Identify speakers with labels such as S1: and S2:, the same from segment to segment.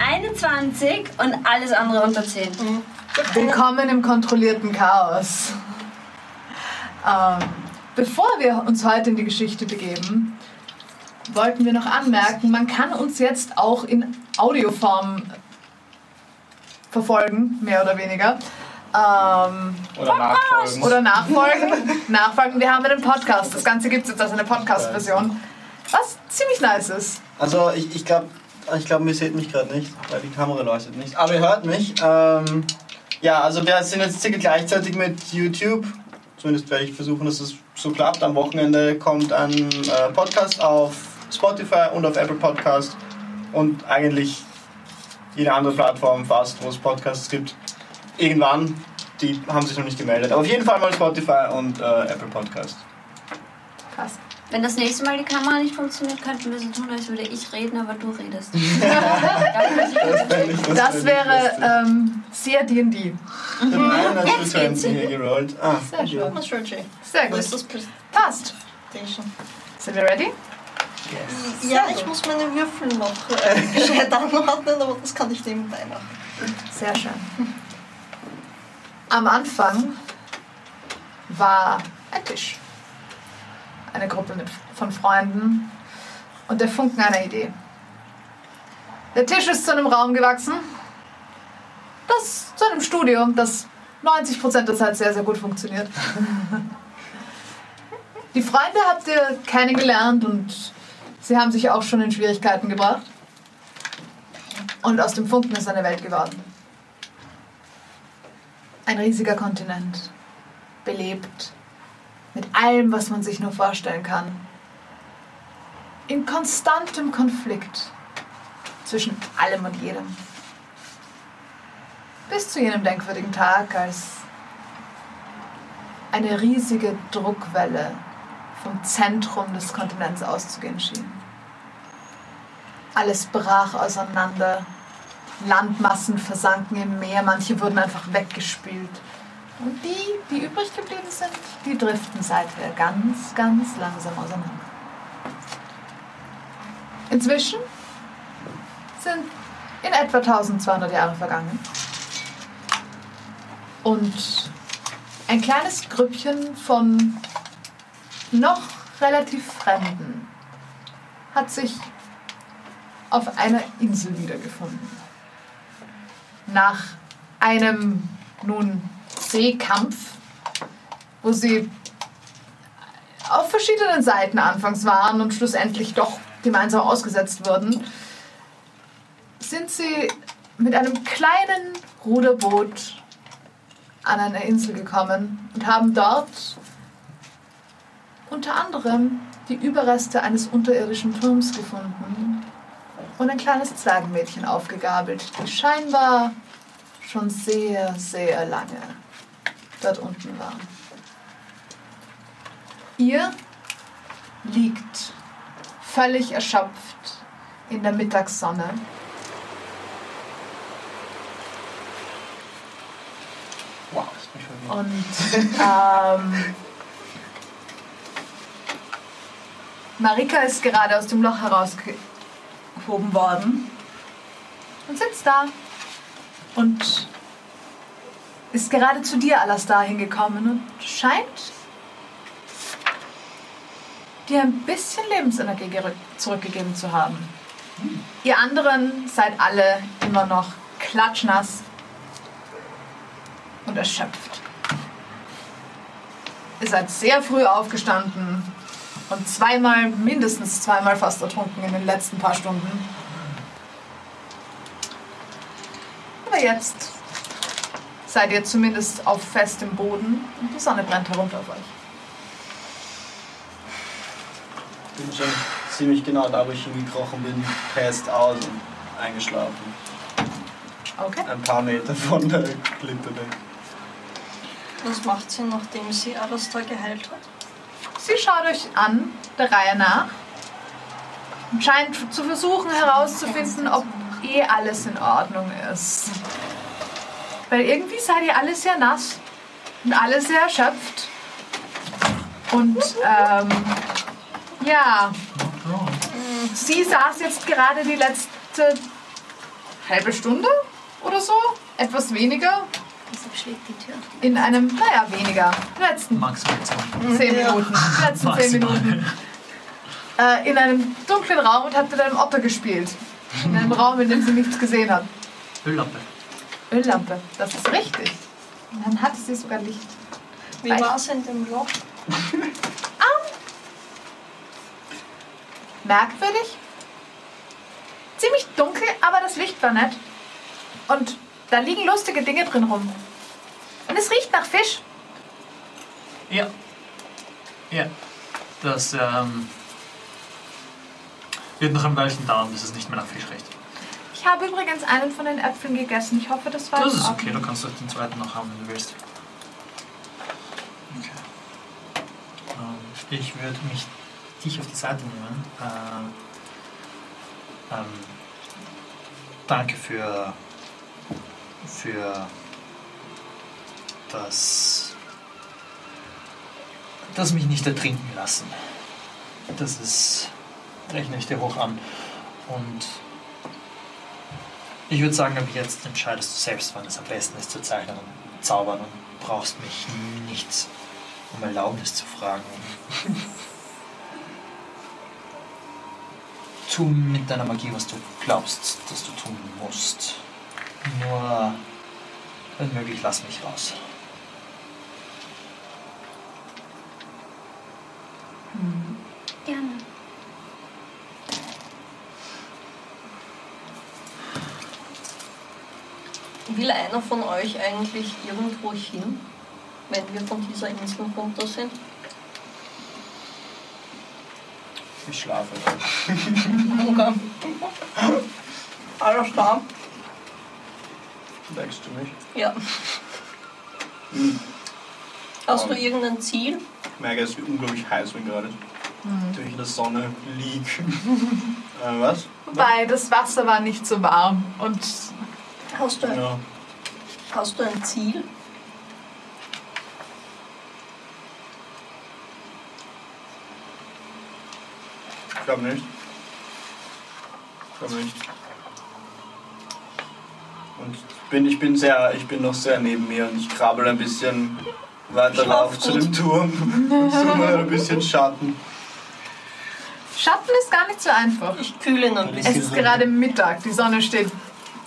S1: eine 20 und alles andere unter 10.
S2: Willkommen im kontrollierten Chaos. Ähm, bevor wir uns heute in die Geschichte begeben, wollten wir noch anmerken, man kann uns jetzt auch in Audioform verfolgen, mehr oder weniger. Ähm,
S3: Oder nachfolgen.
S2: oder nachfolgen. nachfolgen, wir haben einen Podcast. Das Ganze gibt es jetzt als eine Podcast-Version. Was ziemlich nice ist.
S4: Also ich, ich glaube, ich glaub, ihr seht mich gerade nicht, weil die Kamera leuchtet nicht. Aber ihr hört mich. Ähm, ja, also wir sind jetzt circa gleichzeitig mit YouTube. Zumindest werde ich versuchen, dass es so klappt. Am Wochenende kommt ein äh, Podcast auf Spotify und auf Apple Podcast und eigentlich jede andere Plattform fast, wo es Podcasts gibt. Irgendwann, die haben sich noch nicht gemeldet. Aber auf jeden Fall mal Spotify und äh, Apple Podcast.
S2: Krass.
S1: Wenn das nächste Mal die Kamera nicht funktioniert, könnten wir so tun, als würde ich reden, aber du redest. Dann muss ich-
S4: Das, fänd ich- das fänd
S2: Das
S4: ich
S2: wäre
S4: lustig.
S2: ähm, sehr D&D.
S4: Mhm. Nein,
S1: Jetzt geht's.
S4: 20 hier gerollt. Ah.
S2: Sehr schön.
S5: Das ist schon schön.
S2: Sehr
S5: Wo ist
S2: gut.
S5: das Playstation?
S2: Passt. Sind wir ready?
S5: Ja, ich muss meine Würfel noch äh, gescheit anordnen, aber das kann ich nebenbei machen.
S2: Sehr schön. Am Anfang war ein Tisch. Eine Gruppe mit, von Freunden und der Funken einer Idee. Der Tisch ist zu einem Raum gewachsen, das zu einem Studio, das 90% der Zeit sehr, sehr gut funktioniert. Die Freunde habt ihr keine gelernt und sie haben sich auch schon in Schwierigkeiten gebracht. Und aus dem Funken ist eine Welt geworden. Ein riesiger Kontinent. Belebt. Mit allem, was man sich nur vorstellen kann. In konstantem Konflikt. Zwischen allem und jedem. Bis zu jenem denkwürdigen Tag, als eine riesige Druckwelle vom Zentrum des Kontinents auszugehen schien. Alles brach auseinander. Landmassen versanken im Meer, manche wurden einfach weggespült. Und die, die übrig geblieben sind, die driften seither ganz, ganz langsam auseinander. Inzwischen sind in etwa 1200 Jahre vergangen. Und ein kleines Grüppchen von noch relativ Fremden hat sich auf einer Insel wiedergefunden. Nach einem nun Seekampf, wo sie auf verschiedenen Seiten anfangs waren und schlussendlich doch gemeinsam ausgesetzt wurden, sind sie mit einem kleinen Ruderboot an eine Insel gekommen und haben dort unter anderem die Überreste eines unterirdischen Turms gefunden, und ein kleines Zwergenmädchen aufgegabelt, die scheinbar schon sehr, sehr lange dort unten war. Ihr liegt völlig erschöpft in der Mittagssonne.
S4: Wow, ich bin schon
S2: Und ähm, Marika ist gerade aus dem Loch herausgehoben worden und sitzt da und ist gerade zu dir, Alastar, hingekommen und scheint dir ein bisschen Lebensenergie gerück- zurückgegeben zu haben. Ihr anderen seid alle immer noch klatschnass und erschöpft. Ihr seid sehr früh aufgestanden und zweimal, mindestens zweimal fast ertrunken in den letzten paar Stunden. Aber jetzt seid ihr zumindest auf festem Boden und die Sonne brennt herunter auf euch.
S4: Ich bin schon ziemlich genau da, wo ich hingekrochen bin, pest aus und eingeschlafen.
S2: Okay.
S4: Ein paar Meter von der Klippe weg.
S5: Was macht sie, nachdem sie alles da geheilt hat?
S2: Sie schaut euch an, der Reihe nach, und scheint zu versuchen herauszufinden, ob eh alles in Ordnung ist. Weil irgendwie seid ihr alle sehr nass und alle sehr erschöpft. Und ähm, ja, sie saß jetzt gerade die letzte halbe Stunde oder so, etwas weniger,
S1: Deshalb schlägt die Tür auf die
S2: in einem, naja, weniger, letzten
S6: Maximal zwei.
S2: zehn Minuten, letzten zehn Minuten,
S6: Maximal.
S2: äh, in einem dunklen Raum und hat mit einem Otter gespielt. In einem Raum, in dem sie nichts gesehen hat.
S6: Öllampe.
S2: Öllampe, das ist richtig. Und dann hatte sie sogar Licht.
S5: Wie
S2: Weiß-
S5: war es in dem Loch?
S2: merkwürdig. Ziemlich dunkel, aber das Licht war nett. Und da liegen lustige Dinge drin rum. Und es riecht nach Fisch.
S6: Ja. Ja. Das ähm, wird noch ein Weilchen dauern, bis es nicht mehr nach Fisch riecht.
S2: Ich habe übrigens einen von den Äpfeln gegessen. Ich hoffe, das war
S6: Das
S2: in
S6: ist okay,
S2: Ordnung.
S6: du kannst doch den zweiten noch haben, wenn du willst. Okay. Ähm, ich würde mich dich auf die Seite nehmen. Äh, ähm, danke für, für das, das mich nicht ertrinken lassen. Das ist, rechne ich dir hoch an. Und ich würde sagen, ab jetzt entscheidest du selbst, wann es am besten ist zu zeichnen und zaubern und brauchst mich nichts um Erlaubnis zu fragen. tu mit deiner Magie, was du glaubst, dass du tun musst. Nur, wenn möglich, lass mich raus.
S1: Gerne.
S5: Will einer von euch eigentlich irgendwo hin, wenn wir von dieser Insel runter sind?
S4: Ich schlafe.
S5: Okay. Alles klar.
S4: Denkst du mich?
S5: Ja. Hm. Hast du irgendein Ziel?
S4: Ich merke, es wird unglaublich heiß mir gerade.
S2: Mhm.
S4: Durch die Sonne lieg. äh, was?
S2: Wobei, das Wasser war nicht so warm. Und
S5: Hast du,
S4: Ja.
S5: hast du ein Ziel?
S4: Ich glaube nicht. Ich glaube nicht. Und ich bin, ich bin sehr, ich bin noch sehr neben mir und ich krabbel ein bisschen weiter
S5: Schlaf
S4: rauf zu
S5: gut.
S4: dem Turm und suche ein bisschen Schatten.
S2: Schatten ist gar nicht so einfach.
S5: Ich kühle ihn ein bisschen.
S2: Es ist gerade Mittag. Die Sonne steht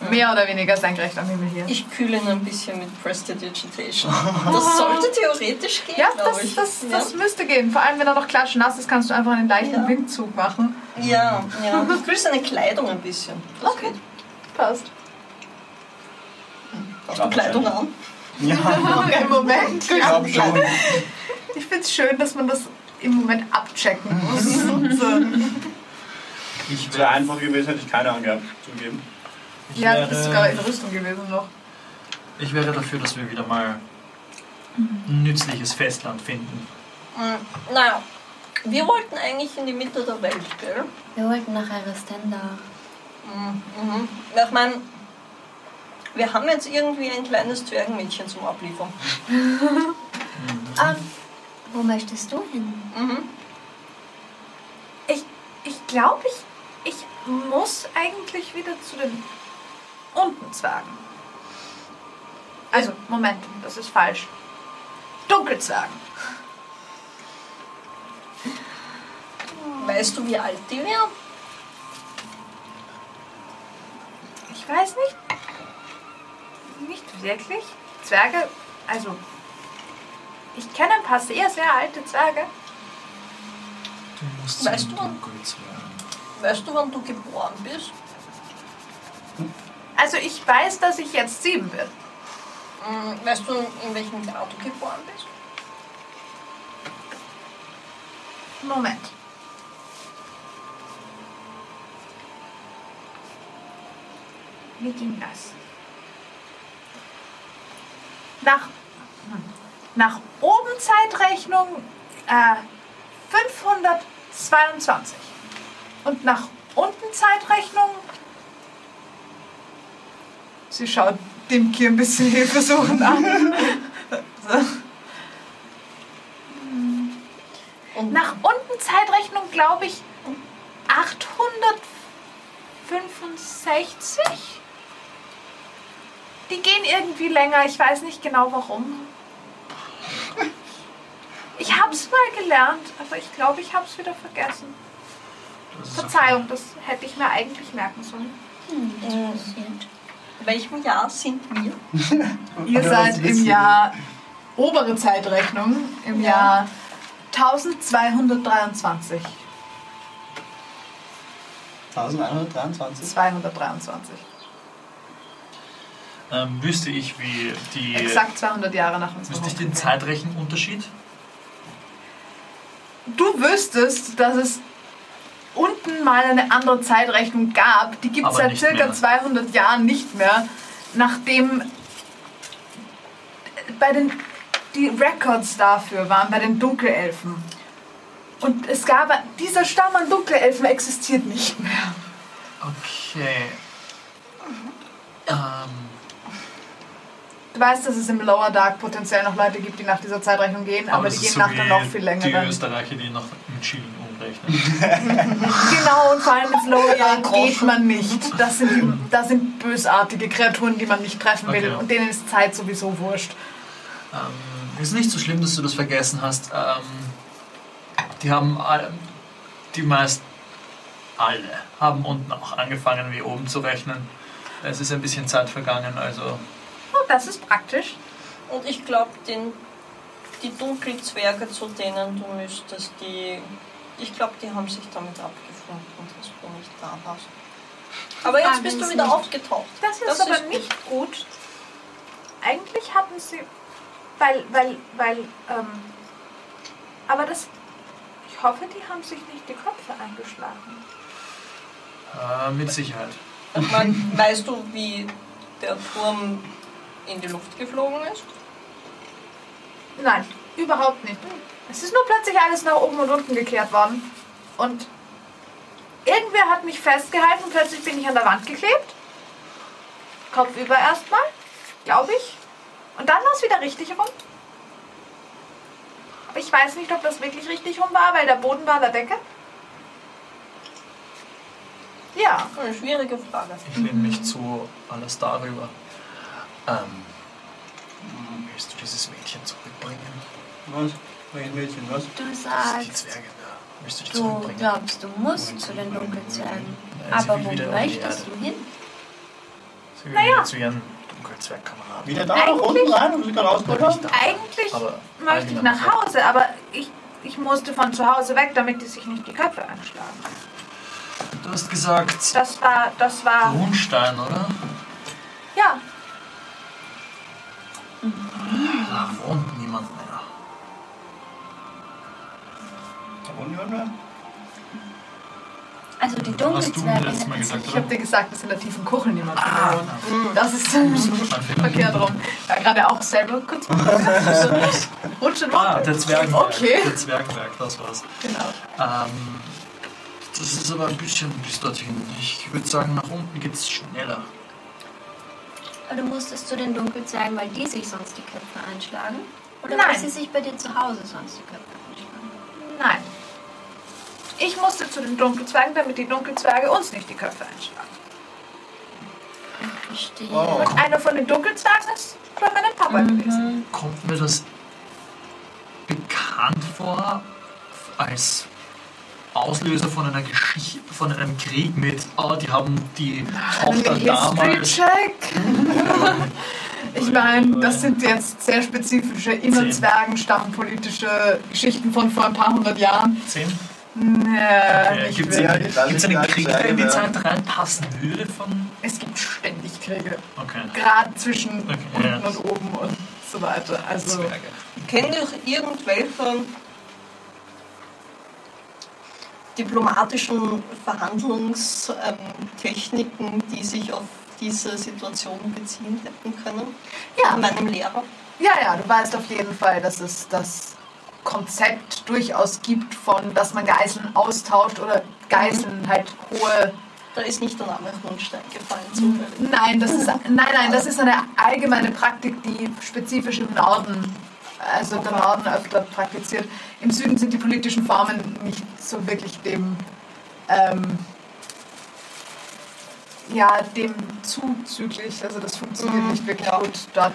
S2: mehr oder weniger senkrecht am Himmel hier.
S5: Ich kühle ihn ein bisschen mit Prestidigitation. Das sollte theoretisch gehen,
S2: Ja,
S5: glaube
S2: das,
S5: ich.
S2: das,
S5: ja.
S2: das müsste gehen. Vor allem, wenn er noch klatschnass ist, kannst du einfach einen leichten
S5: Ja.
S2: Windzug machen.
S5: ja, ja. Ich kühle seine Kleidung ein bisschen. Das geht.
S2: Passt.
S5: Hast du Kleidung an?
S4: Ja,
S2: Im Moment.
S4: ich glaube schon.
S2: Ich finde es schön, dass man das im Moment abchecken muss.
S6: Mhm.
S2: so.
S6: Ich
S4: Wäre einfach gewesen, hätte ich keine angehabt, zugeben.
S6: ich
S2: Ja, du bist sogar in
S6: wäre,
S2: Rüstung gewesen noch.
S6: ich wäre dafür, dass wir wieder mal nützliches Festland finden.
S5: Mhm. Naja, wir wollten eigentlich in die Mitte der Welt, gell?
S1: Wir wollten nach Aristenda.
S5: Mhm. Mhm. Ich meine, wir haben jetzt irgendwie ein kleines Zwergenmädchen zum Abliefern.
S1: Ah, wo möchtest du hin?
S5: Mhm.
S7: Ich, ich glaube, ich, ich muss eigentlich wieder zu den unten Zwergen. Also, Moment, das ist falsch. Dunkelzwergen.
S5: Weißt du, wie alt die wären?
S7: Ich weiß nicht. Nicht wirklich. Zwerge, also. Ich kenne ein paar sehr, sehr alte Zwerge.
S6: Du musst
S5: Weißt
S6: zum
S5: du?
S6: Dunkelzwerg.
S5: Weißt du, wann du geboren bist?
S7: Also, ich weiß, dass ich jetzt sieben bin.
S5: Mhm. Weißt du, in welchem Jahr du geboren bist?
S7: Moment. Wie ging das? Nach, hm, nach oben Zeitrechnung äh, 522.
S2: Und nach unten Zeitrechnung. Sie schaut dem Kier ein bisschen hilfesuchend an.
S5: Und
S7: Nach unten Zeitrechnung glaube
S8: um
S7: ich 865.
S8: Die gehen irgendwie länger. Ich weiß nicht genau warum. Ich hab's mal gelernt, aber ich glaube, ich hab's wieder vergessen.
S3: Das ist
S8: Verzeihung, das hätte ich mir eigentlich merken sollen.
S5: In welchem Jahr sind wir?
S2: Ihr
S4: Ja,
S2: seid
S4: das
S2: im
S4: wissen
S2: Jahr obere Zeitrechnung, im
S5: Ja.
S2: Jahr 1223.
S4: 1123.
S2: 223.
S6: Ähm, wüsste ich, wie die.
S2: Exakt 200 Jahre nach uns.
S6: Wüsste ich den Zeitrechenunterschied?
S2: Du wüsstest, dass es unten mal eine andere Zeitrechnung gab. Die gibt es
S6: Aber
S2: seit
S6: nicht
S2: circa
S6: mehr.
S2: 200 Jahren nicht mehr, nachdem bei den die Records dafür waren bei den Dunkelelfen. Und es gab dieser Stamm an Dunkelelfen existiert nicht mehr.
S6: Okay. Ähm,
S2: Du weißt, dass es im Lower Dark potenziell noch Leute gibt, die nach dieser Zeitrechnung gehen, aber,
S6: das
S2: die gehen
S6: ist so
S2: nachher
S6: wie
S2: noch viel länger.
S6: Die
S2: dann.
S6: Österreicher, die nach in Schienen umrechnen.
S2: Genau, und vor allem ins Lower Dark geht man nicht. Das sind, die, das sind bösartige Kreaturen, die man nicht treffen will.
S6: Okay.
S2: Und denen ist Zeit sowieso wurscht.
S6: ähm, ist nicht so schlimm, dass du das vergessen hast. Ähm, die haben alle, die meist alle haben unten auch angefangen, wie oben zu rechnen. Es ist ein bisschen Zeit vergangen, also
S8: Oh, das ist praktisch.
S5: Und ich glaube, die Dunkelzwerge, zu denen du müsstest, die. Ich glaube, die haben sich damit abgefunden, dass du nicht da warst. Aber jetzt bist du wieder aufgetaucht.
S8: Das ist
S5: Das
S8: aber
S5: ist-
S8: nicht gut. Eigentlich hatten sie. Weil, weil, weil, ähm. Aber das. Ich hoffe, die haben sich nicht die Köpfe eingeschlagen.
S6: äh, mit Sicherheit.
S5: Ich mein, weißt du, wie der Turm in die Luft geflogen ist?
S8: Nein, überhaupt nicht. Es ist nur plötzlich alles nach oben und unten gekehrt worden. Und irgendwer hat mich festgehalten. Plötzlich bin ich an der Wand geklebt. Kopfüber erstmal, glaube ich. Und dann war es wieder richtig rum. Aber ich weiß nicht, ob das wirklich richtig rum war, weil der Boden war an der Decke. Ja,
S5: Eine schwierige Frage.
S6: Ich lehne mich zu alles darüber. Ähm, willst du dieses Mädchen zurückbringen?
S4: Was? Welches Mädchen, was?
S1: Du
S6: Das ist die
S1: sagst,
S6: Zwerge, ja. Willst du die
S1: du
S6: zurückbringen?
S1: glaubst, du musst zu den Dunkelzwergen.
S6: Nein, sie
S1: Aber
S6: will
S1: wo
S6: wieder auf die
S1: möchtest
S6: Erde.
S1: du hin?
S6: Sie will wieder zu ihren Dunkelzwergkameraden.
S4: Wieder da nach unten rein und sie gerade rausgeholt
S6: Nicht
S4: haben?
S6: da,
S8: eigentlich
S6: aber
S8: möchte ich
S6: allgemein
S8: nach
S6: gesagt.
S8: Hause, aber ich, ich musste von zu Hause weg, damit die sich nicht die Köpfe einschlagen.
S6: Du hast gesagt,
S8: Das war, das war,
S6: Grundstein, oder?
S8: ja,
S6: Da wohnt niemand mehr.
S4: Da wohnt niemand mehr?
S1: Also die
S6: Hast du mir
S1: Dunkelzwerge
S6: letztes Mal
S1: hätten sich
S6: gesagt,
S2: Ich habe
S6: oder?
S2: dir gesagt, dass in der tiefen Kuchel niemand
S6: Ah.
S2: verloren
S6: Mhm.
S2: hat. Das ist
S6: Mein Fehler.
S2: verkehrt rum. Ja, gerade auch selber kurz rutschen.
S6: Ah, der Zwergenberg.
S2: Okay.
S6: Der Zwergenberg, das war's.
S2: Genau.
S6: Ähm, das ist aber ein bisschen bis dorthin. Ich würde sagen, nach unten geht's schneller.
S1: Aber du musstest zu den Dunkelzwergen, weil die sich sonst die Köpfe einschlagen? Oder
S8: Nein.
S1: weil sie sich bei dir zu Hause sonst die Köpfe einschlagen?
S8: nein. Ich musste zu den Dunkelzwergen, damit die Dunkelzwerge uns nicht die Köpfe einschlagen.
S1: Verstehe.
S4: Wow.
S8: Und einer von den Dunkelzwergen ist bei meinem Papa
S6: Mhm.
S8: gewesen.
S6: Kommt mir das bekannt vor als Auslöser von einer Geschichte, von einem Krieg mit, oh, die haben die Tochter damals
S2: History-Check. Ich meine, das sind jetzt sehr spezifische
S6: Zehn.
S2: Innerzwergen-stammpolitische Geschichten von vor ein paar hundert Jahren.
S6: 10.
S2: Naja, ich
S6: Gibt
S2: will-
S6: es einen
S4: Ja,
S6: Krieg, der in die
S4: ja.
S6: Zeit reinpassen würde von.
S2: Es gibt ständig Kriege.
S6: Okay.
S2: Gerade zwischen
S6: Okay,
S2: unten
S6: ja.
S2: und oben und so weiter. Also,
S6: Zwerge.
S5: Kennt ihr irgendwelche diplomatischen Verhandlungstechniken, die sich auf diese Situation beziehen hätten können?
S2: ja,
S5: Von meinem Lehrer.
S2: ja, ja, du weißt auf jeden Fall, dass es das Konzept durchaus gibt von, dass man Geiseln austauscht oder Geiseln halt hohe
S5: Da ist nicht der Name Rundstein gefallen, zufällig.
S2: Nein, das ist, nein, nein, das ist eine allgemeine Praktik, die spezifisch im Norden, also der Norden öfter praktiziert. Im Süden sind die politischen Formen nicht so wirklich dem ähm, ja, dem zuzüglich. Also das funktioniert nicht wirklich gut dort.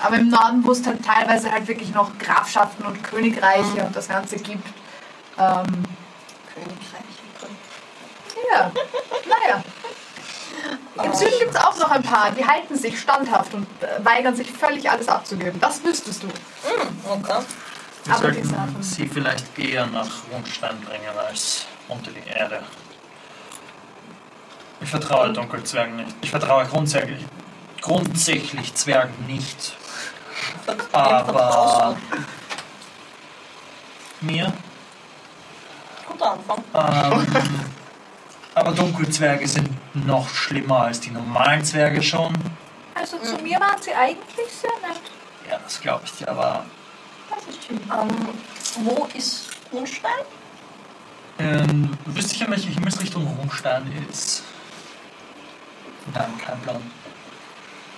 S2: Aber im Norden, wo es halt teilweise halt wirklich noch Grafschaften und Königreiche und das Ganze gibt. Ähm,
S5: Königreich.
S2: ja, naja. Im Süden gibt es auch noch ein paar, die halten sich standhaft und äh, weigern sich völlig alles abzugeben. Das wüsstest du.
S5: Okay.
S6: Wir
S2: Aber die Sachen-
S6: sollten sie vielleicht eher nach Rundstein bringen als unter die Erde. Ich vertraue Dunkelzwergen nicht. Ich vertraue grundsätzlich, grundsätzlich Zwergen nicht. Aber mir
S5: Guter Anfang.
S6: Ähm, aber Dunkelzwerge sind noch schlimmer als die normalen Zwerge schon.
S8: Also zu mir waren sie eigentlich sehr nett.
S6: Ja, das glaube ich dir, aber
S8: Das ist schön.
S5: Ähm, wo ist Grundstein?
S6: ähm, du bist sicher, in welche Himmelsrichtung Rumstein ist. Nein, kein Plan.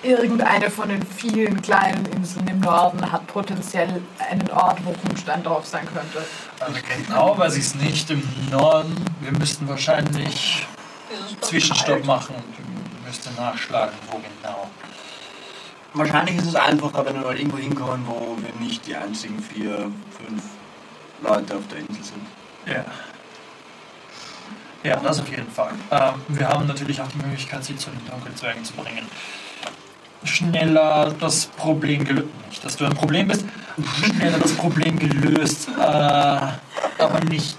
S2: Irgendeine von den vielen kleinen Inseln im Norden hat potenziell einen Ort, wo Rumstein drauf sein könnte.
S6: Also genau weiß ich es nicht. Im Norden, wir müssten wahrscheinlich
S5: Ist es doch
S6: Zwischenstopp
S5: kalt?
S6: machen und müsste nachschlagen, wo genau.
S4: Wahrscheinlich ist es einfacher, wenn wir mal irgendwo hinkommen, wo wir nicht die einzigen vier, fünf Leute auf der Insel sind.
S6: Ja. Ja, das auf jeden Fall. Ähm, wir haben natürlich auch die Möglichkeit, sie zu den Dunkelzwergen zu bringen. Schneller das Problem gelöst. Nicht, dass du ein Problem bist. Schneller das Problem gelöst. Äh, aber nicht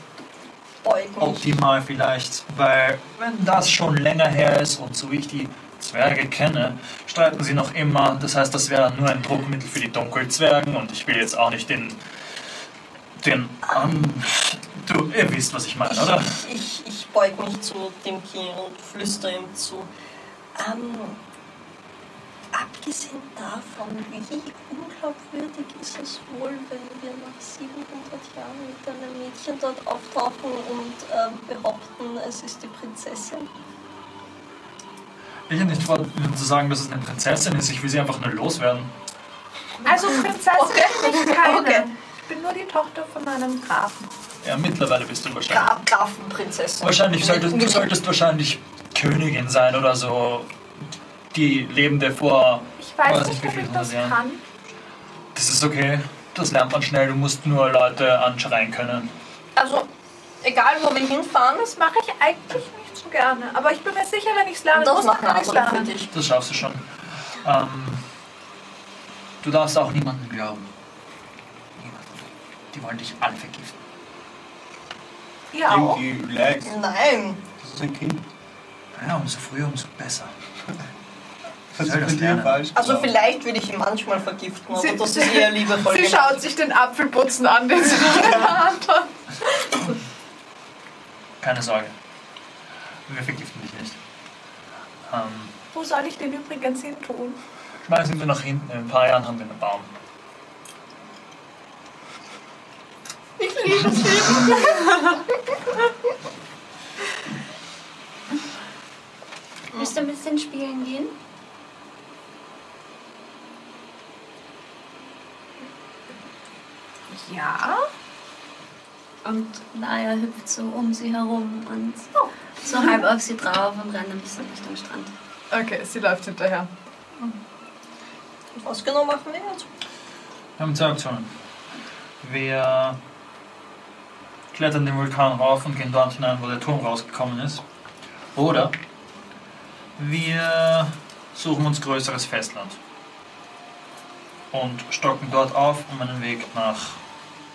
S5: Beugen.
S6: optimal vielleicht. Weil, wenn das schon länger her ist und so wie ich die Zwerge kenne, streiten sie noch immer. Das heißt, das wäre nur ein Druckmittel für die Dunkelzwergen und ich will jetzt auch nicht den. den. an. Du, ihr wisst, was ich meine, oder?
S5: Ich, ich, ich beug mich zu dem Kinn und flüster ihm zu. Ähm, abgesehen davon, wie unglaubwürdig ist es wohl, wenn wir nach 700 Jahren mit einem Mädchen dort auftauchen und ähm, behaupten, es ist die Prinzessin?
S6: Ich hätte nicht vor, Ihnen zu sagen, dass es eine Prinzessin ist. Ich will sie einfach nur loswerden.
S8: Also Prinzessin bin ich keine.
S5: Okay.
S8: Ich bin nur die Tochter von einem Grafen.
S6: Ja, mittlerweile bist du wahrscheinlich.
S5: Gra Grafenprinzessin.
S6: Wahrscheinlich solltest du
S5: Mit-
S6: solltest wahrscheinlich Königin sein oder so. Die lebende vor.
S8: Ich weiß
S6: Weiß
S8: nicht,
S6: ich,
S8: ob
S6: wie
S8: ich
S6: viel
S8: das
S6: das wären.
S8: kann.
S6: Das ist okay. Das lernt man schnell. Du musst nur Leute anschreien können.
S5: Also, egal wo wir hinfahren,
S8: Das mache ich eigentlich nicht so gerne. Aber ich bin mir sicher, wenn ich es lerne,
S5: das
S8: muss
S5: machen
S8: dann kann ich
S5: andere für
S8: lernen.
S5: dich.
S6: Das schaffst du schon. Ähm, du darfst auch niemanden glauben. Niemanden. Die wollen dich alle vergiften.
S8: Ihr auch?
S4: Irgendwie relax.
S5: Nein.
S4: Das ist ein Kind.
S6: Ja, umso früher, umso besser.
S4: Was ist halt
S6: Soll das
S4: mit dir
S6: lernen?
S4: falsch?
S5: Also
S4: gelaufen?
S5: vielleicht würde ich ihn manchmal vergiften, aber
S2: Sie-
S5: das ist eher liebevoll.
S2: Sie
S5: gemacht.
S2: schaut sich den Apfelputzen an, den sie in der Hand hat.
S6: Keine Sorge. Wir vergiften dich nicht. Ähm,
S8: Wo soll ich den übrigens hin tun?
S6: Schmeißen wir nach hinten. In ein paar Jahren haben wir einen Baum.
S1: Willst du ein bisschen spielen gehen?
S8: Ja.
S1: Und Laia hüpft so um sie herum und so halb auf sie drauf und rennt ein bisschen Richtung Strand.
S2: Okay, sie läuft hinterher.
S5: Was genau machen wir jetzt?
S6: Wir haben zwei Optionen. Wir klettern den Vulkan rauf und gehen dort hinein, wo der Turm rausgekommen ist. Oder wir suchen uns größeres Festland und stocken dort auf, um einen Weg nach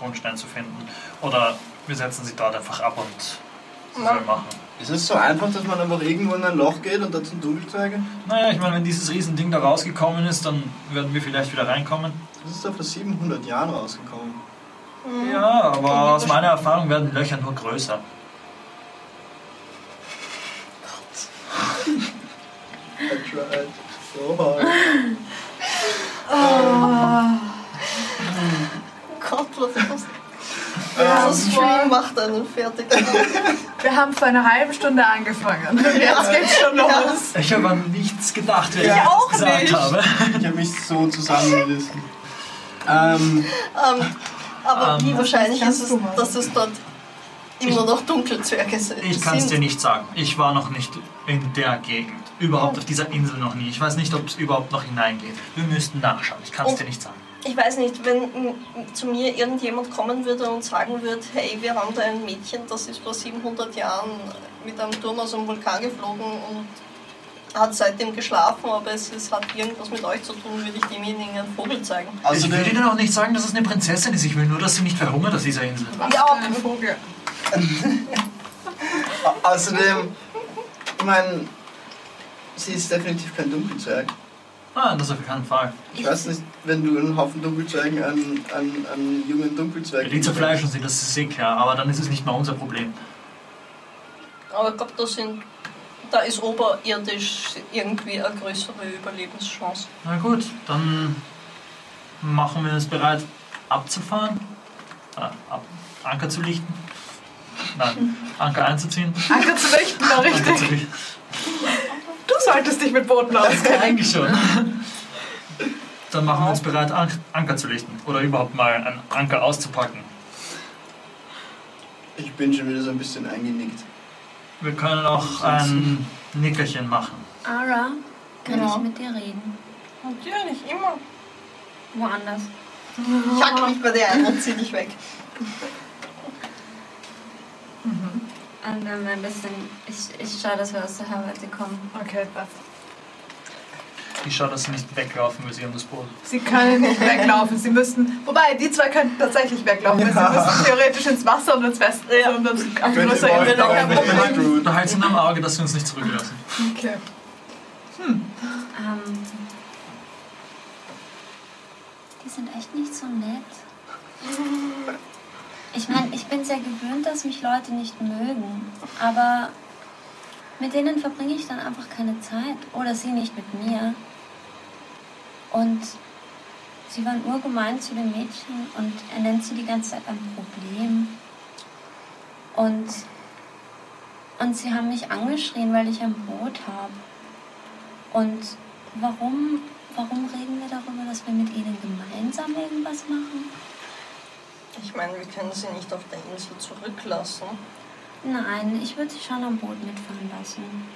S6: Rundstein zu finden. Oder wir setzen sie dort einfach ab und sie soll machen.
S4: Ist es so einfach, dass man einfach irgendwo in ein Loch geht und da zum Dunkelzweige?
S6: Naja, ich meine, wenn dieses Riesending da rausgekommen ist, dann werden wir vielleicht wieder reinkommen.
S4: Das ist doch vor 700 Jahren rausgekommen.
S6: Ja, aber aus meiner Erfahrung werden Löcher nur größer.
S4: I tried so hard.
S5: Gott, was ist das? Das Stream macht einen fertig.
S2: Wir haben vor einer halben Stunde angefangen. Jetzt geht's schon los.
S6: Ich habe an nichts gedacht, wenn
S4: Ja,
S6: ich das
S5: auch
S6: gesagt
S5: nicht.
S6: habe.
S4: Ich habe mich so zusammengerissen. Ähm,
S5: Ähm, aber
S6: Ähm,
S5: wie wahrscheinlich
S2: das
S5: ist
S2: ist
S5: es,
S2: ganz normal.
S5: dass es dort immer noch Dunkelzwerge sind.
S6: Ich kann es dir nicht sagen. Ich war noch nicht in der Gegend. Überhaupt auf dieser Insel noch nie. Ich weiß nicht, ob es überhaupt noch hineingeht. Wir müssten nachschauen. Ich kann es
S5: Oh.
S6: dir nicht sagen.
S5: Ich weiß nicht, wenn mm, zu mir irgendjemand kommen würde und sagen würde, hey, wir haben da ein Mädchen, das ist vor 700 Jahren mit einem Turm aus einem Vulkan geflogen und hat seitdem geschlafen, aber es, es hat irgendwas mit euch zu tun, würde ich demjenigen einen Vogel zeigen.
S4: Also
S6: ich
S4: der-
S6: will dir auch nicht sagen, dass es eine Prinzessin ist. Ich will nur, dass sie nicht verhungert auf dieser Insel.
S5: Ja,
S8: Ein Vogel.
S4: Außerdem, ich meine, sie ist definitiv kein Dunkelzwerg.
S6: Ah, das auf keinen Fall.
S4: Ich weiß nicht, wenn du einen Haufen Dunkelzwergen an, an, an jungen Dunkelzwergen.
S6: Die zerfleischen sie, das ist eh klar. Aber dann ist es nicht mehr unser Problem.
S5: aber ich glaube, da, sind- da ist oberirdisch irgendwie eine größere Überlebenschance.
S6: Na gut, dann machen wir uns bereit, abzufahren. Äh, ab, Anker zu lichten. Nein, Anker einzuziehen.
S2: Anker zu richten, war
S6: Anker
S2: richtig.
S6: zu lichten.
S2: Du solltest dich mit Booten auskennen.
S6: Eigentlich schon. Dann machen wir uns bereit, An Anker zu lichten. Oder überhaupt mal einen Anker auszupacken.
S4: Ich bin schon wieder so ein bisschen eingenickt.
S6: Wir können auch ein Nickerchen machen.
S1: Ara, kann
S5: Ja.
S1: ich mit dir reden?
S5: Natürlich, immer.
S1: Woanders.
S5: Ich hack mich bei dir ein und zieh dich weg.
S1: Und dann Äh, ein bisschen, ich, ich schaue, dass wir aus der Herweite kommen.
S2: Okay, was?
S6: Ich schaue, dass sie nicht weglaufen, weil sie haben das Boot.
S2: Sie können nicht weglaufen. Sie müssten. Wobei, die zwei könnten tatsächlich weglaufen. weil Sie müssen theoretisch ins Wasser und ins Westen. Ja. Und dann auf
S4: Könnte
S2: größere
S4: man
S2: Insel
S4: auch
S2: locker
S4: mit dem
S2: Problem.
S4: Handroot.
S6: Da halten am Auge, dass sie uns nicht zurücklassen.
S2: Okay.
S1: Ähm, die sind echt nicht so nett. Ich meine, ich bin sehr gewöhnt, dass mich Leute nicht mögen. Aber mit denen verbringe ich dann einfach keine Zeit. Oder sie nicht mit mir. Und sie waren urgemein zu dem Mädchen und er nennt sie die ganze Zeit ein Problem. Und, und sie haben mich angeschrien, weil ich ein Boot habe. Und warum, warum reden wir darüber, dass wir mit ihnen gemeinsam irgendwas machen?
S5: Ich meine, wir können sie nicht auf der Insel zurücklassen.
S1: Nein, ich würde sie schon am Boot mitfahren lassen.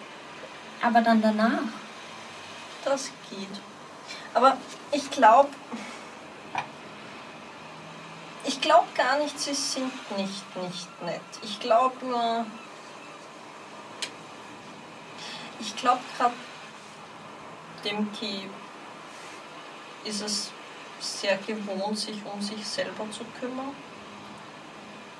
S1: Aber dann danach.
S5: Das geht. Aber ich glaube. Ich glaube gar nicht, sie sind nicht, nicht nett. Ich glaube nur. Ich glaube gerade dem Ki ist es sehr gewohnt, sich um sich selber zu kümmern.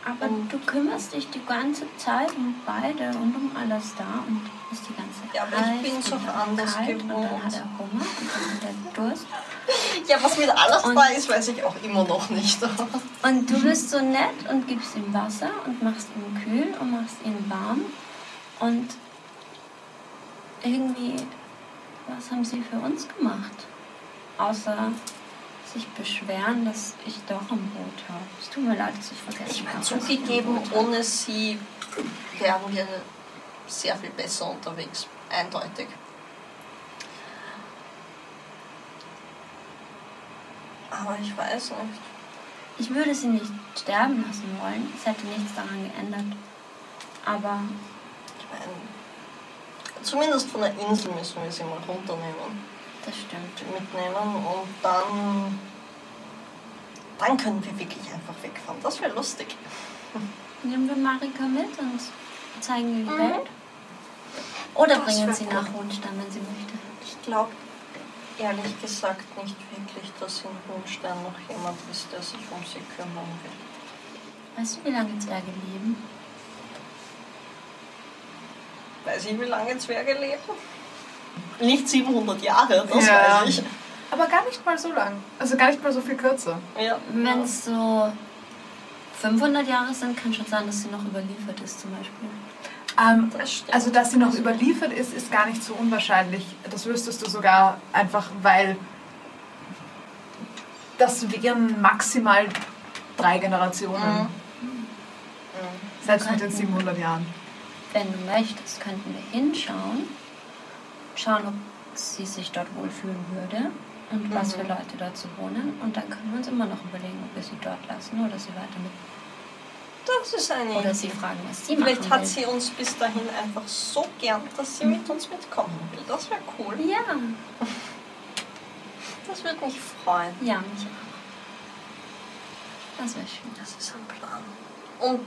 S1: Aber du kümmerst dich die ganze Zeit um beide und um alles da und bist die ganze Zeit.
S5: Ja, aber ich
S1: heiß
S5: bin's
S1: und
S5: auch
S1: dann
S5: anders
S1: kalt Und dann hat
S5: gewohnt.
S1: er Hunger und dann hat er Durst.
S5: Ja, was mit alles
S1: Und-
S5: da ist, weiß ich auch immer noch nicht.
S1: Und du bist so nett und gibst ihm Wasser und machst ihn kühl und machst ihn warm. Und irgendwie, was haben sie für uns gemacht? Außer sich beschweren, dass ich doch ein Boot habe. Es tut mir leid, dass ich vergessen
S5: Ich meine,
S1: habe.
S5: zugegeben,
S1: dass ich ein Boot habe.
S5: ohne sie wären wir sehr viel besser unterwegs. Eindeutig. Aber ich weiß nicht.
S1: Ich würde sie nicht sterben lassen wollen. Es hätte nichts daran geändert. Aber
S5: Ich meine, zumindest von der Insel müssen wir sie mal runternehmen,
S1: das stimmt.
S5: mitnehmen und dann. Dann können wir wirklich einfach wegfahren. Das wäre lustig.
S1: Nehmen wir Marika mit und zeigen ihr die Welt. Oder
S5: Mhm. Das
S1: bringen
S5: wär
S1: sie
S5: gut.
S1: nach Hohenstein, wenn sie möchte.
S5: Ich glaube ehrlich gesagt nicht wirklich, dass in Hohenstein noch jemand ist, der sich um sie kümmern will.
S1: Weißt du, wie lange Zwerge leben?
S5: Weiß ich, wie lange Zwerge leben? Nicht 700 Jahre, das
S2: Ja.
S5: weiß ich.
S2: Aber gar nicht mal so lang. Also gar nicht mal so viel kürzer.
S5: Ja.
S1: Wenn es so 500 Jahre sind, kann schon sein, dass sie noch überliefert ist, zum Beispiel.
S2: Ähm,
S5: Das stimmt.
S2: also, dass sie noch überliefert ist, ist gar nicht so unwahrscheinlich. Das wüsstest du sogar einfach, weil das wären maximal drei Generationen.
S5: Mhm.
S2: Selbst mit den 700 Jahren.
S1: Wenn du möchtest, könnten wir hinschauen, schauen, ob sie sich dort wohlfühlen würde und was
S5: Mhm.
S1: für Leute dort so wohnen. Und dann können wir uns immer noch überlegen, ob wir sie dort lassen oder sie weiter mit
S5: Das ist eine
S1: Oder sie fragen, was sie machen
S5: Vielleicht hat
S1: will.
S5: sie uns bis dahin einfach so gern, dass sie mit uns mitkommen will. Das wäre cool.
S1: Ja,
S5: Das würde mich freuen.
S1: ja, mich auch. Das wäre schön.
S5: Das ist ein Plan. Und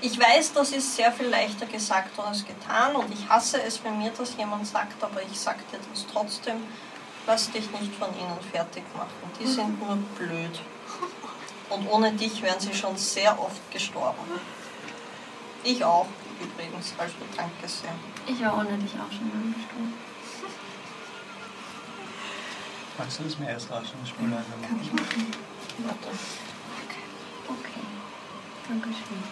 S5: ich weiß, das ist sehr viel leichter gesagt als getan und ich hasse es, wenn mir das jemand sagt, aber ich sag dir das trotzdem. Lass dich nicht von ihnen fertig machen. Die sind nur blöd. Und ohne dich wären sie schon sehr oft gestorben. Ich auch, übrigens. Also danke sehr.
S1: Ich war ohne dich auch schon angestellt.
S4: Magst du das mir erst raus und Spule
S1: Kann ich machen. Okay. Dankeschön.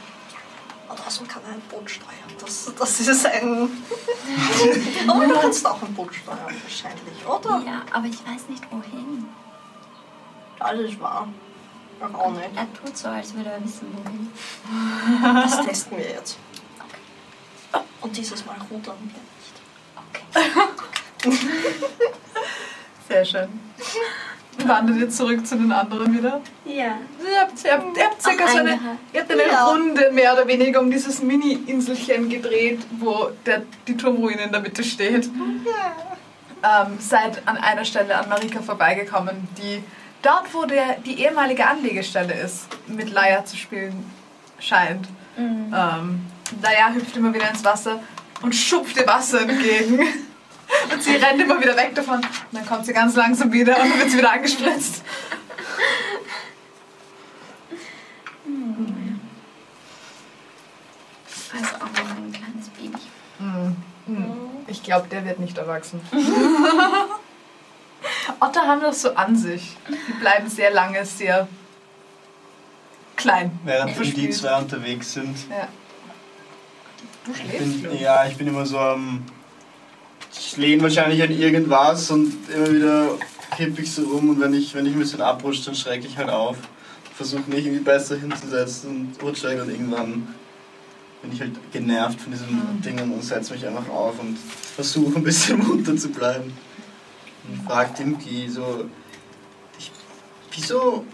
S5: Und außerdem kann er ein Boot steuern. Das, das ist ein. Aber du kannst auch ein Boot steuern, wahrscheinlich, oder?
S1: Ja, aber ich weiß nicht wohin.
S5: Das ist wahr. Ach, auch nicht.
S1: Er tut so, als würde er wissen, wohin.
S5: Das testen wir jetzt. Und dieses Mal rudern wir nicht.
S2: Sehr schön. Wandert ihr zurück zu den anderen wieder?
S1: Ja.
S2: Ihr habt, ihr habt, ihr habt circa
S1: Auf
S2: so eine,
S1: eingehakt.
S2: ihr habt eine
S5: Ja.
S2: Runde mehr oder weniger um dieses Mini-Inselchen gedreht, wo der, die Turmruine in der Mitte steht. Ähm, seid an einer Stelle an Marika vorbeigekommen, die dort, wo der, die ehemalige Anlegestelle ist, mit Laia zu spielen scheint. Ähm, Laia hüpft immer wieder ins Wasser und schupft ihr Wasser entgegen. Und sie rennt immer wieder weg davon. Und dann kommt sie ganz langsam wieder und dann wird sie wieder angespritzt.
S1: Also auch noch ein kleines Baby.
S2: Hm, Ich glaube, der wird nicht erwachsen. Otter haben das so an sich. Die bleiben sehr lange sehr klein.
S4: Während wir die
S2: Verspielt.
S4: zwei unterwegs sind.
S2: Ja. Du
S4: Ich
S2: schläfst? glaub
S4: bin,
S2: ich.
S4: ja, ich bin immer so am. Ich lehne wahrscheinlich an irgendwas und immer wieder kipp ich so rum und wenn ich, wenn ich ein bisschen abrutsche, dann schrecke ich halt auf. Versuche mich irgendwie besser hinzusetzen und rutsche halt und irgendwann bin ich halt genervt von diesem Ding und setze mich einfach auf und versuche ein bisschen munter zu bleiben. Und fragt Dimki so, ich, wieso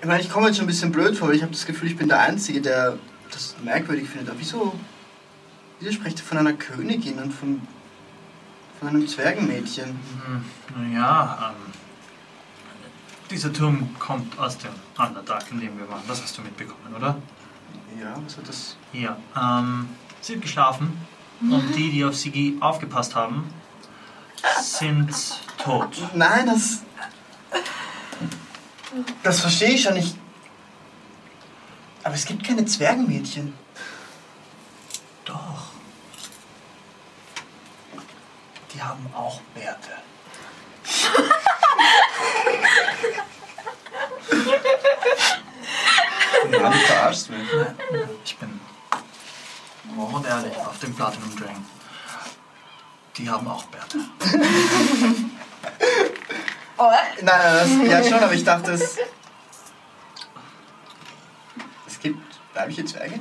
S4: Ich meine, ich komme jetzt schon ein bisschen blöd vor, weil ich habe das Gefühl, ich bin der Einzige, der das merkwürdig findet. Aber wieso, wieso sprecht ihr von einer Königin und von, von einem Zwergenmädchen?
S6: Naja, Mhm. ähm, dieser Turm kommt aus dem anderen Tag, in dem wir waren. Das hast du mitbekommen, oder?
S4: Ja, was hat das?
S6: Ja, ähm, sie hat geschlafen und die, die auf Sigi aufgepasst haben, sind tot.
S4: Nein, das. Das verstehe ich schon nicht. Aber es gibt keine Zwergenmädchen.
S6: Doch. Die haben auch Werte.
S4: Ja, du verarschst mich.
S6: ne? Ich bin offen und ehrlich auf dem Platinum Drain. Die haben auch Werte.
S4: Nein, nein, das, ja schon, aber ich dachte, es. Es gibt weibliche Zwerge?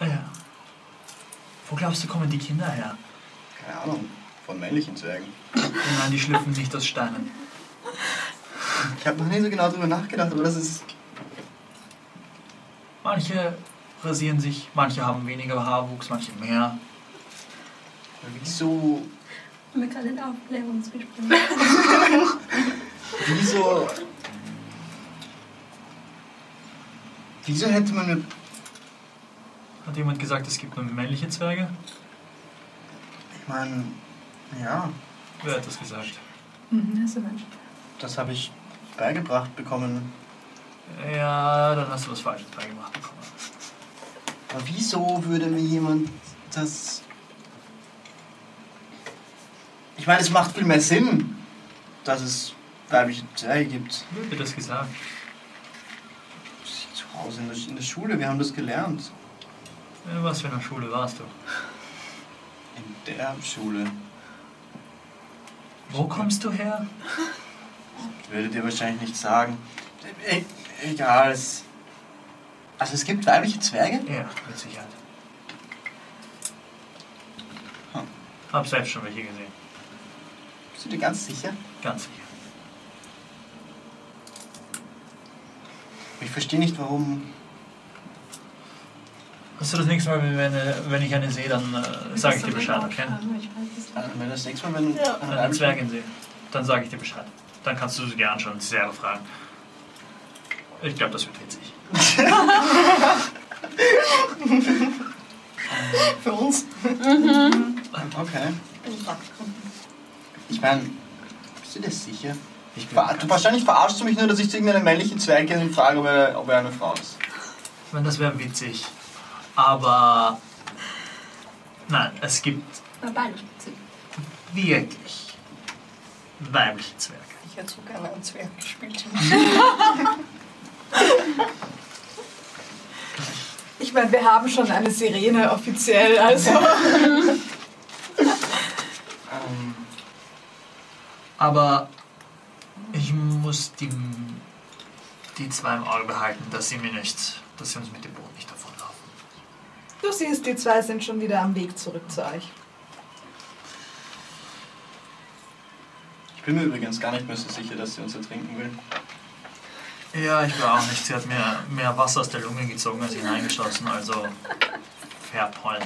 S6: Ja. Wo glaubst du, kommen die Kinder her?
S4: Keine Ahnung, von männlichen Zwergen.
S6: Nein, die schlüpfen nicht aus Steinen.
S4: Ich habe noch nie so genau drüber nachgedacht, aber das ist
S6: Manche rasieren sich, manche haben weniger Haarwuchs, manche mehr.
S4: Wieso,
S1: Wir können Aufklärungsgespräch.
S4: wieso, wieso hätte man mir,
S6: Hat jemand gesagt, es gibt nur männliche Zwerge?
S4: ich meine, ja,
S6: Wer hat das gesagt?
S2: Mhm, das ist ein Mensch.
S4: das habe ich beigebracht bekommen.
S6: Ja, dann hast du was Falsches beigemacht bekommen.
S4: Aber wieso würde mir jemand das, ich meine, es macht viel mehr Sinn, dass es weibliche Zwerge gibt.
S6: Wer hat dir das gesagt?
S4: Zu Hause in der, in der Schule, wir haben das gelernt.
S6: In was für einer Schule warst du?
S4: In der Schule.
S6: Wo kommst du her?
S4: Würdet ihr wahrscheinlich nicht sagen. E egal. Es also es gibt weibliche Zwerge?
S6: Ja, mit Sicherheit. Hab selbst schon welche gesehen.
S4: Bist du dir ganz sicher?
S6: Ganz sicher.
S4: Ich verstehe nicht, warum.
S6: Hast du das nächste Mal, wenn, wir eine, wenn ich eine sehe, dann äh, sage ich dir Bescheid, okay? Äh,
S4: Also, wenn das nächste Mal, wenn.
S5: Ja.
S4: wenn
S6: Wenn
S4: ein
S6: eine
S4: Albtraum-
S6: Zwergin sehe, dann sage ich dir Bescheid. Dann kannst du sie dir anschauen und sie selber fragen. Ich glaube, das wird witzig.
S4: Für uns? Okay. Ich meine, bist du dir sicher?
S6: Ich bin
S4: Ver du, wahrscheinlich verarschst du mich nur, dass ich zu irgendeinem männlichen Zwerg gehe und frage, ob er, ob er eine Frau ist.
S6: Ich meine, das wäre witzig. Aber nein, es gibt wirklich weibliche Zwerge.
S5: Ich hätte so gerne einen Zwerg gespielt.
S8: Ich meine, wir haben schon eine Sirene offiziell, also.
S4: Ähm,
S6: Aber ich muss die, die zwei im Auge behalten, dass sie mir nicht, dass sie uns mit dem Boot nicht davonlaufen.
S8: Du siehst, die zwei sind schon wieder am Weg zurück zu euch.
S4: ich bin mir übrigens gar nicht mehr so sicher, dass sie uns ertrinken will.
S6: Ja, ich war auch nicht. Sie hat mir mehr Wasser aus der Lunge gezogen als hineingeschossen, also fair point.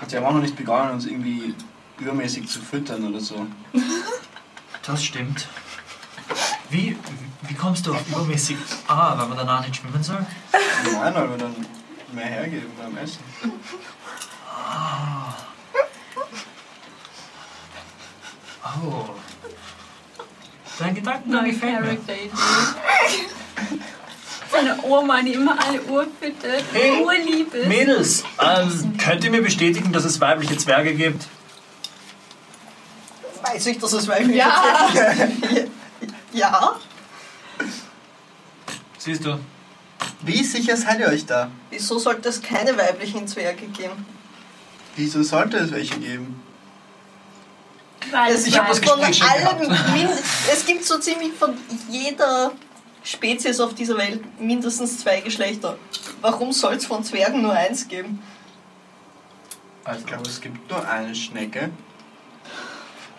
S4: Und sie haben auch noch nicht begonnen, uns irgendwie übermäßig zu füttern oder so.
S6: Das stimmt. Wie, wie kommst du auf übermäßig? Ah, weil man danach nicht schwimmen soll?
S4: Nein, weil wir dann mehr hergeben beim Essen.
S6: Oh. Dein Gedanken da gefällt mir.
S9: Meine Oma, die immer alle Uhr füttert.
S6: Hey.
S9: Urlieb ist.
S6: Mädels, ähm, könnt ihr mir bestätigen, dass es weibliche Zwerge gibt?
S5: Weiß ich, dass es mein Ja! ja?
S6: Siehst du?
S4: Wie sicher seid ihr euch da?
S5: Wieso sollte es keine weiblichen Zwerge geben?
S4: Wieso sollte es welche geben?
S9: Weil
S5: es,
S9: es
S5: gibt
S9: war-
S6: das
S5: von
S6: Gespräch schon
S5: allen, min- es gibt so ziemlich von jeder Spezies auf dieser Welt mindestens zwei Geschlechter. Warum soll es von Zwergen nur eins geben?
S6: Also,
S4: Ich glaube, es gibt nur eine Schnecke.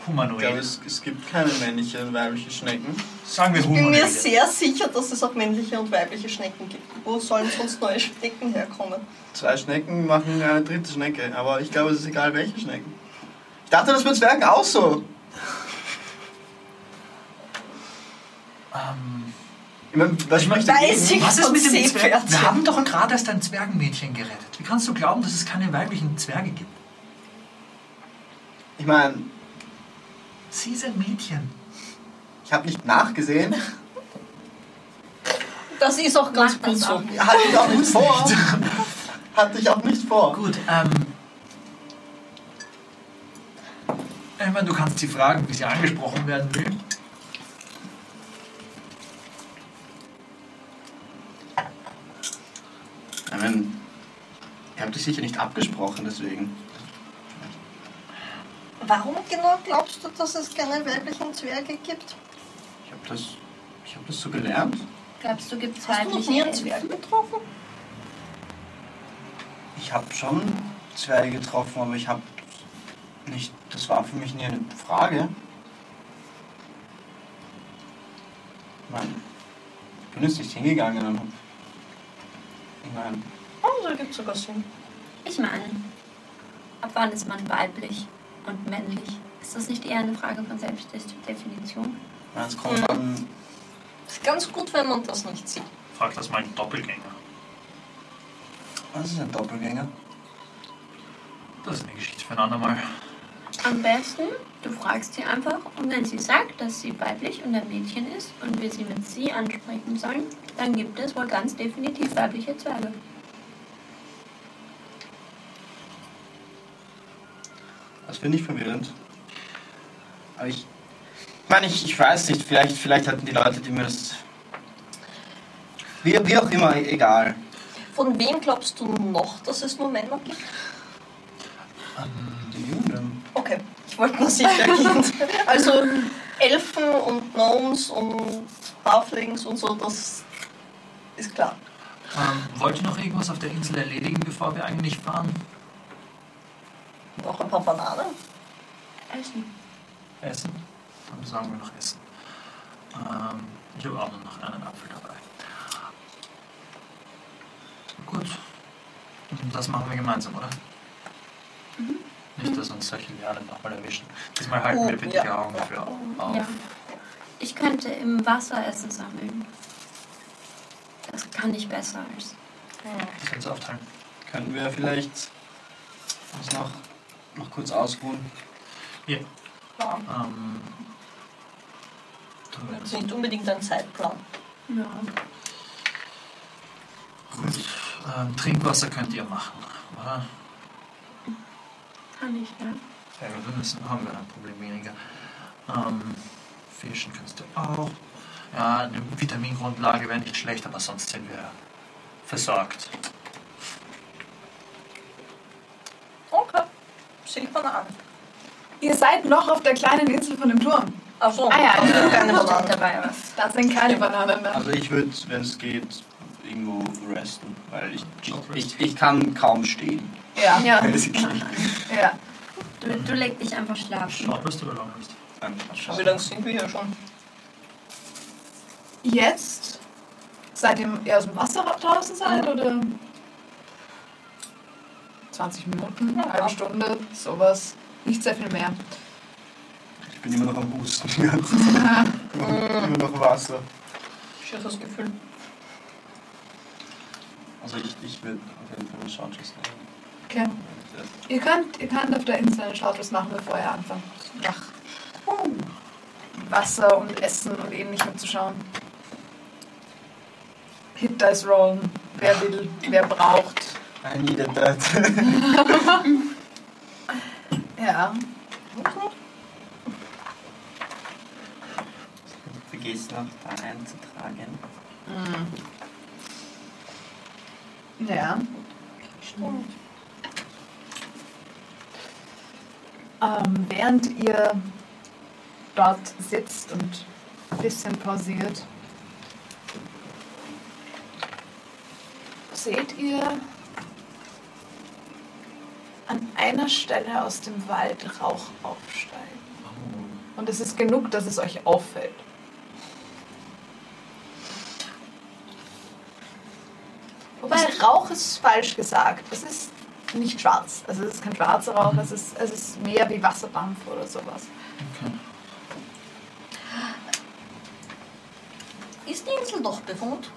S4: Ich glaube,
S6: humanoid.
S4: es, es gibt keine männliche und weibliche Schnecken.
S6: Sagen wir
S5: Ich bin mir
S6: humanoid.
S5: sehr sicher, dass es auch männliche und weibliche Schnecken gibt. Wo sollen sonst neue Schnecken herkommen?
S4: Zwei Schnecken machen eine dritte Schnecke, aber ich glaube, es ist egal, welche Schnecken. Ich dachte, das wird Zwergen auch so.
S6: Ähm,
S4: Ich meine, was
S6: Ich meine,
S4: spricht dagegen?
S5: Weiß ich
S6: Ähm, was ist
S5: von
S6: mit dem Zwerg? Wir
S5: Seepferdchen?
S6: haben doch gerade erst ein Zwergenmädchen gerettet. Wie kannst du glauben, dass es keine weiblichen Zwerge gibt?
S4: Ich meine,
S6: Sie ist ein Mädchen.
S4: ich habe nicht nachgesehen.
S5: Das ist auch ganz
S9: Macht das
S5: gut so.
S9: auch.
S4: Hatte ich auch nicht vor. Hatte ich auch nicht vor.
S6: Gut, ähm. Ich meine, du kannst sie fragen, wie sie angesprochen werden will.
S4: Ich meine, ihr habt euch sicher nicht abgesprochen, deswegen.
S5: Warum genau glaubst du, dass es keine weiblichen Zwerge gibt?
S4: Ich habe das, ich hab das so gelernt.
S1: Glaubst du, gibt es
S5: Hast du noch nie
S1: weibliche
S5: einen Zwerg getroffen?
S4: Ich habe schon Zwerge getroffen, aber ich habe nicht. Das war für mich nie eine Frage. Nein. Ich bin jetzt nicht hingegangen und hab. Ich meine,
S5: Oh, da gibt es sogar Sinn.
S1: Ich meine, ab wann ist man weiblich und männlich? Ist das nicht eher eine Frage von Selbstdefinition?
S4: es kommt an.
S5: Ist ganz gut, wenn man das nicht sieht.
S6: Frag das mal einen Doppelgänger.
S4: Was ist ein Doppelgänger?
S6: Das ist eine Geschichte für ein andermal.
S1: Am besten, du fragst sie einfach und wenn sie sagt, dass sie weiblich und ein Mädchen ist und wir sie mit sie ansprechen sollen, dann gibt es wohl ganz definitiv weibliche Zwerge.
S4: Das finde ich verwirrend. Aber ich. Ich meine, ich, ich weiß nicht, vielleicht, vielleicht hatten die Leute, die mir das. Wie, wie auch immer, egal.
S5: Von wem glaubst du noch, dass es nur Männer gibt?
S4: Die ähm, Juden.
S5: Okay, ich wollte nur sicher gehen. Also Elfen und Gnomes und Halflings und so, das ist klar.
S6: Ähm, wollt ihr noch irgendwas auf der Insel erledigen, bevor wir eigentlich fahren?
S5: Noch ein paar Bananen.
S1: Essen.
S6: Essen? Dann sagen wir noch Essen. Ähm, ich habe auch nur noch einen Apfel dabei. Gut. Und das machen wir gemeinsam, oder? Nicht, dass uns solche Lianen nochmal erwischen. Diesmal halten
S5: Mhm. Oh,
S6: wir bitte
S5: ja.
S6: die Augen dafür auf.
S1: Ja. Ich könnte im Wasser Essen sammeln. Das kann ich besser als.
S6: Das können Sie aufteilen.
S4: Könnten wir vielleicht uns noch, noch kurz ausruhen?
S6: Ähm, tun wir
S5: Das
S6: das.
S5: ist nicht unbedingt ein Zeitplan.
S10: Ja.
S6: Gut. Ähm, Trinkwasser könnt ihr machen, oder?
S10: Kann ich, ja.
S6: Ja, wir müssen, haben wir ein Problem weniger. Ähm, Fischen kannst du auch. Ja, eine Vitamingrundlage wäre nicht schlecht, aber sonst sind wir versorgt.
S5: Okay, sieht man an.
S2: Ihr seid noch auf der kleinen Insel von dem Turm.
S5: Achso,
S2: Ah ja,
S5: das ist keine Banane.
S1: dabei war.
S2: Da sind keine Bananen mehr.
S4: Also ich würde, wenn es geht, irgendwo resten, weil ich, ich,
S6: Auch resten.
S4: ich, ich kann kaum stehen.
S2: Ja. ja.
S4: Basically.
S2: ja.
S1: Du, du leg dich einfach schlafen.
S6: Schaut, was du überlaufen hast.
S5: Wie lange sind wir hier schon?
S2: Jetzt? Seitdem ihr aus dem Wasser draußen seid, oder? 20 Minuten, eine halbe Stunde, sowas. Nicht sehr viel mehr.
S4: Ich bin immer noch am Husten. die ganze Zeit. immer, immer noch Wasser.
S5: Schieres Gefühl.
S4: Also ich, ich will auf jeden Fall mal schauen, tschüss.
S2: Okay. Ihr könnt, ihr könnt auf der Insel einen Status machen, bevor ihr anfangt. Nach Wasser und Essen und ähnlichem zu schauen. Hit Dice Rollen. Wer will, wer braucht.
S4: I needed that.
S2: Ja.
S4: Vergiss noch da einzutragen.
S2: Ja. Ähm, während ihr dort sitzt und ein bisschen pausiert, seht ihr an einer Stelle aus dem Wald Rauch aufsteigen. Und es ist genug, dass es euch auffällt. Wobei Rauch ist falsch gesagt. Es ist nicht schwarz. Also es ist kein schwarzer Rauch, es ist, es ist mehr wie Wasserdampf oder sowas.
S6: Okay.
S5: Ist die Insel doch bewohnt?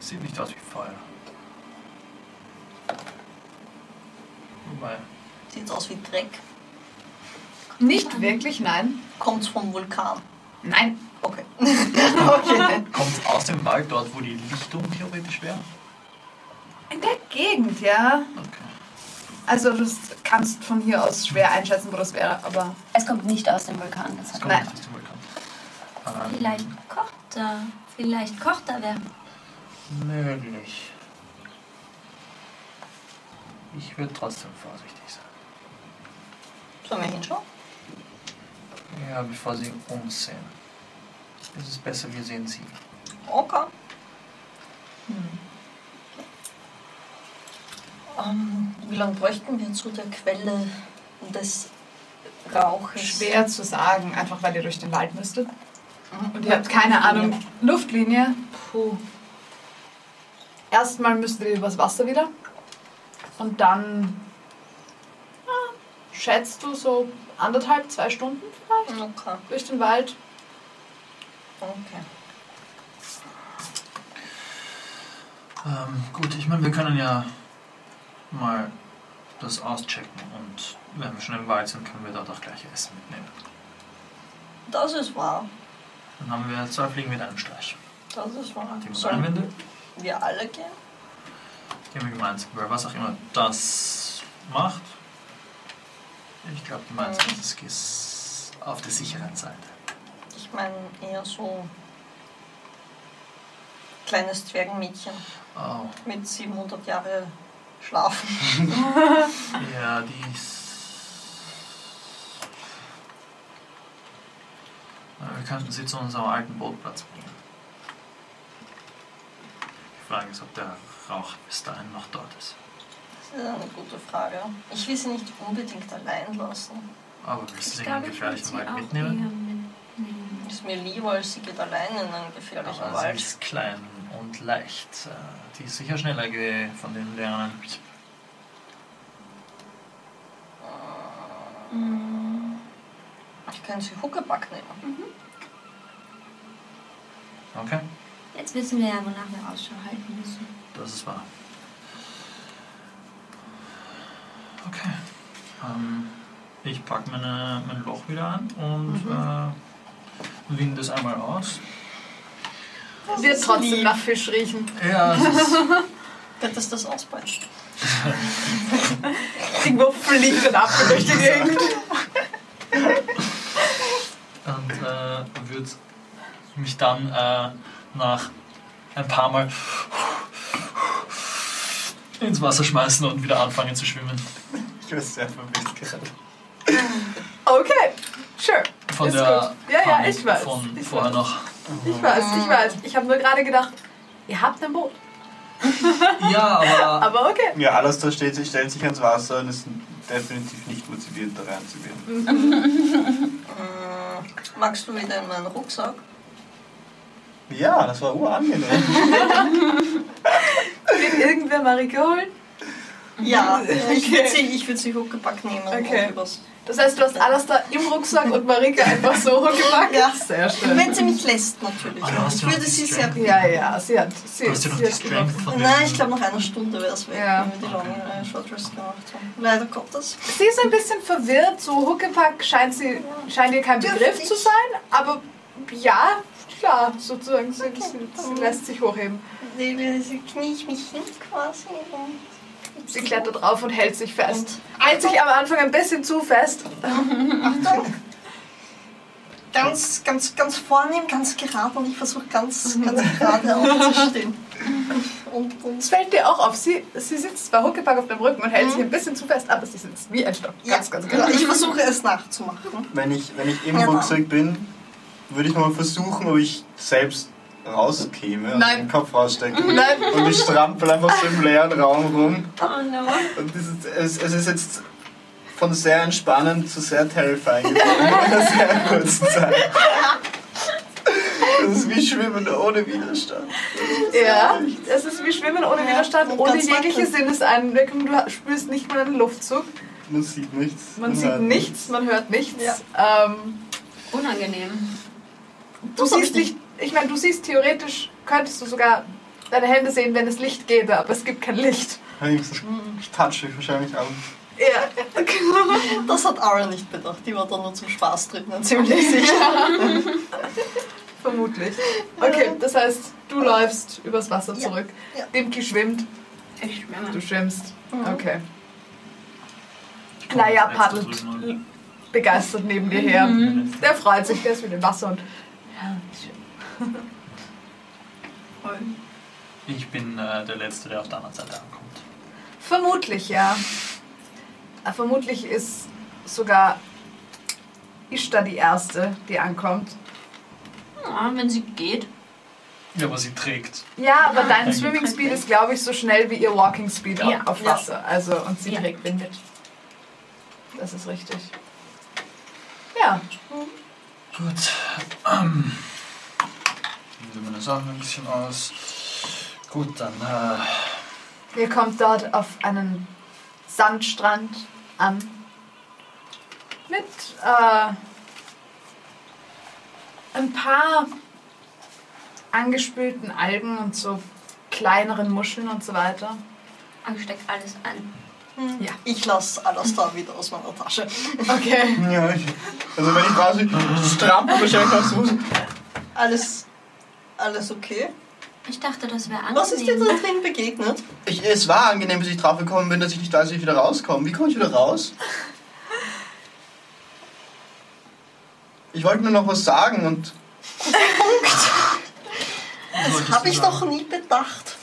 S6: Sieht nicht aus wie Feuer. Wobei,
S5: Sieht aus wie Dreck.
S2: Nicht wirklich, nein.
S5: Kommt's vom Vulkan?
S2: Nein.
S5: Okay.
S2: Okay.
S6: kommt aus dem Wald dort, wo die Lichtung theoretisch wäre?
S2: In der Gegend, ja.
S6: Okay.
S2: Also du kannst von hier aus schwer einschätzen, wo das wäre, aber
S1: Es kommt nicht aus dem Vulkan. Das
S6: Das
S1: hat
S6: kommt
S2: Nein.
S6: nicht aus dem Vulkan. Ähm,
S1: Vielleicht kocht da. Vielleicht kocht da wer.
S6: Ähm, Möglich. Ich würde trotzdem vorsichtig sein.
S5: Sollen wir hinschauen?
S6: Ja, bevor sie uns sehen. Es ist besser, wir sehen sie.
S5: Okay. Hm. Ähm, wie lange bräuchten wir zu der Quelle des Rauches?
S2: schwer zu sagen, einfach weil ihr durch den Wald müsstet. Und ihr habt keine Ahnung. Luftlinie. Puh. Erstmal müsstet ihr übers Wasser wieder. Und dann ja, schätzt du so anderthalb, zwei Stunden vielleicht
S5: Okay,
S2: durch den Wald.
S5: okay.
S6: Ähm, gut, ich meine, wir können ja mal das auschecken und wenn wir schon im Wald sind, können wir dort auch gleich Essen mitnehmen.
S5: Das ist wahr.
S6: Dann haben wir zwei Fliegen mit einem Streich.
S5: Das ist wahr.
S6: Die
S5: Sollen
S6: Einwände
S5: wir alle gehen?
S6: gehen wir gemeinsam, weil was auch immer das macht, ich glaube, gemeinsam
S10: Mhm.
S6: ist es ges- auf der sicheren Seite.
S5: Ich meine eher so kleines Zwergenmädchen
S6: Oh.
S5: mit 700 Jahre Schlafen.
S6: Ja, die ist. Na, Wir könnten sie zu unserem alten Bootplatz bringen. Die Frage ist, ob der Rauch bis dahin noch dort ist.
S5: Das ist eine gute Frage. Ich will sie nicht unbedingt allein lassen.
S6: Aber willst du
S10: Ich
S6: sie in den
S10: glaube, ich würde
S6: gefährlichen
S10: sie
S6: Wald
S10: auch
S6: mitnehmen?
S10: eher mitnehmen.
S5: Ist mir lieber, als sie geht allein in einen gefährlichen
S6: Aber sie
S5: Wald.
S6: ist klein und und leicht. Äh, Die ist sicher schneller ge- von den Lehrern.
S5: Äh, Ich kann sie Huckeback nehmen.
S6: Okay,
S1: Jetzt wissen wir ja, wonach wir Ausschau halten müssen.
S6: das ist wahr. Okay. Ähm, ich packe meine, mein Loch wieder an und äh, winde es einmal aus.
S2: Wird trotzdem nach Fisch riechen.
S6: Ja, es ist
S5: Könntest du das auspeitschen?
S2: Irgendwo fliegt ein Apfel durch die Gegend.
S6: und äh, würde mich dann äh, nach ein paar Mal ins Wasser schmeißen und wieder anfangen zu schwimmen.
S4: Ich bin sehr verwirrt gerade.
S2: Okay, sure.
S6: Von
S2: Ist gut.
S6: der
S2: Ja, ja,
S6: Panik
S2: ich weiß,
S6: von
S2: ich
S6: vorher noch.
S2: Ich weiß, ich weiß. Ich habe nur gerade gedacht, ihr habt ein Boot.
S6: Ja, aber
S2: Aber okay.
S4: Ja, alles da steht, stellt sich ans Wasser und ist definitiv nicht motiviert, da reinzugehen.
S5: Mm, Magst du wieder in meinen Rucksack?
S4: Ja, das war urangenehm.
S2: Wird irgendwer Marie geholt?
S5: Ja, ich würde sie, ich würd sie Huckeback nehmen.
S2: Okay.
S5: Und übers
S2: Das heißt, du hast alles da im Rucksack und Marika einfach so hochgepackt?
S5: Ja.
S2: sehr
S5: Wenn sie mich lässt, natürlich.
S6: Ah, du hast
S5: ich
S6: ja noch
S5: würde
S6: die
S5: sie sehr.
S6: Strength.
S2: Ja, ja, sie hat.
S6: du
S2: Sie,
S6: hast ja noch
S2: sie
S6: die
S2: hat gemacht.
S6: Strength von dem.
S5: Nein, ich glaube, nach einer Stunde wäre es weg,
S2: Ja.
S5: wenn wir die lange äh, Short Rest gemacht haben. Leider Gottes.
S2: sie ist ein bisschen verwirrt, so Huckepack scheint, sie, scheint ihr kein
S5: Dürfte
S2: Begriff
S5: ich?
S2: zu sein, aber ja, klar, sozusagen, sie, sie, sie lässt sich hochheben.
S5: Sie, sie knie ich mich hin quasi. eh. und-
S2: Sie klettert drauf und hält sich fest. Hält sich am Anfang ein bisschen zu fest.
S5: Ganz, ganz, ganz vornehm, ganz gerade und ich versuche ganz, ganz gerade aufzustehen. Und,
S2: Es
S5: und
S2: fällt dir auch auf, sie, sie sitzt zwar Huckepack auf dem Rücken und hält sich ein bisschen zu fest, aber sie sitzt wie ein Stock. Ganz, ganz genau.
S5: Ich versuche es nachzumachen.
S4: Wenn ich, wenn ich im
S5: Ja.
S4: Rucksack bin, würde ich mal versuchen, ob ich selbst rauskäme, aus
S2: Nein. Mhm.
S4: dem Kopf rausstecke.
S2: Nein.
S4: Und ich strampel einfach so im leeren Raum rum.
S11: Oh no.
S4: Und das ist, es, es ist jetzt von sehr entspannend zu sehr terrifying geworden in einer sehr kurzen Zeit. Das ist wie Schwimmen ohne Widerstand.
S2: Ja, es ist wie Schwimmen ohne
S5: Ja,
S2: Widerstand,
S5: und
S2: ohne
S5: ganz
S2: jegliche
S5: wackelig.
S2: Sinneseinwirkung. Du spürst nicht mal einen Luftzug.
S4: Man sieht nichts.
S2: Man sieht
S4: hört
S2: nichts, man hört nichts. Ähm,
S1: Unangenehm.
S2: du siehst nicht, ich meine, du siehst theoretisch, könntest du sogar deine Hände sehen, wenn es Licht gäbe, aber es gibt kein Licht.
S4: nichts.
S2: Mhm.
S4: Ich touch mich wahrscheinlich an.
S2: Ja,
S5: Das hat Ara nicht bedacht, die war da nur zum Spaß drin, ziemlich sicher.
S2: vermutlich. Okay, das heißt, du läufst übers Wasser
S5: Ja.
S2: zurück.
S5: Ja.
S2: Dimki schwimmt,
S11: Ich schwimme.
S2: du schwimmst.
S11: Mhm.
S2: Okay.
S6: Ich komm
S2: Laia
S6: jetzt extra
S2: paddelt
S6: drüben und-
S2: begeistert neben dir her.
S6: Mhm.
S2: Der freut sich, der ist mit dem Wasser und.
S6: Ich bin äh, der Letzte, der auf der anderen Seite ankommt.
S2: Vermutlich, ja. Äh, Vermutlich ist sogar Ishtar die Erste, die ankommt.
S11: Ja, wenn sie geht.
S6: Ja, aber sie trägt.
S2: Ja, aber dein
S6: Ja,
S2: Swimming
S11: okay.
S2: Speed ist, glaube ich, so schnell wie ihr Walking Speed
S11: Ah, Ja.
S2: auf
S5: Ja.
S2: Wasser. Also, und sie
S11: Ja.
S2: trägt Wind mit. Das ist richtig. Ja,
S6: Gut. Ähm. Nehmen wir meine Sachen ein bisschen aus. Gut, dann. Äh,
S2: ihr kommt dort auf einen Sandstrand an. Mit äh, ein paar angespülten Algen und so kleineren Muscheln und so weiter.
S1: Aber steckt Ah, alles an.
S2: Ja.
S5: Ich lasse alles da wieder aus meiner Tasche.
S2: Okay.
S4: Ja, ich, also wenn ich quasi strampel wahrscheinlich aufs Fuß.
S5: Alles, alles okay.
S1: Ich dachte, das wäre angenehm.
S5: Was ist dir da drin begegnet?
S4: Ich, es war angenehm, bis ich drauf gekommen bin, dass ich nicht weiß, wie ich wieder rauskomme. Wie komme ich wieder raus? Ich wollte nur noch was sagen und
S5: Das habe ich noch nie bedacht.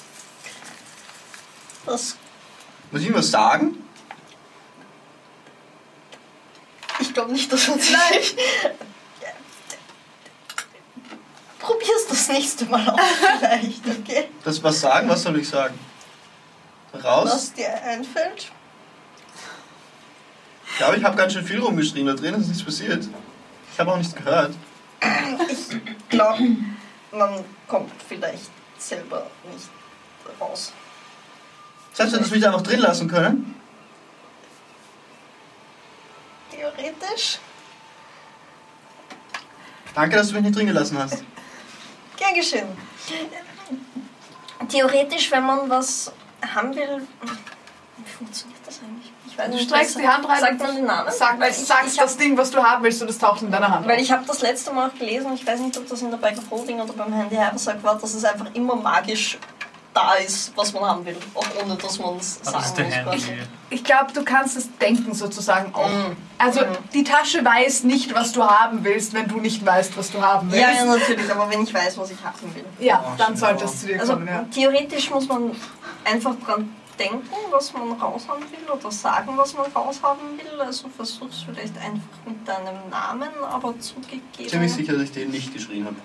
S5: Das,
S4: muss ich was sagen?
S5: ich glaube nicht, dass man sich... Probier's das nächste Mal aus vielleicht, okay?
S4: Das was sagen? Was soll ich sagen? Raus?
S5: Was dir einfällt.
S4: Ich glaube, ich habe ganz schön viel rumgeschrien da drin, es ist nichts passiert. Ich habe auch nichts gehört.
S5: Ich glaube, man kommt vielleicht selber nicht raus.
S4: Selbst wenn du es mich einfach drin lassen können.
S5: Theoretisch.
S4: Danke, dass du mich nicht drin gelassen hast.
S5: Gern geschehen. Theoretisch, wenn man was haben will. Wie funktioniert das eigentlich? Ich weiß
S8: Du
S5: nicht,
S8: streckst
S5: was-
S8: die Hand rein
S5: Sagt
S8: und
S5: man den Namen?
S8: Sag,
S5: Weil ich-
S8: sagst
S5: ich hab-
S8: das Ding, was du haben willst, und das taucht in deiner Hand.
S5: Weil ich habe das letzte Mal auch gelesen, ich weiß nicht, ob das in der Bike of Holding oder beim Handy Haversack war, dass es einfach immer magisch da ist, was man haben will, auch ohne dass man es
S6: Ah, Das
S5: sagen
S6: ist der
S5: muss. quasi.
S6: Handy.
S8: Ich glaube, du kannst es denken sozusagen auch.
S5: Mhm.
S8: Also
S5: Mhm.
S8: die Tasche weiß nicht, was du haben willst, wenn du nicht weißt, was du haben willst.
S5: Ja, ja, natürlich, aber wenn ich weiß, was ich haben will.
S8: Ja,
S4: Oh,
S8: dann
S4: stimmt,
S8: sollte
S4: wow.
S8: es zu dir
S5: Also
S8: kommen. Ja.
S5: theoretisch muss man einfach dran denken, was man raushaben will oder sagen, was man raushaben will. Also versuch's vielleicht einfach mit deinem Namen, aber zugegeben.
S4: Ziemlich sicher, dass ich den nicht geschrien habe.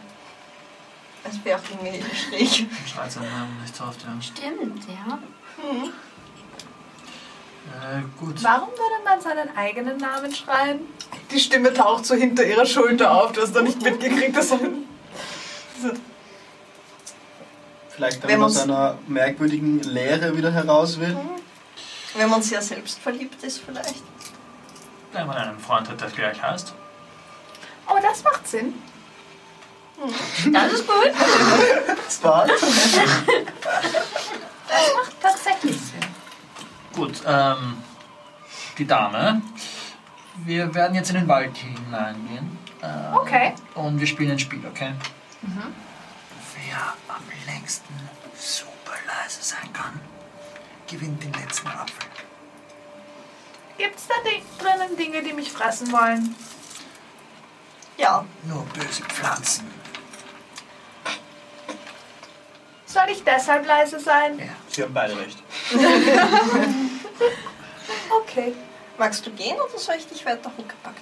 S5: Es wäre auch irgendwie schräg.
S6: Schreit seinen Namen nicht so oft, ja.
S9: Stimmt, ja.
S6: Äh, gut.
S8: Warum würde man seinen eigenen Namen schreien?
S2: Die Stimme taucht so hinter ihrer Schulter auf. Du hast da nicht mitgekriegt, dass
S4: Vielleicht, wenn
S5: Wenn
S4: man aus
S5: man's-
S4: einer merkwürdigen Leere wieder heraus will.
S5: Wenn man sehr selbstverliebt ist, vielleicht.
S6: Wenn man einen Freund hat, der gleich heißt.
S8: Oh, das macht Sinn.
S9: Das ist gut.
S4: Zwar.
S8: Macht tatsächlich Sinn.
S6: Gut, ähm, die Dame. Wir werden jetzt in den Wald hineingehen. Ähm,
S8: Okay.
S6: Und wir spielen ein Spiel, okay? Wer am längsten super leise sein kann, gewinnt den letzten Apfel.
S8: Gibt's da di- drinnen Dinge, die mich fressen wollen?
S5: Ja,
S6: Nur böse Pflanzen.
S8: Soll ich deshalb leise sein?
S4: Sie haben beide recht.
S8: Okay.
S5: magst du gehen oder soll ich dich weiter hochgepackt?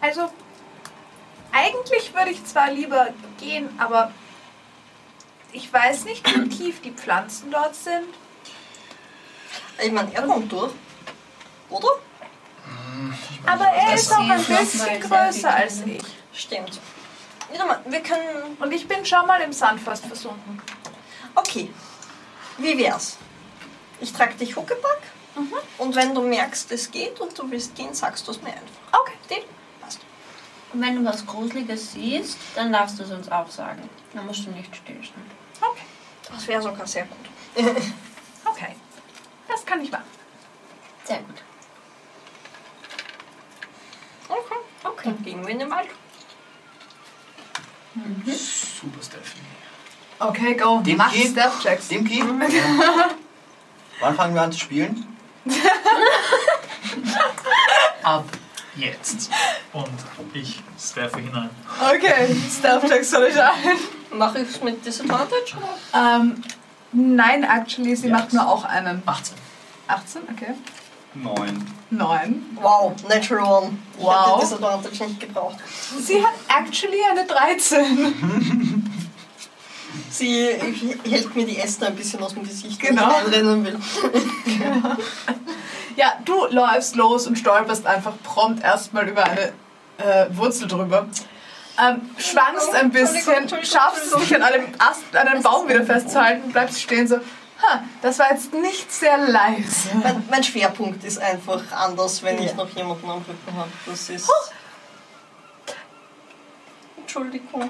S8: Also, eigentlich würde ich zwar lieber gehen, aber ich weiß nicht, wie tief die Pflanzen dort sind.
S5: Ich meine, er kommt durch. Oder?
S8: Aber er ist
S9: das
S8: auch ein
S9: ist noch mal
S8: bisschen
S9: sehr
S8: größer
S9: viel
S8: als
S9: drin.
S8: ich.
S5: Stimmt. Wieder mal, wir können.
S8: Und ich bin schon mal im Sand fast versunken.
S5: Okay. Wie wär's? Ich trage dich Huckepack
S2: Mhm.
S5: und wenn du merkst, es geht und du willst gehen, sagst du es mir einfach.
S8: Okay.
S5: Deal? Passt.
S1: Und wenn du was Gruseliges siehst, dann darfst du es uns auch sagen. Dann musst du nicht stillstehen.
S8: Okay.
S5: Das wäre sogar sehr gut.
S8: Okay. Das kann ich machen.
S1: Sehr gut.
S5: Okay. Okay. Dann gehen wir in den Wald.
S6: Super Stephanie.
S2: Okay, go.
S4: Dem
S2: Mach
S4: geht-
S2: Step-Checks.
S4: Dimki? Wann fangen wir an zu spielen?
S6: Ab jetzt. Und ich werfe hinein.
S2: Okay, Stealth-Checks soll ich ein.
S5: Mache ich es mit Disadvantage? oder?
S2: Ähm, nein, actually, sie
S6: Yes.
S2: macht nur auch einen.
S6: 18.
S2: 18, okay.
S4: Neun.
S2: 9.
S5: Wow, Natural One. Ich
S2: Wow.
S5: hätte Disadvantage nicht gebraucht.
S2: Sie hat actually eine 13.
S5: Sie hält mir die Äste ein bisschen aus dem Gesicht,
S2: Genau.
S5: wenn ich reinrennen will.
S2: Ja, du läufst los und stolperst einfach prompt erstmal über eine äh, Wurzel drüber. Ähm, schwankst ein bisschen, schaffst es, dich an einem, Ast, an einem Baum wieder festzuhalten, bleibst stehen so. Ha, das war jetzt nicht sehr leise.
S5: Mein, mein Schwerpunkt ist einfach anders, wenn ich noch jemanden am Rücken habe. Das ist. Entschuldigung.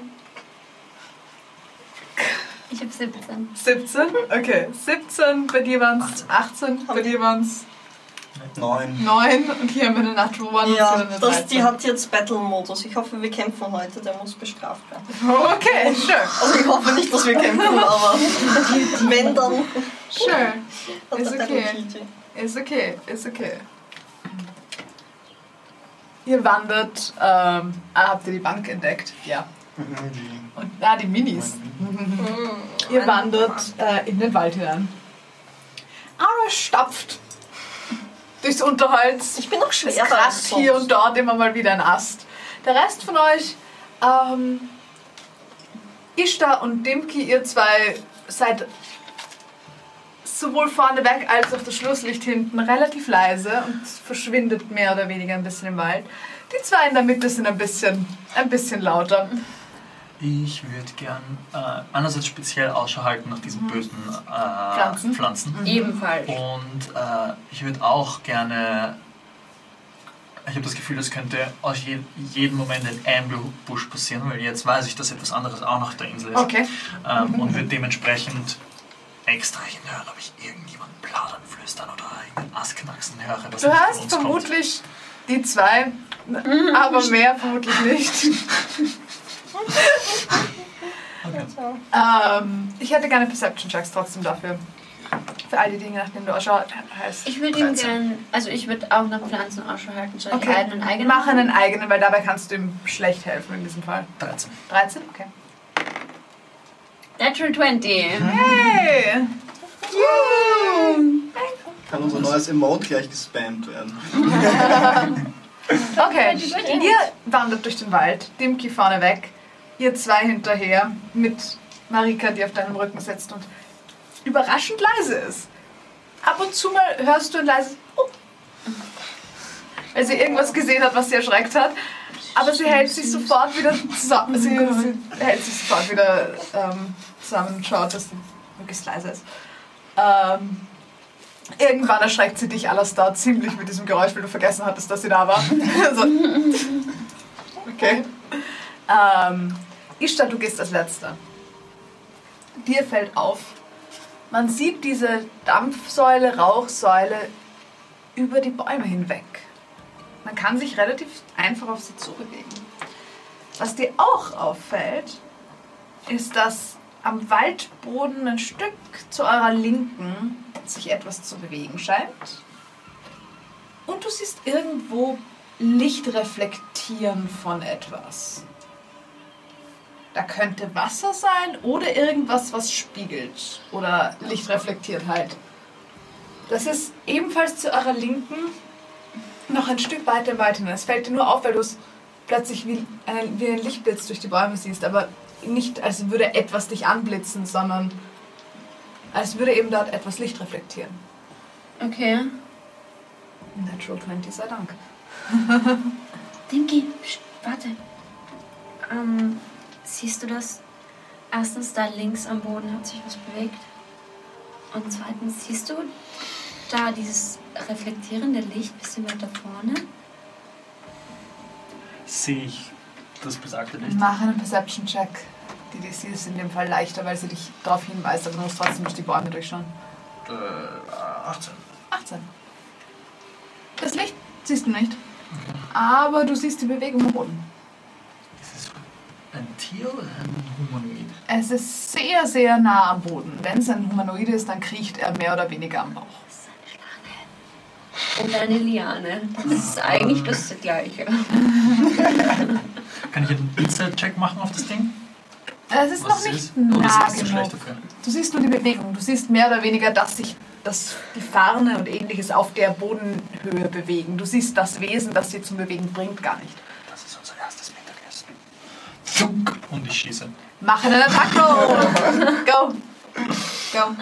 S1: Ich habe 17.
S2: 17? Okay, 17, bei dir waren es 18, bei dir waren es
S4: Neun.
S2: 9 und hier haben wir eine Natural One. und so
S5: Ja,
S2: eine
S5: das, die
S2: 13.
S5: hat jetzt Battle-Modus. Ich hoffe, wir kämpfen heute. Der muss bestraft werden.
S2: Okay, sure,
S5: Also, ich hoffe nicht, dass wir kämpfen, aber wenn dann.
S2: sure.
S5: Hat
S2: Ist
S5: er
S2: okay.
S5: dann GG.
S2: Ist okay, ist okay. Ihr wandert, ähm, ah, habt ihr die Bank entdeckt? Ja. Und ah, die Minis. ihr wandert äh, in den Wald hinein. Ara stapft durchs Unterholz.
S5: Ich bin noch
S2: Es
S5: schwerer. als
S2: kratzt
S5: sonst.
S2: hier und dort immer mal wieder ein Ast. Der Rest von euch, ähm, Ishta und Dimki, ihr zwei seid sowohl vorneweg als auch das Schlusslicht hinten relativ leise und verschwindet mehr oder weniger ein bisschen im Wald. Die zwei in der Mitte sind ein bisschen, ein bisschen lauter.
S6: Ich würde gern äh, einerseits speziell Ausschau halten nach diesen
S2: Mhm.
S6: bösen äh,
S8: Pflanzen.
S6: Pflanzen.
S9: Ebenfalls.
S6: Und äh, ich würde auch gerne. Ich habe das Gefühl, das könnte aus je, jeden Moment ein Ambush passieren, weil jetzt weiß ich, dass etwas anderes auch noch auf der Insel ist.
S2: Okay. Mhm.
S6: Ähm, und würde dementsprechend extra hinhören, ob ich irgendjemanden plaudern, flüstern oder irgendeinen Ast knacksen höre. dass
S2: Du
S6: er nicht zu
S2: hast
S6: uns kommt.
S2: vermutlich die zwei,
S9: Mhm.
S2: aber mehr vermutlich nicht. ähm, ich hätte gerne Perception-Checks trotzdem dafür. Für all die Dinge, nach denen du Ausschau heißt.
S9: Ich würde ihm gerne, also ich würde auch nach Pflanzen Ausschau halten, statt
S2: Okay.
S9: einen eigenen.
S2: Mach einen eigenen, weil dabei kannst du ihm schlecht helfen in diesem Fall.
S6: 13.
S2: 13? Okay.
S9: Natural 20.
S2: Hey!
S4: Kann unser neues Emote gleich gespammt werden.
S2: Okay, ihr wandert durch den Wald, Dimki vorne weg, ihr zwei hinterher mit Marika, die auf deinem Rücken sitzt und überraschend leise ist. Ab und zu mal hörst du ein leises Oh! Weil sie irgendwas gesehen hat, was sie erschreckt hat. Aber sie hält sich sofort wieder zusammen. Sie, sie hält sich sofort wieder ähm, zusammen und schaut, dass sie möglichst leise ist. Ähm, Irgendwann erschreckt sie dich, Alastar, ziemlich mit diesem Geräusch, weil du vergessen hattest, dass sie da war. so. Okay. Ähm, Ishtar, du gehst als Letzter. Dir fällt auf, man sieht diese Dampfsäule, Rauchsäule über die Bäume hinweg. Man kann sich relativ einfach auf sie zubewegen. Was dir auch auffällt, ist, dass am Waldboden ein Stück zu eurer Linken sich etwas zu bewegen scheint. Und du siehst irgendwo Licht reflektieren von etwas. Da könnte Wasser sein oder irgendwas, was spiegelt oder Licht reflektiert halt. Das ist ebenfalls zu eurer Linken noch ein Stück weiter weiter. Es fällt dir nur auf, weil du es plötzlich wie, äh, wie ein Lichtblitz durch die Bäume siehst, aber nicht als würde etwas dich anblitzen, sondern als würde eben dort etwas Licht reflektieren.
S1: Okay.
S2: Natural 20 sei Dank.
S1: Dinky, pst, warte. Ähm, siehst du das? Erstens, da links am Boden hat sich was bewegt. Und zweitens, siehst du da dieses reflektierende Licht bisschen weiter vorne?
S6: Sehe ich das besagte Licht?
S2: Mach einen Perception-Check. Die DC ist in dem Fall leichter, weil sie dich darauf hinweist, aber du musst trotzdem durch die Bäume durchschauen.
S6: Äh, 18.
S2: 18. Das Licht siehst du nicht, aber du siehst die Bewegung am Boden.
S6: Ist es ein Tier oder ein Humanoid?
S2: Es ist sehr, sehr nah am Boden. Wenn es ein Humanoide ist, dann kriecht er mehr oder weniger am Bauch.
S1: Und eine Liane. Das ist eigentlich das Gleiche.
S6: Kann ich einen Insight-Check machen auf das Ding?
S2: Es ist noch
S6: es
S2: nicht
S6: ist? Oder
S2: nah
S6: ist es zu
S2: genug.
S6: schlecht dafür?
S2: Du siehst nur die Bewegung. Du siehst mehr oder weniger, dass sich dass die Farne und ähnliches auf der Bodenhöhe bewegen. Du siehst das Wesen, das sie zum Bewegen bringt, gar nicht.
S6: Das ist unser erstes Mittagessen. Zuck! Und ich schieße.
S2: Mach einen Attacko! Go! Go!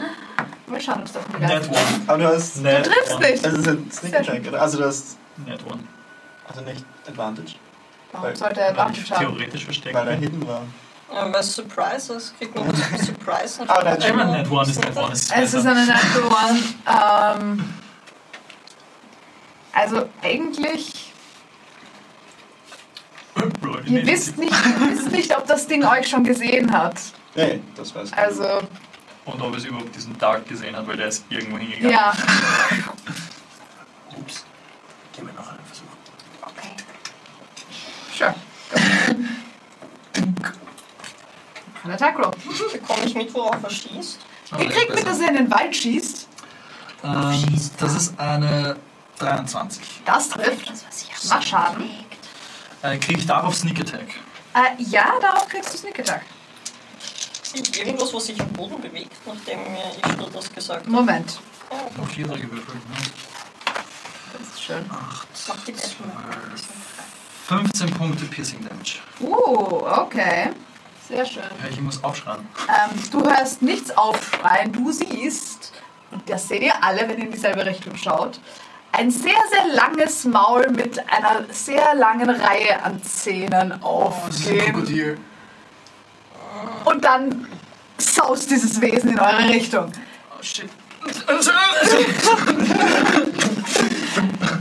S2: Mal schauen, ob es davon
S6: Net
S2: gegangen
S6: one.
S4: Aber du hast.
S6: Net
S2: Du triffst
S6: one.
S2: nicht!
S4: Das ist ein Sneak Attack, oder? Also du hast.
S6: Net one.
S4: Also nicht Advantage,
S2: Warum sollte er
S6: Weil
S2: Waffen
S6: ich
S2: schauen?
S6: theoretisch versteckt
S4: weil er
S6: bin.
S4: hidden war.
S5: Ja, weil es Surprise ist, kriegt man was Surprise.
S4: Ah, das
S6: Immer Net one ist Net one. Ist
S2: Es ist
S6: besser.
S2: eine Natural One. Ähm, also eigentlich,
S6: Leute,
S2: ihr
S6: nee,
S2: wisst nicht, ihr wisst nicht, ob das Ding euch schon gesehen hat.
S4: Nee, das weiß ich
S2: Also,
S6: Und ob es überhaupt diesen Dark gesehen hat, weil der ist irgendwo hingegangen.
S2: ja.
S6: Ups. Geben wir noch einen Versuch.
S2: Okay. Sure. Ein Attack Roll.
S5: Bekomme ich mit, worauf er schießt?
S6: Aber
S2: Ihr
S6: der
S2: kriegt
S6: ist
S2: mit, dass
S6: besser.
S2: er in den Wald schießt.
S6: Ähm, das ist eine 23.
S2: Das trifft.
S1: Das, was ich hab.
S2: Mach Schaden.
S6: Äh, Kriege ich darauf Sneak Attack?
S2: Äh, ja, darauf kriegst du Sneak Attack.
S5: Irgendwas, was sich am Boden bewegt, nachdem mir Ishtar das gesagt hat.
S2: Moment.
S5: Oh,
S6: Nur Vierer gewürfelt, ne?
S2: Das ist schön.
S5: mach die Betten mal.
S6: 15 Punkte Piercing Damage.
S2: Uh, okay. Sehr schön.
S6: Ja, Ich muss aufschreien.
S2: Ähm, du hörst nichts aufschreien, du siehst, und das seht ihr alle, wenn ihr in dieselbe Richtung schaut, ein sehr, sehr langes Maul mit einer sehr langen Reihe an Zähnen aufgehen. und dann saust dieses Wesen in eure Richtung.
S6: Oh shit.
S2: Ähm,
S4: Ich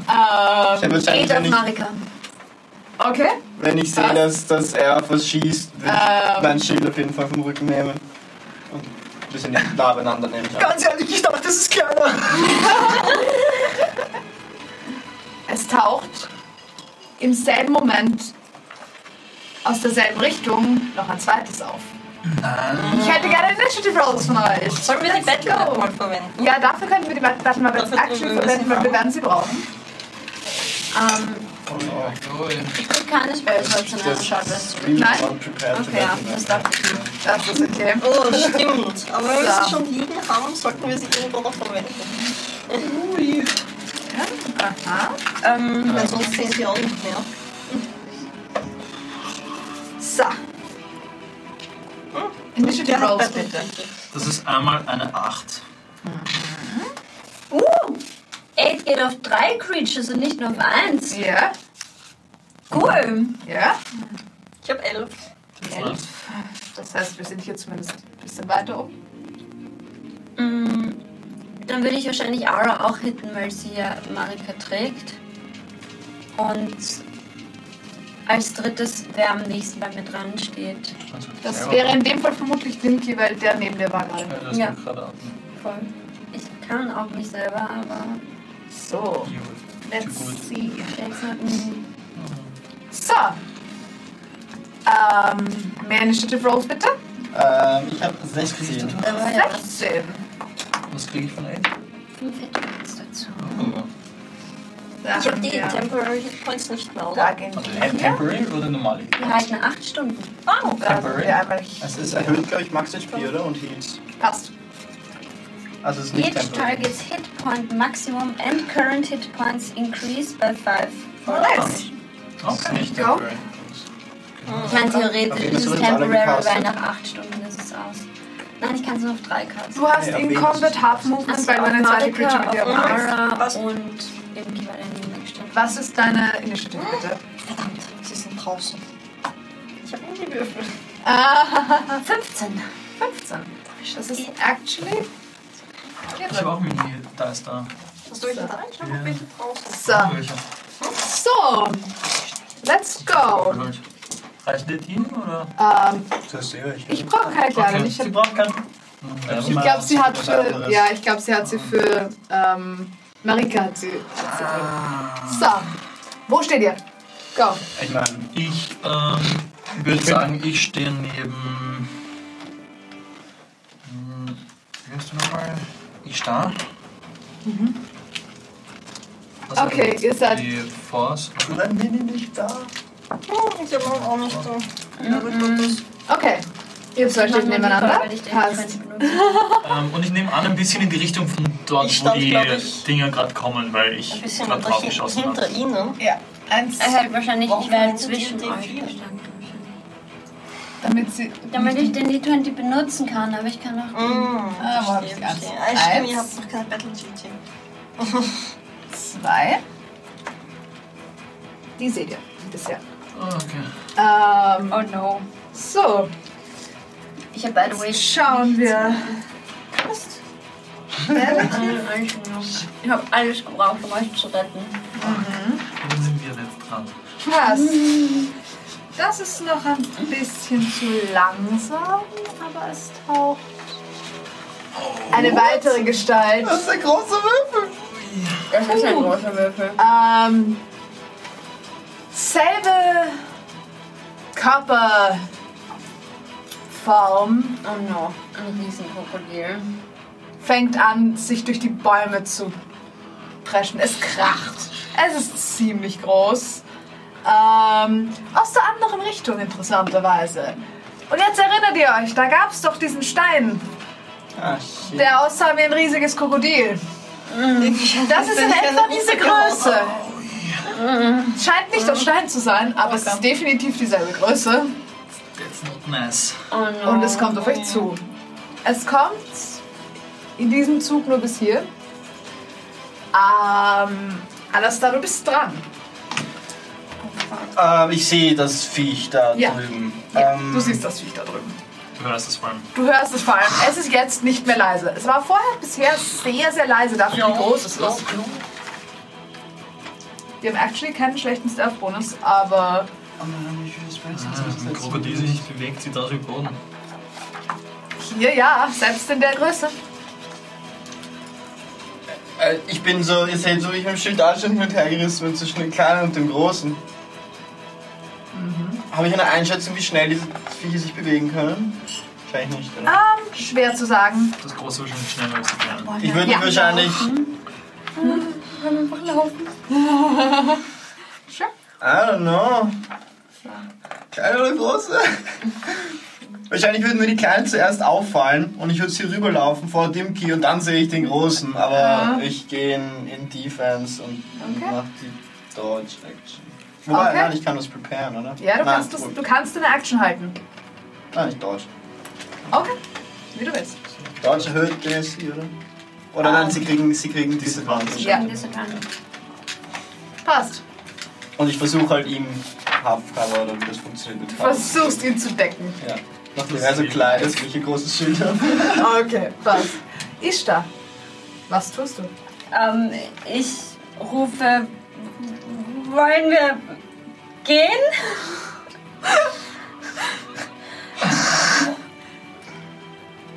S4: hab wahrscheinlich,
S1: Geht auf
S4: wenn ich,
S1: Marika.
S2: okay.
S4: wenn ich sehe, dass, dass er auf was schießt, will ich
S2: Ähm.
S4: mein Schild auf jeden Fall vom Rücken nehmen. Und ein bisschen nah beieinander nehmen.
S2: Ganz ehrlich, ich dachte, das ist kleiner. es taucht im selben Moment aus derselben Richtung noch ein zweites auf. Ich hätte gerne Initiative Rolls von euch.
S5: Sollen wir die
S2: Let's
S5: Battle
S2: go.
S5: mal verwenden?
S2: Ja, dafür könnten wir die Button mal als
S5: Dafür können
S2: Action
S5: wir ein bisschen
S2: verwenden, weil wir
S5: brauchen.
S2: werden sie brauchen. Ähm,
S1: Ich krieg keine Spellstation anschauen.
S2: Nein?
S1: Okay, ja, das dachte ich mir.
S2: das ist okay.
S5: Oh, stimmt. Aber wenn wir
S2: Ja.
S5: sie schon liegen haben, sollten wir sie irgendwo noch verwenden.
S2: Aha.
S5: Ähm, weil sonst sehen sie auch nicht mehr.
S2: So. Initiative
S5: Ja,
S2: Rolls
S5: Battle
S2: bitte.
S6: Das ist einmal eine 8.
S1: Uh! 8 geht auf drei Creatures und nicht nur auf eins.
S2: Ja,
S1: Cool.
S2: ja.
S5: Ich habe elf.
S2: Das heißt, wir sind hier zumindest ein bisschen weiter oben.
S1: Mm, Dann würde ich wahrscheinlich Ara auch hitten, weil sie ja Marika trägt. Und als drittes, wer am nächsten bei mir dran steht.
S2: Das wäre in dem Fall vermutlich Dinky, weil der neben dir war gerade.
S6: Ja, das
S1: Ja.
S6: ja. gerade ab.
S1: Voll. Ich kann auch mich selber, aber
S2: So, let's
S6: Gut.
S2: see.
S1: jetzt hat ein
S2: So. Ähm, mehr Initiative Rolls bitte.
S4: Ähm, ich habe 16.
S1: da
S5: Äh,
S1: war ja
S2: 16.
S6: Was kriege ich von 8?
S1: fünf Hitpoints dazu.
S2: Da
S5: Ich habe
S2: haben
S5: die
S2: wir-
S5: Temporary Hit Points nicht mehr,
S2: Da
S5: oder?
S2: gehen
S6: Also
S2: wir.
S6: ein Temporary oder normale?
S1: Wir halten acht Stunden.
S5: Ah,
S2: Da haben
S6: Temporary.
S2: wir einmal.
S4: Es ist erhöht, glaube ich, Max HP, oder? Und Heals.
S2: Passt.
S4: Also es ist nicht
S1: Each
S4: temporary.
S1: target's hit point maximum and current hit points increase by five.
S2: Nice.
S6: Okay.
S4: Nicht
S2: Go.
S4: temporary.
S1: Ich meine,
S4: Aber
S1: theoretisch
S4: wir
S1: ist es
S4: sind alle
S1: temporary,
S4: gecastet.
S1: weil nach acht Stunden ist es aus. Nein, ich kann es nur auf drei casten.
S2: Du hast
S4: Ja,
S2: in
S4: wen
S2: Combat
S4: hast du?
S2: Half Movement, weil du eine zweite Creature mit dir
S1: Also auf
S2: umreißt.
S1: Mara
S5: Was?
S1: und eben die beiden nebenan gestellt.
S2: Was ist deine Initiative bitte?
S5: verdammt, sie sind draußen. Ich habe nie gewürfelt.
S2: Ah,
S1: 15.
S2: 15. Das ist actually.
S6: Ich habe auch Mini Dice da.
S5: Hast du welche da? Ich habe
S6: Ja.
S5: auch welche draußen.
S2: So.
S6: Welcher?
S2: So. Let's go.
S6: Gut. Reicht der Team oder?
S2: Ähm,
S4: Das sehe ich.
S2: ich brauche keine Kleidung. Ich,
S6: Sie
S2: hab-
S6: braucht keinen.
S2: ich glaube, sie hat für. Ja, ich glaube, sie hat sie für. Ähm, Marika hat sie.
S6: Ah.
S2: So. Wo steht ihr? Go.
S4: Ich meine,
S6: Ich ähm, würde sagen, ich stehe neben. Hm, Wie heißt du nochmal? Ich da. Also
S2: Mhm. Okay, ihr seid-
S6: Die Force.
S4: dann bin ich nicht da.
S5: Hm, ich habe auch nicht so. Aber ich glaube, das
S2: Okay. Ihr zwei steht nebeneinander. Passt.
S6: Ähm, und ich nehme an, ein bisschen in die Richtung von dort,
S5: Ich
S6: wo
S5: stand,
S6: die
S5: glaub ich,
S6: Dinger gerade kommen, weil
S5: ein
S6: ich
S5: bisschen
S6: gerade
S5: nach
S6: drauf
S5: hin-
S6: geschossen
S5: hinter
S6: habe.
S5: ihnen.
S2: Ja. Eins.
S1: Er
S12: Äh,
S1: hält wahrscheinlich,
S5: Warum
S1: ich wäre
S5: verwendet ihr
S1: zwischen
S5: den
S1: euch
S5: vier?
S1: gestanden.
S2: Damit sie.
S12: Damit ich den D20 benutzen kann, aber ich kann auch.
S1: Mm.
S5: Mmh,
S2: Ah, wo hab ich
S5: verstehe,
S2: die Angst?
S5: verstehe. Ah, stimmt,
S2: Eins.
S5: ihr habt noch keine Battle GT.
S2: Zwei. Die seht ihr bisher.
S6: Ah, Okay.
S2: Ähm,
S1: Oh no.
S2: so.
S1: Ich habe by the way.
S2: Schauen wir.
S1: Ich habe alles gebraucht, um euch zu retten.
S6: Dann sind wir jetzt dran.
S2: Was? Das ist noch ein bisschen zu langsam, aber es taucht eine weitere Gestalt.
S4: Oh. Das ist der große Würfel.
S1: Das ist ein großer Würfel.
S2: Ähm, selbe Körperform,
S1: Oh no. Ein Riesenkrokodil.
S2: fängt an, sich durch die Bäume zu preschen. Es kracht. Es ist ziemlich groß. Ähm, aus der anderen Richtung, interessanterweise. Und jetzt erinnert ihr euch, da gab es doch diesen Stein,
S4: Ah, shit.
S2: der aussah wie ein riesiges Krokodil. Das ist in
S5: Mhm. Bin ich
S2: etwa
S5: eine
S2: diese
S5: Rose geworden?
S2: Größe.
S5: Oh,
S2: Mhm. Scheint nicht
S5: Mhm.
S2: aus Stein zu sein, aber es ist definitiv dieselbe Größe.
S6: That's not nice.
S1: Oh no.
S2: Und es kommt auf
S5: Mhm.
S2: euch zu. Es kommt in diesem Zug nur bis hier. Ähm, Alastar, du bist dran.
S4: Ähm, ich sehe das Viech da
S2: Ja.
S4: drüben.
S2: Ja,
S4: Ähm,
S5: Ähm.
S2: du siehst das Viech da drüben.
S6: Du hörst es vor allem.
S2: Du hörst es vor allem. Es ist jetzt nicht mehr leise. Es war vorher bisher sehr, sehr leise dafür, wie groß es ist. Wir haben actually keinen schlechten Stealth-Bonus, aber
S4: Oh Mann, wie viele Spells hast du das
S6: Ein
S4: letzte
S6: Krokodil
S4: Mal?
S6: sich nicht bewegt, sieht aus wie Boden.
S2: hier ja, selbst in der Größe.
S4: Äh, Ich bin so, ihr seht so, wie ich mit dem Schild da schon hin und her gerissen bin zwischen dem Kleinen und dem Großen. Habe ich eine Einschätzung, wie schnell diese Viecher sich bewegen können? Wahrscheinlich nicht, oder?
S2: Schwer zu sagen.
S6: Das große wird schon schneller als die kleinen.
S4: ich würde
S2: ja.
S4: wahrscheinlich...
S2: Sure.
S4: I don't know. Kleine oder große? Wahrscheinlich würden mir die Kleinen zuerst auffallen und ich würde sie rüberlaufen vor Dimki und dann sehe ich den Großen. Aber ich gehe in, in Defense und
S2: Okay.
S4: mache die Dodge Action. Wobei,
S2: Okay.
S4: nein, ich kann das preparen, oder?
S2: Ja, du
S4: nein,
S2: kannst, das,
S4: gut.
S2: du kannst deine Action halten.
S4: Nein, ich Dodge.
S2: Okay, wie du willst.
S4: Dodge erhöht DSC, oder? Oder nein, sie kriegen, sie kriegen Disadvantage.
S2: Ah. Ja.
S9: Disadvantage.
S2: Passt.
S4: Und ich versuche halt ihm Half-Cover oder wie das funktioniert mit
S2: Du versuchst ihn zu decken.
S4: Ja. Nachdem er so klein ist, welche großes Schild habe.
S2: Okay, passt. Ishtar, was tust du?
S1: Ähm, ich rufe, wollen wir gehen?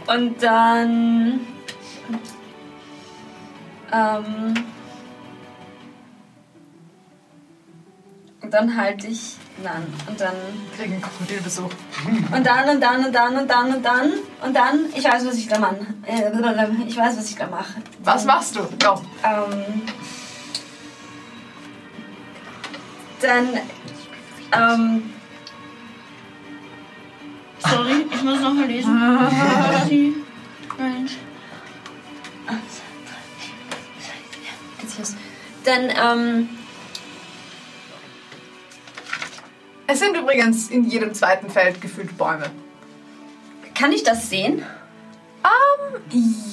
S1: Und dann ähm, und dann halte ich nein und dann
S2: Kriegen Krokodilbesuch.
S1: und dann und dann und dann und dann und dann und dann ich weiß was ich da mache Äh, ich weiß was ich da mache
S2: Was machst du? Go.
S1: ähm, dann. Ähm,
S5: Sorry, ich muss noch mal lesen.
S1: jetzt los. Dann, ähm,
S2: Es sind übrigens in jedem zweiten Feld gefühlt Bäume.
S1: kann ich das sehen?
S2: Ähm,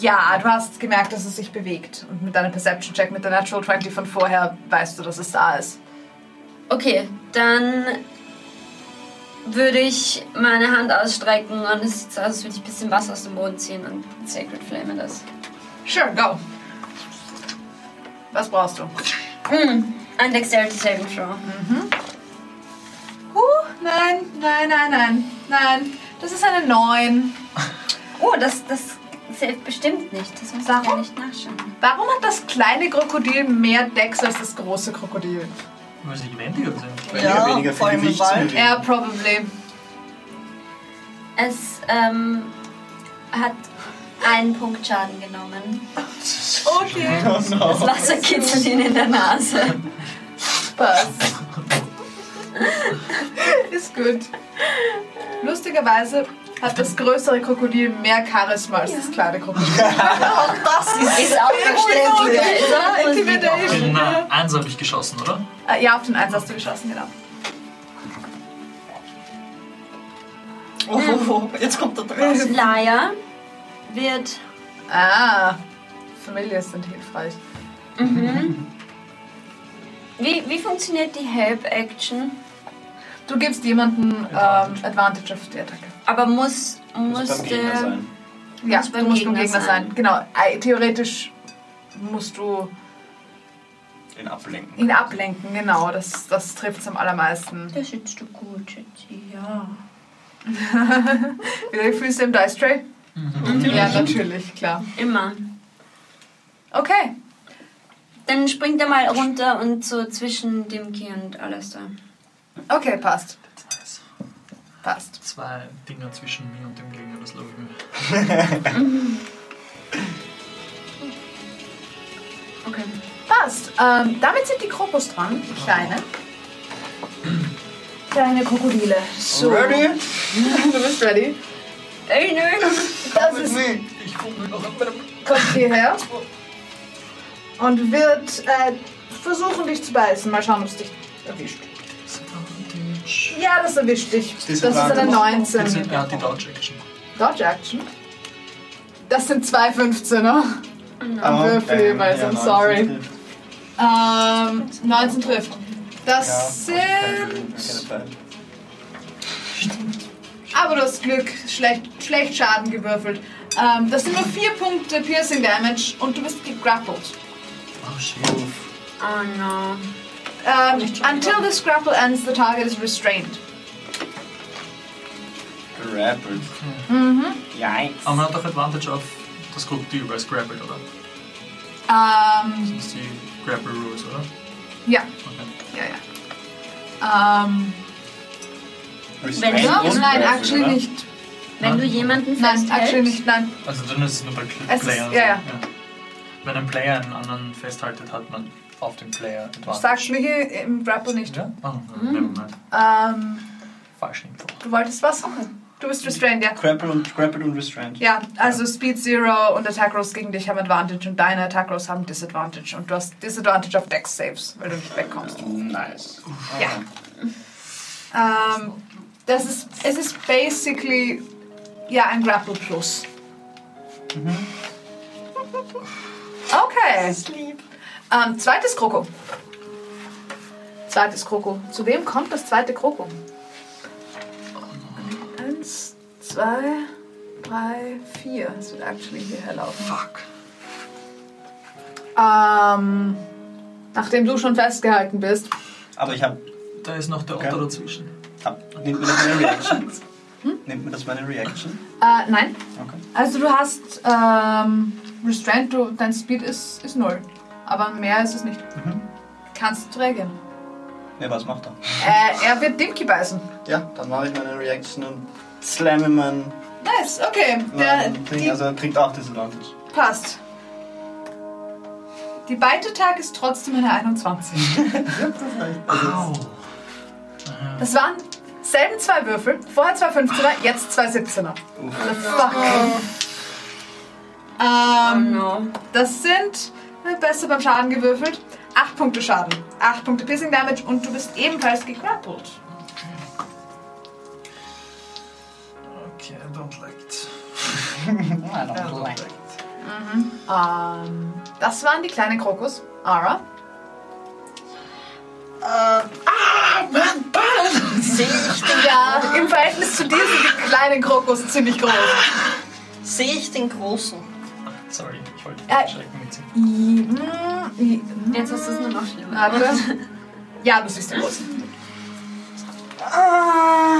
S2: Ja, du hast gemerkt, dass es sich bewegt. Und mit deinem Perception-Check, mit der Natural 20 von vorher, weißt du, dass es da ist.
S1: Okay, dann würde ich meine Hand ausstrecken und es sieht so aus, als würde ich ein bisschen Wasser aus dem Boden ziehen und Sacred Flame das.
S2: Sure, go. Was brauchst du?
S1: Mm, ein Dexterity Saving Throw.
S2: Huh, nein, nein, nein, nein, nein. Das ist eine 9.
S1: Oh, das, das saved bestimmt nicht. Das muss ich ja
S2: Warum?
S1: nicht nachschauen.
S2: Warum hat das kleine Krokodil mehr Dex als das große Krokodil?
S6: Weil sie lebendiger sind.
S5: Ja,
S4: weniger
S5: vor
S4: viel
S5: allem im
S4: Gewicht zu
S5: Wald.
S4: bewegen.
S2: Ja, probably.
S1: Es ähm, hat einen Punkt Schaden genommen.
S2: Okay.
S4: Oh
S1: Das Wasser kitzelt ihn in der Nase.
S2: Spaß. Ist gut. Lustigerweise hat das größere Krokodil mehr Charisma als das kleine Krokodil.
S1: Ist auch verständlich. Ist auch plausibel.
S6: Den äh, Eins habe ich geschossen, oder?
S2: Äh, ja, auf den Eins hast du geschossen, genau.
S5: Oh, oh, oh, jetzt kommt der Drache.
S1: Liar wird
S2: Ah, Familie sind hilfreich.
S1: wie, wie funktioniert die Help Action?
S2: Du gibst jemandem ähm, Advantage auf die Attacke.
S1: Aber muss
S4: Muss
S1: muss
S4: beim Gegner
S1: der
S4: sein.
S2: Ja,
S1: Muss
S2: du
S1: beim
S2: musst beim
S1: Gegner
S2: Gegner sein.
S1: sein.
S2: Genau, ei- theoretisch musst du
S4: Den ablenken.
S2: ihn ablenken, genau. Das, das trifft es am allermeisten.
S1: das sitzt du gut, Schätzi, ja.
S2: Wie fühlst du im Dice Tray? Ja, natürlich, klar.
S1: Immer.
S2: Okay,
S1: Dann springt er mal runter und so zwischen dem Key und alles da.
S2: okay, passt. Passt.
S6: Zwei Dinger zwischen mir und dem Gegner, das glaube ich mir.
S1: Okay.
S2: Passt. Ähm, damit sind die Krokos dran, die kleine. Kleine Krokodile. So.
S4: Ready?
S2: Du bist ready.
S1: Ey, nö.
S2: Das ist
S6: Ich gucke mir noch an meinem
S2: kommt hierher und wird äh, versuchen, dich zu beißen. Mal schauen, ob es dich erwischt.
S6: Disadvantage.
S2: Ja, das erwischt dich. Das ist
S4: Disadvantage.
S2: eine 19.
S6: Er hat die Dodge Action.
S2: Dodge Action. Das sind zwei 15er.
S4: Ähm,
S2: Am Würfel
S4: äh,
S2: jeweils, I'm sorry. Ähm, 19
S6: also
S2: trifft. Das sind Aber du hast Glück, schlecht, schlecht Schaden gewürfelt. Ähm, das sind nur vier Punkte Piercing Damage und du bist gegrappelt.
S6: Oh, shit.
S1: Oh no.
S2: Ähm, until this grapple ends, the target is restrained.
S4: Grappled.
S2: Mhm.
S6: Aber man hat doch Advantage auf das Krokodil, weil es grappled, oder?
S2: Ähm,
S6: Das ist die Grapple Rules, oder?
S2: ja,
S6: Okay.
S2: ja, ja. Ähm,
S4: Restrained
S2: ja?
S4: und
S2: Nein,
S4: grappled,
S2: actually
S4: oder?
S2: nicht.
S1: Wenn du jemanden
S2: Nein, actually
S1: festhältst,
S2: nicht, nein.
S6: Also dann ist es nur bei Cl
S2: Es ist-
S6: Playern.
S2: ja, ja.
S6: Wenn ein Player einen anderen festhaltet, hat man auf den Player Advantage.
S2: Sagst mir hier im Grapple nicht. Mhm.
S6: Ja? Oh, nevermind.
S2: Ähm,
S6: Falsche Info.
S2: du wolltest was? Du bist restrained, ja.
S4: Grappled und, grappled und restrained.
S2: Ja, also Speed Zero und Attack Rolls gegen dich haben Advantage und deine Attack Rolls haben Disadvantage. Und du hast Disadvantage auf Dex Saves, weil du nicht wegkommst.
S4: Nice.
S2: Ja. Ähm, das ist, es ist basically, ja, ein Grapple Plus. Mhm. Okay.
S5: Sleep.
S2: Ähm, zweites Kroko. Zweites Kroko. Zu wem kommt das zweite Kroko? Eins, zwei, drei, vier. Es wird actually hierher laufen.
S6: Fuck.
S2: Ähm, nachdem du schon festgehalten bist.
S4: Aber ich hab.
S6: Da ist noch der Otto
S4: Okay.
S6: dazwischen.
S4: hab nimmt mir das meine Reaction?
S2: Hm?
S4: Nimmt mir das meine Reaction?
S2: Äh, nein.
S4: Okay.
S2: Also du hast ähm, Restraint, du, dein Speed ist, ist null. Aber mehr ist es nicht. Kannst du reagieren.
S4: Ne, was macht er?
S2: Äh, er wird Dimki beißen.
S4: Ja, dann mache ich meine Reaction und slamme meinen.
S2: Nice, okay. Der,
S4: meinen Ding.
S2: die,
S4: Also er kriegt auch Disadvantage.
S2: Passt. Die Beitetag ist trotzdem eine 21.
S6: Au.
S2: Das waren selben zwei Würfel. Vorher zwei 15er, jetzt zwei 17er. Fuck.
S1: oh
S2: Ähm, Das sind, äh, besser beim Schaden gewürfelt, 8 Punkte Schaden. 8 Punkte Piercing Damage und du bist ebenfalls gegrappelt.
S6: Okay, I don't like it.
S2: Ähm, Mhm. das waren die kleinen Krokus. Ara.
S5: Eh, ah, Sehe ich, den-
S2: Ja, im Verhältnis zu dir sind die kleinen Krokus ziemlich groß.
S5: sehe ich den Großen?
S6: Sorry, ich wollte
S2: Äh.
S6: nicht schrecken mit
S2: I- mm, i- mm.
S1: jetzt ist es nur noch schlimmer.
S2: Warte. Ja, du siehst den großen.
S5: Ah.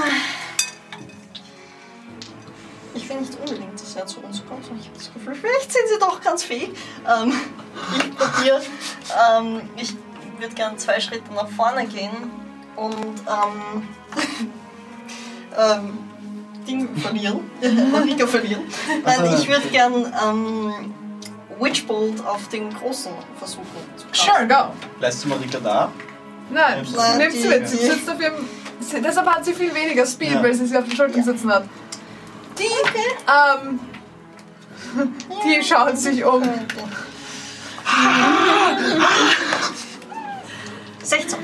S5: Ich will nicht unbedingt, dass er zu uns kommt, sondern ich habe das Gefühl, vielleicht sind sie doch ganz fähig. Ähm, ich probiere, ähm, ich würde gerne zwei Schritte nach vorne gehen und ähm, ähm, Ding verlieren, Marika verlieren. Nein, ich würde gern ähm, Witchbolt auf den Großen versuchen zu casten.
S2: Sure, go.
S4: Lässt du Marika da?
S2: Nein,
S4: Nimmst
S5: du-
S2: nimm sie mit. Sie
S5: Ja.
S2: sitzt auf ihrem. Sie, deshalb hat sie viel weniger Speed,
S4: Ja.
S2: weil sie sie auf den Schultern sitzen hat. Die, ähm, die schaut sich um.
S5: 16.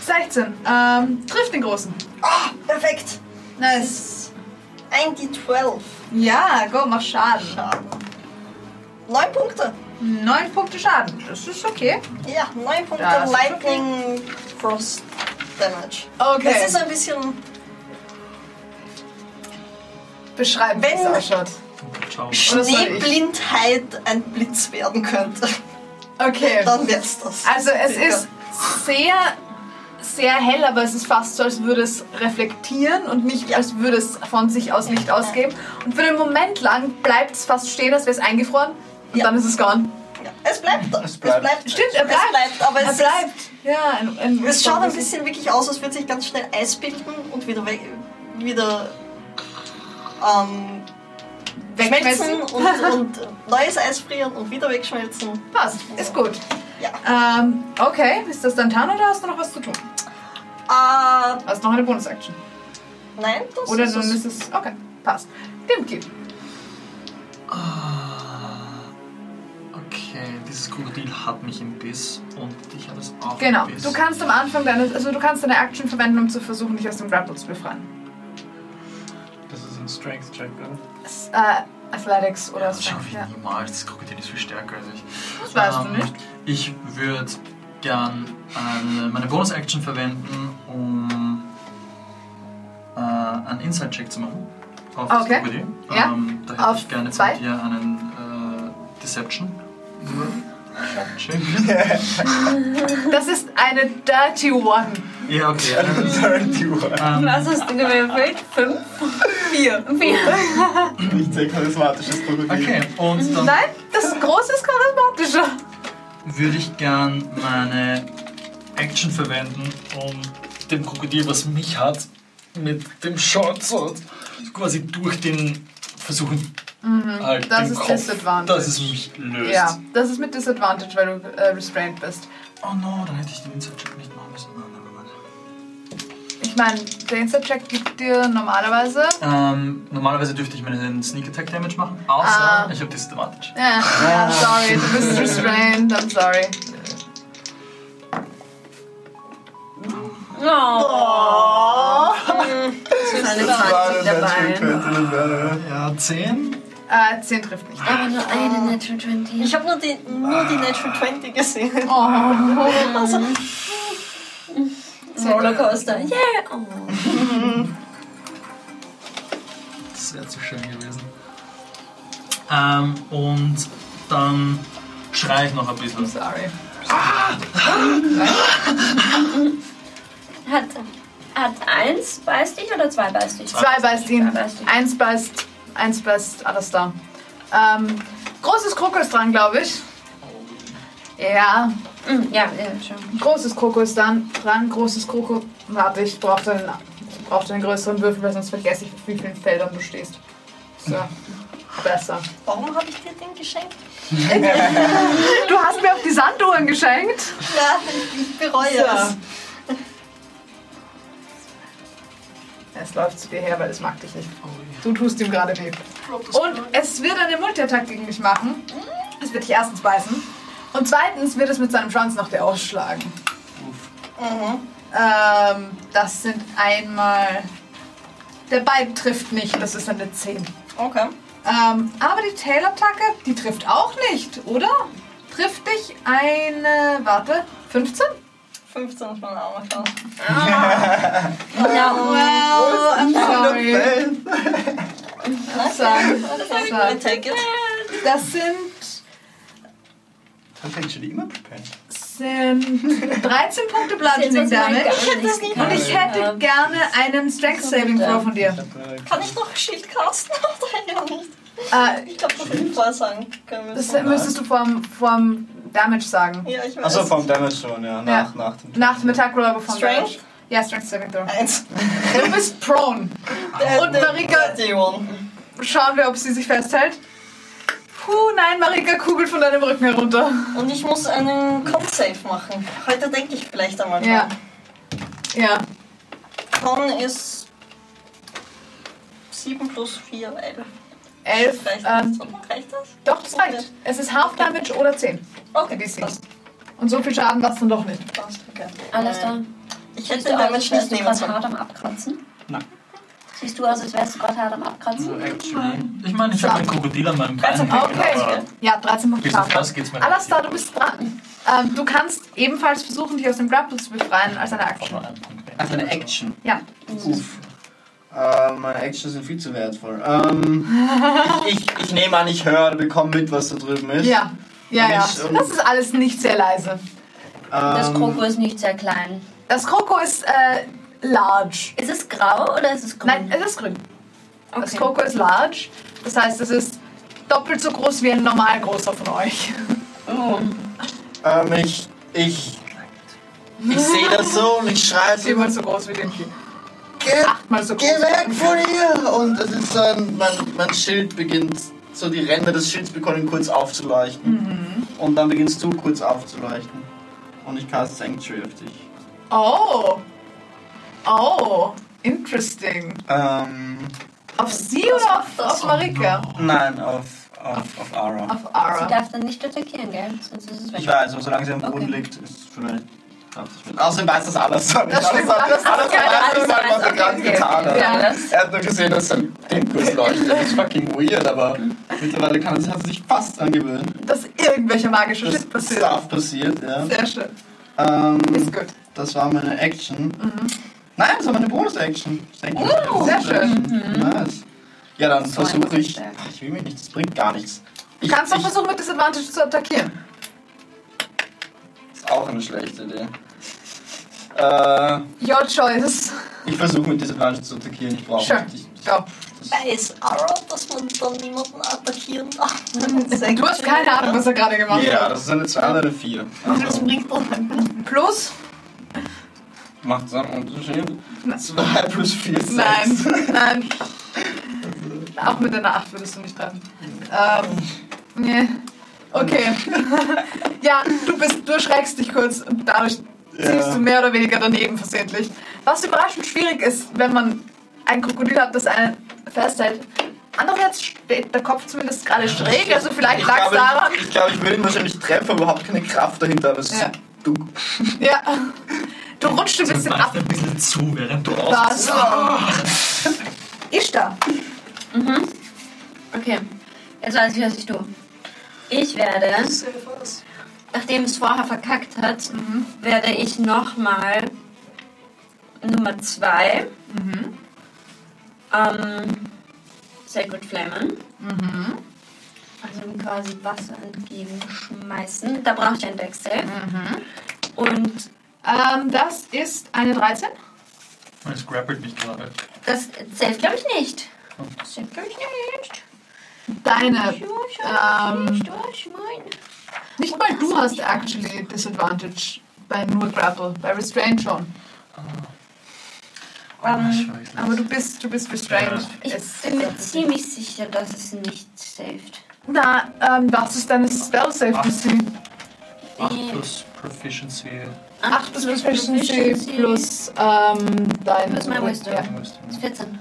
S2: 16. Ähm, trifft den Großen.
S5: Ah, perfekt.
S2: Nice.
S5: Ein die 12.
S2: Ja, go, mach Schaden.
S5: Schaden. 9 Punkte.
S2: Neun Punkte Schaden. Das ist okay.
S5: Ja, 9 Punkte
S2: Das ist
S5: Lightning Frost Damage.
S2: Okay. Also
S5: Das ist ein bisschen
S2: Beschreiben, wie es
S5: Wenn-
S2: ausschaut.
S6: dem. Ciao.
S2: Oder soll ich?
S5: Schneeblindheit ein Blitz werden könnte.
S2: Okay.
S5: Dann wär's das.
S2: Also es ist sehr, sehr hell, aber es ist fast so, als würde es reflektieren und nicht, als würde es von sich aus Licht ausgeben. Und für einen Moment lang bleibt es fast stehen, als wäre es eingefroren. Und
S5: Ja.
S2: dann ist es gone.
S5: Ja, es bleibt da.
S4: Es bleibt.
S2: Stimmt, er
S5: Es bleibt, aber es,
S2: Er
S5: ist-
S2: bleibt. Ja, ein, ein
S5: es schaut ein bisschen wirklich aus, als würde sich ganz schnell Eis bilden und wieder weg, wieder ähm, schmelzen
S2: wegmessen.
S5: und, und äh, neues Eis frieren und wieder wegschmelzen.
S2: Passt, ist gut.
S5: Ja.
S2: Ähm, okay, ist das dann Tarn oder hast du noch was zu tun?
S5: Äh,
S2: Hast du noch eine Bonus-Action?
S5: nein, das
S2: Oder
S5: ist
S2: dann
S5: es.
S2: ist es... Okay, passt. Dimki.
S6: Okay, dieses Krokodil hat mich im Biss und ich habe es auch
S2: Genau,
S6: im Biss.
S2: du kannst am Anfang deines, also du kannst deine Action verwenden, um zu versuchen, dich aus dem Grapple zu befreien.
S4: Das ist ein Strength-Check, oder?
S2: S- Äh, Athletics oder
S6: Ja,
S2: so.
S6: das schaffe ich
S2: Ja.
S6: niemals. Das Krokodil ist viel stärker als ich.
S2: Das weißt du
S6: Ähm,
S2: nicht.
S6: Ich würde gern eine, meine Bonus-Action verwenden, um äh, einen Inside-Check zu machen. Auf
S2: Okay.
S6: Stability.
S2: Ja.
S6: Ähm, da hätte
S2: Auf
S6: ich gerne
S2: zwei.
S6: von dir einen äh, Deception. Check.
S2: Das ist eine Dirty One.
S6: Ja, okay. Äh, ähm,
S9: Was hast du gewürfelt? Fünf? Vier. Vier.
S4: Nicht sehr charismatisches Krokodil.
S6: okay, und dann
S2: Nein, das ist ein großes charismatischer.
S6: würde ich gern meine Action verwenden, um dem Krokodil, was mich hat, mit dem Shortsword quasi durch den versuchen, halt
S2: Mhm, das
S6: den
S2: ist
S6: Kopf,
S2: Disadvantage.
S6: dass es mich löst.
S2: Ja, das ist mit Disadvantage, weil du äh, restrained bist.
S6: Oh no, dann hätte ich den Inside-Check nicht machen müssen. Nein, nein,
S2: Ich meine, der Insta-Check gibt dir normalerweise.
S6: nein. Ähm, normalerweise dürfte ich meinen Sneak Attack Damage machen, außer
S2: Ah.
S6: ich habe Disadvantage.
S2: Ja,
S6: Ah.
S2: ja, sorry, du bist restrained, I'm sorry.
S1: Oh. Hm.
S9: Eine 20
S4: War eine Natural
S9: dabei.
S4: 20 in Werder.
S6: Ja, 10.
S2: Äh, 10 trifft nicht.
S1: Aber nur eine Natural 20.
S5: Ich habe nur die, nur die Natural 20 gesehen.
S2: Ah.
S9: Rollercoaster. Yeah. Oh.
S6: Das wäre zu schön gewesen. Ähm, und dann schreie ich noch ein bisschen.
S2: Sorry.
S9: Hat, hat eins beißt dich oder zwei beißt dich?
S2: Zwei beißt ihn.
S9: Zwei beißt ihn.
S2: Eins beißt, eins beißt Alastar. Ähm, großes Krokus dran, glaube ich. Ja,
S1: Hm,
S9: Mm, ja, ja, schon.
S2: großes Krokus dran, dran, großes Kroko. Warte, ich brauchte einen, ich brauchte einen größeren Würfel, weil sonst vergesse ich, auf wie vielen Feldern du stehst. So, besser.
S5: Warum habe ich dir den geschenkt?
S2: Du hast mir auf die Sanduhren geschenkt.
S5: Ja, ich bereue es.
S2: Es läuft zu dir her, weil es mag dich nicht. Du tust ihm gerade weh. Und es wird eine Multiattack gegen mich machen. Es wird dich erstens beißen. Und zweitens wird es mit seinem Schwanz nach dir ausschlagen. Ähm, das sind einmal. Der Ball trifft nicht, das ist eine 10.
S5: Okay.
S2: Ähm, aber die Tail-Attacke, die trifft auch nicht, oder? Trifft dich eine. Warte, 15?
S5: 15 von Armer
S2: Wow, I'm sorry.
S4: Welt.
S2: I'm sorry.
S5: I take it.
S2: Das sind
S4: Tatsächlich schon immer prepared.
S2: sind 13 Punkte Bludgeoning Damage. Und ich hätte gerne einen Strength Saving Throw von dir.
S5: Kann ich noch Schild casten? Oder ja nicht?
S2: Äh,
S5: Ich glaube, das hätte ich vorher sagen können.
S2: das
S5: müssen.
S2: müsstest du vorm, vorm Damage sagen.
S5: ja, ich weiß.
S4: Achso, Also vom Damage schon, ja.
S2: Ja.
S4: Nach, nach dem
S2: Nach dem Attack Roll aber vom
S5: Strength?
S2: Damage. Ja, Strength Saving Throw.
S5: Eins.
S2: Du bist prone.
S5: Äh,
S2: Und Marika,
S5: Dion.
S2: schauen wir, ob sie sich festhält. Puh, nein, Marika kugelt von deinem Rücken herunter.
S5: Und ich muss einen Con-Save machen. Heute denke ich vielleicht einmal dran.
S2: Ja. Ja.
S5: Con ist 7 plus 4, 11.
S2: 11.
S5: Vielleicht
S2: Ähm,
S5: reicht das?
S2: doch, das reicht. Es ist Half Damage oder 10.
S5: Okay,
S2: DC.
S5: passt,
S2: Und so viel Schaden war es dann doch nicht.
S5: passt, okay.
S1: Alles da.
S5: Äh, Ich hätte
S1: Siehst
S5: den
S1: du aus,
S5: Damage
S1: als wärst
S5: nicht
S1: du
S5: nehmen
S1: gerade
S5: sollen.
S1: hart am Abkratzen?
S6: Nein.
S1: Siehst du aus, als wärst du gerade hart am Abkratzen?
S6: Ich meine, ich habe ein Krokodil an meinem Bein.
S2: Also, Okay. Ja, 13 Punkte
S6: Bis
S2: Schaden.
S6: auf das geht's mir
S2: Alastar, du bist dran. Ähm, du kannst ebenfalls versuchen, dich aus dem Grapple zu befreien als eine Aktion.
S6: Also
S13: eine Action.
S2: Ja.
S4: Uff. Äh, meine Actions sind viel zu wertvoll. Ähm, ich, ich, ich nehme an, ich höre oder bekomme mit, was da drüben ist.
S2: Ja. Ja, ja.
S4: Nicht, ähm,
S2: Das ist alles nicht sehr leise.
S1: Das
S4: Ähm,
S1: Kroko ist nicht sehr klein.
S2: Das Kroko ist äh, large.
S1: Ist es grau oder ist es grün?
S2: Nein, es ist grün. Das
S1: Okay.
S2: Kroko ist large. Das heißt, es ist doppelt so groß wie ein normal großer von euch.
S4: ähm, ich ich, ich sehe das so und ich schreie so,
S2: Viermal so groß wie den hier.
S4: geh,
S2: Achtmal so
S4: geh
S2: groß.
S4: weg von hier! Und es ist so ein, mein, mein Schild beginnt, so die Ränder des Schilds beginnen kurz aufzuleuchten. Und dann beginnst du kurz aufzuleuchten. Und ich cast Sanctuary auf dich.
S2: Oh. Oh. Interesting.
S4: Ähm,
S2: Auf sie oder auf, auf Marika?
S4: nein, auf, auf, auf Ara.
S2: Auf
S1: Sie
S2: Ara.
S1: darf dann nicht attackieren, gell? Sonst ist es weg.
S4: Ich weiß, aber solange sie am Boden
S1: Okay.
S4: liegt, ist vielleicht. darf ich mit- Außerdem weiß das alles. Das
S2: stimmt,
S4: alles alles weiß
S1: alles
S4: gesagt, was
S1: weiß,
S4: er gerade getan hat.
S2: Ja.
S4: Er hat nur gesehen, dass sein Denkkurs leuchtet. Das ist fucking weird, aber mittlerweile kann er sich, hat er sich fast angewöhnt.
S2: Dass irgendwelche magische
S4: Das
S2: Shit passiert.
S4: Stuff passiert, ja.
S2: Sehr schön.
S4: Ähm,
S2: Ist gut. Mhm.
S4: das war meine Action. Nein, das ist aber eine Bonus-Action. Thank you.
S2: Oh, Sehr schön. Mhm.
S4: Nice. Ja, dann
S1: ein
S4: versuche ich.
S1: Stärke.
S4: Ach, ich will mir nichts, das bringt gar nichts.
S2: Du
S4: Ich,
S2: kannst doch
S4: ich,
S2: versuchen, mit Disadvantage zu attackieren.
S4: ist auch eine schlechte Idee. Äh,
S2: Your choice.
S4: ich versuche mit Disadvantage zu attackieren. Ich brauche
S2: Sure.
S4: nicht. Ich,
S2: Go.
S5: Weiß Arrow, dass man dann niemanden attackieren darf.
S2: Du hast keine Ahnung, was er gerade gemacht
S4: ja,
S2: hat.
S4: das ist eine 2 oder eine 4.
S5: Das
S4: Also,
S5: bringt doch
S2: Plus?
S4: macht es einen Unterschied? 2 plus 4 ist
S2: Nein.
S4: 6.
S2: Nein. Auch mit einer 8 würdest du nicht treffen. Ähm. Nee. Okay. ja, du bist, du erschreckst dich kurz und dadurch ziehst du mehr oder weniger daneben versehentlich. Was überraschend schwierig ist, wenn man ein Krokodil hat, das einen festhält. Andererseits steht der Kopf zumindest gerade schräg, also vielleicht
S4: Ich
S2: lag es
S4: glaube,
S2: daran.
S4: ich, glaube, ich würde ihn wahrscheinlich treffen, aber überhaupt keine Kraft dahinter. Aber es ist
S2: Ja.
S4: so dumm.
S2: Ja. Du rutscht ein bisschen ab.
S6: ein bisschen zu, während du aus.
S2: Was? Ich da.
S1: Okay, Also, jetzt weiß ich, was ich tue. Ich werde, nachdem es vorher verkackt hat,
S2: Mhm.
S1: werde ich nochmal Nummer 2
S2: Mhm.
S1: ähm, Sacred Flammen,
S2: Mhm.
S1: also ihm quasi Wasser entgegenschmeißen. Da brauche ich ein Backsave.
S2: Mhm.
S1: Und
S2: Ähm, das ist eine 13.
S6: Es grappelt mich gerade.
S1: das zählt, glaube ich, nicht.
S2: Oh.
S1: Das zählt, glaube ich, nicht.
S2: Deine. Ähm,
S1: Durch mein
S2: nicht mal du hast actually Disadvantage bei nur Grapple, bei Restrain schon.
S1: Ähm,
S2: Ah. Aber du bist, du bist restrained.
S1: Ich
S2: Es-
S1: bin mir ziemlich sicher, dass es nicht saved.
S2: Na, ähm, was ist deine Spell Save DC?
S6: 8 plus Proficiency.
S2: 8 plus Proficiency
S1: Proficiency.
S2: plus ähm, dein.
S1: Plus mein Wisdom.
S2: Ja.
S1: Das ist 14.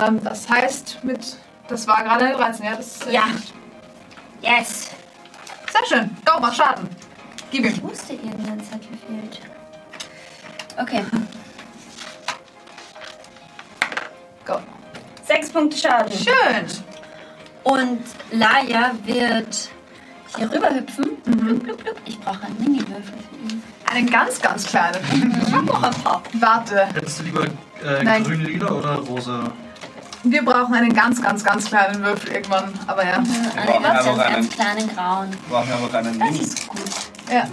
S2: Ähm, das heißt, mit. Das war gerade eine 13, ja? Das ist
S1: Ja. Yes!
S2: Sehr schön. Go, mach Schaden. Gib
S1: Ich
S2: ihm.
S1: wusste irgendwann, es hat gefehlt. Okay.
S2: Go.
S1: Sechs Punkte Schaden.
S2: Schön.
S1: Und Laia wird hier rüber hüpfen. Blub, blub, blub. Ich brauche einen Mini-Würfel für ihn.
S2: Einen ganz, ganz kleinen.
S5: Ich hab noch ein paar.
S2: Warte.
S6: Hättest du lieber äh,
S2: Nein.
S6: grün-lila oder rosa?
S2: Wir brauchen einen ganz, ganz, ganz kleinen Würfel irgendwann. Aber ja.
S1: Einen
S4: brauchen
S1: ganz,
S4: aber
S1: ganz,
S4: einen.
S1: ganz kleinen Grauen.
S4: Wir brauchen aber keinen
S1: Das
S4: Mini.
S1: ist gut.
S2: Ja.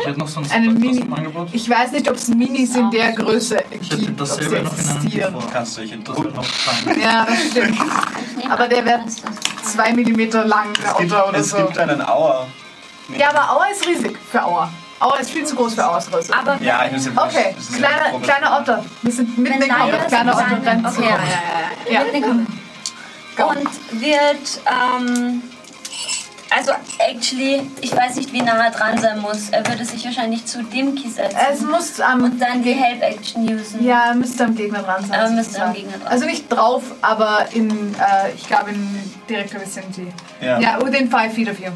S6: Ich hätte noch sonst
S2: Einen
S6: was
S2: Mini-
S6: im Angebot.
S2: Ich weiß nicht, ob es Minis in der Größe
S6: Ich hätte
S2: gibt, ob sie
S6: dasselbe noch in einem Mini
S2: existieren.
S6: vor.
S4: Kannst du dich
S6: Das wäre
S4: entdrücken.
S6: noch fein.
S2: Ja, das stimmt. Aber der wäre
S1: Das ist das.
S2: zwei Millimeter lang, der
S4: Es gibt,
S2: Otter oder
S4: es
S2: so.
S4: gibt einen Auer.
S2: Ja, aber Auer ist riesig für Auer. Auer ist viel zu groß für Auers Größe. Ah,
S1: Aber
S4: Ja, ich muss ja
S2: Okay,
S4: das ist ja ein
S2: kleiner,
S4: Problem.
S2: kleiner Otter. Wir sind mitten
S1: Wenn
S2: im Kopf.
S1: Laia so
S2: Kleiner Otter
S1: klein-
S2: rennt zu.
S1: Okay, ja, ja,
S2: Ja.
S1: Mit den Kopf. Und wird, ähm, also actually, ich weiß nicht, wie nah er dran sein muss. Er würde sich wahrscheinlich zu Dimki
S2: Es
S1: setzen
S2: muss am,
S1: und dann die Help-Action usen.
S2: ja, müsste am Gegner dran sein.
S1: Er müsste
S2: sozusagen.
S1: am Gegner dran
S2: Also nicht drauf, aber in, äh, ich glaube, in direkter Vicinity.
S4: Ja.
S2: Ja, within 5 feet of you.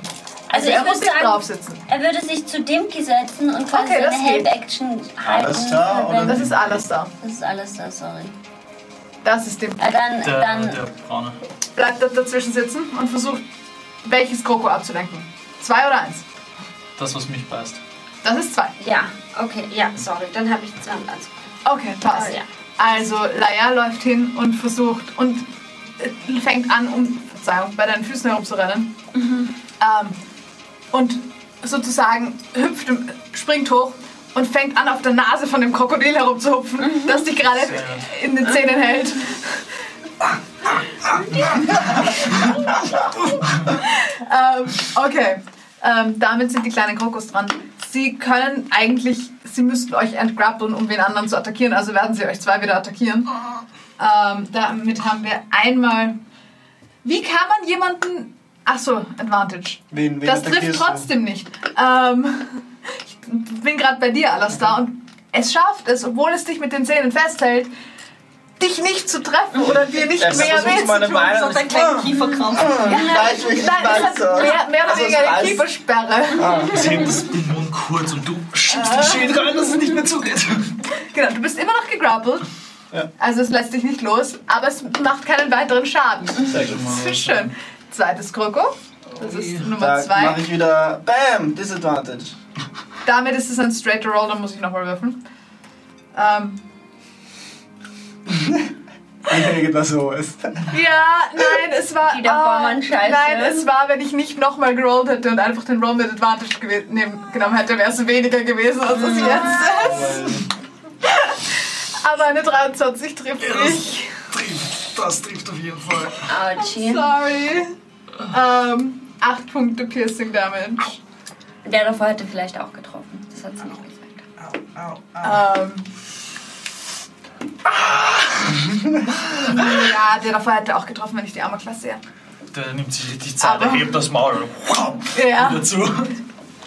S1: Also
S2: er
S1: ich
S2: muss
S1: würde
S2: nicht drauf
S1: sagen,
S2: sitzen.
S1: er würde sich zu Dimki setzen und quasi
S2: Okay, das
S1: seine
S2: geht.
S1: Help-Action halten.
S4: Alles klar, oder?
S2: Das ist alles da.
S1: Das ist alles da, sorry.
S2: Das ist dem.
S1: Äh, Dann,
S6: Der,
S1: dann,
S6: der braune.
S2: Bleibt da dazwischen sitzen und versucht, welches Kroko abzulenken. Zwei oder eins?
S6: Das, was mich beißt.
S2: Das ist zwei.
S1: ja, okay, ja, sorry, dann habe ich zwei und eins.
S2: Okay, passt.
S1: Ah, ja.
S2: Also, Laia läuft hin und versucht und äh, fängt an, um, Verzeihung, bei deinen Füßen herumzurennen.
S1: Mhm.
S2: Ähm, und sozusagen hüpft, im- springt hoch und fängt an, auf der Nase von dem Krokodil herumzuhupfen,
S1: Mhm.
S2: das dich gerade in den Zähnen hält. ähm, okay, ähm, damit sind die kleinen Krokos dran. Sie können eigentlich, sie müssten euch entgrappeln, um wen anderen zu attackieren, also werden sie euch zwei wieder attackieren. Ähm, damit haben wir einmal. Wie kann man jemanden. Ach so, Advantage.
S4: Wen, wen
S2: Das trifft
S4: attackierst du?
S2: trotzdem nicht. Ähm, ich bin gerade bei dir, Alastar, und es schafft es, obwohl es dich mit den Zähnen festhält, dich nicht zu treffen oder dir nicht
S4: Es
S2: mehr weh zu
S4: versucht meine
S2: tun.
S4: Beine
S5: Hat einen kleinen Kieferkrampf.
S4: Nein, ich will nicht
S2: Nein, es hat
S4: weiter.
S2: mehr, mehr oder
S4: Also es
S2: weniger eine
S4: reißt.
S2: Kiefersperre.
S6: Sie hebt das- den Mund kurz und du schiebst den Schild rein, dass es nicht mehr zugeht.
S2: Genau, du bist immer noch gegrappelt.
S4: Ja.
S2: Also es lässt dich nicht los, aber es macht keinen weiteren Schaden.
S4: Sehr gut.
S2: Das ist schön. Zweites Kroko. Das ist Nummer
S4: Da
S2: zwei.
S4: mache ich wieder BAM! Disadvantage.
S2: Damit ist es ein straighter Roll, dann muss ich nochmal würfeln. Ähm,
S4: Irgendwas hohes.
S2: Ja, nein, es war. Ah,
S9: Die Davon-Scheiße.
S2: Nein, es war, wenn ich nicht nochmal gerollt hätte und einfach den Roll mit Advantage gewe- nehmen, genommen hätte, wäre es weniger gewesen, als es jetzt ist. Aber eine 23 trifft nicht.
S6: Trifft, das trifft auf jeden Fall.
S1: Autschi.
S2: Sorry. Ähm, 8 Punkte Piercing Damage.
S1: Der davor hätte vielleicht auch getroffen. Das hat sie nicht gesagt.
S2: Ähm. ja, der davor hätte auch getroffen, wenn ich die arme Klasse sehe.
S6: Der nimmt sich die Zeit, er
S2: Aber-
S6: hebt das Maul
S2: Ja.
S6: dazu.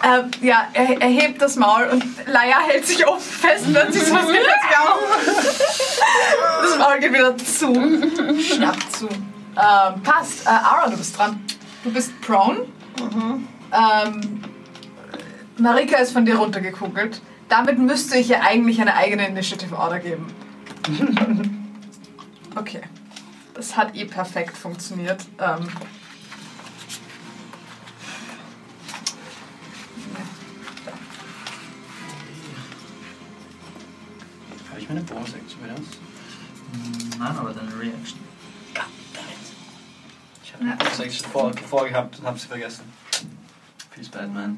S2: Ähm, ja, er, er hebt das Maul und Laia hält sich oben fest und dann siehst du, was geht jetzt wieder auf. Das Maul geht wieder zu. Schnappt zu. Ähm, passt. Äh, Ara, du bist dran. Du bist prone. Ähm, Marika ist von dir runtergekugelt. Damit müsste ich ja eigentlich eine eigene Initiative Order geben. Okay. Das hat eh perfekt funktioniert. Ähm,
S4: Habe ich meine Bonus-Action benutzt?
S6: Nein, aber deine Reaction.
S4: Ich habe eine Bonus-Action vor, vorgehabt und habe sie vergessen. Peace, Batman.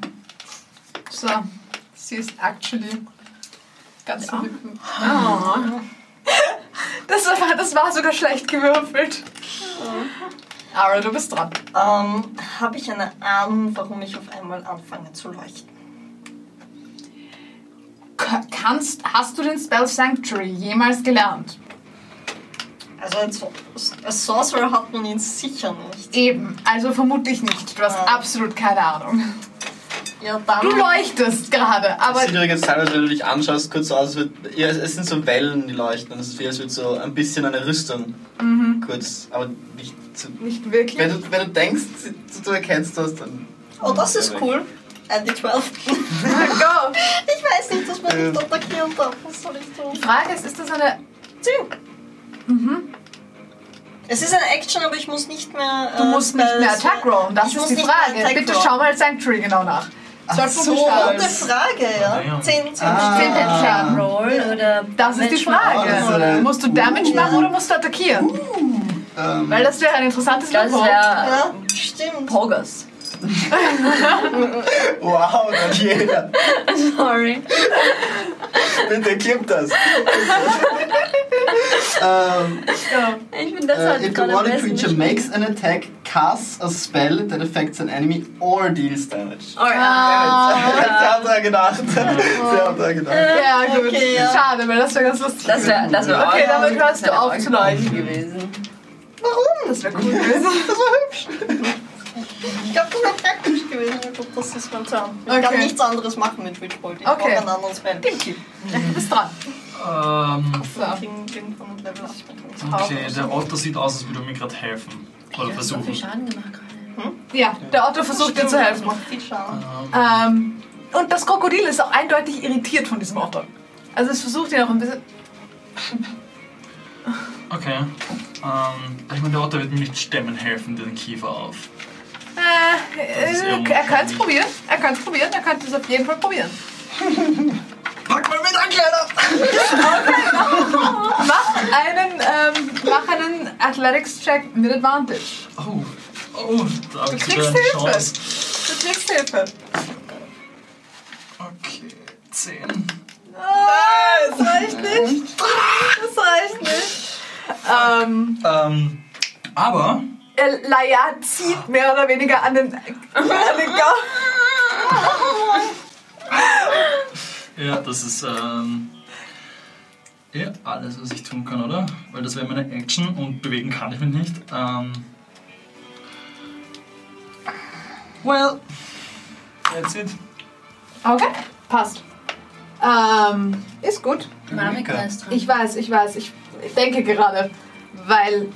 S2: So, sie ist actually ganz ja. hinten. Das war, das war sogar schlecht gewürfelt. Ara, du bist dran.
S5: Ähm, Habe ich eine Ahnung, warum ich auf einmal anfange zu leuchten?
S2: K- Kannst, hast du den Spell Sanctuary jemals gelernt?
S5: Also ein, Sor ein Sorcerer hat man ihn sicher nicht.
S2: Eben, also vermutlich nicht. Du hast
S5: Ah.
S2: absolut keine Ahnung.
S5: Ja, dann...
S2: Du leuchtest gerade, aber
S4: Es sieht übrigens teilweise, wenn du dich anschaust, kurz so aus, als würd- ja, es es sind so Wellen, die leuchten. Und es ist wie, als würde so ein bisschen eine Rüstung.
S2: Mhm.
S4: Kurz, aber nicht zu.
S2: nicht
S4: Wenn
S2: wirklich.
S4: du, wenn du denkst, du, du erkennst das, dann.
S5: Oh, das ist cool. Andy 12.
S2: Go!
S5: Ich weiß nicht, dass man nicht attackieren darf. Was soll ich
S2: Die
S5: tun?
S2: Frage ist, ist das eine.
S5: Zing. Es ist eine Action, aber ich muss nicht mehr.
S2: Du
S5: äh,
S2: musst nicht
S5: bei-
S2: mehr Attack rollen, das
S5: Ich
S2: ist
S5: muss
S2: die
S5: nicht mehr
S2: Frage.
S5: Attack
S2: Bitte
S5: rollen.
S2: schau mal Sanctuary genau nach. Soll
S5: So, gute Frage, ja.
S6: Damn.
S5: 10, 10
S4: Ah.
S1: Sind Attack Roll oder.
S2: Das ist die
S4: Oh, das ist eine-
S2: Frage. Musst du Damage machen oder musst du attackieren?
S4: Ähm,
S2: uh. Weil das wäre ein interessantes
S1: Das
S2: Niveau.
S1: wäre
S5: Ja, stimmt.
S1: Pogus.
S4: wow, dann jeder.
S1: Sorry.
S4: Bitte kippt das. ähm,
S1: Ich finde das
S4: Uh,
S1: halt
S4: if the
S1: gerade am
S4: wanted
S1: besten
S4: creature
S1: beschrieben.
S4: makes an attack, casts a spell that affects an enemy or deals damage.
S1: Oh ja.
S4: Sie haben da gedacht.
S5: Oh,
S4: Sie haben da gedacht.
S2: Ja, gut.
S5: Okay, ja.
S2: Schade, weil das wäre ganz lustig.
S1: Das wäre das wär
S2: okay,
S1: auch
S2: damit hörst du auf zu leuchten.
S1: gewesen.
S2: Warum? Das wäre cool gewesen.
S5: Ich glaube, das wäre praktisch gewesen. aber gut, das ist mein Turn. Ich
S2: Okay.
S5: kann nichts anderes machen mit Witchbolt. Ich
S2: Okay.
S5: brauche ein anderes Feld.
S2: Du bist dran.
S6: Ähm,
S2: So.
S5: Ding, Ding von Level 8.
S6: okay, der Otto sieht aus, als würde er mir gerade helfen. Oder
S1: Ich so viel
S6: versuchen.
S1: Schaden gemacht gerade.
S2: Ja, der Otto versucht dir zu helfen.
S5: Macht viel Schaden.
S6: Ähm,
S2: Ähm, und das Krokodil ist auch eindeutig irritiert von diesem Otto. Also es versucht ihn auch ein bisschen...
S6: Okay. Ähm, ich meine, der Otto wird mir nicht stemmen helfen, den Kiefer auf.
S2: Äh,
S6: Das ist eher
S2: äh, er kann es probieren. Er kann es probieren. Er kann es auf jeden Fall probieren.
S6: Pack mal mit an, Kleiner!
S2: Mach einen, ähm, mach einen Athletics-Check mit Advantage.
S6: Oh, oh, da hab
S2: Du
S6: ich
S2: kriegst
S6: sogar eine
S2: Hilfe.
S6: Chance.
S2: Du kriegst Hilfe.
S6: Okay, 10.
S2: Nein, das reicht nicht. Das reicht nicht. Ähm,
S6: Ähm, aber
S2: äh, Laia zieht mehr oder weniger an den, an den Gau-
S6: Ja, das ist ähm, ja, alles, was ich tun kann, oder? Weil das wäre meine Action und bewegen kann ich mich nicht. Ähm, well, that's it.
S2: Okay, passt. Ähm, ist gut.
S1: Marika ist dran.
S2: Ich weiß, ich weiß. Ich, ich denke gerade, weil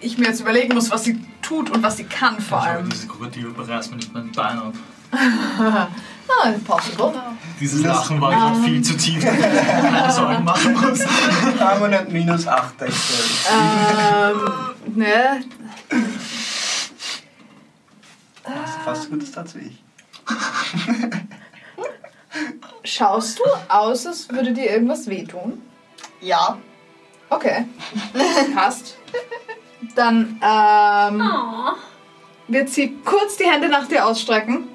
S2: ich mir jetzt überlegen muss, was sie tut und was sie kann vor
S6: Ich habe
S2: allem.
S6: diese Krokodile bereits mir nicht mein Bein ab.
S2: Ah, impossible.
S6: Dieses Lachen war
S2: Ähm.
S6: gerade viel zu tief, dass ich mir keine Sorgen machen muss.
S4: Permanent minus 8 Dexter.
S2: ähm, ne,
S4: Das ist fast so gut dazu ich.
S2: Schaust du aus, als würde dir irgendwas wehtun?
S5: Ja,
S2: Okay. Passt. Dann, ähm,
S9: Oh.
S2: wird sie kurz die Hände nach dir ausstrecken.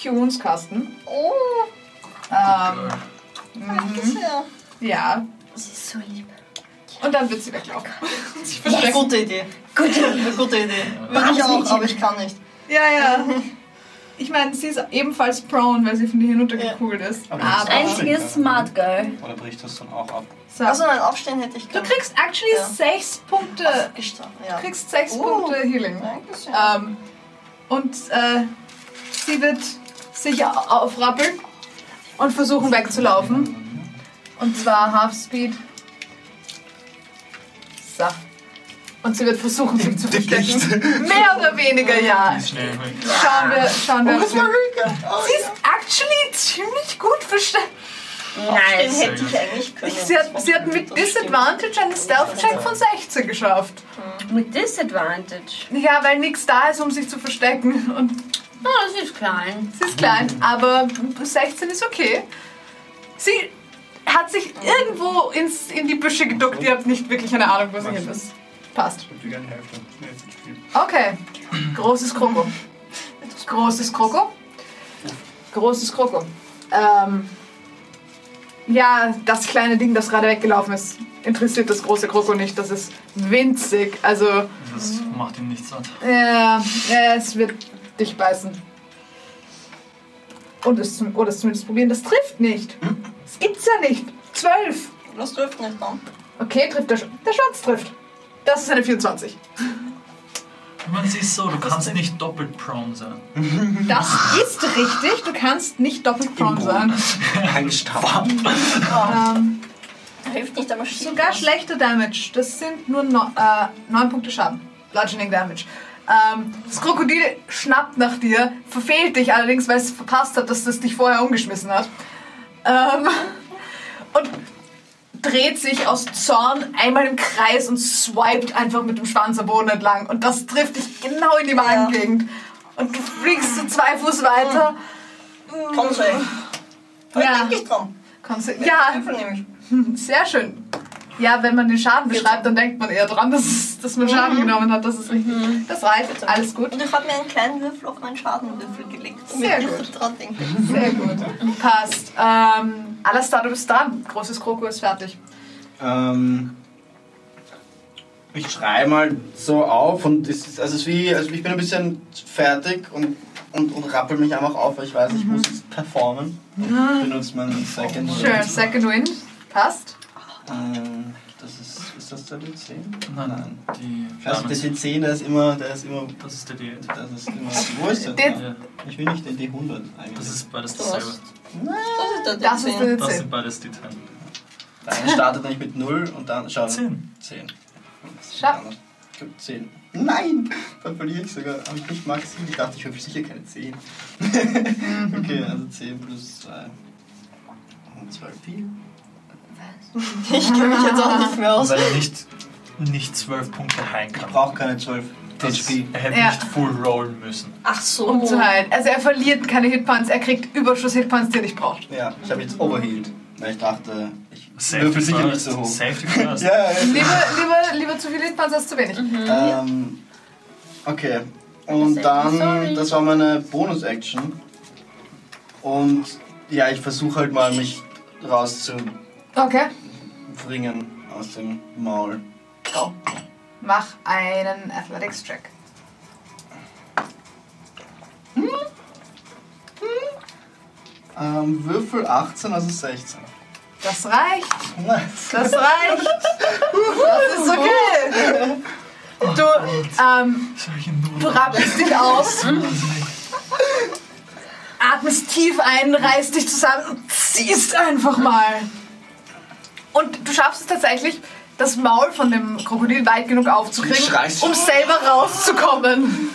S2: Cunes Kasten.
S5: Oh,
S2: Ähm,
S6: Girl.
S5: danke sehr.
S2: ja.
S1: Sie ist so lieb.
S2: Und dann wird sie weglaufen.
S5: Ja, gute Idee. Gute, eine gute Idee. Würde ich auch, aber ich kann nicht.
S2: Ja, ja. Ich meine, sie ist ebenfalls prone, weil sie von dir hinuntergekugelt ist.
S4: Aber-
S2: Aber.
S1: Einzige Smart Girl.
S4: Oder bricht das dann auch ab?
S2: So.
S5: Also ein Aufstehen hätte ich
S2: Du
S5: können.
S2: kriegst actually
S5: Ja.
S2: sechs Punkte.
S5: Aufgestanden,
S2: Du
S5: ja.
S2: kriegst sechs
S5: Oh.
S2: Punkte Healing.
S5: Dankeschön.
S2: Ähm, und äh, sie wird sich au- aufrappeln und versuchen wegzulaufen. Und zwar Half Speed. So. Und sie wird versuchen, sich zu verstecken. Mehr oder weniger, ja.
S6: Schnell weg.
S2: Schauen wir, schauen wir. sie ist actually ziemlich gut versteckt.
S5: Den
S1: Nice.
S5: hätte ich eigentlich können.
S2: Sie hat, sie hat mit
S5: Das stimmt.
S2: Disadvantage einen Stealth-Check von 16 geschafft.
S1: Mit Disadvantage.
S2: Ja, weil nichts da ist, um sich zu verstecken. Und
S1: Oh, sie ist klein.
S2: Sie ist klein, aber 16 ist okay. Sie hat sich irgendwo ins, in die Büsche geduckt. Ihr habt nicht wirklich eine Ahnung, wo sie hin ist. Passt.
S4: Die ganze Hälfte. Nee, ist nicht viel.
S2: Okay. Großes Kroko. Großes Kroko. Großes Kroko. Ähm, ja, das kleine Ding, das gerade weggelaufen ist, interessiert das große Kroko nicht. Das ist winzig. Also,
S6: Das macht ihm nichts satt.
S2: äh, äh, es wird dich beißen. Und es, zum- oder es zumindest probieren. Das trifft nicht. Das gibt's ja nicht. Zwölf.
S5: Das dürft nicht dann.
S2: Okay, trifft der, Sch der Schatz trifft. Das ist eine 24.
S6: Man sieht so, du kannst nicht doppelt prone sein.
S2: Das ist richtig. Du kannst nicht doppelt prone sein.
S4: Ein Stab.
S2: Ähm,
S5: Hilft nicht, aber schießt.
S2: Sogar schlechter Damage. Das sind nur no, äh, 9 Punkte Schaden. Bludgeoning Damage. Ähm, das Krokodil schnappt nach dir, verfehlt dich allerdings, weil es verpasst hat, dass es dich vorher umgeschmissen hat. Ähm, und dreht sich aus Zorn einmal im Kreis und swiped einfach mit dem Schwanz am Boden entlang. Und das trifft dich genau in die Magengegend. Und du fliegst so zwei Fuß weiter.
S5: Komm schon.
S2: Ja.
S5: Ja. Ich dran.
S2: Kommst du,
S5: Den
S2: ja,
S5: Würfel nehme ich.
S2: Sehr schön. Ja, wenn man den Schaden beschreibt, dann denkt man eher dran, dass, es- dass man Schaden genommen hat. Das ist richtig. Das reicht. Alles gut.
S5: Und ich habe mir einen kleinen Würfel auf meinen Schadenwürfel gelegt, damit
S2: Sehr
S5: ich
S2: gut.
S5: dran denke.
S2: Sehr gut. Passt. Ähm, Alastar, du bist dran. Großes Kroko ist fertig.
S4: Ähm, ich schreibe mal so auf und es ist, also es ist wie, also ich bin ein bisschen fertig und, und, und rappel mich einfach auf, weil ich weiß, ich muss jetzt performen. Ich benutze meinen Second.
S2: Schön. Second Wind. Passt.
S4: Ähm, das ist, ist das der D10?
S6: Nein, die
S4: Also der
S6: Diamonds-
S4: D10, der ist immer, der ist immer,
S6: Das ist der Diät.
S4: das ist immer, wo ist der?
S2: Der-
S6: Ja,
S4: Ich will nicht den D100 eigentlich.
S6: das ist beides
S5: Du hast-
S6: dasselbe.
S5: Das ist der
S2: Das ist
S5: D10.
S2: eine
S6: Das
S2: 10.
S6: sind beides die 10.
S4: der eine startet nämlich mit 0 und dann, schau,
S6: 10.
S4: 10.
S2: Schafft.
S4: Ich hab 10. Nein! Dann verliere ich sogar. Aber ich nicht Max. Ich dachte, ich habe sicher keine 10. okay, also 10 plus 2. Und 12 viel.
S5: Ich kenne mich jetzt auch nicht mehr
S6: Und
S5: aus.
S6: weil er nicht, nicht 12 Punkte heilen
S4: Ich
S6: kann.
S4: brauche keine 12
S6: Das-
S4: HP.
S6: Er hätte
S2: Ja.
S6: nicht full rollen müssen.
S5: Ach so.
S2: Um zu heilen. Also er verliert keine Hitpoints. Er kriegt Überschuss-Hitpoints, die er nicht braucht.
S4: Ja, ich habe jetzt overhealed. Weil ich dachte, ich
S6: Safety
S4: würfel sicher nicht
S6: first.
S4: so hoch.
S6: Safety first.
S4: Ja, ja,
S2: Lieber, lieber, lieber zu viele Hitpoints als zu wenig.
S4: ja. Ähm, okay. Und dann, das war meine Bonus-Action. Und ja, ich versuche halt mal, mich rauszubringen
S2: Okay.
S4: aus dem Maul.
S2: Go. Mach einen Athletics-Check.
S4: Ähm, Würfel 18, also 16.
S2: Das reicht.
S4: Nice.
S2: Das reicht. Das ist okay. Du, ähm,
S6: Solche Nudeln.
S2: du rappelst dich aus, atmest tief ein, reißt dich zusammen und ziehst einfach mal. Und du schaffst es tatsächlich, das Maul von dem Krokodil weit genug aufzukriegen,
S4: Du schreist.
S2: um selber rauszukommen.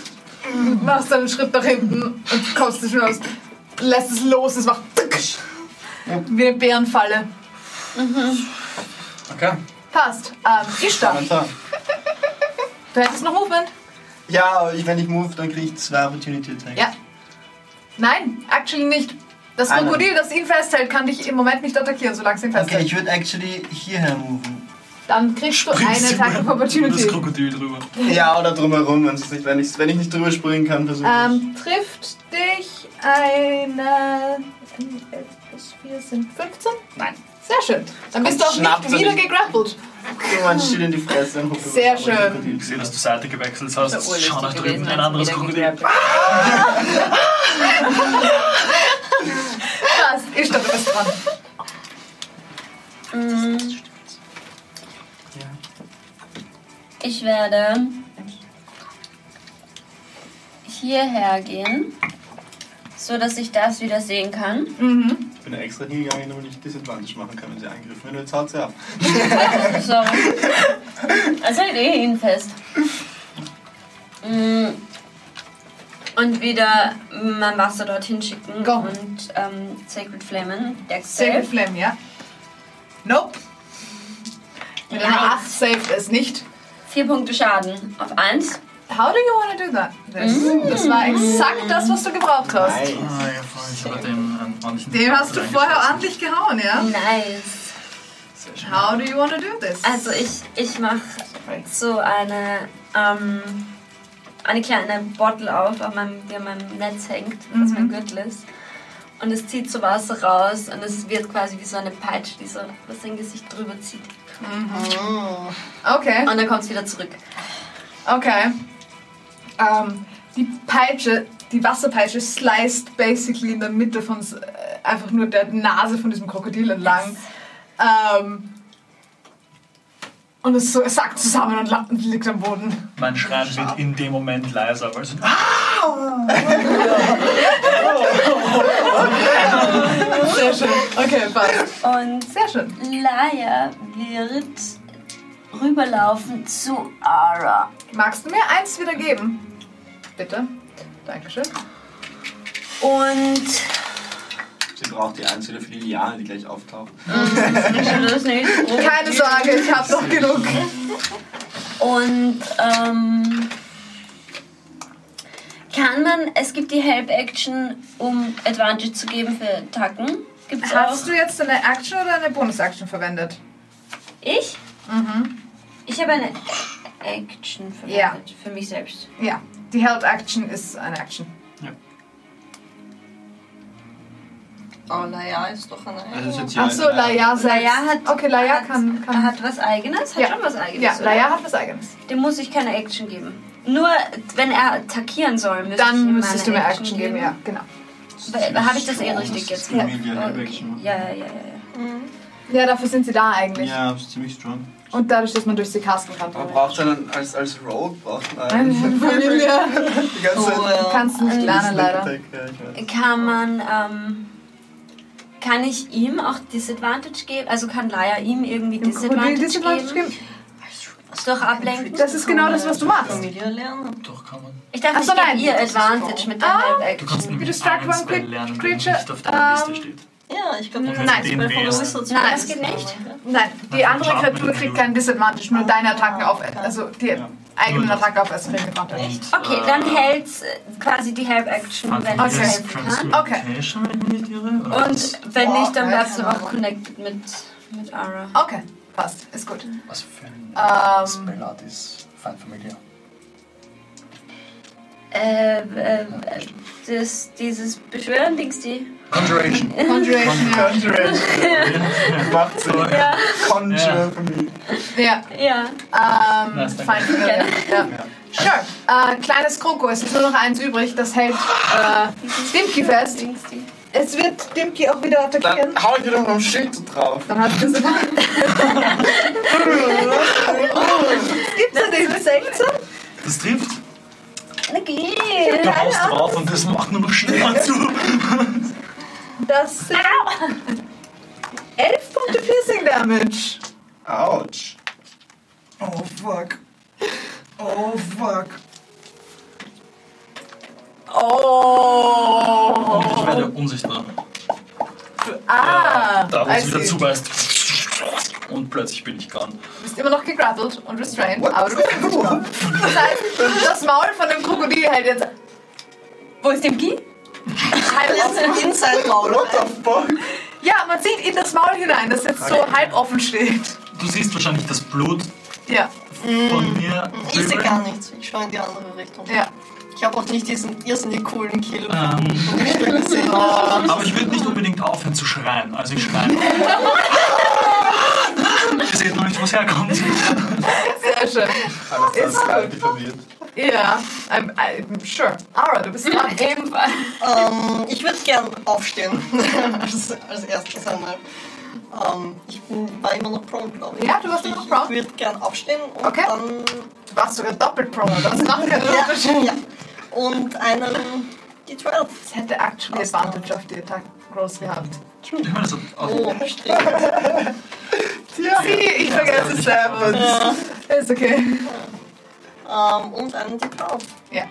S2: Du machst einen Schritt nach hinten und kommst nicht mehr raus. Lässt es los, es macht tück. wie eine Bärenfalle.
S4: Okay.
S2: Passt. Ähm, ich darf.
S4: Momentan.
S2: Du hättest noch Movement?
S4: Ja, aber ich- wenn ich move, dann kriege ich zwei Opportunity Attacks.
S2: Ja. Nein, actually nicht. Das
S4: Ah, nein.
S2: Krokodil, das ihn festhält, kann dich im Moment nicht attackieren, solange es ihn
S4: Okay,
S2: festhält.
S4: ich würde actually hierher moven.
S2: Dann kriegst du eine Attack of
S13: Das
S2: Opportunity.
S13: Krokodil drüber.
S4: Ja, oder drumherum, wenn's nicht, wenn, ich, wenn ich nicht drüber springen kann, versuche
S2: Ähm, trifft dich eine. 11 plus 4 sind 15? Nein. Sehr schön. Dann bist du auch
S4: Schnappst
S2: nicht
S4: du
S2: wieder
S4: dich.
S2: gegrappelt.
S4: ich. So mein Schild in die Fresse. und hoffe,
S2: Sehr
S4: dass-
S2: schön.
S13: Ich sehe, dass du Seite gewechselt hast.
S5: Das ist ja
S13: Schau nach
S5: urlustig
S13: drüben,
S5: gewesen,
S13: ein
S5: als
S13: anderes
S5: ich wieder
S13: Krokodil.
S5: gegrappelt habe.
S2: Ah! Passt. Ich dachte, du bist dran.
S1: Ich werde hierher gehen, so dass ich das wieder sehen kann.
S2: Mhm.
S4: Ich bin ja extra hingegangen, damit ich Disadvantage machen kann, wenn sie angriffen. Wenn du jetzt haut sie ab.
S1: Sorry. Es hält eh ihn fest. Mm. Und wieder mein Wasser dorthin schicken
S2: Go.
S1: und ähm, Sacred Flamen, Dex
S2: Save
S1: Save.
S2: Flame, ja? Nope. Mit einer
S1: Ja.
S2: 8 saved es nicht.
S1: Vier Punkte Schaden auf eins.
S2: How do you wanna do that? Das,
S1: Mm.
S2: das war exakt das, was du gebraucht hast.
S13: Ah, ja, voll. Ich habe dem
S6: ähm,
S13: einen ordentlichen
S2: Dem hast du
S13: Kratzen
S2: vorher
S13: eingeschossen.
S2: ordentlich gehauen, ja?
S1: Nice.
S2: How do you wanna do this?
S1: Also ich, ich mache so eine, ähm, eine kleine Bottle auf, auf meinem, die an meinem Netz hängt, was mein Gürtel ist. Und es zieht so Wasser raus und es wird quasi wie so eine Peitsche, die so über sein Gesicht drüber zieht.
S2: Okay,
S1: Und dann kommt es wieder zurück.
S2: okay. Ähm, die Peitsche, die Wasserpeitsche sliced basically in der Mitte von s- äh, einfach nur der Nase von diesem Krokodil entlang. Ähm, und es so- es sackt zusammen und la- und liegt am Boden.
S13: Mein Schreien wird in dem Moment leiser, weil es
S2: Sehr schön. Okay, passt.
S1: Und
S2: Sehr schön.
S1: Laia wird rüberlaufen zu Ara.
S2: Magst du mir eins wieder geben? Bitte. Dankeschön.
S1: Und
S4: Sie braucht die eins wieder für die Liane, die gleich auftaucht.
S1: das nicht.
S2: Keine Sorge, ich habe noch genug.
S1: Und ähm, kann man, es gibt die Help Action, um Advantage zu geben für Attacken. Gibt's auch.
S2: Hast du jetzt eine Action oder eine Bonus-Action verwendet?
S1: Ich?
S2: Mhm.
S1: Ich habe eine Action verwendet für mich selbst.
S2: Ja, die Held Action ist eine Action.
S5: Oh, naja, ist doch eine Oh,
S4: Das ist jetzt hier
S2: Achso, Laia selbst.
S1: Laia hat-
S2: okay, Laia
S1: hat-
S2: kann.
S1: Er
S2: kann
S1: hat was eigenes, hat
S2: Ja.
S1: schon was eigenes.
S2: ja,
S1: oder?
S2: Laia hat was eigenes.
S1: Dem muss ich keine Action geben. Nur wenn er attackieren soll, müsste ich ihm
S2: Dann
S1: eine
S2: müsstest du mir Action geben, ja, genau.
S1: Habe ich das eh richtig jetzt?
S4: Ja,
S1: Okay. Ja, ja, ja, ja.
S2: Ja, dafür sind sie da eigentlich.
S4: ja ist ziemlich strong.
S2: Und dadurch, dass man durch sie casten kann.
S4: Aber braucht einen als, als Rogue? Braucht man einen?
S2: Familie.
S4: Die ganze Zeit.
S2: Kannst du nicht lernen, leider.
S4: Sneak Attack, ja, ich weiß.
S1: Kann man, ähm, kann ich ihm auch Disadvantage geben? Also kann Laia ihm irgendwie
S2: Dem Krokodil
S1: Disadvantage,
S2: Disadvantage
S1: geben?
S2: geben.
S1: Durch Ablenken?
S2: Das ist genau das, was du machst.
S5: Familie lernen.
S13: doch kann man.
S1: Ich dachte,
S2: Ach so,
S1: ich gebe
S2: nein.
S1: ihr Advantage mit der
S2: Ah.
S1: Help
S13: Du kannst
S1: Action.
S13: nämlich
S2: Distract
S13: einen
S2: One
S13: Spell
S2: Crit-
S13: lernen, der
S2: Creature,
S13: nicht auf deiner Liste
S2: ähm,
S13: steht.
S5: Ja, ich glaube, du
S13: Ja,
S5: kannst
S13: den
S5: Spell von
S13: wäre-
S5: Wizards
S1: Nein,
S5: machen.
S1: das geht nicht.
S2: Nein, Ah, die andere
S13: Schaden
S2: Kreatur
S13: mit
S2: kriegt
S13: Blut.
S2: keinen Disadvantage, nur deine Attacken auf. Also die eigenen
S13: Nur das.
S2: Attacken auf Essen kriegen Advantage.
S13: Und,
S1: Okay, dann hält äh, quasi die Help Action, wenn
S13: Phantom
S1: es
S13: äh, Yes
S1: helfen kann.
S13: Transmutation, wenn ich mich nicht irre. oder was?
S1: Und wenn
S2: Boah,
S1: nicht, dann
S2: ja,
S1: bleibst du
S2: keine
S1: auch
S2: Ahnung.
S1: connected mit, mit Ara.
S2: Okay, passt. Ist gut.
S13: Was für ein
S2: Ähm.
S13: Spellart ist Feinfamilie?
S1: Äh, äh, äh, das, dieses Beschwören-Dings, die.
S13: Conjuration.
S2: Conjuration, ja.
S4: Macht Sinn. Conjure von mir.
S2: Ja.
S1: Ja.
S2: Ähm,
S13: Nice, danke.
S2: fein. Ja. Ja. Sure. Äh, kleines Kroko, es ist nur noch eins übrig, das hält äh, Dimki fest.
S1: Dings, die.
S2: Es wird Dimki auch wieder attackieren.
S4: Dann hau ich wieder mit dem Schild so drauf.
S2: Dann hat es Gibt's da den 16?
S13: Das trifft.
S1: Okay.
S13: Du haust drauf und das macht nur noch schlimmer zu.
S2: Das sind 11 Punkte Piercing Damage.
S4: Autsch.
S13: Oh fuck. Oh fuck.
S2: Oh.
S13: Ich werde unsichtbar.
S2: Ah.
S13: Da, wo
S2: I
S13: es wieder
S2: see.
S13: zubeißt. Und plötzlich bin ich gone.
S2: Du bist immer noch gegrappelt und restrained, aber du bist unsichtbar. Das heißt, das Maul von dem Krokodil hält jetzt
S1: Wo ist Dimki?
S2: halb offen.
S5: Inside Maul.
S4: What the fuck?
S2: Ja, man sieht in das Maul hinein, das jetzt so halb offen steht.
S6: Du siehst wahrscheinlich das Blut
S2: Ja,
S6: von mir.
S5: Ich sehe gar nichts. Ich schaue in die andere Richtung.
S2: ja.
S5: Ich habe auch nicht diesen irrsinnig coolen Kill.
S6: Ähm,
S5: Und ich will das sehen.
S6: aber ich würde nicht unbedingt aufhören zu schreien. Also ich schreie. Ihr seht noch nicht, wo es herkommt.
S2: Sehr schön.
S4: Alles das
S2: Ist
S4: ist gar
S2: gut.
S4: nicht verwirrt.
S2: Ja, I'm, I'm sure. Ara, du bist dran.
S5: Ebenfalls. Ähm, ich würde gern aufstehen. als, als erstes einmal. Ähm, ich bin, war immer noch prone, glaube ich.
S2: Ja, du warst immer noch prone.
S5: Ich würde gern aufstehen und
S2: Okay.
S5: dann.
S2: Du warst sogar doppelt pro. Das macht ja nur Unterschied.
S5: Ja, ja. Und einen. Die 12.
S2: Das hätte actually Advantage auf die Attack groß gehabt.
S6: Ich meine, das hat aus.
S5: Oh, stimmt.
S2: Sie, ich vergesse es selber. Ist okay.
S5: Ähm, und einen die 12.
S2: Ja.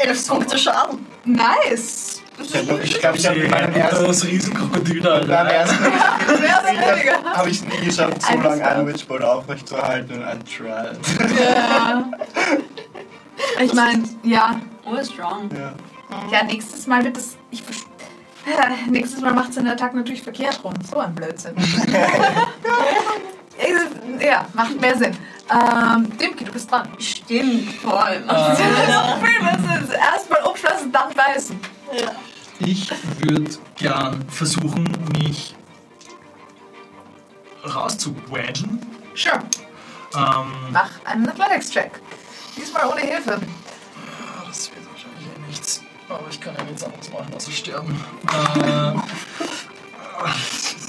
S5: Elf Punkte Schaden.
S2: Nice.
S4: Ich glaube, ich, glaub, ich habe
S6: Ich
S4: in
S6: meine,
S4: meinem ersten,
S6: das Riesenkrokodil
S4: in meinem
S6: da.
S4: ersten
S2: Mehr oder weniger.
S4: habe ich es nie geschafft, so
S2: Alles
S4: lange
S2: klar.
S4: einen Witchboard aufrechtzuerhalten und einen Trial.
S2: Ich meine, ja.
S8: We're strong.
S4: Ja.
S2: Ja, nächstes Mal wird es. Ich, vers- nächstes Mal macht seine Attacke natürlich verkehrt rum. So ein Blödsinn. Also, ja, macht mehr Sinn. Ähm, Dimki, du bist dran.
S8: Stimmt, voll.
S2: Freeman ist erstmal umschlossen, dann beißen.
S6: Ich würde gern versuchen, mich rauszuwedgen.
S2: Sure.
S6: Ähm,
S2: Mach einen Athletics-Check. Diesmal ohne Hilfe.
S6: das wird wahrscheinlich eh nichts. Aber ich kann ja nichts anderes machen, außer sterben. Äh,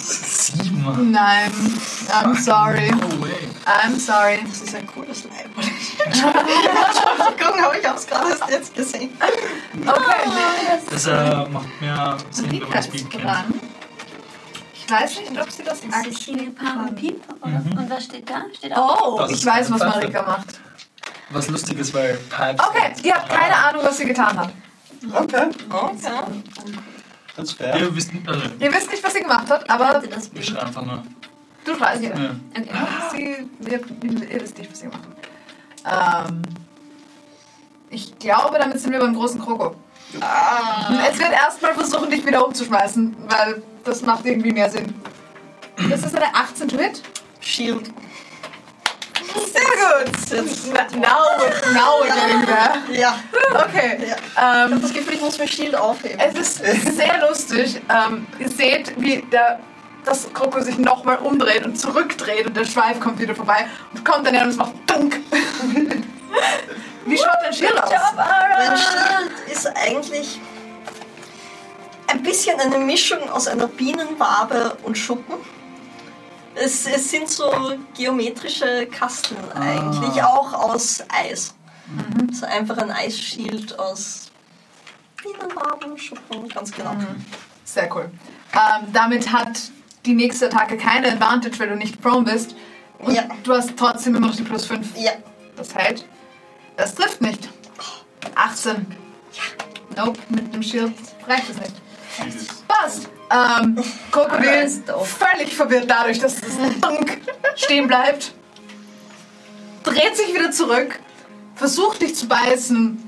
S6: sieben.
S2: Nein. I'm sorry.
S6: No way.
S2: I'm sorry.
S5: Das ist ein cooles Leib. Entschuldigung, aber ich habe es gerade erst jetzt gesehen.
S2: Okay.
S6: Das äh, macht mehr Sinn, wenn man das Beat
S2: ist
S6: kennt.
S2: dran. Ich weiß nicht, ob sie das
S1: Das ist die Paare Pieper, oder?
S6: Mhm.
S1: Und was steht da? Steht auch.
S2: Oh,
S6: Das
S2: ich
S6: ist
S2: weiß, was
S6: eine Pfeife.
S2: Marika macht.
S6: Was lustig ist, weil Pipes.
S2: Okay, ihr habt keine
S6: Ah.
S2: Ahnung, was sie getan hat.
S4: Okay,
S5: Okay.
S4: das ist fair.
S6: Ihr wisst, also,
S2: Ihr wisst nicht, was sie gemacht hat, aber
S1: Hatte das
S6: ich
S1: Bild.
S6: schreibe einfach nur.
S2: du schreibst ja.
S6: Ja.
S1: Okay.
S2: Sie, ihr, ihr wisst nicht, was sie gemacht hat. Ähm, ich glaube, damit sind wir beim großen Kroko. Es wird erstmal versuchen, dich wieder umzuschmeißen, weil das macht irgendwie mehr Sinn. Das ist eine 18 to hit.
S5: Shield.
S2: Sehr gut. Now, now we're getting there.
S5: Ja.
S2: Okay. Ähm,
S5: Das Gefühl, ich muss mir Shield aufheben.
S2: Es ist sehr lustig. Ähm, ihr seht, wie der, das Kroko sich nochmal umdreht und zurückdreht und der Schweif kommt wieder vorbei und kommt dann her und es macht dunk. wie schaut dein Schild aus?
S5: Mein Schild ist eigentlich ein bisschen eine Mischung aus einer Bienenwabe und Schuppen. Es, es sind so geometrische Kasten eigentlich, auch aus Eis.
S2: Mhm.
S5: So einfach ein Eisschild aus Bienenwaben und Schuppen, ganz genau.
S2: Mhm. Sehr cool. Ähm, damit hat die nächste Attacke keine Advantage, weil du nicht prone bist. Und
S5: Ja.
S2: du hast trotzdem immer noch die plus 5.
S5: Ja,
S2: Das hält. Das trifft nicht. 18. Ja. Nope, mit dem Schild reicht es nicht. Passt. Ähm, Krokodil ist völlig verwirrt dadurch, dass das Dunk stehen bleibt. Dreht sich wieder zurück, versucht dich zu beißen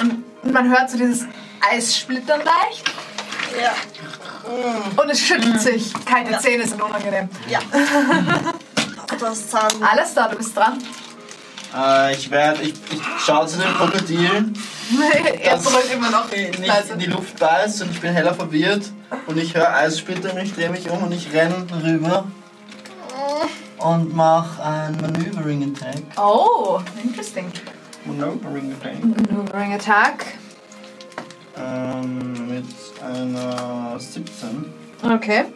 S2: und man hört so dieses Eissplittern leicht
S5: ja,
S2: und es schüttelt sich. Keine Zähne sind unangenehm.
S5: ja. Das Zahn.
S2: Alles da, du bist dran.
S4: Äh, ich werde, ich, ich schaue zu dem Krokodil,
S2: er
S4: Das-
S2: brüllt immer noch.
S4: nicht
S2: Leise.
S4: in die Luft da ist und ich bin heller verwirrt und ich höre Eissplitter und ich drehe mich um und ich renne rüber und mache einen Maneuvering Attack.
S2: Oh, interesting.
S4: Maneuvering Attack.
S2: Maneuvering Attack.
S4: Ähm, mit einer 17.
S2: Okay.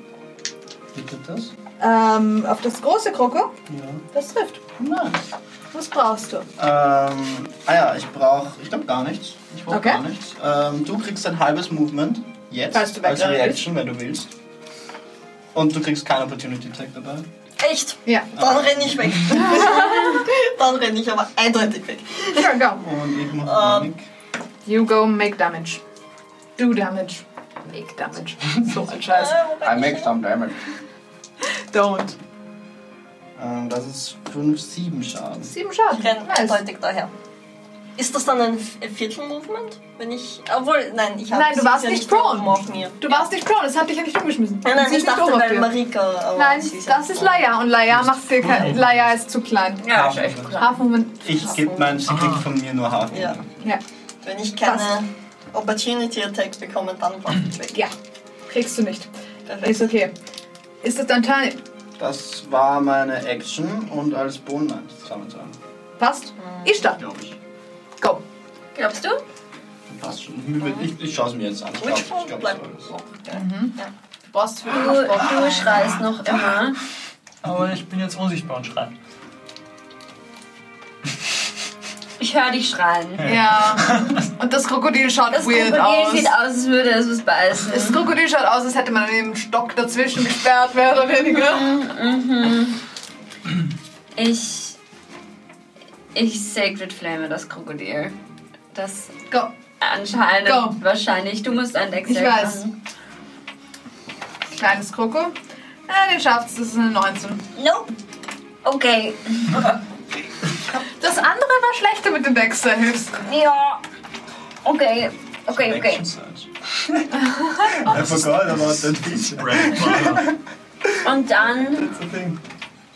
S4: Bitte das?
S2: Ähm, auf das große Kroko?
S4: Ja.
S2: Das trifft.
S4: Nice.
S2: Was brauchst du?
S4: Ähm, ah ja, ich brauche, ich glaube gar nichts. Ich brauche
S2: Okay.
S4: gar nichts. Ähm, du kriegst ein halbes Movement jetzt
S2: Falls du
S4: als
S2: wegrennen
S4: Reaction, wenn du willst. Und du kriegst keinen Opportunity Attack dabei.
S5: Echt?
S2: Ja.
S5: Dann renne ich weg. Dann renne ich aber eindeutig weg.
S2: Sure, go.
S4: Und ich mache ähm.
S2: You go make damage. Do damage. Make damage. So ein Scheiß.
S14: I make some damage.
S2: Don't.
S4: ähm, Das ist 5, 7 Schaden.
S2: Sieben
S5: Ich
S2: Schaden.
S5: renne
S2: Nice.
S5: eindeutig daher. Ist das dann ein V- Viertel-Movement? Wenn ich. Obwohl, nein, ich habe
S2: Nein, du warst nicht prone.
S5: auf mir.
S2: Du warst nicht prone, das hat dich ja nicht umgeschmissen.
S5: Nein,
S2: Sie
S5: nein,
S2: ist
S5: ich dachte,
S2: oben auf
S5: weil
S2: dir.
S5: Marika. äh, aber
S2: Nein,
S5: sie
S2: das
S5: ja-
S2: ist Laia und Laia macht dir kein. Laia ist zu klein.
S15: Ja, ist echt klar.
S2: Half Moment.
S8: Ich gebe meinen, sie kriegt von mir nur Hafen.
S5: Ja.
S2: Ja.
S5: Wenn ich keine Opportunity Attacks bekomme, dann brauche ich weg.
S2: Ja. Kriegst du nicht.
S5: Perfekt.
S2: Ist okay. Ist das dein Teil?
S8: Das war meine Action und als Bonus, nein, das kann man sagen,
S2: Passt? Ist da.
S8: glaube ich.
S2: Go.
S1: Glaubst du?
S8: Passt schon. Ich, ich, ich schaue es mir jetzt an. Ich glaube,
S5: Which
S8: ich
S5: one
S8: glaube, das war
S5: bleibt
S8: das.
S5: so?
S2: Mhm. Du brauchst für
S1: Du, du schreist noch immer.
S6: Aber ich bin jetzt unsichtbar und schreie.
S1: Ich höre dich schreien.
S2: Ja. Und das Krokodil schaut
S1: Das
S2: weird
S1: Krokodil
S2: aus.
S1: sieht aus, als würde es was beißen.
S2: Das Krokodil schaut aus, als hätte man einen Stock dazwischen gesperrt, mehr oder weniger.
S1: Ich. Ich Sacred Flame das Krokodil. Das
S2: Go.
S1: anscheinend.
S2: Go.
S1: Wahrscheinlich. Du musst ein Deck
S2: Ich
S1: Save
S2: weiß.
S1: machen.
S2: Kleines Kroko. Ja, den schafft's, das ist eine 19.
S1: Nope. Okay.
S2: Das andere war schlechter mit den Dexter-Hilfs.
S1: Ja. Okay. Okay, okay.
S16: Action Surge.
S8: I forgot about that feature.
S6: Brandon Barber.
S1: Und dann.
S8: That's the thing.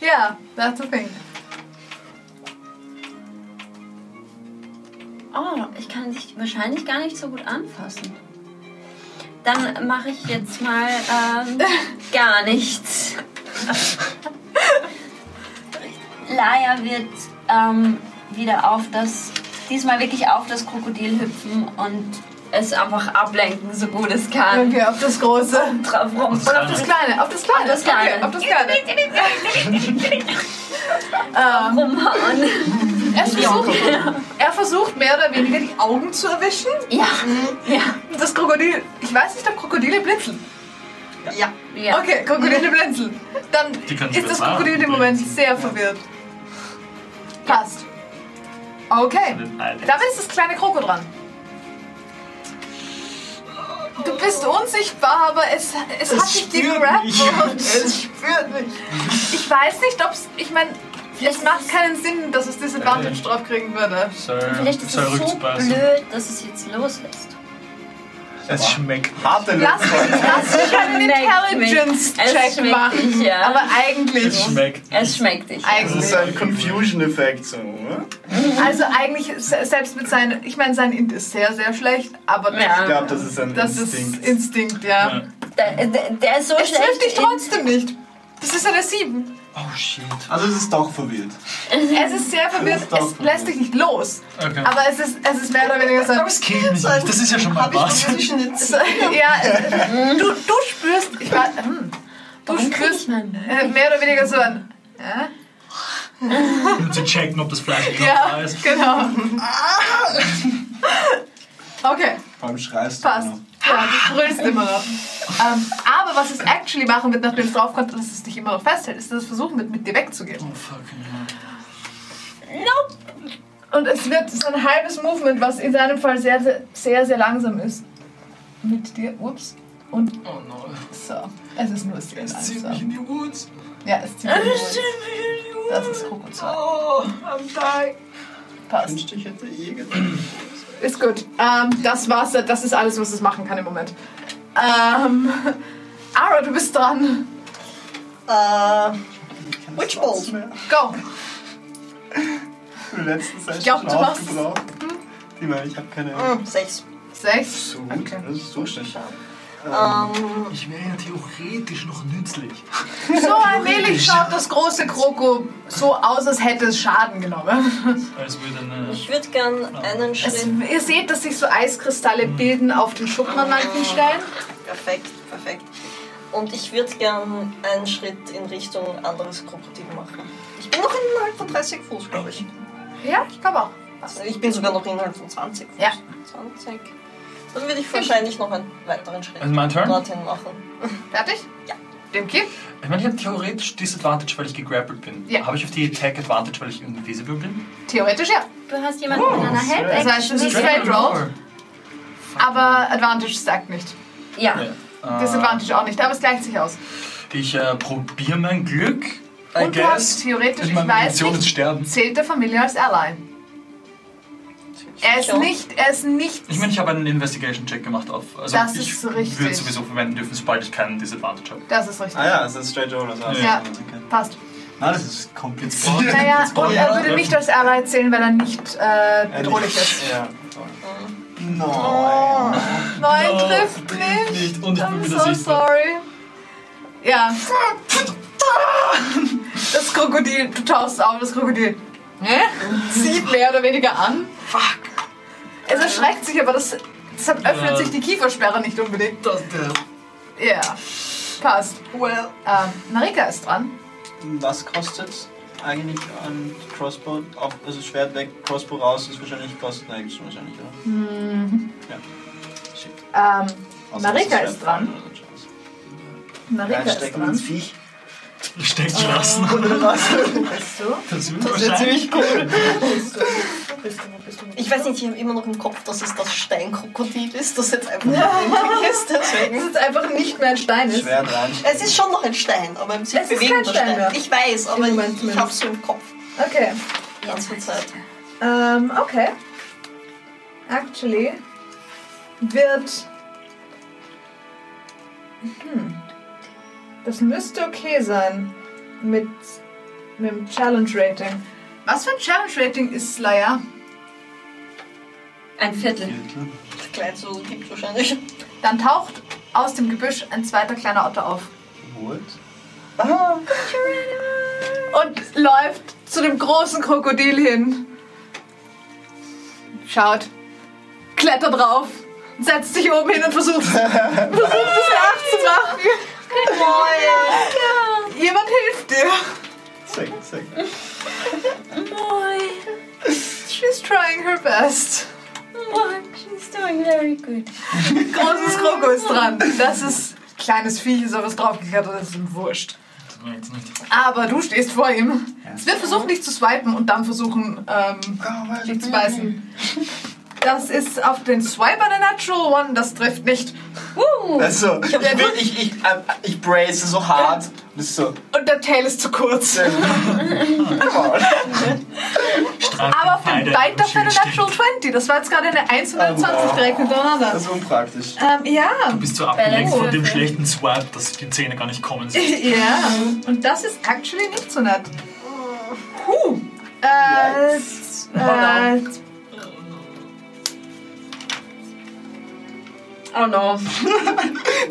S2: Ja, that's the thing.
S1: Oh, ich kann dich wahrscheinlich gar nicht so gut anfassen. Dann mache ich jetzt mal ähm, gar nichts. Laia wird ähm, wieder auf das, diesmal wirklich auf das Krokodil hüpfen und es einfach ablenken, so gut es kann.
S2: Okay, auf das Große.
S1: Drauf rum.
S2: Oder auf das Kleine, auf das Kleine.
S1: Auf das Kleine.
S2: Okay, auf das Kleine. ähm,
S1: Rumhauen.
S2: er, versucht, er versucht mehr oder weniger die Augen zu erwischen.
S1: Ja, ja,
S2: Das Krokodil, ich weiß nicht, ob Krokodile blinzeln.
S5: Ja.
S1: ja.
S2: Okay, Krokodile blinzeln. Dann
S6: Die können
S2: ist das
S6: das auch
S2: Krokodil im Moment sehr verwirrt. Passt. Okay. Damit ist das kleine Kroko dran. Du bist unsichtbar, aber es, es, hat dich gerappt. Es spürt mich. Ich weiß nicht, ob es. Ich meine, es macht keinen Sinn, dass es Disadvantage drauf kriegen würde.
S1: Vielleicht ist es so blöd, dass es jetzt loslässt.
S6: Es schmeckt.
S8: Harte
S2: Lass
S8: Luft.
S2: mich, lass mich einen
S1: Schmeckt mich. Es
S2: Intelligence-Check
S1: schmeckt
S2: machen.
S1: dich, ja.
S2: Aber eigentlich.
S6: Es schmeckt.
S1: Es schmeckt dich.
S8: Das
S2: Eigentlich.
S8: ist ein Confusion-Effekt so, oder?
S2: Also eigentlich, se- selbst mit seinen. Ich meine, sein Int ist sehr, sehr schlecht, aber
S1: Ja.
S8: Ich glaube, das ist ein
S2: das
S8: Instinkt.
S2: ist Instinkt, ja.
S1: Der, der, der ist so
S2: Es trifft dich
S1: schlecht.
S2: trotzdem nicht. Das ist eine 7.
S6: Oh shit.
S8: also es ist doch verwirrt.
S2: Es ist sehr verwirrt,
S8: Das ist
S2: es
S8: doch
S2: lässt dich nicht los.
S6: Okay.
S2: Aber es ist, es ist mehr oder weniger so.
S6: Aber es killt mich nicht. Das ist ja schon mal
S5: Habe ich
S6: was.
S5: zwischen den Zähnen.
S2: Ja, es- du, du spürst. Ich war, hm, du spürst äh, mehr oder weniger so ein. Ja,
S6: Um zu checken, ob das Fleisch eh noch da
S2: ja
S6: ist.
S2: genau. Ah. Okay,
S8: Vor allem schreist du
S2: passt.
S8: noch.
S2: Ja, du brüllst immer noch. Ähm, aber was es actually machen wird, nachdem es draufkommt, dass es dich immer noch festhält, ist, dass es versuchen wird, mit dir wegzugehen.
S6: Oh fucking hell.
S2: Und es wird so ein halbes Movement, was in seinem Fall sehr, sehr, sehr, sehr langsam ist. Mit dir, ups. Und
S6: Oh no.
S2: so. Es ist nur sehr
S6: Es zieht mich
S2: langsam.
S6: in die Woods.
S2: Ja, es zieht mich. Das ist Kroko 2.
S6: Oh, I'm dying.
S2: Passt.
S8: Wünschte ich hätte je gedacht.
S2: Ist gut. Ähm, das war's. Das ist alles, was es machen kann im Moment. Ähm, Ara, du bist dran.
S5: Äh, Witch Bolt.
S2: Go.
S8: Letzte Session
S2: glaub, du machst-
S8: aufgebraucht. Die meine, ich habe keine Ahnung.
S5: Mm, Sechs.
S2: Sechs.
S8: So, das ist so schlecht.
S5: Ähm,
S6: Ich wäre ja theoretisch noch nützlich.
S2: So allmählich schaut das große Kroko so aus, als hätte es Schaden genommen.
S6: Als würde eine.
S5: ich würde gern einen
S2: Es,
S5: Schritt.
S2: ihr seht, dass sich so Eiskristalle
S8: Hm.
S2: bilden auf den Schuppen an manchen Stellen.
S5: Perfekt, perfekt. Und ich würde gern einen Schritt in Richtung anderes Krokodil machen. Ich bin noch innerhalb von 30 Fuß, glaube ich.
S2: Ja, ich glaube auch.
S5: Also ich bin sogar noch innerhalb von 20 Fuß.
S2: Ja.
S5: 20. Dann würde ich wahrscheinlich noch einen weiteren Schritt
S6: Also mein Turn?
S5: dorthin machen.
S2: Fertig?
S5: Ja.
S2: Dem Kind?
S6: Ich meine, ich habe theoretisch Disadvantage, weil ich gegrappelt bin.
S2: Ja.
S6: Habe ich auf die Attack Advantage, weil ich invisible bin?
S2: Theoretisch ja.
S1: Du hast jemanden in einer Help
S2: Oh, Das heißt, es ist Straight Roll, aber Advantage sagt nicht.
S1: Ja.
S6: Ja.
S8: Ah.
S2: Disadvantage auch nicht, aber es gleicht sich aus.
S6: Ich äh, probiere mein Glück. I
S2: Und du hast
S6: guess.
S2: theoretisch,
S6: Ich
S2: ich
S6: meine,
S2: weiß
S6: Munition ist
S2: nicht,
S6: Sterben.
S2: zählt der Familie als Ally. Er ist
S5: Sicher.
S2: nicht, er ist nicht.
S13: Ich meine, ich habe einen Investigation-Check gemacht auf. Also
S2: Das
S13: ich
S2: ist richtig.
S13: würde sowieso verwenden dürfen, sobald ich keinen Disadvantage habe.
S2: das ist richtig.
S8: Ah ja, es ist straight roll. Also
S2: Ja.
S8: Okay.
S2: Passt.
S17: Na, das ist kompliziert.
S2: Naja,
S17: Jetzt brauche
S2: und
S17: ich
S2: er
S17: einen
S2: würde nicht als Ally zählen, weil er nicht äh, bedrohlich ist.
S8: Ja.
S2: Oh,
S8: Nein.
S2: nein,
S13: No,
S2: trifft nicht.
S13: Nicht, und ich bin
S2: I'm
S13: wieder
S2: so
S13: sichtbar.
S2: sorry. Ja. Das Krokodil, du tauchst auf, das Krokodil. Ne? Zieht mehr oder weniger an. Fuck. Es erschreckt sich, aber das, deshalb öffnet
S13: Ja.
S2: sich die Kiefersperre nicht unbedingt.
S13: Das, der.
S2: Ja. Passt.
S13: Well.
S2: Ähm, Marika ist dran.
S8: Was kostet eigentlich ein Crossbow? Auf, also Schwert weg, Crossbow raus ist wahrscheinlich kostet eine Action wahrscheinlich, oder?
S2: Ähm,
S8: Außer, dass
S2: Marika
S8: das
S2: ist
S8: Also, Schwert
S2: dran.
S8: fallen oder so ein Scheiß.
S2: Marika ist
S8: Reinstecken
S2: dran.
S8: ins Viech.
S13: Steckt Straßen oder
S2: Bist du?
S13: Das
S8: Das wäre ziemlich cool.
S5: Ich weiß nicht, ich habe immer noch im Kopf, dass es das Steinkrokodil ist, das jetzt einfach nicht ist. Deswegen.
S2: Es ist einfach nicht mehr ein Stein. Ist.
S8: Schwert rein.
S5: Es ist schon noch ein Stein, aber im sich
S2: Es ist
S5: bewegender
S2: kein Stein
S5: Stein.
S2: mehr.
S5: Ich weiß, aber
S2: Im
S5: ich,
S2: Moment
S5: ich
S2: zumindest.
S5: habe es so im Kopf
S2: Okay.
S5: die ganze Zeit.
S2: Ähm, okay. Actually wird. Hm. Das müsste okay sein. Mit, mit dem Challenge Rating. Was für ein Challenge Rating ist Slayer?
S1: Ein Viertel.
S5: Das Kleid so gibt wahrscheinlich.
S2: Dann taucht aus dem Gebüsch ein zweiter kleiner Otter auf.
S8: What?
S2: Und läuft zu dem großen Krokodil hin. Schaut. Klettert drauf. Setzt sich oben hin und versucht, versucht es nachzumachen. Jemand hilft dir.
S8: Sick, sick.
S1: Moi.
S2: She's trying her best.
S1: Moi. She's doing very good.
S2: Großes Kroko ist dran. Das ist kleines Viech, ist auf was draufgeklettert, das ist ihm wurscht.
S13: Jetzt nicht.
S2: Aber du stehst vor ihm. Es wird versuchen, dich zu swipen und dann versuchen, ähm,
S8: Oh,
S2: dich zu beißen. Das ist auf den Swipe eine Natural One, das trifft nicht. Uh.
S8: Das ist so. Ich, will, ich, ich, ähm, ich brace so hart. Das ist so.
S2: Und der Tail ist zu kurz. Aber auf dem Bite dafür eine Natural 20. Das war jetzt gerade eine 1 und eine
S8: Oh, wow.
S2: 20 direkt
S8: Das
S2: hintereinander.
S8: ist unpraktisch.
S2: Ähm, ja.
S13: Bist du abgelenkt
S1: Balance.
S13: von dem schlechten Swipe, dass die Zähne gar nicht kommen sind?
S2: Ja, und das ist actually nicht so nett. Huh. Äh, äh, oh no.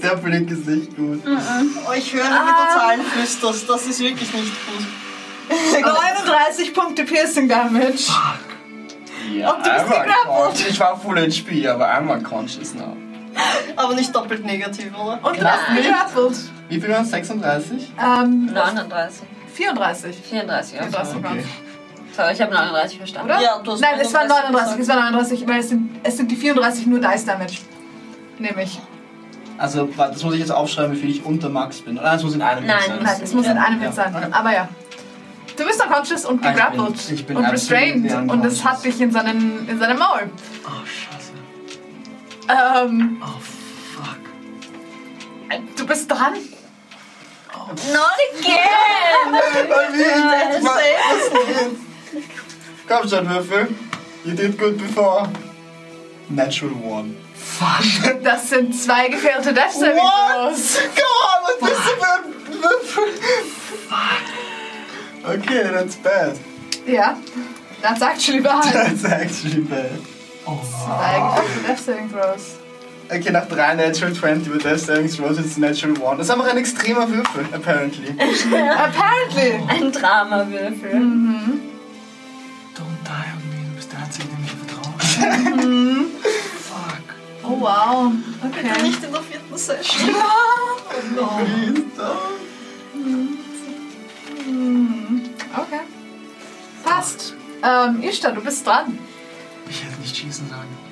S8: Der Blick ist nicht gut.
S5: Oh, ich höre, wie du Zahlen flüsterst. Das ist wirklich nicht gut.
S2: 39 Punkte Piercing Damage.
S8: Ja,
S2: Und du bist
S8: einmal
S2: gegrappelt.
S8: conscious. Ich war full HP, aber einmal conscious now.
S5: Aber nicht doppelt negativ, oder?
S2: Und du hast
S8: Nein.
S2: gegrappelt.
S8: Wie viel waren es? 36?
S2: Ähm,
S1: 39.
S2: 34.
S1: 34, ja.
S2: 34 waren es,
S1: So, ich habe 39 verstanden.
S2: oder?
S5: Ja, du hast
S2: Nein, es waren 39, es
S5: gesagt.
S2: waren 39, weil es sind, es sind die 34 nur Dice Damage. Nämlich.
S8: Also, warte, das muss ich jetzt aufschreiben, wie viel ich unter Max bin. Nein, das muss in einem
S1: Nein,
S8: sein.
S2: Nein, es muss in einem Hit
S8: Ja.
S2: sein. Aber ja. Du bist noch conscious und
S8: Ah, ich bin-
S2: gegrappelt
S8: ich bin
S2: und
S8: absolut
S2: restrained.
S8: sehr
S2: Und es
S8: unconscious.
S2: hat dich in seinen, in seinem Maul.
S13: Oh, scheiße.
S2: Ähm,
S13: Oh, fuck.
S2: du bist dran.
S1: Not again!
S8: Und wie ich jetzt mal- Komm schon, Würfel. You did good before. Natural one.
S2: Das sind zwei gefährte Death Saving Throws.
S8: Come on, was bist du für ein Würfel? Okay, that's bad.
S2: Ja, that's actually bad.
S8: That's actually bad.
S2: Zwei gefährte Death Saving Throws.
S8: Okay, nach drei Natural 20 wird Death Saving Throws jetzt Natural One. Das ist einfach ein extremer Würfel, apparently.
S2: Apparently.
S1: Ein Dramawürfel.
S2: Hm.
S13: Don't die on me, du bist der Einzige, dem ich vertraue. fuck.
S2: Oh wow. Okay.
S5: Nicht in der vierten Session.
S2: Okay. Passt. Ähm, Ishtar, du bist dran.
S13: Ich hätte nicht schießen sollen.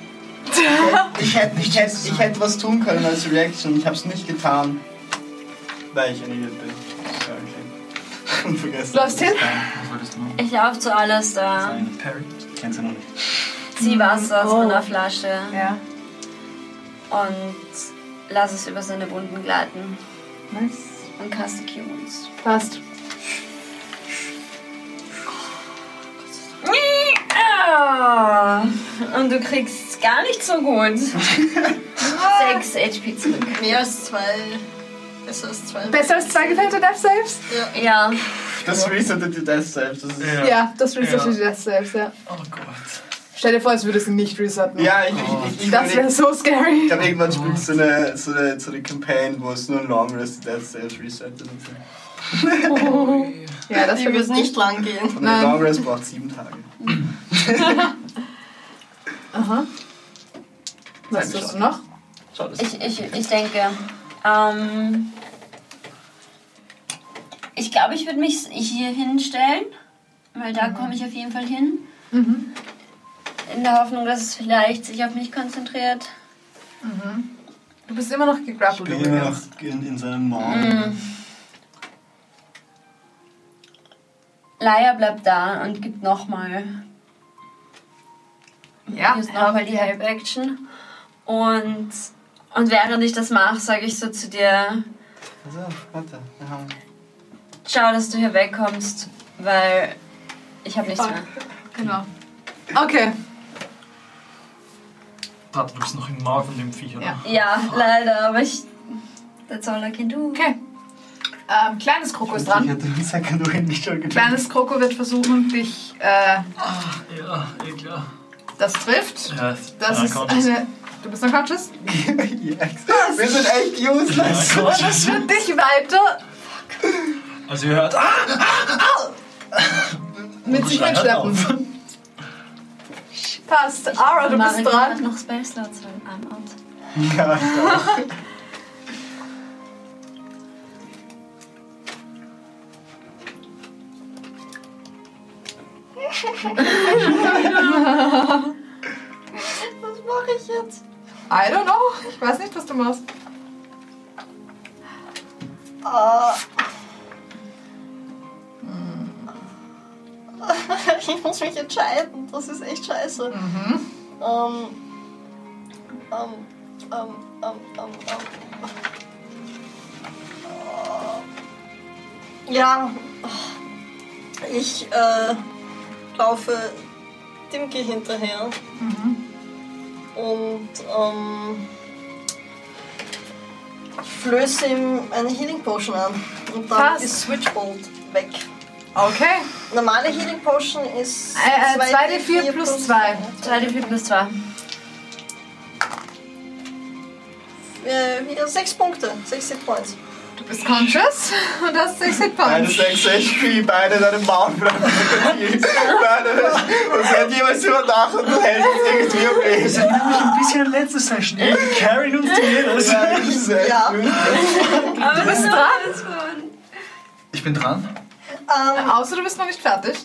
S8: Ich hätte, ich, hätte, ich hätte was tun können als Reaction, ich hab's nicht getan. Weil ich ein Idiot bin. Ja, okay. Und vergessen.
S2: Läufst hin?
S13: Was wolltest du machen?
S1: Ich laufe zu alles da.
S8: Nein, Perry. Kennst du noch nicht.
S1: Zieh Wasser aus
S2: Oh.
S1: einer Flasche
S2: Ja.
S1: und lass es über seine Wunden gleiten.
S2: Nice.
S1: Und caste Q-Wounds.
S2: Passt.
S18: Und du kriegst gar nicht so gut. 6 HP zurück.
S5: Mehr als zwei. Besser als zwei.
S2: Besser als zwei gefällte Death Saves?
S18: Ja.
S8: Das resettet die Death Saves. Das ist
S2: Ja, das resetten die Death Saves, ja.
S6: Oh Gott.
S2: Stell dir vor, es würde es nicht resetten.
S8: ja, ich, ich, ich, ich,
S2: Das wäre
S8: überleg-
S2: so scary.
S8: ich glaube, irgendwann spielt so eine, so, eine, so eine Campaign, wo es nur Long Rest Death Saves resettet. Und so.
S2: Ja, das
S5: Die wird
S2: wird
S5: nicht lang gehen.
S8: Und ein
S2: Nein.
S8: Long Rest braucht sieben Tage.
S2: Aha. Was
S8: Nein,
S2: tust du noch?
S8: Schau das.
S1: Ich, ich, ich denke, ähm, ich glaube, ich würde mich hier hinstellen, weil da komme ich auf jeden Fall hin. In der Hoffnung, dass es vielleicht sich auf mich konzentriert.
S2: Du bist immer noch gegrappelt
S8: bin immer
S2: übrigens.
S8: noch in, in seinem Magen.
S1: Laia bleibt da und gibt nochmal.
S2: Ja.
S1: Use nochmal die Help Action. Und, und während ich das mache, sage ich so zu dir,
S8: Also, warte. wir haben-
S1: schau, dass du hier wegkommst, weil ich habe nichts
S2: Fuck.
S1: mehr.
S2: Genau. Okay.
S6: Warte, du bist noch im Maul von dem Vieh, oder?
S2: Ja.
S1: Ja, leider, aber ich. That's all I can do.
S2: Okay. Ähm, kleines Kroko ist
S8: Ich
S2: dran.
S8: hätte den Sakanoin nicht schon getan.
S2: Kleines Kroko wird versuchen, dich. Äh,
S6: Ja, eh klar.
S2: das trifft.
S6: Ja,
S2: Das
S6: ja,
S2: ist
S6: Gott.
S3: also-
S2: eine. Du bist unconscious?
S8: yes. Wir sind echt useless.
S6: Ja, Gott.
S2: Schritt dich weiter
S6: Also ihr hört... Ah!
S2: mit
S6: Und
S2: sich
S6: schreit
S2: mitschleppen.
S6: auf.
S2: Passt. Ara, du bist
S1: hat
S2: dran.
S1: noch Spellslots, weil I'm out.
S8: Ja, ja.
S5: Was mache ich jetzt?
S2: I don't know. Ich weiß nicht, was du machst.
S5: Ah. Ich muss mich entscheiden. Das ist echt scheiße. Ähm, ähm, ähm, ähm, ähm, ähm. Ja, ich äh, laufe Dimki hinterher und ähm, flöße ihm eine Healing Potion an und dann
S2: Passt.
S5: ist Switchbolt weg.
S2: Okay.
S5: Normale Healing Potion ist
S2: Äh, äh, 2d4 plus zwei.
S1: 2d4 plus 2.
S5: 2. Äh, wieder 6 Punkte, 6 Hit Points.
S2: Du bist conscious und hast 6
S8: Beide
S2: Hitpoints.
S8: 6 HP, beide in einem Maul bleiben. beide. Und wenn jeweils jemand nach und du hältst es irgendwie um
S6: Wir
S8: mich.
S6: sind nämlich ein bisschen letzte Session. Wir carryen uns die Mädels.
S8: Das ist echt
S5: Ja.
S8: useless.
S2: Du bist dran.
S6: Ich bin dran.
S5: Ähm,
S2: Außer du bist noch nicht fertig.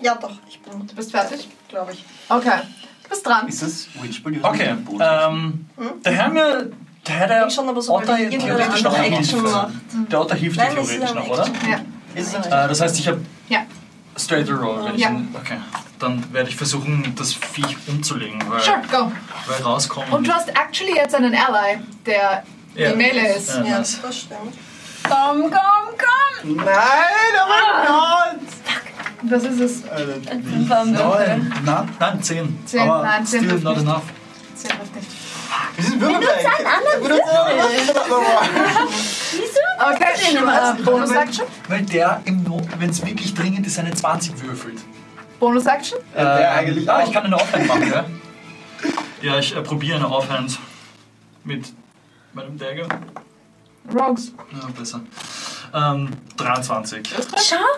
S5: ja, doch, ich bin
S2: Du bist fertig?
S5: glaube ich.
S2: Okay. Du bist dran.
S8: Ist das Witchbolt? Using
S6: Okay.
S8: the Boot?
S6: Ähm, da haben wir... Da hat der
S5: Ich schon, aber so
S6: Otter
S5: wollte ich irgendeine
S6: theoretisch noch
S5: andere
S6: einmal
S5: Action machen.
S6: geholfen. Der Otter hilft dir
S5: Nein, das ist
S6: theoretisch
S5: eine
S6: noch, oder? Äh,
S5: Action.
S2: Ja.
S8: Ist es
S6: das heißt, ich habe
S2: Ja.
S6: Straight Roll. Wenn
S2: Ja.
S6: ich, okay. Dann werde ich versuchen, das Viech umzulegen, weil,
S2: Sure, go.
S6: weil rauskommen...
S2: Und du hast actually jetzt einen Ally, der
S6: Ja.
S2: die Melee ist.
S6: Ja,
S5: Ja,
S6: nice.
S5: das stimmt.
S1: Komm, komm, komm!
S8: Nein, oh mein Gott!
S2: Das ist es.
S8: Alter, wie-
S6: Neun, nein, nein, zehn.
S2: Zehn,
S6: aber
S2: nein, zehn
S6: still
S2: hilft
S6: not
S2: nicht.
S6: enough.
S2: Das hilft nicht.
S8: Wir sind Würfelberg. Wir benutzen einen anderen
S2: Okay, äh, Bonus-Action.
S6: Weil der, im No- wenn es wirklich dringend ist, eine 20 würfelt.
S2: Bonus-Action.
S8: Der
S6: Ähm,
S8: eigentlich
S6: ah,
S8: auch.
S6: ich kann eine Offhand machen, ja? ja, ich äh, probiere eine Offhand mit meinem Dagger.
S2: Rogues.
S6: Ja, besser. Ähm, 23.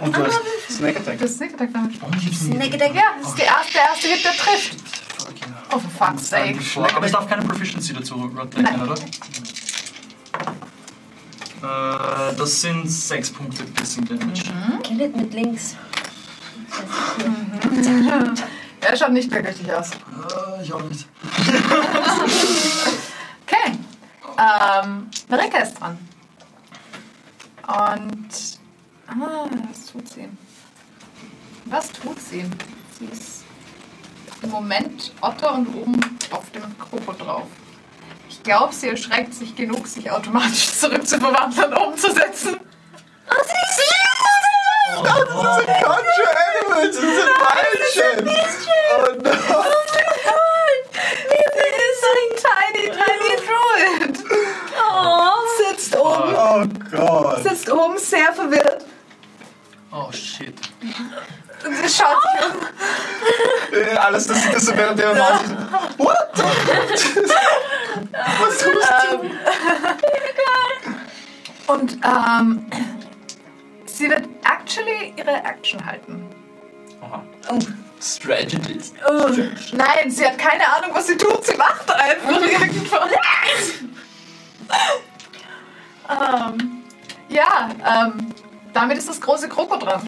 S8: Und du hast Snack Attack.
S2: Das ist Sneak Attack Damage.
S6: Oh, ich hab's nie
S1: Snack Attack.
S6: getroffen.
S2: Ja, das ist der erste, der erste Hit, der trifft.
S6: Fuck, ja.
S2: Oh, for fuck's sake.
S6: Vor- Ähm, Aber ich darf keine Proficiency dazu rechnen, oder? Äh, das sind 6 Punkte Piercing Damage.
S2: Mhm.
S1: Kill it mit links.
S2: Er schaut nicht mehr richtig aus.
S6: Äh, ich auch nicht.
S2: Okay. Ähm, Marika ist dran. Und. Ah, was tut sie? Was tut sie? Sie ist im Moment Otter und oben auf dem Kroko drauf. Ich glaube, sie erschreckt sich genug, sich automatisch zurückzuverwandeln und umzusetzen.
S8: Conjure
S4: Himmel, das ist ein Waldschirm! Oh no!
S2: Tiny, tiny Druid. Sitzt oben,
S4: Oh Gott!
S2: sitzt oben sehr verwirrt.
S13: Oh shit.
S2: Und sie schaut sich um.
S4: Äh, Alles, das ist so während der Maus. What? the- Was tust du?
S2: Ähm, Und ähm, sie wird actually ihre Action halten.
S13: Aha.
S8: Strategist.
S2: Oh, nein, sie hat keine Ahnung, was sie tut. Sie macht einfach irgendwas. ähm, ja, ähm, damit ist das große Kroko dran.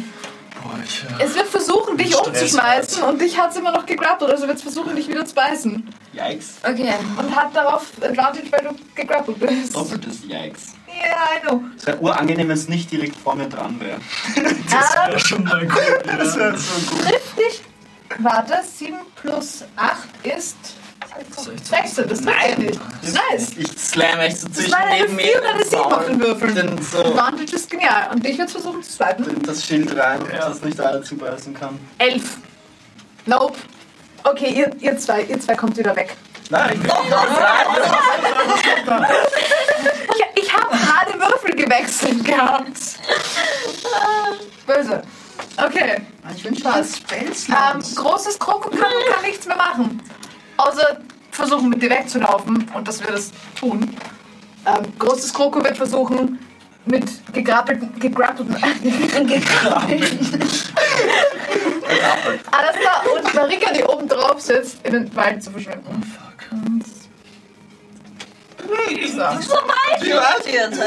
S13: Boah, ich. Äh,
S2: Es wird versuchen, dich
S13: Stress.
S2: umzuschmeißen und dich hat es immer noch gegrappelt. Also wird es versuchen, dich wieder zu beißen.
S8: Yikes.
S1: Okay.
S2: Und hat darauf Advantage, weil du gegrappelt bist. Ja,
S8: Doppeltes Yikes.
S2: yeah, I know.
S4: Es wäre urangenehm, wenn es nicht direkt vor mir dran wäre.
S13: ja, schon mal cool.
S4: Das wäre so gut.
S2: Trifft dich. Warte, 7 plus 8 ist 16. Das trifft er nicht. Nice.
S8: Ich slam echt so
S2: Das
S8: zwischen
S2: war eine 4
S8: neben mir.
S2: oder eine 7 auf den Würfeln.
S4: Denn so
S2: Advantage ist genial. Und ich würde versuchen zu swipen.
S4: in das Schild rein, dass das nicht alle zubeißen kann.
S2: Elf. Nope. Okay, ihr, ihr, zwei, ihr zwei kommt wieder weg.
S4: Nein, ich bin
S2: Ich, ich habe gerade Würfel gewechselt gehabt. Ah, Böse. Okay.
S4: Ich wünsche
S2: dir
S4: Spells.
S2: Ähm, großes Kroko kann, kann nichts mehr machen. Außer versuchen, mit dir wegzulaufen. Und das wird es tun. Ähm, großes Kroko wird versuchen, mit gegrappelten... gegrappelten... gegrappelten... Alastair und Marika, die oben drauf sitzt, in den Wald zu verschwinden. So.
S5: Opportunity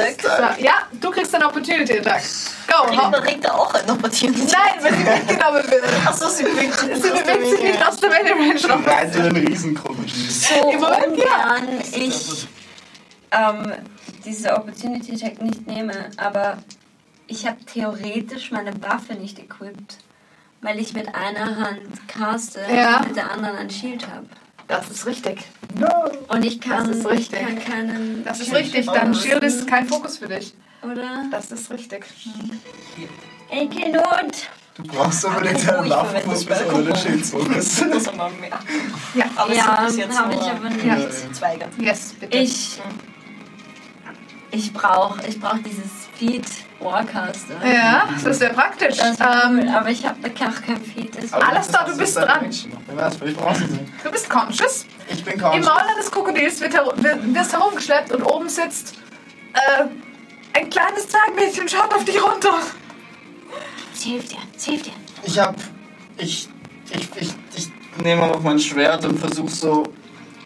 S5: Attack.
S2: So, ja, du kriegst einen Opportunity Attack. Go, hau.
S5: Man kriegt da auch einen Opportunity
S2: Nein, wenn sie mitgenommen wird.
S5: Achso, sie bewegt sich
S2: Sie bewegt sich nicht aus der Menge.
S4: Reite den Riesenkrokodil.
S1: So
S2: Im Moment,
S1: ungern ich ähm, diese Opportunity Check nicht nehme, aber ich habe theoretisch meine Waffe nicht equipped, weil ich mit einer Hand caste
S2: Ja.
S1: und mit der anderen ein Shield habe.
S2: Das ist richtig.
S1: Und ich kann,
S2: Das ist richtig.
S1: Ich kann keinen.
S2: Das ist
S1: keinen
S2: richtig.
S1: Schaden
S2: Dann
S1: machen,
S2: Shield ist kein Fokus für dich.
S1: Oder?
S2: Das ist richtig.
S1: Ecke Not!
S4: Du brauchst unbedingt
S5: Oh,
S4: einen
S5: ich
S4: Lauffuß, bis
S5: verwende
S4: ohne
S5: Spellcombo.
S4: Schildfokus.
S5: Das einmal mehr.
S2: Ja.
S5: aber
S1: Ja,
S5: sie ist jetzt
S1: hab
S5: nur
S1: ich aber nicht.
S2: Ja.
S5: Zweige.
S2: Yes, bitte.
S1: Ich. Ich brauche ich brauch dieses Feed Warcaster.
S2: Ja, das wäre praktisch.
S1: Das ist cool,
S2: Ähm,
S1: aber ich habe auch kein Feed. Das
S2: Alles da, du bist dran.
S4: Wenn das für dich brauchen sie.
S2: du bist conscious.
S4: Ich bin
S2: Im
S4: kaum.
S2: Maul eines Krokodils wird heru- wir- wirst herumgeschleppt und oben sitzt äh, ein kleines Zwergmädchen. Schaut auf dich runter.
S1: Sie hilft dir, sie hilft dir.
S4: Ich hab. Ich. Ich. Ich, ich nehme auf mein Schwert und versuche so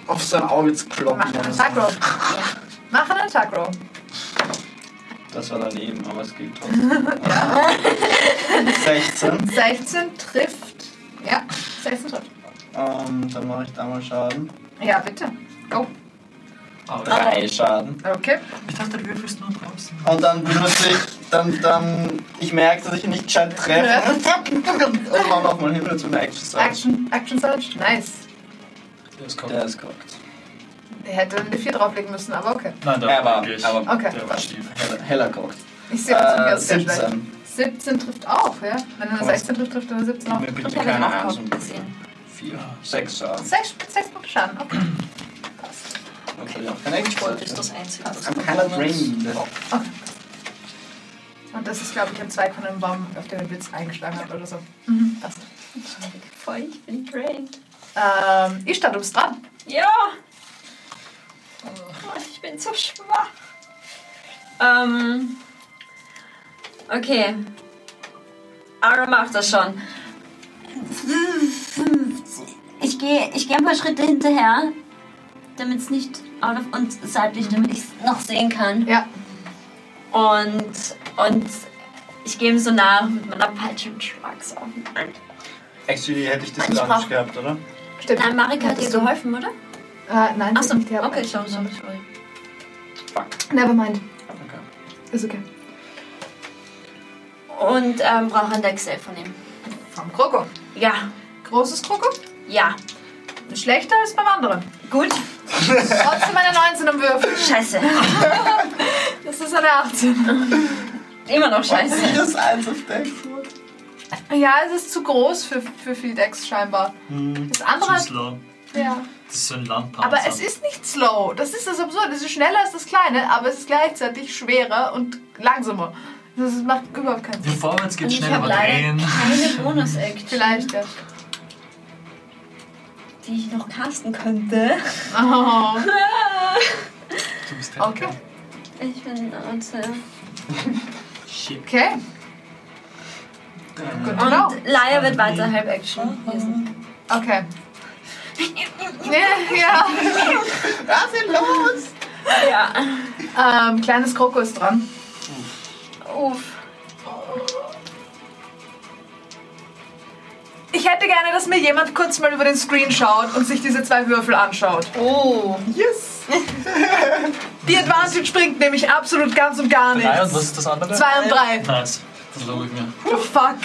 S4: auf sein Auge zu
S2: Mach
S4: kloppen.
S2: einen Attack Roll. Mach einen Attack Roll.
S4: Das war daneben, aber es geht trotzdem. 16.
S2: 16 trifft. Ja, 16 trifft.
S4: Ähm, dann mache ich da mal Schaden.
S2: Ja, bitte. Go.
S8: Drei
S4: Schaden.
S2: Okay.
S13: Ich dachte, du würfelst nur draußen.
S4: Und dann benutze ich. Dann. dann Mm, ich merke, dass ich ihn nicht gescheit treffe. Und mach nochmal Himmel zu einer Action Search.
S2: Action, Action Search. Nice.
S13: Das kommt.
S4: Der ist korrekt.
S2: Er hätte eine 4 drauflegen müssen, aber okay.
S13: Nein,
S4: Er
S13: da
S4: war.
S13: war ich.
S4: Er war
S2: Okay.
S13: Der war stief.
S4: heller, heller korrekt.
S2: Ich sehe das
S4: Äh,
S2: äh, sehr schlecht.
S4: 17.
S2: 17 trifft auch, ja? Wenn er
S4: Was?
S2: 16 trifft, trifft er 17 auch.
S4: Mir bitte
S1: Ich habe ihn
S4: keine
S1: auch
S4: Ahnung.
S1: kaum gesehen.
S4: 4. 6 Schaden.
S2: 6, 6 Punkte Schaden, okay.
S4: Natürlich auch keine Action
S5: Gold ist das einzige. das
S4: I'm
S5: man
S4: kinda
S5: hat.
S4: drained.
S2: Und das ist, glaube ich, ein Zweig von einem Baum, auf den der Blitz eingeschlagen hat oder so. Passt.
S1: Voll, ich bin drained.
S2: Ähm, ich stand ums dran.
S5: Ja!
S1: Oh,
S5: Mann, ich bin so schwach.
S1: Ähm. Okay. Ara macht das schon. Ich gehe ich geh ein paar Schritte hinterher, damit es nicht out of und seitlich, damit ich es noch sehen kann.
S2: Ja.
S1: Und, und ich gehe ihm so nach mit meiner Peitsche und schlag's auf.
S4: Actually hätte ich das
S1: Ich
S4: gar
S1: brauch-
S4: nicht gehabt, oder?
S2: Stimmt.
S1: Nein, Marika hat dir geholfen, oder?
S2: Äh, nein,
S1: Achso,
S2: nicht her.
S1: okay, sorry, sorry, sorry.
S2: Never mind.
S4: Okay.
S2: Ist okay.
S1: Und ähm, brauche ein Deck Save von ihm.
S2: Vom Kroko.
S1: Ja,
S2: Großes Kroko.
S1: ja.
S2: Schlechter als beim anderen.
S1: Gut.
S2: Trotzdem eine 19 am Würfel.
S1: Scheiße.
S2: Das ist eine 18.
S1: Immer noch scheiße.
S4: Das 1 auf Deck.
S2: Ja, es ist zu groß für, für viel Dex scheinbar.
S8: Hm.
S2: Das
S6: Zu
S2: andere hat.
S6: slow.
S2: Ja.
S6: Das ist so ein Landpanzer.
S2: Aber es ist nicht slow. Das ist das Absurde. Es ist schneller als das Kleine, aber es ist gleichzeitig schwerer und langsamer. Das macht überhaupt keinen
S6: Ja,
S2: Sinn.
S6: vorwärts geht
S1: Und ich
S6: schnell,
S1: hab
S6: aber
S1: leider
S6: drehen.
S1: Keine Bonus-Action,
S2: Vielleicht ja.
S1: die ich noch casten könnte.
S2: Oh.
S6: Du bist der
S2: Okay.
S1: Ich bin Außer.
S6: Shit.
S2: Okay.
S6: Dann-
S2: Gut,
S1: Und
S2: genau.
S1: Laia wird weiter Halb-Action lesen.
S2: Okay. Ja, ja.
S8: Was ist denn los?
S1: Ja.
S2: Ähm, kleines Kroko ist dran.
S1: Uff.
S2: Ich hätte gerne, dass mir jemand kurz mal über den Screen schaut und sich diese zwei Würfel anschaut.
S5: Oh,
S8: Yes!
S2: Die Advantage springt nämlich absolut ganz und gar
S6: Drei und
S2: nichts.
S6: was ist das andere?
S2: Zwei und drei.
S6: Nice. Das lobe ich mir.
S2: Oh, fuck.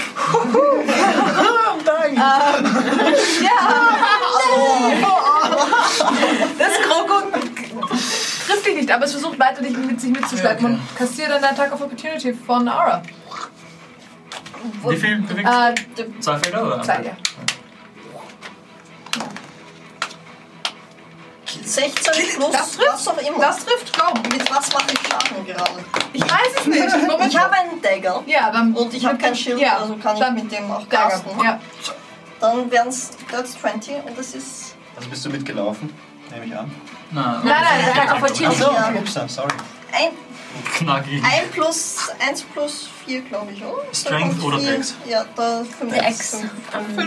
S5: Oh,
S2: ähm, ja.
S5: Oh.
S2: Das Kroko trifft dich nicht, aber es versucht weiter dich mit sich mitzuschleppen
S6: Ja, okay.
S2: und kassiert einen Attack of Opportunity von Aura.
S6: Wie viel bewegt?
S2: Äh,
S6: Zwei Felder oder?
S2: zwei, ja.
S5: 16 plus,
S2: Das trifft.
S5: was auch immer.
S2: Das trifft, go.
S5: Mit was mache ich Schaden gerade?
S2: Ich weiß es nicht.
S5: Ich habe einen Dagger
S2: ja, dann
S5: und ich habe kein Schild,
S2: Ja,
S5: also kann ich
S2: dann
S5: mit dem auch
S2: Dagger.
S5: casten.
S2: Ja.
S5: Dann wären es 20 und das ist.
S8: Also bist du mitgelaufen? Nehme ich an.
S6: Nein,
S2: Nein,
S5: Also,
S2: nein, Attack of
S6: Ach
S2: Opportunity.
S6: so.
S5: Ja.
S8: Ups, I'm sorry.
S5: Ein,
S6: Knackig.
S5: ein plus 1 plus 4, glaube ich, oder? Da
S6: Strength
S5: kommt
S6: oder
S5: vier.
S6: Dex?
S5: Ja, da 5.
S1: Dex.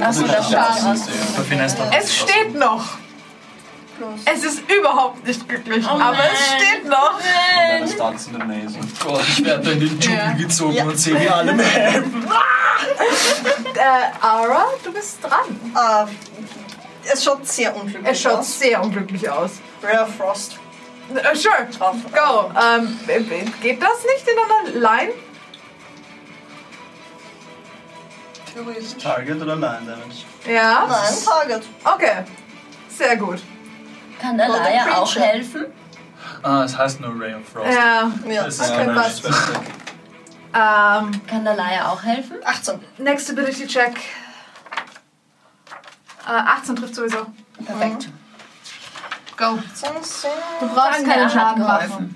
S2: Achso, das Schaden.
S6: Bei Finesse darf
S5: also,
S2: Es
S6: ich das
S2: steht noch.
S5: Plus.
S2: Es ist überhaupt nicht glücklich,
S5: Oh
S2: aber es steht noch.
S8: Das starts in amazing.
S6: lassen. Gott, ich werde da in den Dschungel
S2: Ja.
S6: gezogen
S5: Ja.
S6: und sehe wie alle mehr.
S2: Äh, Ara, du bist dran.
S5: Ah, es schaut sehr unglücklich
S2: Es schaut
S5: aus.
S2: sehr unglücklich aus.
S5: Rare Frost.
S2: Äh, sure, go. Ähm, äh, geht das nicht in einer Line?
S5: Theoretisch.
S8: Target oder Line Damage?
S2: Ja.
S5: Nein, Target.
S2: Okay. Sehr gut.
S1: Kann der
S5: Oder
S1: Laia auch
S5: Creature.
S1: helfen?
S6: Ah, es heißt nur Ray of Frost.
S2: Ja.
S5: Ja.
S6: Es ist
S2: Okay,
S6: keine
S2: passt.
S6: Spell.
S2: Ähm,
S1: Kann der Laia auch helfen?
S5: 18.
S2: next ability check. Äh, 18 trifft sowieso.
S1: Perfekt.
S2: Go.
S5: 18 sind.
S2: Du
S1: Sagen
S2: brauchst
S1: wir, er
S2: keinen
S1: hat
S2: Schaden
S1: geholfen.
S2: machen.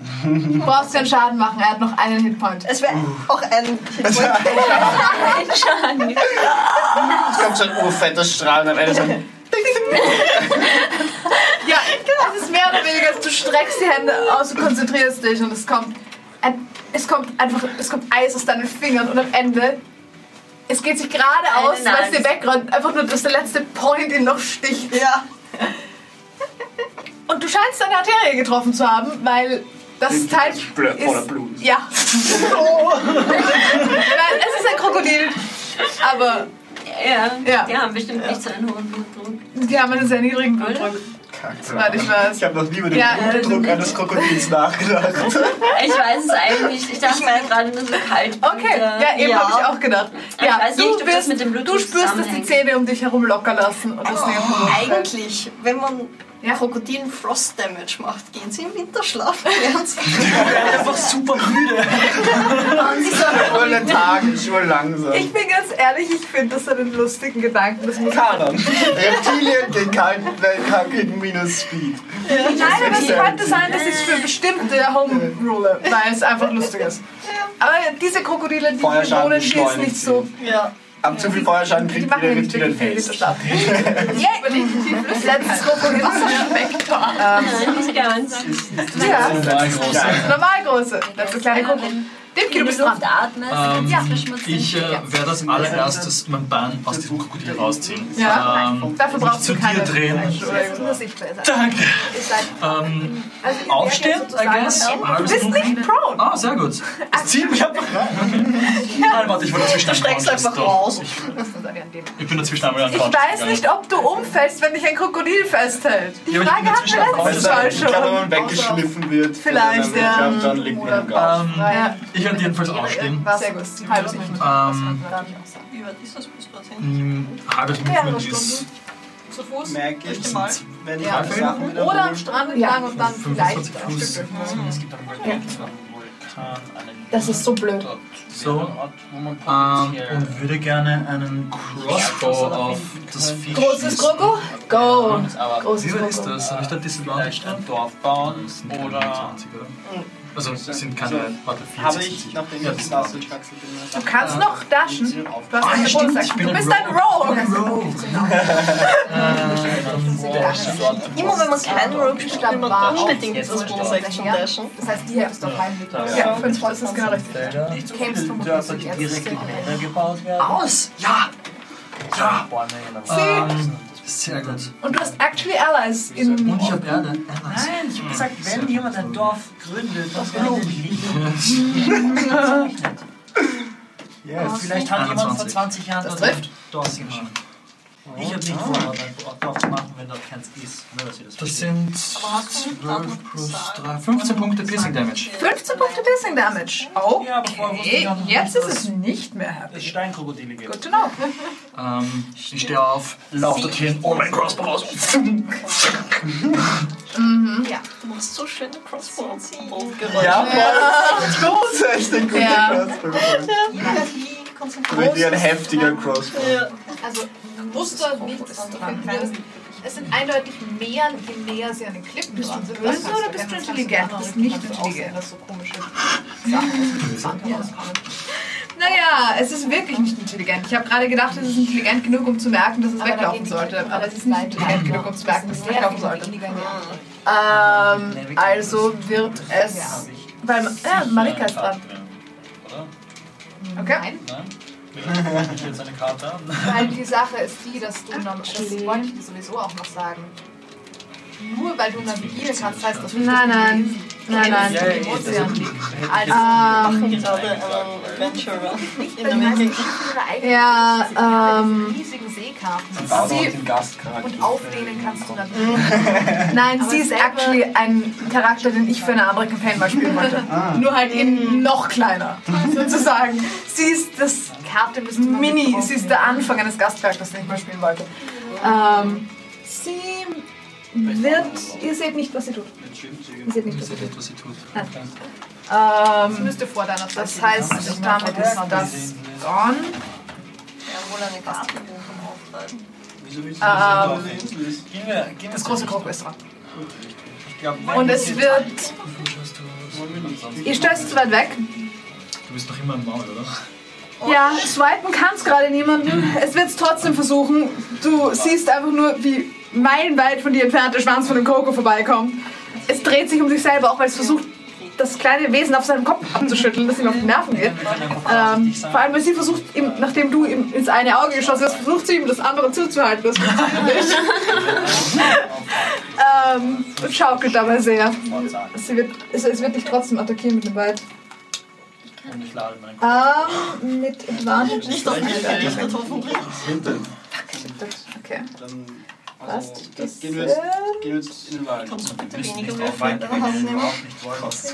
S2: Du brauchst keinen Schaden machen. Er hat noch einen Hitpoint.
S5: Es wäre auch ein Hitpoint.
S1: Schaden.
S8: Es kommt so ein urfetter Strahl und am Ende so ein
S2: Ja, es ist mehr oder weniger, als du streckst die Hände aus, du konzentrierst dich und es kommt, ein- es kommt einfach, es kommt Eis aus deinen Fingern und am Ende, es geht sich geradeaus,
S1: Eine
S2: weil es dir
S1: Naht.
S2: wegräumt, einfach nur, dass der letzte Point ihn noch sticht.
S5: Ja.
S2: Und du scheinst deine Arterie getroffen zu haben, weil das Teil
S8: Blut
S2: ist...
S8: voller Blut.
S2: Ja. Nein, es ist ein Krokodil, aber
S1: Ja.
S2: Ja.
S1: Die haben bestimmt nicht so einen hohen Blutdruck.
S2: die haben einen sehr niedrigen Blutdruck, soweit ich weiß.
S8: Ich habe noch nie über den
S2: Ja, äh,
S8: Blutdruck eines Krokodils nachgedacht.
S1: Ich weiß es eigentlich nicht. Ich dachte
S5: Ich mein-
S1: mir gerade nur so kalt.
S2: Okay,
S1: wurde.
S2: ja, eben
S5: Ja.
S2: habe ich auch gedacht.
S1: äh, Ich
S2: Ja,
S1: weiß
S2: du,
S1: nicht, ob das
S2: wirst-
S1: mit dem
S2: du
S1: Bluetooth
S2: spürst, dass die
S1: zusammenhängt. Oh.
S2: Zähne um dich herum locker lassen und das Leben
S5: Oh. Eigentlich, wenn man
S2: Ja.
S5: Krokodilen Frost Damage macht, gehen sie im Winterschlaf. Ernsthaft?
S6: Einfach super müde.
S8: Ohne Tage, schon langsam.
S2: Ich bin ganz ehrlich, ich finde das einen lustigen Gedanken. Das muss
S8: Kanon. Reptilien gegen kalten Weltkrieg gegen minus Speed.
S2: Nein, aber es könnte sein, dass ich es für bestimmte Home rule, weil es einfach lustig ist. Aber diese Krokodile, die
S8: Feuerschaden
S2: belohnen, die ist
S8: beschleunigt
S2: nicht so.
S5: Ja.
S8: Ab zu viel Feuerschaden
S2: Die
S8: kriegt
S2: machen
S8: jeder
S2: nämlich
S8: Reptilien
S2: wirklich viel zu
S8: fest.
S2: schlafen. Letztes Krokodil ist
S1: Das ist ganz.
S2: Ja,
S6: Normal große.
S2: normal große. Letzte kleine Krokodil. Dimki, du
S1: Wenn
S2: bist
S1: du
S2: dran.
S1: Luft atmest,
S6: Ähm,
S1: ja. verschmutzt
S6: Ich äh, werde als allererstes mein Bein aus diesem Krokodil rausziehen.
S2: Ja.
S6: Ähm,
S2: Dafür
S6: mich
S2: brauchst
S6: zu
S2: du keine.
S6: dir drehen.
S2: Entschuldigung. Das ist nicht
S6: Danke.
S2: besser.
S6: Ähm,
S2: Also, ihr
S6: aufstehen,
S2: werdet
S6: I guess.
S2: sozusagen-
S6: Halbes
S2: Du bist
S6: Buch.
S2: nicht prone.
S6: Ah, sehr gut. Es zieht mich einfach rein. Nein, warte, ich wollte zwischen
S5: Du steckst einfach raus.
S6: Ich, ich bin dazwischen einmal an
S2: Ich weiß nicht, ob du umfällst, wenn dich ein Krokodil festhält. Die
S6: Ja, aber ich
S2: Frage
S6: bin
S2: hatten wir
S6: inzwischen
S2: letztes
S6: am
S2: Mal
S8: Ich glaube, wenn
S2: halt schon.
S8: man weggeschliffen wird,
S2: Vielleicht, ähm,
S8: dann, ich glaub,
S2: ja.
S8: dann liegt man im Gas.
S6: Ähm,
S2: Ja.
S6: Ich werde jedenfalls aufstehen.
S2: Sehr gut. Halbes Movement.
S6: Ähm,
S5: Wie weit ist das bis dorthin?
S6: mh, halbes
S2: Mehrere
S6: Movement ist
S2: Zu Fuß.
S8: Merke ich,
S5: Mal.
S8: wenn ich
S2: Ja.
S8: meine Sachen
S2: Oder am
S8: wiederhole.
S6: Mhm.
S2: Strand entlang und dann vielleicht.
S6: 25 Fuß. Es gibt einen Moment,
S3: kann einen
S2: Das ist so blöd.
S3: Dort
S6: So.
S3: wäre ein Ort, wo man
S6: Ähm,
S3: potenziell
S6: und würde gerne einen Crossbow auf das Vieh
S2: Großes
S6: schießen.
S2: Kroko? Go!
S3: aber
S2: Großes
S6: Wie weit ist
S2: Kroko.
S6: das? Habe ich da Disadvantage
S3: vielleicht ein Hm.
S6: dran?
S3: Dorf bauen
S6: Das sind keine
S3: oder
S6: 20, oder? Also es sind keine,
S4: So.
S6: warte, 40.
S4: Habe ich, nachdem
S6: Ja,
S4: ich
S6: das
S4: das
S6: ist
S4: Glas
S6: gut.
S4: gewechselt
S8: Du kannst noch
S2: Hm?
S8: dashen. Du hast
S6: Äh, Ah,
S8: einen
S6: ja, stimmt,
S8: Geburtstag.
S6: ich bin
S8: Du
S6: ein
S8: bist ein
S6: Rogue.
S8: Rogue.
S6: Ein
S5: Immer wenn man keinen Rogue spielt, will man
S8: Stamm war
S5: unbedingt
S3: jetzt
S5: das
S3: ist
S5: Bonus
S8: der
S5: Action
S8: Herr.
S5: dashen.
S8: Das heißt, die hättest du auf meinen Weg.
S3: Ja.
S2: Ja, 5 das ist genau richtig.
S3: Felder.
S2: Du kämst vom
S3: Dörfer, die direkt in Felder gebaut werden.
S6: Aus! Ja! Ja!
S3: Bäume in der Wald.
S6: Ähm, sehr gut.
S2: Und du hast actually Allies in.
S6: Und ich habe Erde. Ernst.
S3: Nein, ich habe gesagt, wenn jemand ein Dorf gründet, das gründet
S4: Yes.
S3: Vielleicht hat jemand vor
S6: 21.
S3: 20 Jahren
S2: Das
S3: dort ein
S2: trifft.
S3: Dorf gemacht. Ich habe nicht vor, dort ein Dorf zu machen, wenn dort keins ist. Nur, dass ihr das
S6: Das
S3: versteht.
S6: sind 12 plus 3, 15 Punkte Piercing Damage.
S8: 15 Punkte Piercing Damage. Oh.
S3: Ja, aber vorher wusste ich
S8: Okay,
S3: auch noch
S8: jetzt
S3: nicht,
S8: ist es nicht mehr
S3: dass es
S8: happy.
S3: Steinkrokodile gibt.
S8: Good to know.
S6: Ähm, ich stehe auf, laufe dorthin, oh mein Crossbow raus.
S5: Du machst so schöne Crossbow-Geräusche.
S4: Ja, voll. Das ist echt ein guter
S8: Ja.
S4: Crossbow. Wirklich ein heftiger Crossbow.
S8: Also Muster nichts dran. Es sind eindeutig mehr, je näher sie an den Klippen bist dran sind. Bist du böse oder bist du intelligent? Du bist nicht intelligent. Das so komische Sachen aus Naja, es ist wirklich nicht intelligent. Ich habe gerade gedacht, es ist intelligent genug, um zu merken, dass es weglaufen sollte. Aber es ist nicht intelligent genug, um zu merken, dass es weglaufen sollte. Ähm, also wird es... Weil, ja, Marika ist dran.
S3: Oder?
S8: Okay.
S3: Nein? Ja, Ich jetzt eine Karte an.
S8: Weil die Sache ist die, dass du noch, das wollte ich dir sowieso auch noch sagen. Nur weil du navigieren kannst, heißt das nicht,
S2: Nein,
S8: dass du
S2: nein. Nein,
S8: Also,
S2: nein.
S8: Ja, im Ozean liegt.
S2: Ähm,
S5: machen gerade einen Adventurer ähm, in der
S8: weiß
S5: Mitte.
S2: Ja, ähm.
S8: riesigen Seekarten
S4: Baut
S2: Sie-
S4: auch den Gastcharakter.
S8: und auflehnen kannst du navigieren.
S2: Nein,
S8: Aber
S2: sie ist
S8: selber-
S2: actually ein Charakter, den ich für eine andere Campaign mal spielen wollte. Nur halt eben noch kleiner, sozusagen. Sie ist das
S8: Karte müssen wir
S2: Mini,
S8: mitbrauchen.
S2: sie ist der Anfang eines Gastcharakters, den ich mal spielen wollte. Ähm, sie wird. Ihr seht nicht, was sie tut. Ihr seht nicht, was sie tut.
S6: was sie tut.
S2: Ah.
S8: Das
S2: Ähm,
S8: müsste vor deiner Zeit
S2: das heißt, damit ist das gone.
S5: Obwohl eine Gastgeberin vom Aufbleiben.
S4: Wieso willst
S2: Ähm,
S4: du
S3: Gehen wir, gehen wir
S2: Das
S3: zu
S2: große
S3: diesem
S2: Kroko
S3: Dorf.
S2: ist dran.
S3: Ich glaub, wenn
S2: Und
S3: wir
S2: es
S3: jetzt-
S2: wird. Ihr stellt es zu weit weg.
S6: Du bist noch immer im Maul, oder?
S2: Ja, swipen kann es gerade niemanden. Es wird es trotzdem versuchen. Du siehst einfach nur, wie meilenweit von dir entfernt der Schwanz von dem Koko vorbeikommt. Es dreht sich um sich selber, auch weil es versucht, das kleine Wesen auf seinem Kopf abzuschütteln, das ihm auf die Nerven geht. Ähm, vor allem, weil sie versucht, ihm, nachdem du ihm ins eine Auge geschossen hast, versucht sie ihm das andere zuzuhalten. Das funktioniert nicht. ähm, und schaukelt dabei sehr. Sie wird, es, es wird dich trotzdem attackieren mit dem Ball.
S3: Und ich lade meinen
S2: Ähm, mit Advantage.
S5: Nicht auf mich gerichtet, hoffentlich.
S4: Hinten.
S2: Okay.
S4: Dann.
S2: Was?
S4: Also,
S2: Das
S4: das gehen wir
S2: ist- äh,
S4: jetzt, gehen wir jetzt in den Wald.
S5: Kannst du bitte
S3: Müssen
S5: weniger
S3: nicht
S5: Würfel
S3: auf
S5: in
S3: Wald
S5: der
S3: gehen, wenn
S5: Hand
S3: wir
S5: nehmen?
S3: überhaupt nicht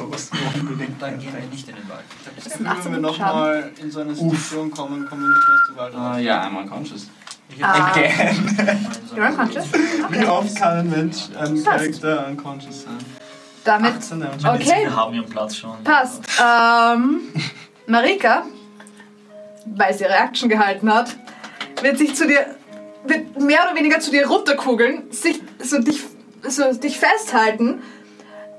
S3: wollen.
S4: unbedingt
S3: Dann gehen wir nicht in den Wald.
S2: Das sind
S4: Wenn wir
S2: 18 Punkte Schaden.
S4: nochmal in so eine Situation kommen, kommen wir nicht mehr zu weit raus.
S13: Ah, ja, einmal conscious.
S3: Ich
S2: Ah. You're
S3: hätte
S2: unconscious.
S4: Wie oft kann ein Mensch ein Charakter unconscious sein?
S2: Damit
S4: 18 Damage.
S2: Okay.
S6: Wir haben ihren Platz schon.
S2: passt. Ähm, Marika, weil sie ihre Action gehalten hat, wird sich zu dir, wird mehr oder weniger zu dir runterkugeln, sich, so dich, so dich festhalten,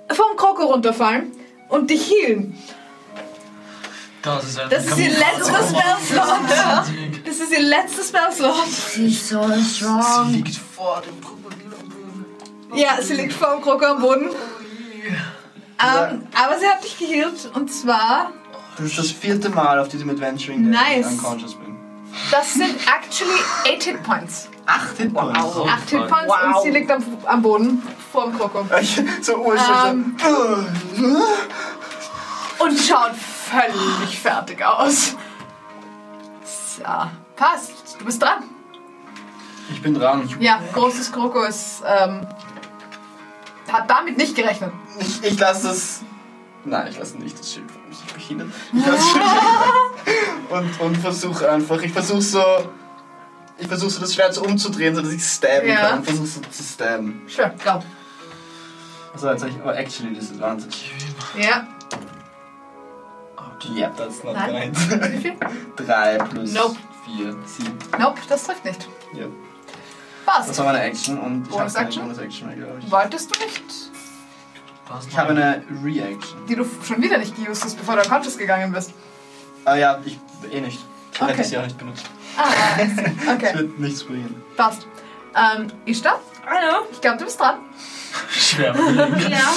S2: vom Kroko runterfallen und dich healen.
S6: Das ist ein
S2: Das ist ihr letzter Spellslot.
S6: Wahnsinnig.
S2: Das ist ihr letzter Spellslot.
S1: Sie ist so strong.
S6: Sie liegt vor dem Krokodil.
S2: Ja, sie liegt vor dem Kroko am Boden. Ähm, aber sie hat dich gehealt und zwar
S4: Das ist das vierte Mal auf diesem Adventuring, Day, dass
S2: Nice.
S4: ich unconscious bin.
S2: Das sind actually 8 Hitpoints.
S4: Acht Hitpoints.
S2: 8 Hitpoints und sie liegt am, am Boden vorm Kroko.
S4: Ich, so ursprünglich
S2: Ähm.
S4: so.
S2: Und schaut völlig fertig aus. So, passt. Du bist dran.
S13: Ich bin dran.
S2: Ja, großes Kroko ist. Ähm, hat damit nicht gerechnet.
S4: Ich, ich lasse das. Nein, ich lasse nicht das Schild von mich behindern. Ich lasse das Schild und, und versuche einfach. Ich versuche so. Ich versuche so das Schwert so umzudrehen, sodass ich stabben
S2: Ja.
S4: kann. Versuche so zu stabben.
S2: Sure, go.
S4: Also, So, jetzt habe ich aber actually Disadvantage.
S2: Ja.
S4: Yep, that's not
S2: Nein.
S4: gonna
S2: Wie viel?
S4: hit. 3 plus
S2: Nope.
S4: 4, 7.
S2: Nope, das trifft nicht.
S4: Ja. Das
S2: Passt.
S4: war meine Action und ich habe
S2: Bonus
S4: keine
S2: Action?
S4: Bonus-Action mehr, glaube ich.
S2: Wolltest du nicht?
S4: Ich habe eine Reaction.
S2: Die du schon wieder nicht geused hast, bevor du unconscious gegangen bist.
S4: Ah ja, ich eh nicht. Ich
S2: Okay.
S4: hätte sie auch nicht benutzt.
S2: Ah, I see.
S4: Es
S2: okay.
S4: wird nichts bringen.
S2: Passt. Ähm, Ishtar,
S5: Hallo?
S2: ich glaube, du bist dran.
S6: Schwer. belegen.
S1: Ja,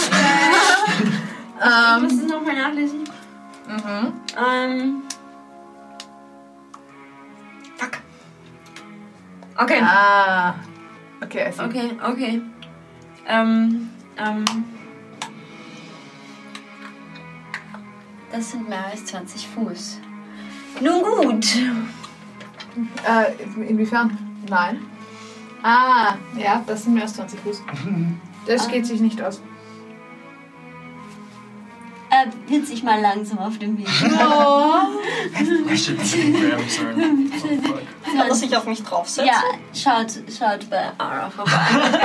S1: äh, ich muss
S2: Ähm,
S1: es nochmal nachlesen.
S2: mhm.
S1: Ähm. Fuck. Okay.
S2: Ah. Okay, I see.
S1: Okay, okay. Ähm, ähm,
S19: Das sind mehr als 20 Fuß. Nun gut.
S2: Äh, inwiefern? Nein. Ah, ja, das sind mehr als 20 Fuß. Das geht sich nicht aus.
S19: Er wird sich Äh, mal langsam auf dem Weg.
S6: I should grab turn. Oh, fuck.
S5: Kann er sich auf mich draufsetzen?
S19: Ja, schaut, schaut bei Ara vorbei.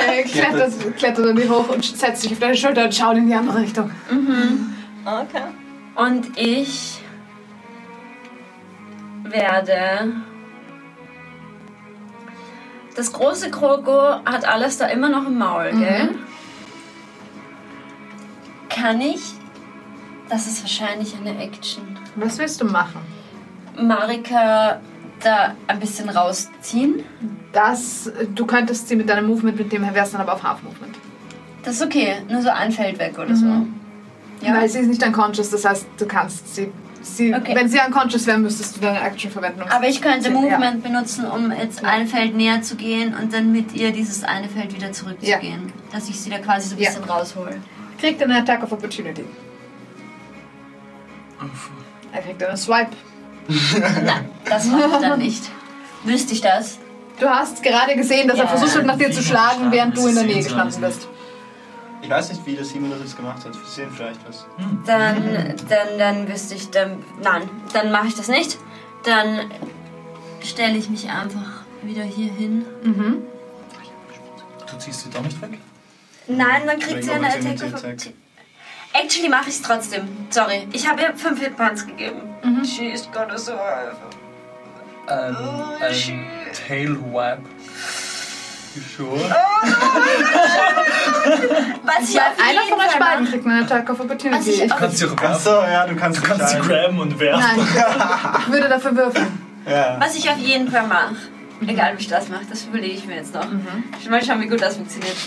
S2: Äh, klettert, klettert an die hoch und setzt sich auf deine Schulter und schaut in die andere Richtung.
S5: Ah, Okay.
S1: und ich werde. Das große Kroko hat alles da immer noch im Maul, gell?
S19: Kann ich? Das ist wahrscheinlich eine Action.
S2: Was willst du machen?
S19: Marika da ein bisschen rausziehen.
S2: Das, du könntest sie mit deinem Movement, mit dem her wärst dann aber auf Half Movement.
S19: Das ist okay, nur so ein Feld weg oder so. Ja,
S2: Weil sie ist nicht unconscious, das heißt, du kannst sie. sie
S19: Okay.
S2: Wenn sie unconscious wäre, müsstest du deine Action verwenden. um sie
S19: aber ich könnte
S2: Ja.
S19: Movement benutzen, um jetzt ein Feld näher zu gehen und dann mit ihr dieses eine Feld wieder zurückzugehen. Dass ich sie da quasi so ein
S2: Ja.
S19: bisschen raushole.
S2: kriegt eine Attack of Opportunity. Er kriegt einen Swipe.
S19: Das mache ich dann nicht. Wüsste ich das?
S2: Du hast gerade gesehen, dass er
S19: Ja.
S2: versucht hat, nach dir zu schlagen, während du in der Nähe gestanden
S6: Sehenswert.
S2: bist.
S8: Ich weiß nicht, wie der Simon das jetzt gemacht hat. Wir sehen vielleicht was.
S1: Dann, dann, dann wüsste ich, dann, nein, dann mache ich das nicht. Dann
S19: Stelle ich mich einfach wieder hier hin.
S2: Mhm.
S6: Du ziehst sie doch nicht weg?
S1: Nein, dann kriegt sie
S8: Wegen
S1: eine Attack
S8: Opportunity
S1: of
S8: Attack.
S1: Actually mache ich es trotzdem. Sorry. Ich habe ihr 5 Hitpoints gegeben.
S19: Mhm.
S5: She's gonna survive.
S6: Ein,
S3: Ähm,
S2: Oh,
S6: ein Tail Wipe.
S4: You sure?
S2: Ah.
S1: Was ich auf
S2: Einer
S1: jeden
S2: von euch
S1: Fall
S2: beiden
S1: mache.
S2: kriegt eine Attack of Opportunity.
S19: Also ich-
S2: ich,
S6: Kannst du auch werfen.
S8: Achso, ja, du kannst
S6: Du kannst sie
S8: entscheiden.
S6: grabben und werfen.
S2: nein, ich würde dafür würfeln.
S8: Ja.
S1: Was ich auf jeden Fall mache. Egal, wie ich das mache. Das überlege ich mir jetzt noch.
S2: Mhm.
S1: Mal schauen, wie gut das funktioniert.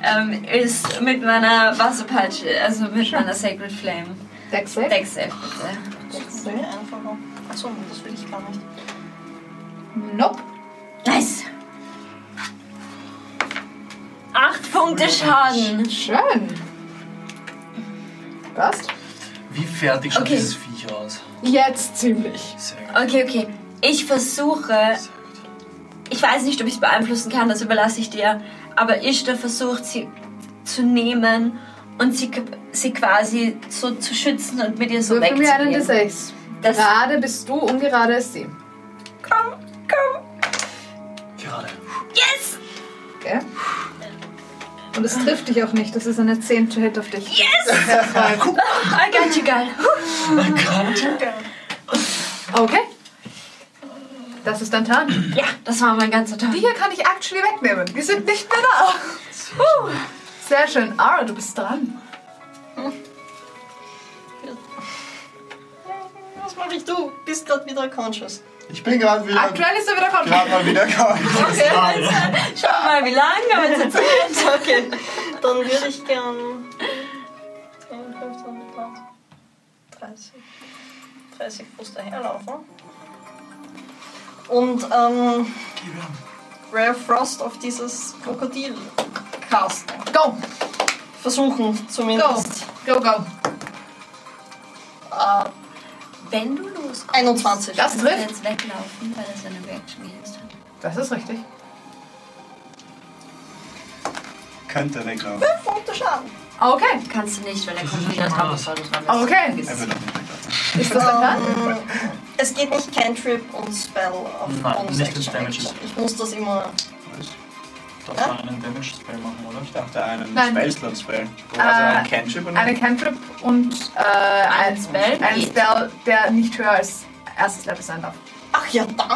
S1: Ähm, ist mit meiner Wasserpeitsche, also mit meiner Sacred Flame.
S2: Dex save.
S1: Deck Save, bitte.
S5: Das ist viel einfacher. Achso, das will ich gar nicht.
S2: Nope.
S1: Nice. 8 Punkte Schaden.
S2: Schön. Passt.
S6: Wie fertig schaut
S1: Okay.
S6: dieses Viech aus?
S2: Jetzt ziemlich.
S6: Sehr gut.
S1: Okay, okay. Ich versuche
S6: Sehr gut.
S1: Ich weiß nicht, ob ich es beeinflussen kann, das überlasse ich dir. Aber Ishtar versucht, sie zu nehmen und sie, sie quasi so zu schützen und mit ihr so
S2: Würfel mir einen
S1: wegzugehen.
S2: D6.
S1: Das-
S2: Gerade bist du, ungerade ist sie.
S1: Komm, komm.
S6: Gerade.
S1: Yes,
S2: Okay. Und es trifft dich auch nicht. Das ist eine 10 to hit auf dich.
S1: yes. I got you, girl.
S2: Okay. Das ist dein Turn.
S1: Ja, das war mein ganzer Tag.
S2: Die hier kann ich actually wegnehmen. Die sind nicht mehr da. Huh. Sehr schön. Ara, du bist dran.
S5: Was mache ich? Du bist gerade wieder conscious.
S8: Ich bin gerade wieder.
S2: Aktuell ist er wieder komplett.
S8: Gerade mal wieder gehauen.
S1: Schau mal, wie lange haben wir jetzt erzählt.
S5: Okay, dann würde ich gern. 10, 15, 20, 30. 30 Fuß daherlaufen. Und ähm, Rare Frost auf dieses Krokodil casten.
S2: Go.
S5: Versuchen
S2: Go.
S5: zumindest.
S2: Go, go.
S5: Äh,
S19: Wenn du loskommst,
S2: Das
S5: 21.
S19: kannst du
S2: trifft.
S19: jetzt weglaufen, weil das eine Reaction gewesen hat.
S2: Das ist richtig.
S8: Könnte weglaufen. Er
S5: Punkte Schaden.
S2: Okay.
S19: Kannst du nicht, weil er kommt wieder drauf. Das war das war
S1: Oh,
S19: das.
S2: Okay.
S8: wird auch nicht weglaufen.
S2: Ist das dein Turn?
S5: Ähm, Es geht nicht Cantrip und Spell auf
S6: Nein,
S5: Bonus
S6: nicht mit
S5: Action.
S6: Damages.
S5: Ich muss das immer.
S13: darf man einen Damage Spell machen, oder?
S4: Ich dachte, einen
S2: Nein. Äh,
S4: Spellslot-Spell. Also ein Cantrip und
S2: Eine Cantrip und äh, ein,
S1: Spell
S2: ein
S1: geht.
S2: Spell, der nicht höher als erstes Level sein darf.
S5: Ach ja, dann.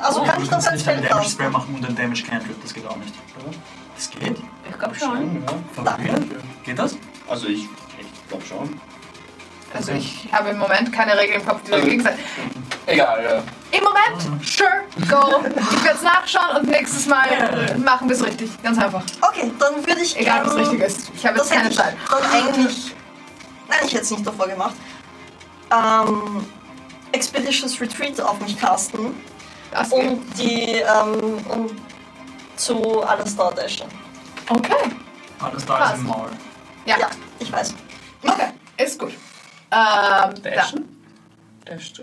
S5: Also
S6: Du
S5: kann ich das
S6: kannst Oh,
S5: als
S6: nicht einen
S5: Feld
S6: Damage
S5: haben.
S6: Spray machen und einen Damage Cantrip, das geht auch nicht. oder? Das geht?
S1: Ich glaube schon.
S6: Probieren? Geht das?
S4: Also ich, ich glaube schon.
S2: Also ich habe im Moment keine Regel im Kopf, die
S13: Also-
S2: dagegen sagt.
S13: Egal, ja.
S2: Im Moment, sure, go. Ich werde es nachschauen und nächstes Mal machen wir es richtig. Ganz einfach.
S5: Okay, dann würde ich
S2: Egal, was
S5: gern-
S2: richtig ist. Ich habe
S5: Das
S2: jetzt keine
S5: hätte ich
S2: Zeit.
S5: dann eigentlich. Nein, ich hätte es nicht davor gemacht. Ähm, Expeditious Retreat auf mich casten
S2: Das geht.
S5: und die ähm, und zu alles da dashen.
S2: Oh, Okay.
S6: Alles da ist
S2: Passt.
S6: im Maul.
S2: Ja,
S5: Ja, ich weiß.
S2: okay. Ist gut. Ähm, da.
S13: Dashst du?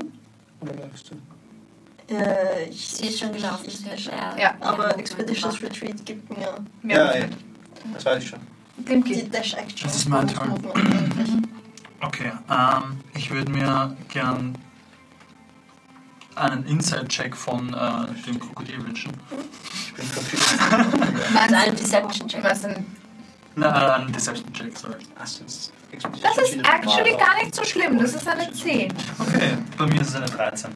S13: Oder läufst du?
S5: Äh, ich
S1: Sie ist schon gelaufen. Sie ist ja.
S2: Ja.
S5: aber Expeditious Retreat gibt mir
S4: Ja,
S2: Mehr
S4: ja, das weiß ich schon.
S2: Dem
S5: die
S2: geht.
S5: Dash Action.
S6: Das ist mein Turn. Okay, ähm, ich würde mir gern einen Inside-Check von äh, dem Krokodil wünschen.
S4: Ich bin verfügbar.
S1: Also ein Deception-Check.
S2: Was denn?
S6: Na, äh, einen Deception-Check, sorry.
S4: Achso, das ist
S2: Das ist actually gar nicht so schlimm. Das ist eine 10.
S6: Okay, bei mir ist es eine 13.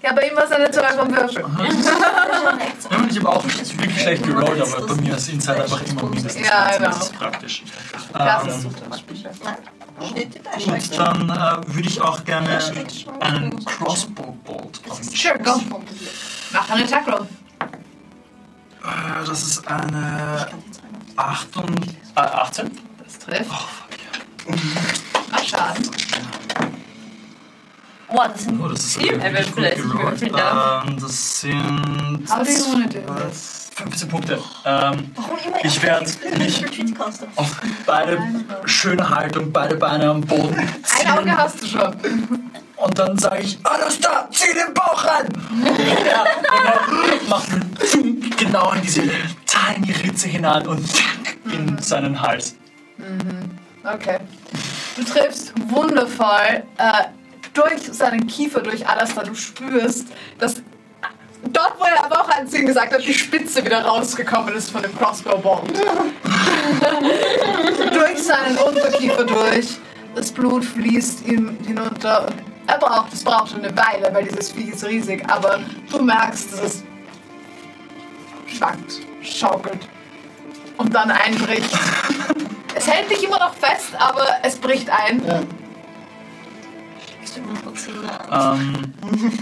S2: Ja, bei ihm war es eine 2 vom Würfel.
S6: Ja, und ich habe auch wirklich schlecht gerollt, aber bei mir ist Inside einfach immer mindestens
S2: Ja,
S6: 13.
S2: genau.
S6: Das ist praktisch.
S2: Das
S6: Ähm,
S2: ist super.
S5: Steht die Dash
S6: Gut,
S5: Action.
S6: dann äh, würde ich auch gerne einen Crossbow-Bolt auf mich
S2: Sure, go. Mach einen Attack Roll.
S6: Äh, Das ist eine 8 und, äh, 18.
S2: Das trifft.
S6: Oh, fuck ja.
S2: Mach Schaden.
S1: Boah, das sind
S6: Oh, das ist
S1: Viel
S6: wirklich
S1: Level
S6: gut
S1: vielleicht, ich
S6: gerollt.
S1: würfel da.
S6: Ähm, das sind
S2: How do you wanna do this?
S6: 15 Punkte. Ähm,
S5: Warum immer
S6: Ich werd
S5: Expeditious Retreat casten?
S6: auf beide schöne Haltung, beide Beine am Boden.
S2: Ein Auge hast du schon.
S6: Und dann sage ich,
S4: ah,
S6: alles da, zieh den Bauch an! Und er, und
S4: genau.
S6: er macht einen Zunk genau in diese tiny Ritze hinein und in seinen Hals.
S2: Okay. Du triffst wundervoll äh, durch seinen Kiefer, durch alles, da du spürst, dass dort, wo er aber auch als ihn gesagt hat, die Spitze wieder rausgekommen ist von dem Crossbow-Bomb. durch seinen Unterkiefer durch. Das Blut fließt ihm hinunter. Und Er braucht, es braucht schon eine Weile, weil dieses Vieh ist riesig, aber du merkst, dass es schwankt, schaukelt und dann einbricht. Es hält dich immer noch fest, aber es bricht ein.
S6: Ähm,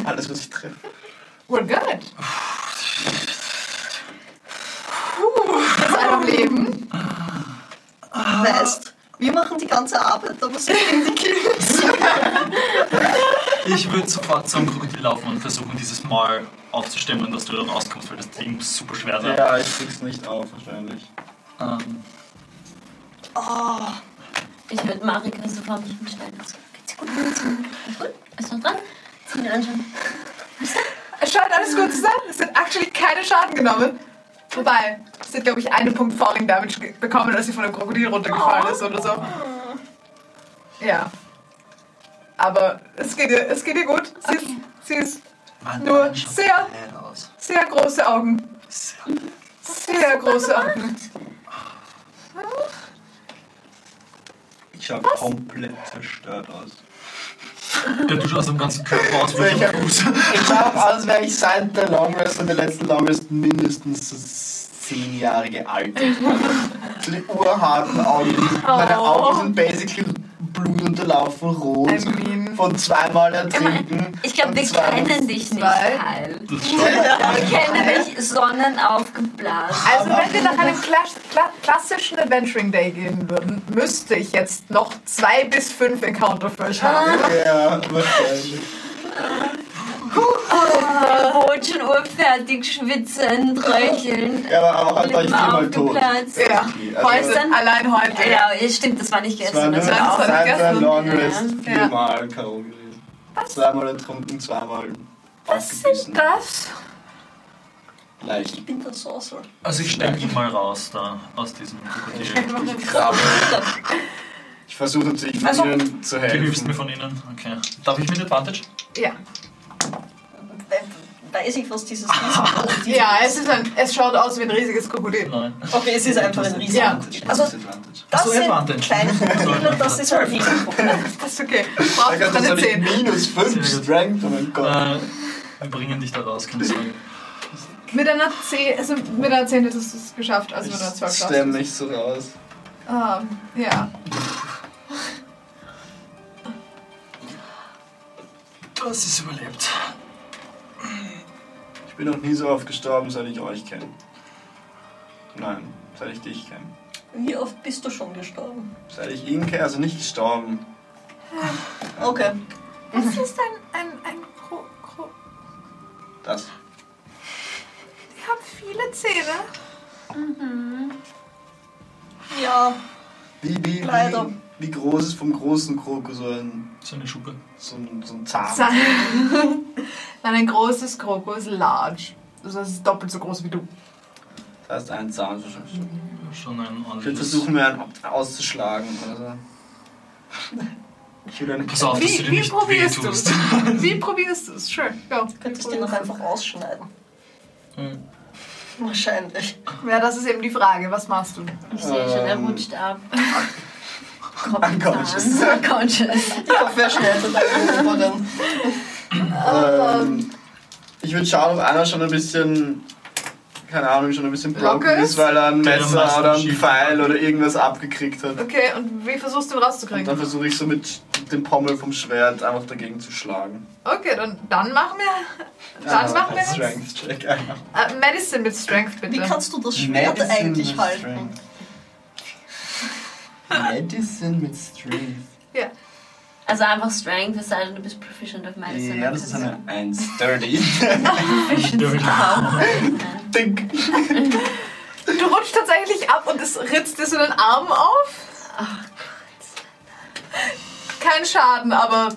S4: Alles, was ich treffe.
S2: We're good. Das einfach Leben.
S5: Weißt, wir machen die ganze Arbeit, aber sie kriegen die Kills.
S6: ich würde sofort zum Krokodil laufen und versuchen, dieses Mal aufzustimmen, dass du da rauskommst, weil das Ding muss super schwer sein.
S4: Ja, ich krieg's nicht auf, wahrscheinlich.
S6: Ähm,
S5: Oh,
S1: Ich würde Marika sofort mich entscheiden. So, geht's dir gut? Geht's dir gut? Alles gut? Ist noch dran? Zieh ihn anschauen.
S2: Es scheint alles gut zu sein. Es sind actually keine Schaden genommen. Wobei, es hat, glaube ich, einen Punkt Falling Damage ge- bekommen, als sie von dem Krokodil runtergefallen ist oder so. Ja. Aber es geht ihr, es geht ihr gut. Sie ist, sie ist
S6: Mann,
S2: Nur
S6: Mann, schaut
S2: sehr-
S6: bad aus.
S2: sehr große Augen.
S6: Sehr
S2: Sehr große Augen.
S4: Ich schau komplett zerstört aus.
S6: Ja, du schaust am ganzen Körper aus wie
S4: Welcher-
S6: ein Fuß.
S4: Ich glaube, als wäre ich seit der Longrest und der letzten Longrest mindestens so zehn Jahre gealtert. so die urharten Augen. Meine Augen
S6: Oh.
S4: sind basically blutunterlaufen, rot.
S2: I mean.
S4: Von zweimal ertrinken.
S1: Ich glaube,
S4: und
S1: wir
S4: zweimal-
S1: kennen dich nicht,
S2: zwei.
S1: Kyle.
S6: Das schaut-
S1: Ich kenne dich sonnenaufgeblasen.
S2: Also wenn wir nach einem Kla Kla klassischen Adventuring Day gehen würden, müsste ich jetzt noch zwei bis fünf Encounter für euch haben.
S4: Ja, wahrscheinlich.
S1: Brotchen urfertig, schwitzen, röcheln.
S4: Ja, aber, aber halt war ich
S1: Lippen
S4: viermal tot.
S1: aufgeplatzt.
S2: Ja,
S4: Also-
S2: heute, allein heute.
S1: Ja, ja, stimmt, das war nicht
S4: Es
S1: gestern.
S4: war nur
S1: Das war
S2: auch
S4: seit der
S2: vergessen.
S4: Longrest
S1: Ja.
S4: viermal K.O. gewesen. Zweimal ertrunken, zweimal
S2: Was sind
S4: aufgebissen.
S2: das?
S4: Leicht.
S5: ich bin der Sorcerer.
S6: Also ich stelle ihn mal raus da aus diesem Krokodil.
S4: Ich versuche natürlich von
S5: Also-
S4: ihnen zu
S6: Du hilfst mir
S4: helfen.
S6: von innen. Okay. Darf ich mit Advantage?
S2: Ja.
S5: weiß ich, was dieses Riesenrad ist.
S2: Ja, es, ist ein, es schaut aus wie ein riesiges Krokodil.
S6: Nein.
S5: Okay, es ist einfach ein Riesenrad.
S20: Advantage.
S5: Also,
S20: Disadvantage.
S5: das
S6: so,
S5: sind
S6: Advantage.
S5: kleine Krokodile, das ist ein Riesenrad.
S2: Das ist okay. Du brauchst
S4: Da kannst du
S2: keine
S4: nicht
S2: 10.
S4: minus 5
S6: Sehr gut.
S4: Strength, oh mein Gott.
S6: Äh, wir bringen dich da raus, keine Sorge.
S2: Mit einer 10, also mit einer 10 hättest du es geschafft, also mit einer 12
S4: Ich stemme nicht so raus.
S2: Ah, ja.
S6: Das ist überlebt.
S4: Ich bin noch nie so oft gestorben, seit ich euch kenne. Nein, seit ich dich kenne.
S5: Wie oft bist du schon gestorben?
S4: Seit ich ihn kenne, also nicht gestorben.
S5: Okay.
S2: Das ist ein, ein, ein Kro, Kro,
S4: Das.
S2: die haben viele Zähne.
S5: Ja,
S4: Wie, wie,
S5: Leider.
S4: wie, wie groß ist vom großen Kroko so ein,
S6: So eine Schuppe.
S4: so ein, so ein Zahn?
S2: Nein, ein großes Kroko ist large. Also das ist doppelt so groß wie du.
S4: Das heißt ein Zahn.
S6: Schon ein
S4: Ich will
S6: ordentliches.
S4: versuchen, mir einen Opt- auszuschlagen oder so. Ich will einen
S6: Pass auf, dass
S2: Wie-
S6: du dir
S2: wie
S6: nicht
S2: probierst
S6: wehtust.
S2: Wie probierst du es? Schön, go.
S5: könntest du noch einfach ausschneiden.
S6: Hm.
S5: Wahrscheinlich.
S2: Ja, das ist eben die Frage. Was machst du?
S21: Ich sehe schon, er
S4: Ähm.
S21: rutscht ab.
S4: Unconscious.
S21: Unconscious.
S5: Die Abwehrschneide da irgendwo dann.
S4: Ähm, ich würde schauen, ob einer schon ein bisschen, keine Ahnung, schon ein bisschen broken
S2: Locker ist?
S4: ist, weil er ein
S6: Der am
S4: Messer
S6: meisten
S4: oder ein
S6: Schild
S4: Pfeil oder irgendwas abgekriegt hat.
S2: Okay, und wie versuchst du ihn
S4: Und dann
S2: rauszukriegen?
S4: versuche ich so mit dem Pommel vom Schwert einfach dagegen zu schlagen.
S2: Okay, dann, dann machen wir. Dann machen wir jetzt.
S4: Strength-Check einfach.
S2: Äh, Medicine mit Strength, bitte.
S5: Wie kannst du das Schwert
S4: Medicine
S5: eigentlich
S4: with
S5: halten?
S4: Strength. Medicine mit Strength.
S21: Also einfach Strength, es sei denn, du bist proficient auf Medicine.
S4: Ja, das ist eine 1. Dirty. Ding.
S2: Du rutschst tatsächlich ab und es ritzt dir so den Arm auf. Kein Schaden, aber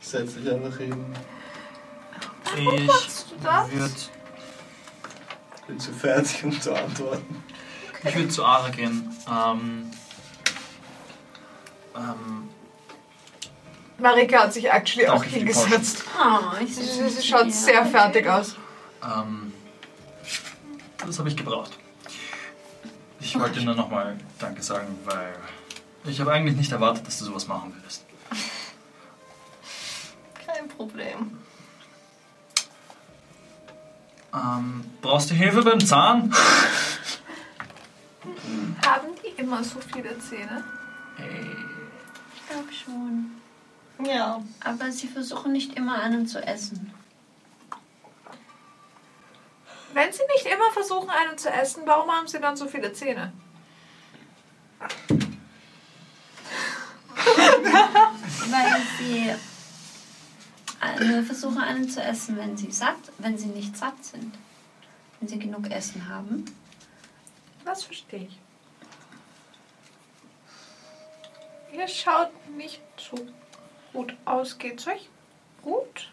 S4: Setz dich einfach hin.
S6: Ich
S2: das?
S6: würde
S4: Bin zu fertig, um zu antworten.
S6: ich würd zu Ara gehen. Ähm, ähm,
S2: Marika hat sich actually
S6: Danke
S2: auch
S6: für die
S2: hingesetzt.
S21: Oh, ich
S2: Sie,
S21: sehe
S2: sie,
S21: schon.
S2: sie schaut sehr fertig aus.
S6: ähm, das habe ich gebraucht. Ich wollte nur nochmal Danke sagen, weil ich habe eigentlich nicht erwartet, dass du sowas machen würdest.
S5: Kein Problem.
S6: Ähm, brauchst du Hilfe beim Zahn?
S2: Haben die immer so viele Zähne?
S6: Ey,
S1: Ich glaube schon.
S5: Ja.
S1: Aber sie versuchen nicht immer einen zu essen.
S2: Wenn sie nicht immer versuchen, einen zu essen, warum haben sie dann so viele Zähne?
S1: Weil sie äh, nur versuchen, einen zu essen, wenn sie satt, wenn sie nicht satt sind. Wenn sie genug Essen haben.
S2: Das verstehe ich. Ihr schaut nicht so gut aus. Geht's euch gut?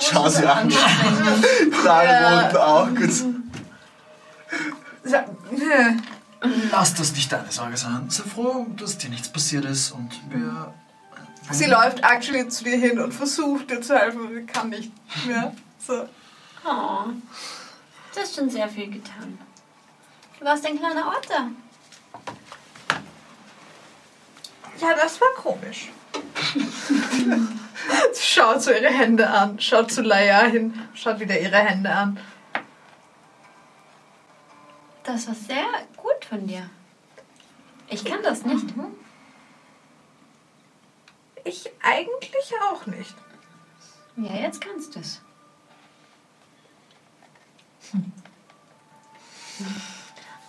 S4: Schau sie an. Knallroten Augen.
S2: Sa-
S6: Lass das nicht deine Sorge sein. Sei froh, dass dir nichts passiert ist und wir.
S2: Sie läuft actually zu dir hin und versucht dir zu helfen. Sie kann nicht mehr. So.
S1: Oh, du hast schon sehr viel getan. Du warst ein kleiner Otter.
S2: Ja, das war komisch. Sie schaut so ihre Hände an, schaut zu Laia hin, schaut wieder ihre Hände an.
S1: Das war sehr gut von dir. Ich kann das nicht.
S2: Ich eigentlich auch nicht.
S1: Ja, jetzt kannst du es.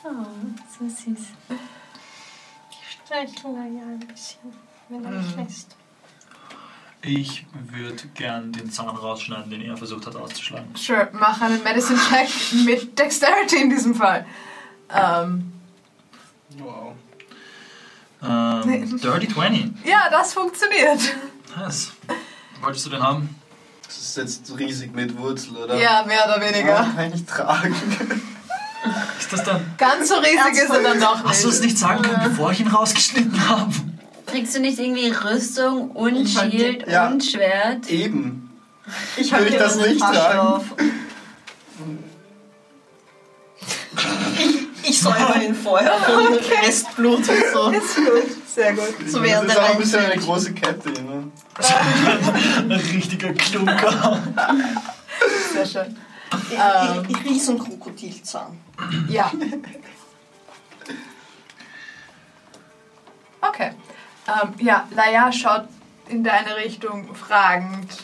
S1: Oh, so süß.
S5: Ich streichle ja ein bisschen, wenn er mich lässt.
S6: Ich würde gern den Zahn rausschneiden, den er versucht hat auszuschlagen.
S2: Sure, mach einen Medicine Check mit Dexterity in diesem Fall. Ähm,
S4: Wow.
S6: Ähm, Dirty 20.
S2: ja, das funktioniert.
S6: Nice. Wolltest du den haben?
S4: Das ist jetzt riesig mit Wurzel, oder?
S2: Ja, mehr oder
S4: Ah,
S2: weniger.
S4: kann ich nicht tragen.
S6: Ist das dann.
S2: Ganz so riesig ist er dann doch
S6: Hast du es
S2: nicht.
S6: nicht sagen können, bevor ich ihn rausgeschnitten habe?
S21: Kriegst du nicht irgendwie Rüstung und
S2: Ich fand die-
S21: Schild
S4: ja.
S21: und Schwert?
S4: Eben. Ich Will ich das nicht tragen?
S5: Ich säuber ihn vorher und Restblut und so.
S2: Ist gut, sehr gut.
S5: So
S4: Das
S5: während
S4: ist
S5: der
S4: auch ein bisschen
S5: Reise.
S4: eine große Kette. Ne?
S22: Ein richtiger Klunker.
S2: Sehr schön.
S5: Ähm. Riesenkrokodilzahn.
S2: Ja. Okay. Ähm, ja, Laia schaut in deine Richtung fragend.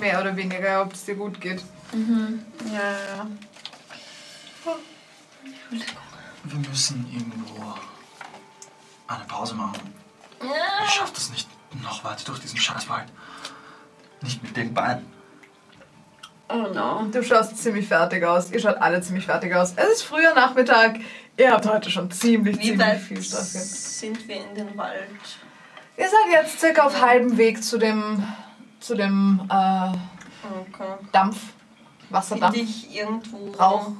S2: Mehr oder weniger, ob es dir gut geht.
S23: Ja, ja. Wir müssen irgendwo eine Pause machen. Ich schaff das nicht noch weiter durch diesen Scheißwald. Nicht mit dem Bein.
S1: Oh no.
S2: Du schaust ziemlich fertig aus. Ihr schaut alle ziemlich fertig aus. Es ist früher Nachmittag. Ihr habt heute schon ziemlich,
S5: Wie
S2: ziemlich
S5: weit
S2: viel Spaß gehabt.
S5: sind wir in den Wald?
S2: Ihr seid jetzt circa auf halbem Weg zu dem, zu dem äh,
S5: Okay.
S2: Dampf. Wasserdampf.
S5: Finde ich irgendwo
S2: Rauch.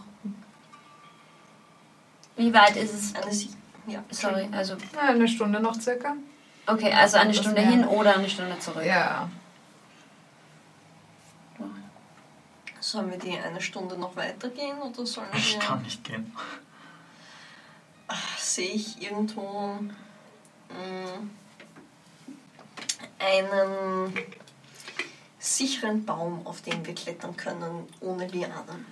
S1: Wie weit ist es?
S5: eine Sie ja.
S1: Sorry, also.
S2: Na, Eine Stunde noch circa.
S1: Okay, also eine
S2: Das
S1: Stunde
S2: wär-
S1: hin oder eine Stunde zurück.
S2: Ja.
S5: Sollen wir die eine Stunde noch weitergehen oder sollen
S6: Ich kann
S5: wir.
S6: nicht gehen.
S5: Sehe ich irgendwo mh, einen sicheren Baum, auf den wir klettern können, ohne Lianen.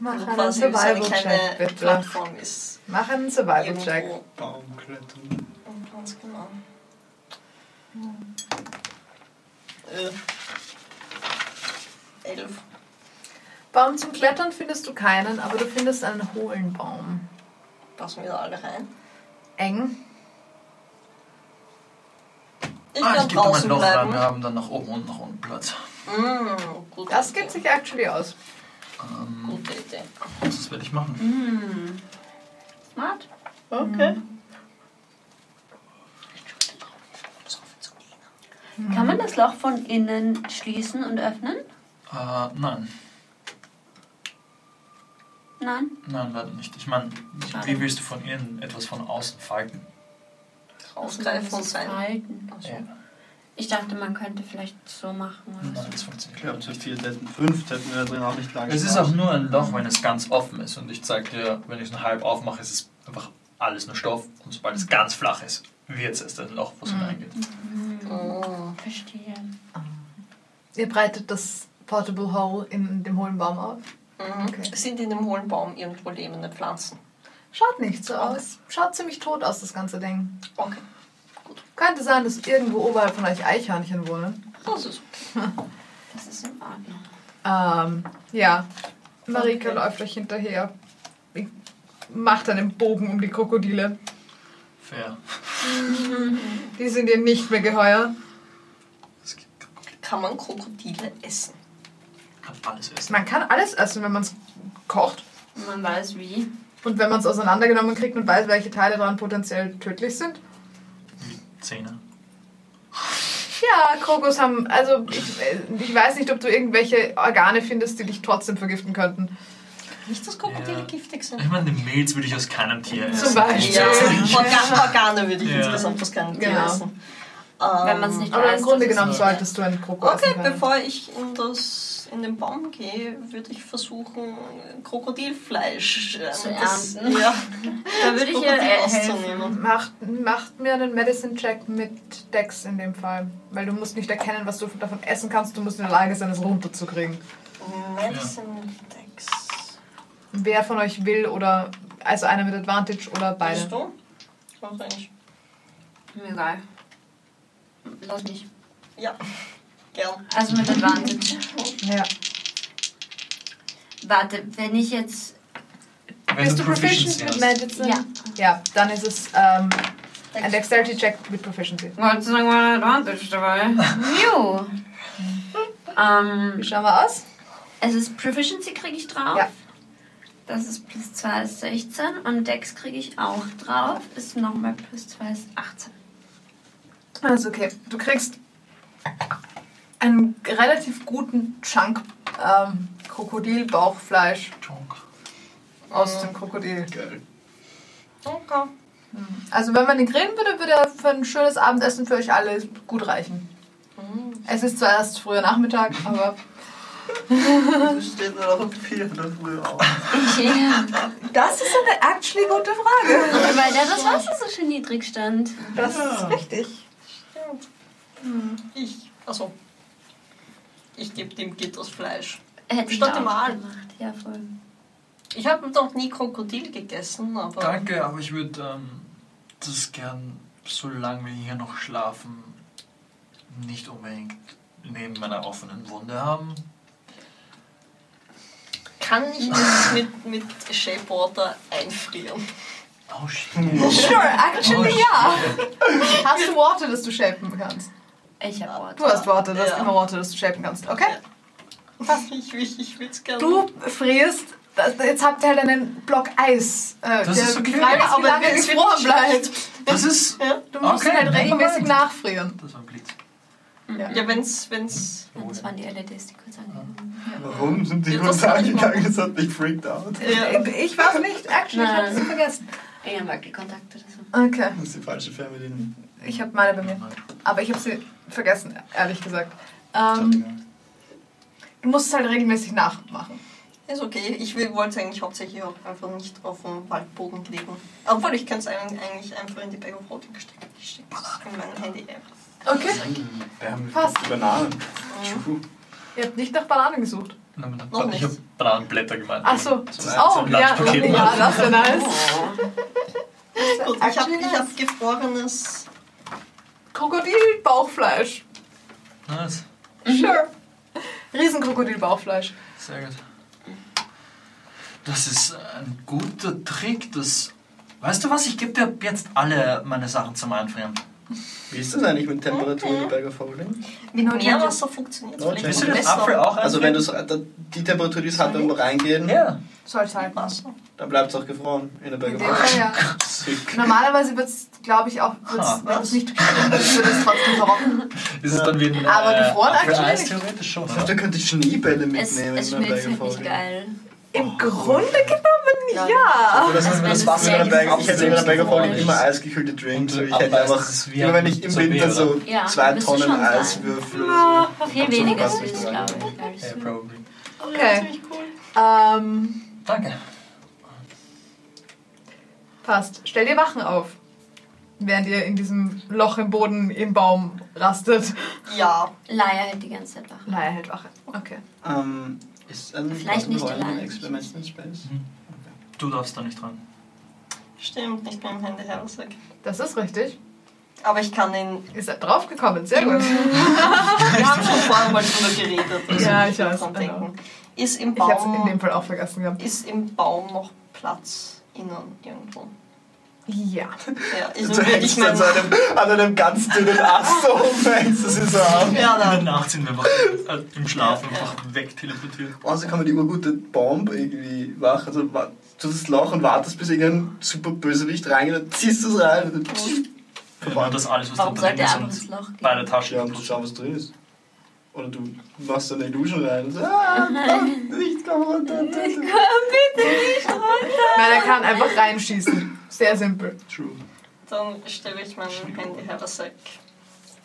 S2: Mach
S5: Wo
S2: einen
S5: Also quasi so eine
S2: Survival-Check,
S5: kleine
S2: bitte.
S5: Plattform ist.
S2: Mach einen Survival-Check.
S5: Irgendwo.
S4: Baumklettern.
S5: Und ganz genau. Äh. Elf.
S2: Baum zum Klettern findest du keinen, aber du findest einen hohlen Baum.
S5: Passen wir da alle rein?
S2: Eng.
S5: Ich
S6: Ah,
S5: kann
S6: ich gebe mal ein
S5: draußen
S6: Loch rein.
S5: bleiben.
S6: Wir haben dann nach oben und nach unten Platz.
S5: Mm, gute
S2: Das
S5: Idee.
S2: geht sich actually aus.
S6: Ähm,
S5: Gute Idee.
S6: das werde ich machen.
S5: Mhm.
S1: Smart.
S5: Okay.
S1: Kann man das Loch von innen schließen und öffnen?
S6: Äh, nein,
S1: Nein.
S6: nein, leider nicht. Ich meine,
S1: Schade.
S6: wie willst du von innen etwas von außen falten?
S5: Ausgreifen und sein.
S1: Halten. Ich dachte, man könnte vielleicht so machen oder
S6: Nein,
S1: so.
S6: das funktioniert
S4: Ich glaube, zu viel hätten. Fünf hätten wir da drin auch nicht lang.
S6: Es ist auch nur ein Loch, wenn es ganz offen ist. Und ich zeige dir, wenn ich es nur halb aufmache, ist es einfach alles nur Stoff. Und sobald es ganz flach ist, wird es erst ein Loch,
S2: Mhm.
S6: wo es hineingeht.
S5: Oh.
S1: Verstehe.
S2: Ihr breitet das Portable Hole in dem hohlen Baum auf.
S5: Mhm.
S2: Okay.
S5: Sind in dem hohlen Baum irgendwo lebende Pflanzen?
S2: Schaut nicht so aus. Schaut ziemlich tot aus, das ganze Ding.
S5: Okay.
S2: Könnte sein, dass irgendwo oberhalb von euch Eichhörnchen wohnen.
S5: Das ist okay.
S1: Das ist in Ordnung.
S2: Ähm, ja. Marika
S5: Okay.
S2: läuft euch hinterher. Macht einen Bogen um die Krokodile.
S6: Fair.
S2: Die sind ihr nicht mehr geheuer.
S6: Es gibt,
S5: Kann man Krokodile essen?
S6: kann alles essen.
S2: Man kann alles essen, wenn man es kocht.
S1: Man weiß wie.
S2: Und wenn man es auseinandergenommen kriegt und weiß, welche Teile daran potenziell tödlich sind.
S6: Zähne.
S2: Ja, Krokus haben. Also, ich, äh, ich weiß nicht, ob du irgendwelche Organe findest, die dich trotzdem vergiften könnten.
S5: Nicht, dass Krokodile
S6: Ja.
S5: giftig sind.
S6: Ich meine, den Milz würde ich aus keinem Tier essen.
S2: Zum Beispiel.
S5: Ja, Organ, Organe würde ich
S6: Ja.
S5: insgesamt das gerne
S2: Genau.
S5: essen.
S1: Wenn man es nicht
S2: Aber
S1: weiß.
S2: im Grunde
S1: das ist
S2: genommen
S1: nicht-
S2: solltest du einen Krokus
S5: Okay,
S2: essen. Können.
S5: bevor ich in, das, in den Baum gehe, würde ich versuchen, Krokodilfleisch äh,
S1: Zu
S5: das-
S1: ernten.
S5: Ja,
S1: Da würde ich ihr
S5: Krokodil
S1: äh, helfen.
S5: auszunehmen.
S2: Macht, macht mir einen Medicine-Check mit Dex in dem Fall. Weil du musst nicht erkennen, was du davon essen kannst. Du musst in der Lage sein, es runterzukriegen.
S5: Medicine Dex.
S2: Wer von euch will oder. Also einer mit Advantage oder beide.
S5: Bist du? Mach ich.
S1: Mir egal. Lass mich.
S5: Ja, gern.
S1: Also mit Advantage.
S2: Ja.
S1: Warte, wenn ich jetzt.
S6: Wenn
S2: Bist du proficient mit
S6: hast.
S2: Medicine?
S1: Ja.
S2: Ja, dann ist es ähm, ein Dexterity-Check mit Proficiency.
S1: Gott sei Dank war ein Advantage dabei. New.
S2: Wie
S1: ähm,
S2: schauen wir aus?
S1: es ist Proficiency kriege ich drauf.
S2: Ja.
S1: Das ist plus 2 ist 16 und Dex kriege ich auch drauf. Ist nochmal plus 2 ist 18.
S2: Also okay, du kriegst einen relativ guten Chunk ähm, Krokodilbauchfleisch
S6: Junk.
S2: aus dem Krokodil.
S5: Okay.
S2: Also wenn man ihn grillen würde, würde er für ein schönes Abendessen für euch alle gut reichen. Es ist zwar erst früher Nachmittag, aber
S8: Es steht nur noch um vier in der Früh auf.
S24: Das ist eine actually gute Frage.
S1: Weil da das Wasser so schön niedrig stand.
S24: Das ist richtig.
S5: Ich, also, ich gebe dem Git das Fleisch.
S1: Hätte ich
S5: Statt
S1: da auch
S5: dem Aal.
S1: gemacht. Ja, voll.
S5: Ich habe noch nie Krokodil gegessen,
S2: Oh.
S5: aber
S6: Danke, aber ich würde ähm, das gern, solange wir hier noch schlafen, nicht unbedingt neben meiner offenen Wunde haben.
S5: kann ich das mit, mit Shapewater einfrieren?
S6: Oh shit.
S2: sure, actually
S6: Oh,
S2: ja. Hast du Worte, dass du shapen kannst?
S1: Ich hab Ort.
S2: Du hast Worte, dass
S5: Ja.
S2: immer Worte, dass du shapen kannst. Okay.
S5: Ich, ich, ich will es gerne.
S2: Du frierst. das- Jetzt habt ihr halt einen Block Eis. Äh,
S6: Das
S2: der-
S6: ist okay.
S2: Die Frage ist, wie
S5: Aber
S2: lange
S5: wenn es
S2: gefroren bleibt.
S6: Das ist.
S2: Du musst
S6: Okay,
S2: ihn halt
S6: nein,
S2: regelmäßig
S6: nein.
S2: nachfrieren.
S6: Das war ein Blitz.
S5: Ja, wenn's, wenn's.
S6: Oh,
S1: Das waren die LEDs, die kurz angegangen
S8: Warum sind die
S5: Ja,
S8: kurz
S5: das hab ich mal.
S8: angegangen? Das hat mich freaked out.
S5: Ja.
S2: Ich weiß nicht, actually, ich habe
S1: Nein.
S2: sie vergessen.
S1: haben. Ja, Wackelkontakte. Das war
S2: Okay,
S8: Das ist die falsche Fernbedienung.
S2: ich habe meine bei mir. Aber ich habe sie vergessen, ehrlich gesagt. Ähm,
S8: Scheißegal.
S2: du musst es halt regelmäßig nachmachen.
S5: Ist okay, ich wollte es eigentlich hauptsächlich auch einfach nicht auf dem Waldboden legen. Obwohl, ich kann es eigentlich einfach in die Bag of Holding stecken. Ich stecke es in mein Handy ein.
S2: Okay.
S8: Wir haben
S2: Passt.
S8: Bananen. True.
S2: Ihr habt nicht nach Bananen gesucht.
S6: Nein, nein,
S5: Noch
S6: Ich
S5: nicht.
S6: habe Bananenblätter gemeint.
S2: Ach so. Oh,
S6: zum
S2: ja,
S6: Lunchpaket
S2: ja,
S6: machen.
S2: das wäre nice.
S5: Gut, ich habe ich hab gefrorenes.
S2: Krokodil-Bauchfleisch.
S6: Nice.
S2: Sure. Riesenkrokodil-Bauchfleisch.
S6: Sehr gut. Das ist ein guter Trick. Das. Weißt du was? Ich gebe dir jetzt alle meine Sachen zum Einfrieren.
S8: Wie ist das eigentlich mit Temperaturen bei Gefolding?
S5: Mit
S2: No
S5: Meerwasser funktioniert es
S8: No
S5: vielleicht
S8: changes.
S6: Willst du
S5: noch
S6: den Apfel
S5: besser.
S6: auch einfrieren?
S8: Also wenn du die Temperatur, die es hat, dann reingehen,
S6: Ja.
S2: Soll es halt machen.
S5: Wasser.
S8: dann bleibt es auch gefroren in der
S2: In
S8: Bag
S2: dem Fall, ja. Normalerweise wird es, glaube ich, auch
S6: Ah,
S2: wird's, wenn es nicht gefroren ist, wird es trotzdem verrotten.
S6: Ist es dann wie ein
S2: Aber gefroren
S6: Apfeleis
S2: natürlich.
S6: theoretisch schon.
S8: Ich
S6: oder?
S8: dachte, da könnte ich Schneebälle
S1: es
S8: mitnehmen
S1: es
S8: in der
S1: schmilzt
S8: Bag
S1: halt
S8: of
S1: nicht
S8: Holding.
S1: geil.
S8: Oh,
S24: Im Grunde genommen ja.
S8: Oder
S1: Also
S8: sagen wir
S1: wenn
S8: das
S1: es
S8: Wasser in der
S1: sehr
S8: Bag, ich hätte in der Bag of Holding
S1: gefroren
S8: immer
S1: ist.
S8: eisgekühlte Drinks.
S6: Und
S8: Ich hätte
S6: Abweis,
S8: einfach,
S6: Also, das ist wie
S8: nur wenn
S6: ein
S8: ich im
S6: Sorbet,
S8: Winter so
S1: Ja,
S8: zwei
S1: müsste
S8: Tonnen
S1: schon sein.
S8: Eiswürfel oder so.
S1: Viel
S8: so
S1: weniger
S8: passt
S1: süß,
S8: nicht rein.
S1: glaube ich. als
S6: Yeah,
S1: so.
S6: probably.
S2: Okay.
S5: Ziemlich cool.
S2: Ähm,
S6: Danke.
S2: passt. Stell dir Wachen auf. Während ihr in diesem Loch im Boden im Baum rastet.
S5: Ja,
S1: Laia hält die ganze Zeit wach.
S2: Leier hält Wache. Okay.
S8: Ähm, ist ein
S1: Vielleicht
S4: also
S1: nicht
S8: Rollen-
S1: allein.
S8: Experiment in Space.
S6: Du darfst da nicht dran.
S5: stimmt, nicht mit dem Handy hersack.
S2: Das ist richtig.
S5: Aber ich kann ihn.
S2: Ist er draufgekommen? Sehr gut.
S5: Wir haben schon vorher mal drüber geredet. also
S2: Ja, ich
S5: will
S2: weiß,
S5: dran
S2: genau.
S5: denken. Ist im
S2: Ich hab's in dem
S5: Baum.
S2: Fall auch vergessen gehabt.
S5: Ist im Baum noch Platz innen irgendwo?
S2: Ja.
S5: Ja, also
S8: Du
S5: würde ich
S8: hängst an so
S5: meine.
S8: einem, an einem ganz dünnen Ast so hängst, das ist so arm.
S5: Ja, nein.
S6: Danach sind wir einfach äh, im Schlaf einfach wegteleportiert.
S8: Also kann man die urgute Bombe irgendwie machen. Also wa- tust das Loch und wartest, bis irgendein super Bösewicht reingeht und ziehst es rein.
S1: Oh.
S8: Und dann
S6: Und das alles, was
S1: Warum
S6: da
S1: sollte er
S6: drin ist
S1: einfach ins
S6: und
S1: Loch gehen?
S6: beide Taschen.
S8: ja, und du schaust, um was drin ist. Oder du machst eine Illusion rein und so, ah, komm, nichts komm runter.
S2: Nein, er kann einfach reinschießen. Sehr simpel.
S8: True.
S5: Dann stelle ich meinen Handy hersack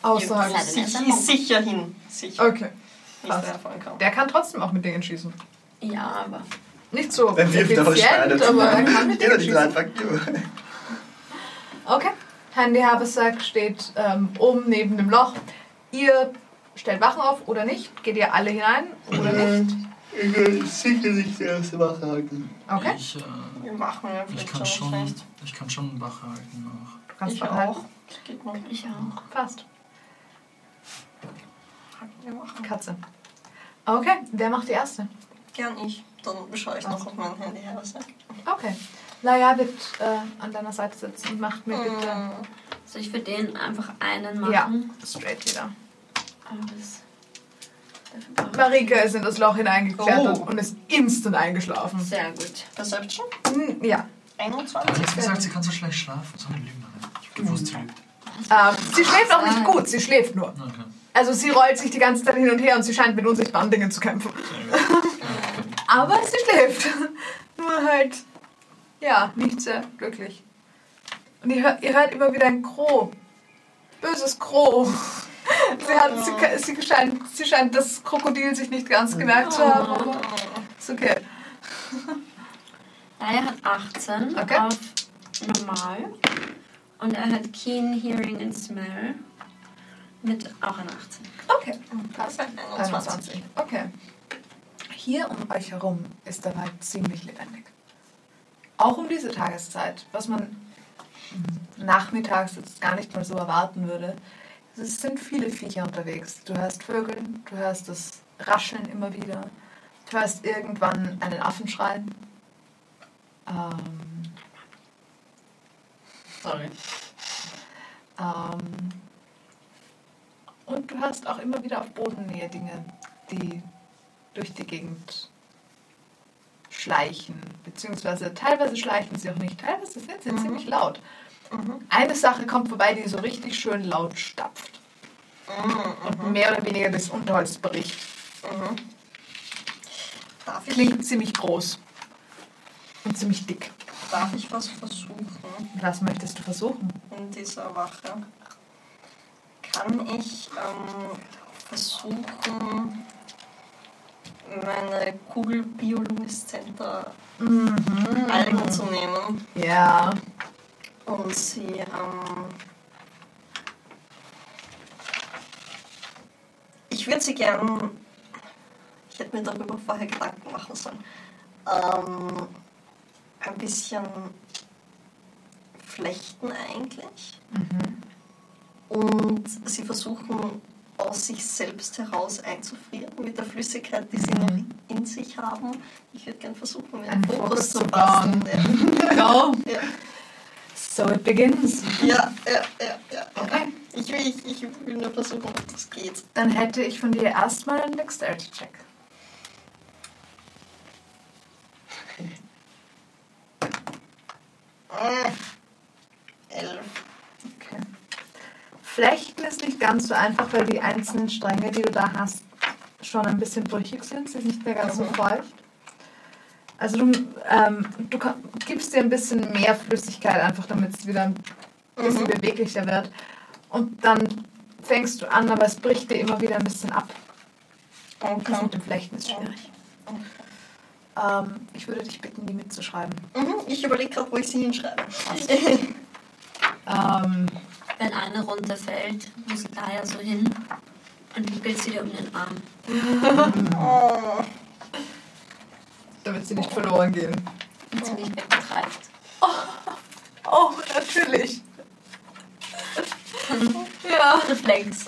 S2: Außerhalb.
S1: Kleine
S5: sich,
S1: Messer.
S5: sicher hin. Sicher.
S2: halt Okay.
S5: Nicht reinfallen kann.
S2: Der kann trotzdem auch mit Dingen schießen.
S1: Ja, aber.
S2: Nicht so
S8: Dann wirft er was
S2: effizient, aber er kann mit Dingen
S8: Jeder die
S2: schießen.
S8: drei Faktoren.
S2: Okay. Handy Habersack steht ähm, oben neben dem Loch. Ihr stellt Wachen auf oder nicht? Geht ihr alle hinein oder
S5: Mhm.
S2: nicht?
S8: Ich will sicher nicht die erste Wache halten.
S2: Okay.
S25: Ich, äh,
S5: Wir machen ja
S25: ich,
S5: vielleicht
S25: kann schon,
S5: schlecht.
S25: ich kann schon wach halten. Auch.
S2: Du halt kannst
S5: Ich
S2: verhalten.
S5: auch. Das geht um noch.
S1: Ich auch.
S2: Passt.
S5: Wir machen.
S2: Katze. Okay. Wer macht die erste?
S5: Gern ich. Dann schaue ich noch auf mein Handy hersack.
S2: Okay. Laia wird äh, an deiner Seite sitzen und macht mir
S5: Mhm.
S2: bitte
S5: Hm,
S1: Soll ich für den einfach einen machen?
S2: Ja. straight wieder.
S1: Aber das, dafür brauche
S2: Marika ist in das Loch hineingeklettert
S5: Oh.
S2: und ist instant
S1: ich.
S2: eingeschlafen.
S1: Sehr gut.
S5: Perception?
S2: Hm, Ja.
S25: Du hast
S5: 21.
S25: jetzt gesagt, sie kann so schlecht schlafen. So eine Lügnerin. Ich hab gewusst, sie lügt.
S2: Ähm, sie schläft auch nicht gut, sie schläft nur.
S25: Na, Okay.
S2: Also sie rollt sich die ganze Zeit hin und her und sie scheint mit unsichtbaren Dingen zu kämpfen. Aber sie schläft. Nur halt, ja, nicht sehr glücklich. Und ihr, hör, ihr hört immer wieder ein Crow. Böses Crow. Sie, hat, sie, sie, scheint, sie scheint das Krokodil sich nicht ganz gemerkt zu haben, aber ist okay.
S1: Er hat 18
S2: Okay.
S1: auf normal und er hat Keen Hearing and Smell mit auch an 18.
S2: Okay,
S5: Passt.
S2: 21. Okay. Hier um euch herum ist der Wald ziemlich lebendig. Auch um diese Tageszeit, was man nachmittags jetzt gar nicht mal so erwarten würde. Es sind viele Viecher unterwegs. Du hörst Vögel, du hörst das Rascheln immer wieder. Du hörst irgendwann einen Affen schreien. Ähm, sorry. Ähm, und du hörst auch immer wieder auf Bodennähe Dinge, die durch die Gegend schleichen. Beziehungsweise teilweise schleichen sie auch nicht, teilweise sind
S5: Mhm.
S2: sie ziemlich laut. Eine Sache kommt vorbei, die so richtig schön laut stapft.
S5: Mhm,
S2: Und mehr oder weniger das Unterholz bricht.
S5: Darf ich,
S2: Klingt ziemlich groß. Und ziemlich dick.
S5: darf ich was versuchen
S2: Was möchtest du versuchen?
S5: in dieser Wache? Kann ich ähm, versuchen, meine Kugel Biolumiszenter Algen zu nehmen?
S2: Ja.
S5: Und sie ähm, ich würde sie gern. Ich hätte mir darüber vorher Gedanken machen sollen. Ähm, ein bisschen flechten eigentlich. Mhm. Und sie versuchen aus sich selbst heraus einzufrieren mit der Flüssigkeit, die sie noch in sich haben. Ich würde gern versuchen, mir Mhm. einen
S2: Einen Fokus
S5: Fokus zu
S2: zu
S5: bauen.
S2: Go.
S5: Ja.
S2: So it begins.
S5: Ja, ja, ja, ja.
S2: Okay.
S5: Ich will, ich, ich will nur versuchen, ob das geht.
S2: Dann hätte ich von dir erstmal einen Dexterity-Check.
S5: Äh, elf.
S2: Okay. Flechten ist nicht ganz so einfach, weil die einzelnen Stränge, die du da hast, schon ein bisschen brüchig sind. Sie sind nicht mehr ganz so feucht. Also du, ähm, du ka- gibst dir ein bisschen mehr Flüssigkeit einfach, damit es wieder ein bisschen beweglicher wird. Und dann fängst du an, aber es bricht dir immer wieder ein bisschen ab. Das mit dem Flechten ist schwierig. Ähm, ich würde dich bitten, die mitzuschreiben.
S5: Mhm, ich überlege gerade, wo ich sie hinschreibe.
S2: Ähm,
S1: Wenn eine runterfällt, muss ich da ja so hin und wickelt sie dir um den Arm.
S2: damit sie nicht verloren gehen.
S1: Und sie mich wegtreibt.
S2: Oh, natürlich. ja.
S1: Reflex.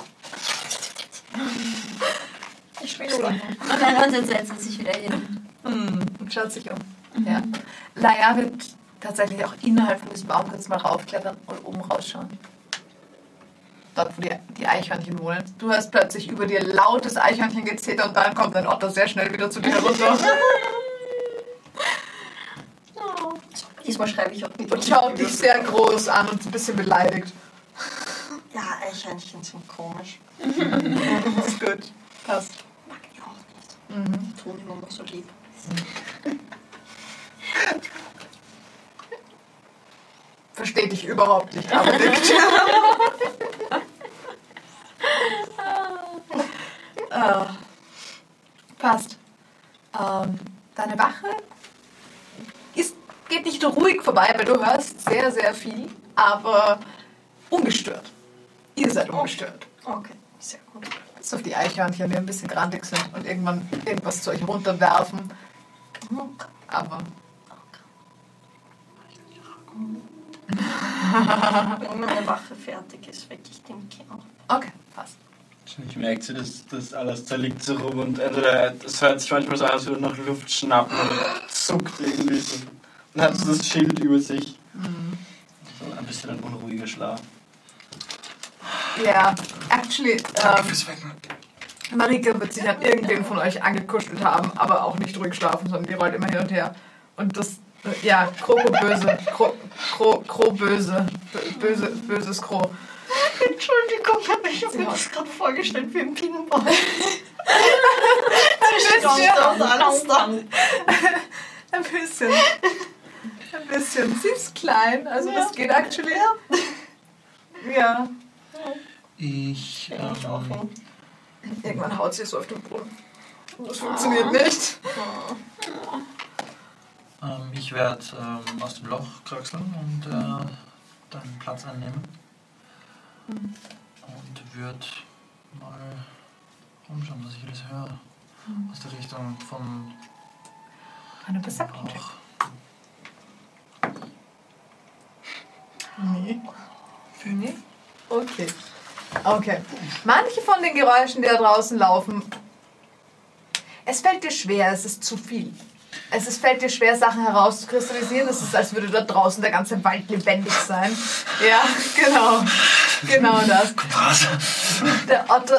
S5: Ich spiele
S1: Und dann setzt sie sich wieder hin.
S2: Und schaut sich um. Ja. Laia wird tatsächlich auch innerhalb von diesem Baum kurz mal raufklettern und oben rausschauen. Dort, wo die, die Eichhörnchen wohnen. Du hörst plötzlich über dir lautes Eichhörnchengezeter und dann kommt ein Otter sehr schnell wieder zu dir herunter
S5: Diesmal schreibe ich auch mit.
S2: und schaut dich sehr groß an und ein bisschen beleidigt.
S5: Ja, Eichhörnchen sind komisch.
S2: Ist gut. Passt.
S5: Mag ich auch nicht.
S2: Mhm.
S5: Tun immer noch so lieb.
S2: Versteht dich überhaupt nicht, aber nickt. Ah, passt. Ähm, deine Wache ist, geht nicht ruhig vorbei, weil du hörst sehr, sehr viel, aber ungestört. Ihr seid ungestört.
S5: Okay, sehr gut.
S2: Bis auf die Eichhörnchen, die ein bisschen grantig sind und irgendwann irgendwas zu euch runterwerfen. Aber Ah.
S5: Wenn meine Waffe fertig ist, wecke ich den Kern.
S2: okay, passt.
S8: Ich merke sie, dass das alles zerlegt so rum und entweder es hört sich manchmal so an, als würde nach Luft schnappen und zuckt irgendwie so. Und hat so das Schild über sich. So ein bisschen ein unruhiger Schlaf.
S2: Ja, actually, ähm,
S26: Fürs Wecken.
S2: Marike wird sich an irgendwen von euch angekuschelt haben, aber auch nicht ruhig schlafen, sondern die rollt immer hin und her. Und das, äh, ja, Kroko böse, Kro, Kro, Kro böse, Bö- böse, böses Kro.
S5: Entschuldigung, aber ich habe mir das gerade vorgestellt wie ein Pinball. Zwischen
S2: Donnerstag
S5: und Donnerstag.
S2: Ein bisschen, ein bisschen. Sie ist klein, also das geht actually. Ja.
S6: Ich.
S5: Krieg ich auch
S6: Ähm,
S5: hin.
S2: Irgendwann haut sie so auf den Boden. Das funktioniert nicht.
S6: ähm, ich werde ähm, aus dem Loch kraxeln und äh, dann Platz einnehmen. Und würde mal rumschauen, was ich alles höre. Aus der Richtung vom
S2: Eine Perception.
S6: Bauch.
S2: Nee.
S27: Okay.
S2: Okay. Manche von den Geräuschen, die da draußen laufen, es fällt dir schwer, es ist zu viel. Es ist, fällt dir schwer, Sachen herauszukristallisieren. Es ist, als würde da draußen der ganze Wald lebendig sein. Ja, genau. Genau das. Der Otto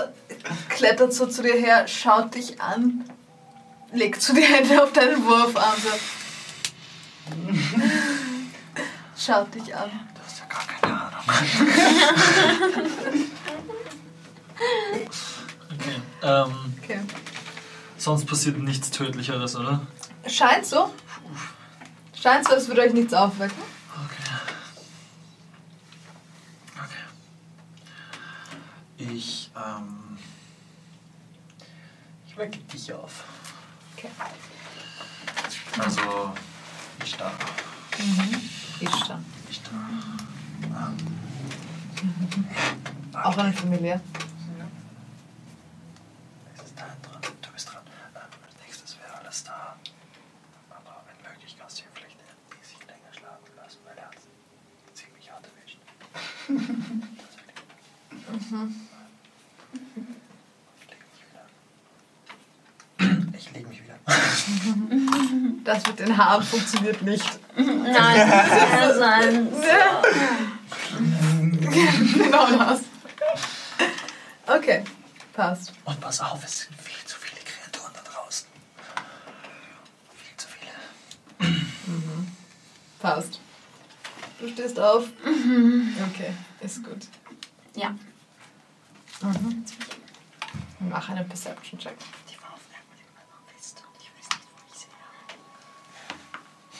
S2: klettert so zu dir her, schaut dich an, legt so die Hände auf deinen Wurfarm. So. Schaut dich an.
S28: Du hast ja gar keine Ahnung.
S6: Okay. Ähm,
S2: Okay.
S6: sonst passiert nichts Tödlicheres, oder?
S2: Scheint so. Scheint so, als würde euch nichts aufwecken.
S6: Okay. Okay.
S28: Ich, ähm,
S6: Ich wecke dich auf.
S28: also, ich da.
S2: Ist schon.
S28: Ich da. Ähm,
S2: Auch eine Familie.
S28: es ist dein dran, du bist dran. Ähm, als nächstes wäre alles da. Aber wenn möglich, kannst du ihn vielleicht ein bisschen länger schlafen lassen, weil er hat ziemlich hart erwischt.
S29: Ich lege mich wieder.
S2: Das mit den Haaren funktioniert nicht.
S1: Nein, das ist ein.
S2: Genau das. Okay, passt.
S29: Und pass auf, es sind viel zu viele Kreaturen da draußen. Viel zu viele.
S2: Passt. Du stehst auf. Okay, ist gut.
S1: Ja.
S2: Mach einen Perception-Check.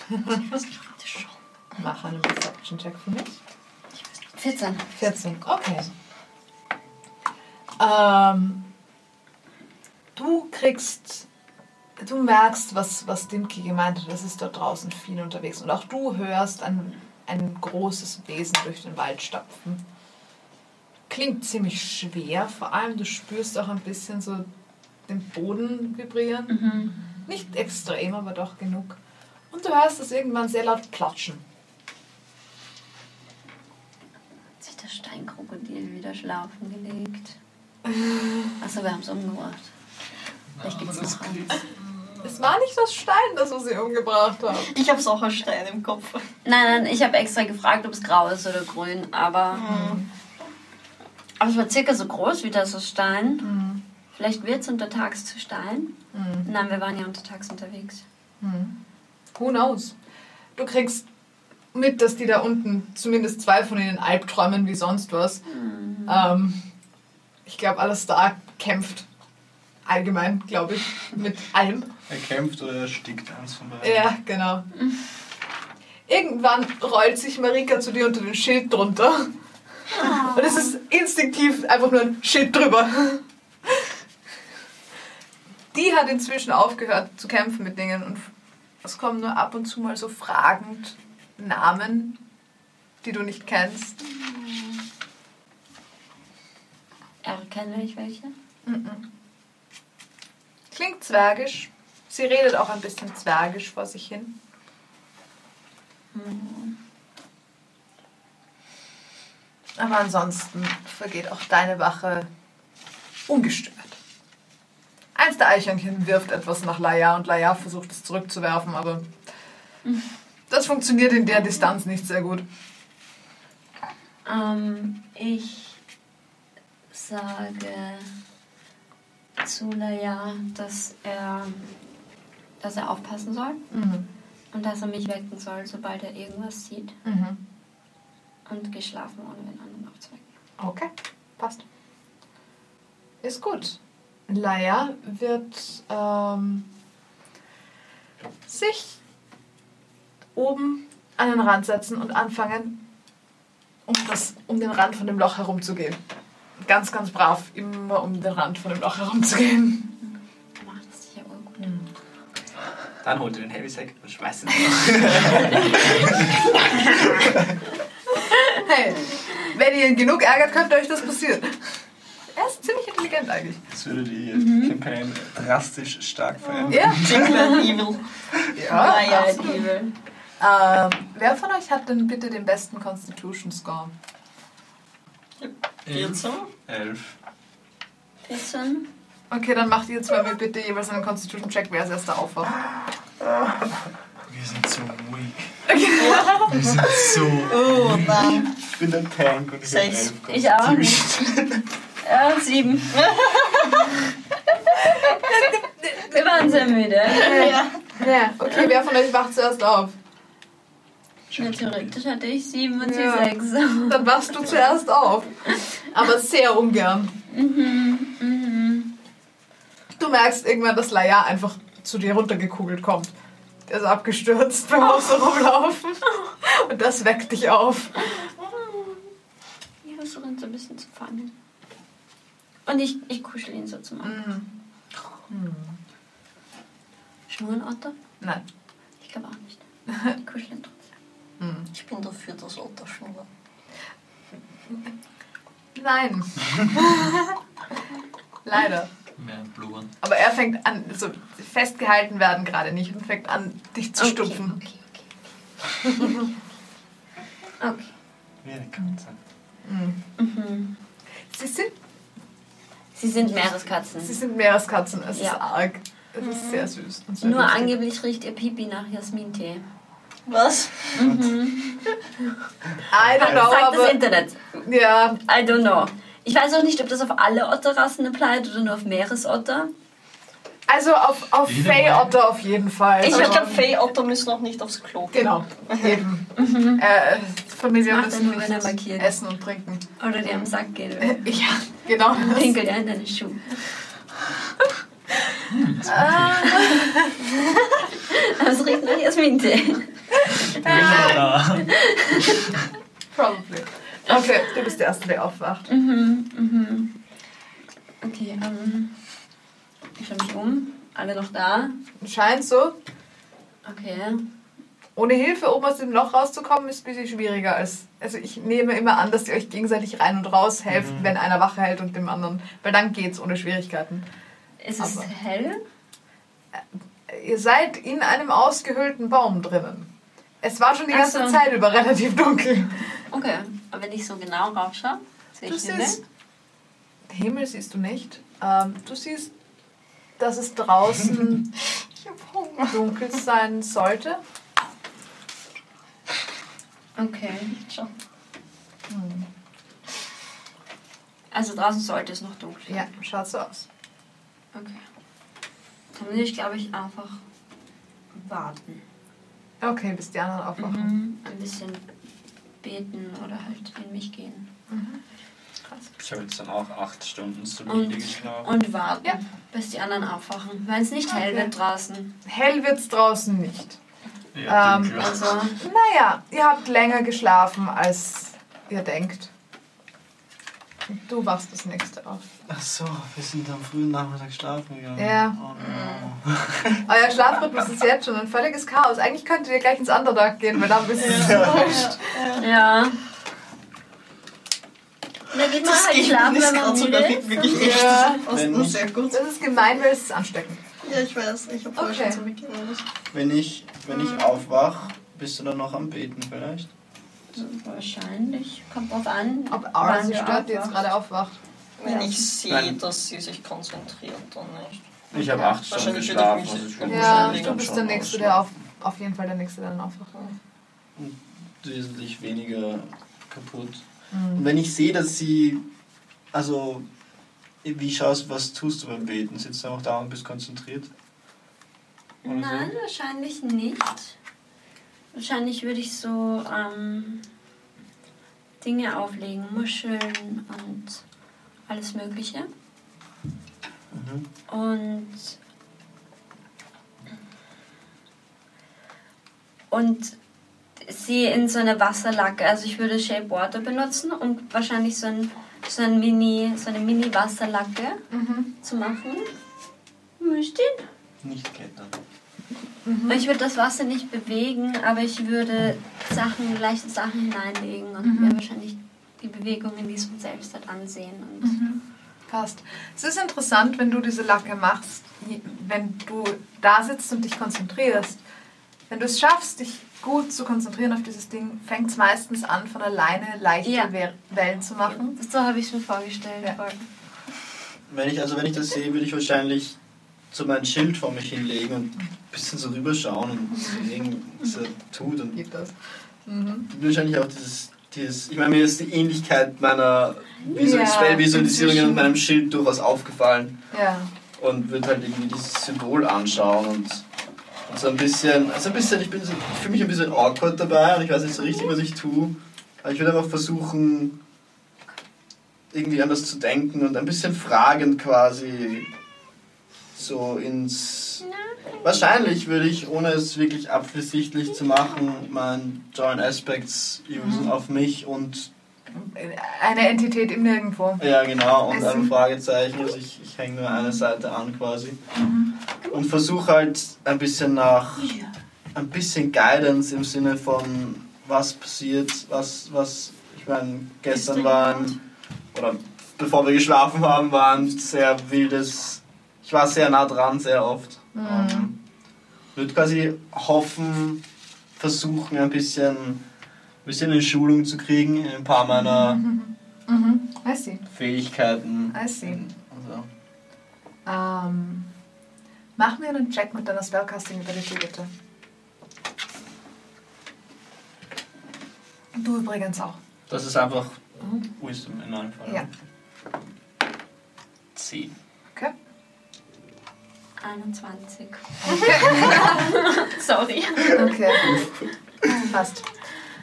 S2: Mach einen Perception-Check für mich.
S1: 14.
S2: 14. Okay. Ähm, du kriegst, du merkst, was, was Dimki gemeint hat. Es ist dort draußen viel unterwegs. Und auch du hörst ein, ein großes Wesen durch den Wald stapfen. Klingt ziemlich schwer, vor allem du spürst auch ein bisschen so den Boden vibrieren. Nicht extrem, aber doch genug. Und du hörst es irgendwann sehr laut platschen.
S1: Hat sich das Steinkrokodil wieder schlafen gelegt? Achso, wir haben es umgebracht. Vielleicht gibt es noch einen.
S2: Es war nicht das Stein, das wir sie umgebracht haben.
S5: Ich hab's auch als Stein im Kopf.
S1: Nein, nein, ich habe extra gefragt, ob es grau ist oder grün, aber. Mhm. Aber es war circa so groß wie das aus Stein. Vielleicht wird es untertags zu Stein. Nein, wir waren ja untertags unterwegs.
S2: Who knows? Du kriegst mit, dass die da unten, zumindest zwei von ihnen, Albträumen wie sonst was. Ähm, ich glaube, Alastar kämpft allgemein, glaube ich, mit allem.
S30: Er kämpft oder er stickt eins von beiden.
S2: Ja, genau. Irgendwann rollt sich Marika zu dir unter den Schild drunter. Und es ist instinktiv einfach nur ein Schild drüber. Die hat inzwischen aufgehört zu kämpfen mit Dingen und es kommen nur ab und zu mal so fragend Namen, die du nicht kennst.
S1: Erkennen ich welche?
S2: Klingt zwergisch. Sie redet auch ein bisschen zwergisch vor sich hin. Hm. Aber ansonsten vergeht auch deine Wache ungestört. Eins der Eichhörnchen wirft etwas nach Laia und Laia versucht es zurückzuwerfen, aber das funktioniert in der Distanz nicht sehr gut.
S1: Ähm, ich sage zu Laia, dass er, dass er aufpassen soll und dass er mich wecken soll, sobald er irgendwas sieht und geschlafen, ohne den anderen aufzuwecken.
S2: Okay, passt. Ist gut. Laia wird ähm, sich oben an den Rand setzen und anfangen, um, das, um den Rand von dem Loch herumzugehen. ganz, ganz brav immer um den Rand von dem Loch herumzugehen.
S9: Er macht es sicher urgut.
S31: Dann holt ihr den Heavysack und schmeißt ihn drauf.
S2: Hey, wenn ihr ihn genug ärgert, könnte euch das passieren. Er ist ziemlich intelligent eigentlich.
S13: Das würde die Campaign drastisch stark verändern.
S2: Ja.
S5: Jingler Evil.
S2: ja,
S5: ja,
S2: absolut.
S5: Evil.
S2: Ähm, wer von euch hat denn bitte den besten Constitution Score?
S4: Ähm.
S5: 14.
S13: Elf.
S1: 14.
S2: Okay, dann macht ihr zwei mir bitte jeweils einen Constitution Check, wer als erster aufwacht.
S13: Wir sind so weak. Wir sind so.
S5: Oh, nein.
S4: Ich bin ein Tank und ich bin
S5: Sechs.
S4: elf.
S1: Ich auch nicht. Ja, sieben. Wir waren sehr müde.
S8: Ja.
S2: Okay, wer von euch wacht zuerst auf?
S1: Ja, theoretisch hatte ich sieben und
S2: Ja.
S1: sie sechs.
S2: Dann wachst du zuerst auf. Aber sehr ungern.
S1: Mhm, mhm.
S2: Du merkst irgendwann, dass Laia einfach zu dir runtergekugelt kommt. Der ist abgestürzt beim Haus rumlaufen. Und das weckt dich auf.
S1: Ich versuche ihn so ein bisschen zu fangen. Und ich, ich kuschel ihn so zum Arm. Mhm. Schnurrenotter?
S2: Nein.
S1: Ich glaube auch nicht. Ich kuschel ihn trotzdem.
S5: Ich bin dafür, dass Otter schnurrt.
S2: Nein. Leider.
S6: Mehr blubbern.
S2: Aber er fängt an, so festgehalten werden gerade nicht und fängt an, dich zu stupfen.
S1: Okay, okay. okay.
S13: Wie eine Katze.
S1: Mhm.
S2: Sie sind,
S1: Sie sind Meereskatzen.
S2: sie sind Meereskatzen, es
S1: Ja. Mhm.
S2: ist arg. Es ist sehr süß. und sehr
S1: Nur
S2: lustig.
S1: angeblich riecht ihr Pipi nach Jasmintee.
S5: Was?
S2: I don't know,
S1: Sagt das
S2: aber.
S1: Internet.
S2: Ja,
S1: I don't know. Ich weiß auch nicht, ob das auf alle Otterrassen applied oder nur auf Meeresotter.
S2: also auf, auf
S6: Jede
S2: Fey
S6: Meinung.
S2: Otter auf jeden Fall.
S5: Ich
S2: Also-
S5: glaube, Faye Otter müssen noch nicht aufs Klo.
S2: Genau, eben. Äh, Familie
S1: Mhm. Macht
S2: müssen
S1: er nur, wenn er markiert.
S2: essen und trinken.
S1: Oder die am Sack geht. oder?
S2: Ja, genau.
S1: Pinkelt er in deine Schuhe. Aber es Ah. riecht nach Jasmintee.
S2: Probably. Okay, du bist der Erste, der aufwacht.
S1: Mhm, mhm. Okay, ähm. Ich schaue mich um. Alle noch da?
S2: Scheint so.
S1: Okay.
S2: Ohne Hilfe, oben aus dem Loch rauszukommen, ist ein bisschen schwieriger. Als, also ich nehme immer an, dass ihr euch gegenseitig rein und raus helft, wenn einer Wache hält und dem anderen. Weil dann geht's ohne Schwierigkeiten.
S1: Ist es
S2: Aber-
S1: hell?
S2: Ihr seid in einem ausgehöhlten Baum drinnen. Es war schon die
S1: Ach
S2: ganze
S1: so.
S2: Zeit über relativ dunkel.
S1: Okay. Aber wenn ich so genau raufschaue, sehe
S2: Du
S1: ich Himmel.
S2: siehst. Himmel siehst du nicht. Ähm, du siehst, dass es draußen dunkel sein sollte.
S1: Okay. Hm. Also draußen sollte es noch dunkel sein.
S2: Ja, schaut so aus.
S1: Okay. Dann will ich, glaube ich, einfach warten.
S2: Okay, bis die anderen aufwachen.
S1: Mhm. Ein bisschen beten oder halt in mich gehen.
S31: Ich habe jetzt dann auch acht Stunden
S1: Und,
S31: solide geschlafen.
S1: und warten,
S2: Ja.
S1: bis die anderen aufwachen. Weil es nicht hell
S2: Okay.
S1: wird draußen.
S2: Hell wird's draußen nicht.
S6: Ja,
S2: Ähm,
S6: dunkel.
S1: Also,
S2: Naja, ihr habt länger geschlafen, als ihr denkt. Du wachst das nächste auf.
S4: Ach so, wir sind am frühen Nachmittag schlafen gegangen.
S2: Ja.
S31: Mhm.
S4: Oh, no.
S2: Euer Schlafrhythmus ist jetzt schon ein völliges Chaos. Eigentlich könntet ihr gleich ins Underdark gehen, weil da bist du wurscht.
S1: ja. Da geht man halt schlafen, wenn man müde ist.
S5: wirklich
S2: Ja.
S5: Das ist sehr gut.
S2: Das ist gemein, weil es ist ansteckend.
S5: Ja, ich weiß. Ich habe
S2: vorher Okay. schon
S5: mitgenommen.
S4: Wenn ich, wenn ich aufwach, bist du dann noch am Beten vielleicht?
S1: Wahrscheinlich. Kommt drauf an.
S2: Ob
S1: wann
S2: Aura sie
S1: du
S2: stört, die jetzt
S1: aufwachst.
S2: gerade aufwacht.
S5: Wenn ich sehe,
S4: Nein.
S5: dass sie sich konzentriert, dann nicht.
S31: Ich habe acht Stunden
S5: Wahrscheinlich
S31: geschlafen.
S5: würde ich mich-
S31: Also ich bin
S5: Ja,
S2: Ja,
S31: wahrscheinlich
S2: du
S31: dann
S2: bist
S31: schon
S2: der Nächste, der auf, auf jeden Fall der Nächste, der dann aufwacht.
S4: Wesentlich weniger kaputt.
S2: Hm.
S4: Und wenn ich sehe, dass sie, also, wie schaust du, was tust du beim Beten? Sitzt du auch da und bist konzentriert? Oder so?
S1: Nein, wahrscheinlich nicht. Wahrscheinlich würde ich so ähm, Dinge auflegen, Muscheln und alles Mögliche.
S4: Mhm.
S1: Und und sie in so eine Wasserlacke. Also ich würde Shape Water benutzen und um wahrscheinlich so ein so, ein Mini, so eine Mini-Wasserlacke zu machen. Verstehen?
S8: Nicht klettern.
S1: Ich würde das Wasser nicht bewegen, aber ich würde Sachen, leichte Sachen hineinlegen und mir wahrscheinlich die Bewegungen, die es von selbst hat, ansehen. Und
S2: Passt. Es ist interessant, wenn du diese Lacke machst, je- wenn du da sitzt und dich konzentrierst. Wenn du es schaffst, dich gut zu konzentrieren auf dieses Ding, fängt es meistens an, von alleine leichte
S1: Ja.
S2: We- Wellen zu machen.
S1: So habe ich es mir vorgestellt.
S2: Ja.
S1: voll.
S8: Wenn ich, also wenn ich das sehe, würde ich wahrscheinlich so mein Schild vor mich hinlegen und ein bisschen so rüberschauen und sehen, was er tut. Und
S2: Gibt das.
S8: wahrscheinlich auch dieses, dieses ich meine, mir ist die Ähnlichkeit meiner Visual
S2: Ja,
S8: Spell-Visualisierung
S2: inzwischen.
S8: und meinem Schild durchaus aufgefallen
S2: Ja.
S8: und würde halt irgendwie dieses Symbol anschauen und, und so ein bisschen, also ein bisschen, ich, bin so, ich fühle mich ein bisschen awkward dabei und ich weiß nicht so richtig, was ich tue. Aber ich würde einfach versuchen, irgendwie anders zu denken und ein bisschen fragend quasi so ins... Wahrscheinlich würde ich, ohne es wirklich absichtlich zu machen, meinen Joint Aspects usen auf mich und
S2: Eine Entität im Nirgendwo.
S8: ja, genau. Und
S2: Also-
S8: ein Fragezeichen. Also ich, ich hänge nur eine Seite an quasi. Und versuche halt ein bisschen nach. ein bisschen Guidance im Sinne von, was passiert, was. was ich meine, gestern waren. oder bevor wir geschlafen haben, war ein sehr wildes. Ich war sehr nah dran, sehr oft. Ähm, Würde quasi hoffen, versuchen, ein bisschen. Ein bisschen eine Schulung zu kriegen in ein paar meiner
S2: Mhm. I see.
S8: Fähigkeiten.
S2: I see.
S8: Also,
S2: Ähm, mach mir einen Check mit deiner Spellcasting-Ability, bitte. Du übrigens auch.
S8: das ist einfach Wisdom in meinem Fall.
S2: Ja.
S4: 10.
S2: Okay.
S1: 21. Sorry.
S2: Okay. Passt.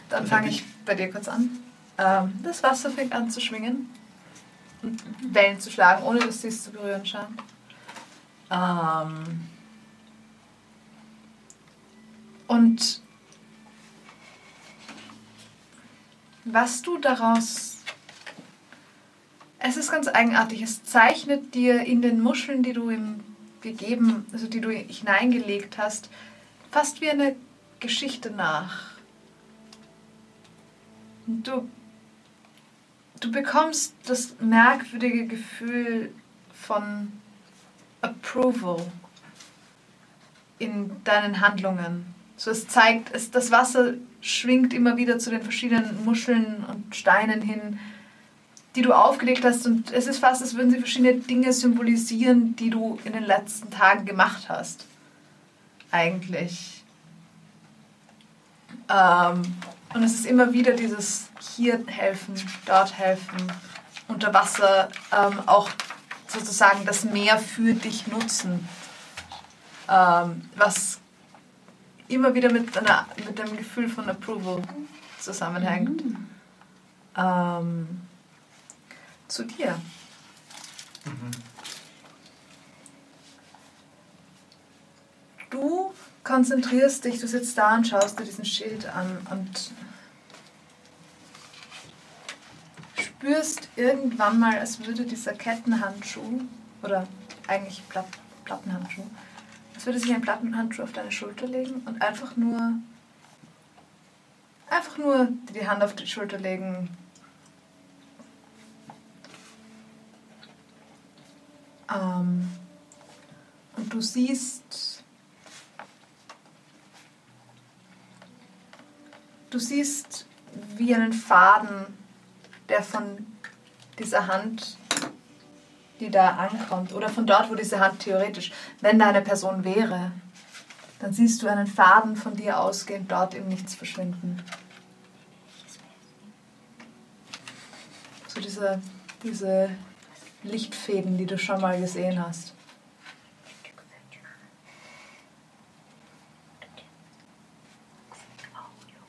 S2: Dann fange ich bei dir kurz an. Ähm, das Wasser fängt an zu schwingen. und Wellen zu schlagen, ohne dass sie es zu berühren scheint. Ähm, und was du daraus. Es ist ganz eigenartig. Es zeichnet dir in den Muscheln, die du ihm gegeben, also die du hineingelegt hast, fast wie eine Geschichte nach. Und Du, du bekommst das merkwürdige Gefühl von Approval in deinen Handlungen. So es zeigt, es, das Wasser schwingt immer wieder zu den verschiedenen Muscheln und Steinen hin, die du aufgelegt hast. Und es ist fast, als würden sie verschiedene Dinge symbolisieren, die du in den letzten Tagen gemacht hast eigentlich. Ähm, und es ist immer wieder dieses hier helfen, dort helfen, unter Wasser ähm, auch sozusagen das Meer für dich nutzen. Ähm, was immer wieder mit, einer, mit einem Gefühl von Approval zusammenhängt. Ähm, zu dir. du konzentrierst dich, du sitzt da und schaust dir diesen Schild an und spürst irgendwann mal, als würde dieser Kettenhandschuh oder eigentlich Plat Plattenhandschuh, als würde sich ein Plattenhandschuh auf deine Schulter legen und einfach nur einfach nur dir die Hand auf die Schulter legen. Ähm, und du siehst Du siehst wie einen Faden, der von dieser Hand, die da ankommt, oder von dort, wo diese Hand theoretisch, wenn da eine Person wäre, dann siehst du einen Faden von dir ausgehend dort im Nichts verschwinden. So diese, diese Lichtfäden, die du schon mal gesehen hast.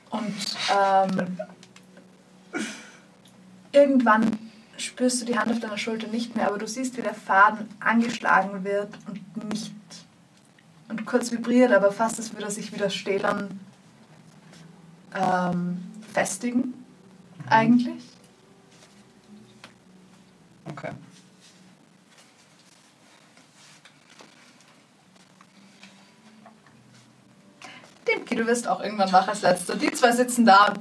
S2: Und ähm, irgendwann spürst du die Hand auf deiner Schulter nicht mehr, aber du siehst, wie der Faden angeschlagen wird und nicht. Und kurz vibriert, aber fast als würde er sich wieder stählern ähm, festigen, eigentlich.
S31: Okay.
S2: Demki, du wirst auch irgendwann wach als Letzter. Die zwei sitzen da.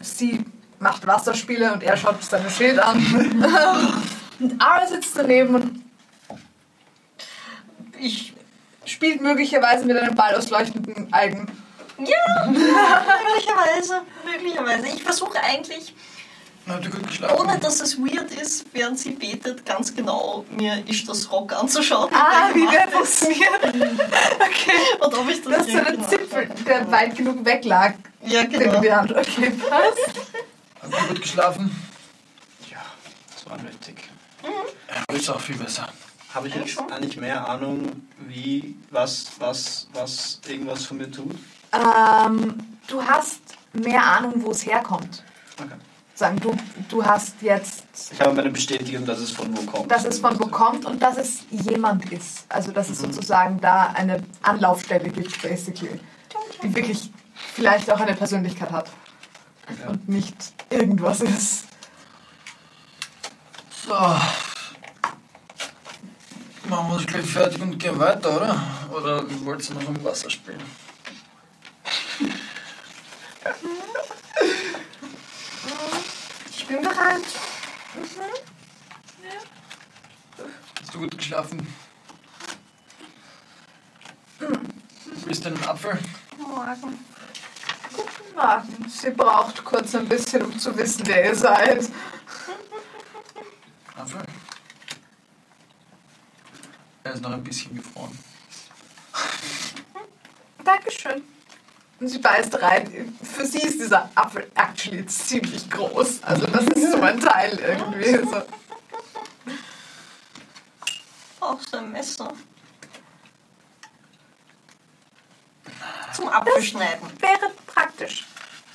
S2: Sie macht Wasserspiele und er schaut sein Schild an. und Ara sitzt daneben und ich spielt möglicherweise mit einem Ball aus leuchtenden Algen.
S5: Ja, möglicherweise. Möglicherweise. Ich versuche eigentlich,
S13: Habt ihr gut geschlafen?
S5: ohne dass es weird ist, während sie betet, ganz genau mir ist das Rock anzuschauen.
S2: Ah,
S5: Und
S2: wie
S5: welche
S2: der
S5: Macht es-
S2: funktioniert. Okay.
S5: Und ob ich das,
S2: Das ist so
S5: irgendwie
S2: ein
S5: mache.
S2: Zipfel, der weit genug weg lag.
S5: Ja,
S2: Den du
S5: genau.
S2: dir an- Okay, passt.
S13: Habt ihr gut geschlafen?
S31: Ja, das war nötig.
S13: Ja, ist auch viel besser.
S4: Habe ich jetzt eigentlich mehr Ahnung, wie, was, was, was irgendwas von mir tut?
S2: Ähm, du hast mehr Ahnung, wo es herkommt.
S4: Okay.
S2: Sagen, du, du hast jetzt
S4: Ich habe meine Bestätigung, dass es von wo kommt.
S2: dass es von wo kommt und dass es jemand ist. Also dass
S13: Mhm.
S2: es sozusagen da eine Anlaufstelle gibt, basically. Die wirklich vielleicht auch eine Persönlichkeit hat. Und nicht irgendwas ist.
S13: So. Machen wir uns gleich fertig und gehen weiter, oder? Oder wollt ihr noch im Wasser spielen?
S5: Ich bin bereit.
S13: Hast du gut geschlafen? Willst du einen Apfel?
S5: Morgen.
S2: Warten, sie braucht kurz ein bisschen, um zu wissen, wer ihr seid.
S13: Apfel? Er ist noch ein bisschen gefroren.
S2: Dankeschön. Und sie beißt rein. Für sie ist dieser Apfel actually ziemlich groß. Also das ist so ein Teil irgendwie. So.
S5: Auch so ein Messer. Zum Apfelschneiden.
S2: Wäre praktisch.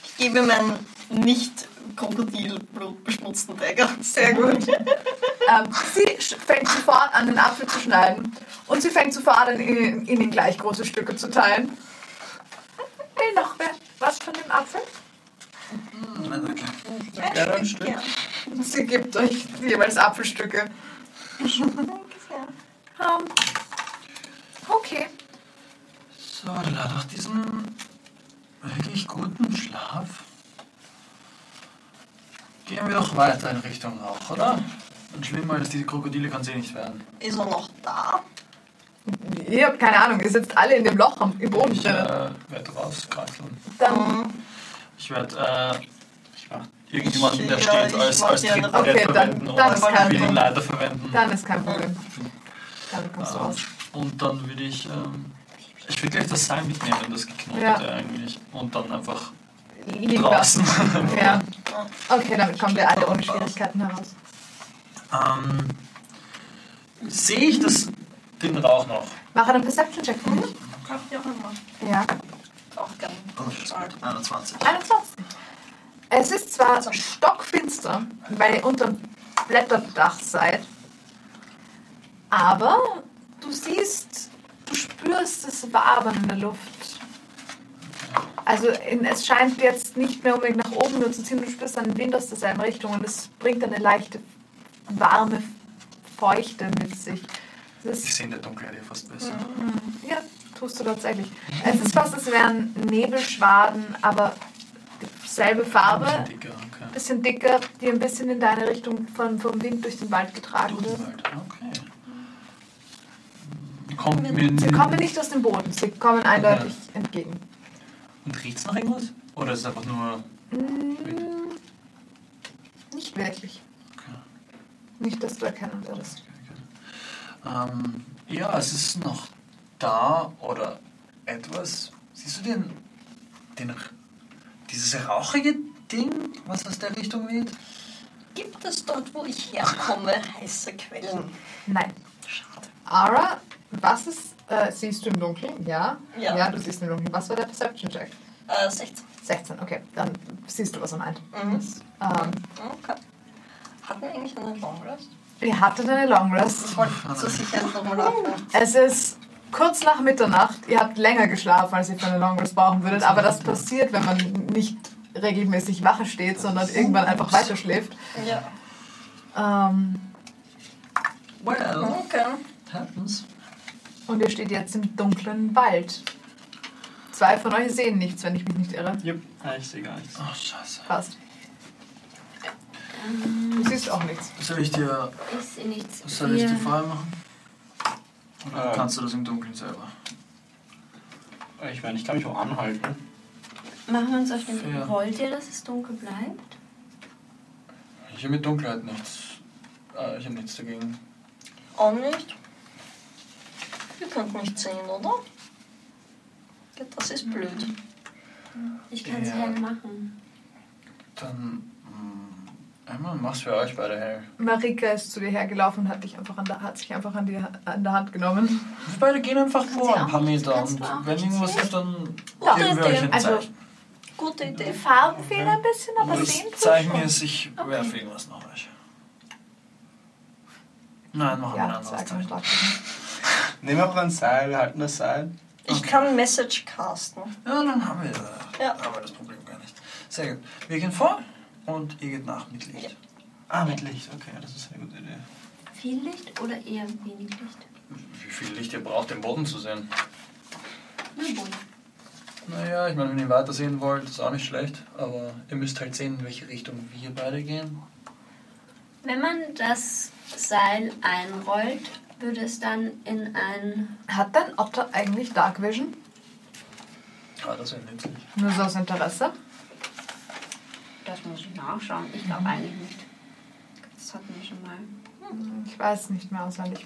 S5: Ich gebe meinen nicht krokodilblutbeschmutzten Dagger. Sehr gut.
S2: Ähm, sie sch- fängt sofort an, den Apfel zu schneiden. Und sie fängt sofort an, ihn in gleich große Stücke zu teilen. Will noch wer was von dem Apfel?
S13: Nein, danke.
S5: Ja,
S4: dann stimmt.
S5: Gern.
S2: Sie gibt euch jeweils Apfelstücke.
S5: Danke sehr.
S2: Ähm, okay.
S13: So, la, nach diesem wirklich guten Schlaf gehen wir doch weiter in Richtung Rauch, oder? Und schlimmer als diese Krokodile kann sie nicht werden.
S5: Ist er noch da?
S2: Ihr habt keine Ahnung, ihr sitzt alle in dem Loch am, im Boden
S13: Ich
S2: drinnen.
S13: äh, werde rauskratzeln.
S2: Dann,
S13: Ich werde äh,
S31: Ich mach
S13: irgendjemanden, der
S5: Ja,
S13: steht,
S5: ich
S13: als,
S5: mach
S13: als
S5: die andere-
S13: Trittbrett
S2: Okay, dann-
S13: verwenden
S2: dann
S13: oder
S2: ist kein
S13: als
S2: Problem.
S13: Leiter verwenden.
S2: dann ist kein Problem. Dann kommst du raus.
S13: Äh, und dann würde ich. Ähm, ich würde gleich das Seil mitnehmen, das geknotete
S2: Ja.
S13: eigentlich. Und dann einfach
S2: Liegen lassen.
S13: draußen.
S2: Ja. Okay, damit kommen wir alle ohne Schwierigkeiten heraus.
S13: ähm, Sehe ich das, den Rauch noch?
S2: Mache einen Perception-Check für mich.
S5: Kann ich auch immer.
S2: Ja.
S5: Auch gerne.
S13: Oh, ist gut. 21.
S2: 21. Es ist zwar stockfinster, weil ihr unter Blätterdach seid, aber du siehst, du spürst es Wabern in der Luft. Also in, es scheint jetzt nicht mehr unbedingt nach oben nur zu ziehen, du spürst einen Wind aus derselben Richtung und es bringt eine leichte, warme Feuchte mit sich. Es ist
S13: Ich sehe in der Dunkelheit eh fast besser.
S2: ja, tust du tatsächlich. Es ist fast, als wären Nebelschwaden, aber selbe
S13: Ein
S2: Farbe,
S13: bisschen dicker, okay.
S2: bisschen dicker, die ein bisschen in deine Richtung vom, vom Wind durch den Wald getragen
S13: Durch
S2: wird.
S6: Halt,
S13: den Wald, okay. Kommt mir
S2: Sie kommen nicht aus dem Boden, sie kommen eindeutig entgegen.
S13: Und riecht es nach irgendwas? Oder ist es einfach nur.
S2: Hm, Nicht wirklich. Nicht, dass du erkennen würdest.
S13: Ähm, ja, es ist noch da oder etwas. Siehst du den, den R- dieses rauchige Ding, was aus der Richtung weht?
S5: Gibt es dort, wo ich herkomme, heiße Quellen?
S2: Nein.
S5: Schade.
S2: Ara, was ist. Äh, siehst du im Dunkeln? Ja.
S5: Ja.
S2: ja, du siehst im Dunkeln. Was war der Perception-Check?
S5: Äh, 16.
S2: 16, okay. Dann siehst du, was er meint.
S5: Mhm.
S2: Ähm,
S5: Okay. Hatten wir eigentlich einen Long Rest?
S2: Wir hatten eine Long Rest.
S5: Ich wollte zur Sicherheit nochmal nachdenken.
S2: Es ist kurz nach Mitternacht. Ihr habt länger geschlafen, als ihr für eine Long Rest brauchen würdet. Aber das passiert, wenn man nicht regelmäßig wache steht, sondern irgendwann einfach weiterschläft.
S5: Ja.
S2: Ähm,
S6: Well,
S5: Okay.
S6: it happens.
S2: Und ihr steht jetzt im dunklen Wald. Zwei von euch sehen nichts, wenn ich mich nicht irre.
S4: Jupp, ah, ich sehe gar nichts.
S6: Ach, scheiße.
S2: Passt. Du siehst auch nichts.
S6: Soll ich dir,
S1: Ähm, Ich sehe nichts.
S6: soll ich
S1: Wir-
S6: die Frage machen? Oder
S4: Ähm.
S6: kannst du das im Dunkeln selber?
S4: Ich meine, ich kann mich auch anhalten.
S1: Machen wir uns auf den
S6: Ja.
S1: Wollt ihr, dass es dunkel bleibt?
S6: Ich habe mit Dunkelheit nichts. Äh, ich habe nichts dagegen.
S5: Auch nicht. Ihr könnt nicht sehen, oder? Ja, Das ist blöd.
S1: Ich kann es
S6: Ja.
S1: hell machen.
S6: Dann mh, einmal mach's für euch beide hell.
S2: Marika ist zu dir hergelaufen und hat, dich einfach an der, hat sich einfach an, die, an der Hand genommen.
S6: Wir beide gehen einfach vor
S1: sie
S6: ein paar Meter
S1: kannst
S6: und
S1: du auch
S6: wenn irgendwas ist, dann
S5: Ja,
S6: geben wir euch ein
S2: also-
S6: Zeichen.
S5: Gute Idee.
S32: Die Farben fehlen ein bisschen, aber
S6: das
S32: sehen tut
S6: Zeichen
S32: schon.
S6: ist, ich werfe irgendwas nach euch. Nein, machen wir ein
S2: Ja,
S6: anderes
S2: zwei
S6: Zeichen.
S2: stark.
S4: Nehmen wir auch ein Seil, wir halten das Seil.
S5: Ich kann Message casten.
S6: Ja, dann haben wir,
S5: Ja.
S6: haben wir das Problem gar nicht. Sehr gut. Wir gehen vor und ihr geht nach mit Licht.
S5: Ja.
S4: Ah, mit Licht, okay, das ist eine gute Idee.
S1: Viel Licht oder eher wenig Licht?
S6: Wie viel Licht ihr braucht, den Boden zu sehen?
S1: Nur bunt.
S6: Naja, ich meine, wenn ihr weiter sehen wollt, ist auch nicht schlecht. Aber ihr müsst halt sehen, in welche Richtung wir beide gehen.
S1: Wenn man das Seil einrollt, würde es dann in ein.
S2: Hat dein Otto eigentlich Dark Vision?
S6: Ah, das wäre nützlich.
S2: Nur so aus Interesse.
S1: Das muss ich nachschauen. Ich glaube eigentlich nicht. Das hatten wir schon mal.
S2: Ich weiß nicht mehr auswendig.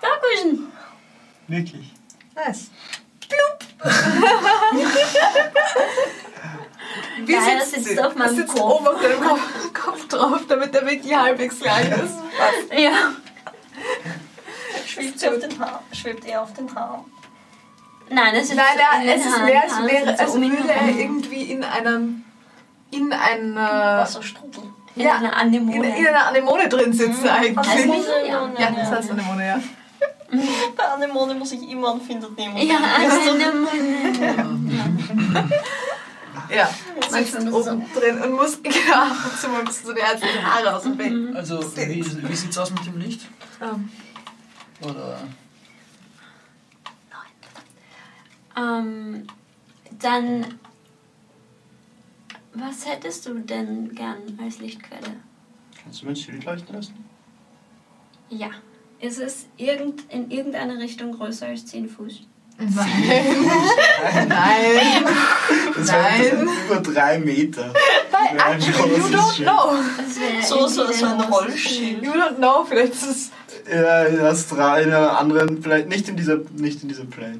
S1: Dankeschön!
S4: Wirklich.
S2: Nice.
S1: Wie Geil, das sitzt auf
S2: Es
S1: meinem
S2: sitzt
S1: Kopf.
S2: oben auf deinem Kopf, Kopf drauf, damit der Winkel halbwegs gleich ist.
S1: Ja.
S5: Schwebt, sie auf den Haar, schwebt er auf den Haaren.
S1: Nein, es ist
S2: Nein,
S1: in
S2: nein,
S1: den
S2: es ist
S1: Haaren.
S2: mehr, als,
S1: Haaren
S2: wäre,
S1: sind so
S2: als
S1: um ihn
S2: würde er
S1: herum.
S2: irgendwie in einem. in einer.
S5: Also Wasserstrudel.
S1: in
S2: ja.
S1: einer Anemone.
S2: in, in einer Anemone drin
S1: Also
S2: sitzen eigentlich.
S1: nicht-
S5: Anemone,
S2: Ja, das heißt Anemone, ja.
S5: Bei Anemone muss ich immer einen Finder nehmen.
S1: Ja, Anemone.
S2: Ja, man sitzt oben drin und muss. Genau, zum Beispiel so die einzelnen Haare aus dem Weg.
S1: Mhm.
S6: Also, wie, wie sieht's aus mit dem Licht?
S2: Ähm,
S6: Oder
S1: Ähm, dann. Was hättest du denn gern als Lichtquelle?
S4: Kannst du mir ein Schild leuchten lassen?
S1: Ja. Ist es irgend, in irgendeine Richtung größer als 10 Fuß?
S2: Nein. Nein.
S4: Das
S2: Nein.
S4: wären über drei Meter.
S2: Weil actually you don't know.
S1: Das wäre
S5: So, so,
S1: irgendwie
S5: so ein
S1: großes
S5: Rollschild.
S2: You don't know, vielleicht ist es.
S4: Ja, in Astra, in einer anderen, vielleicht nicht in dieser, nicht in dieser Plane.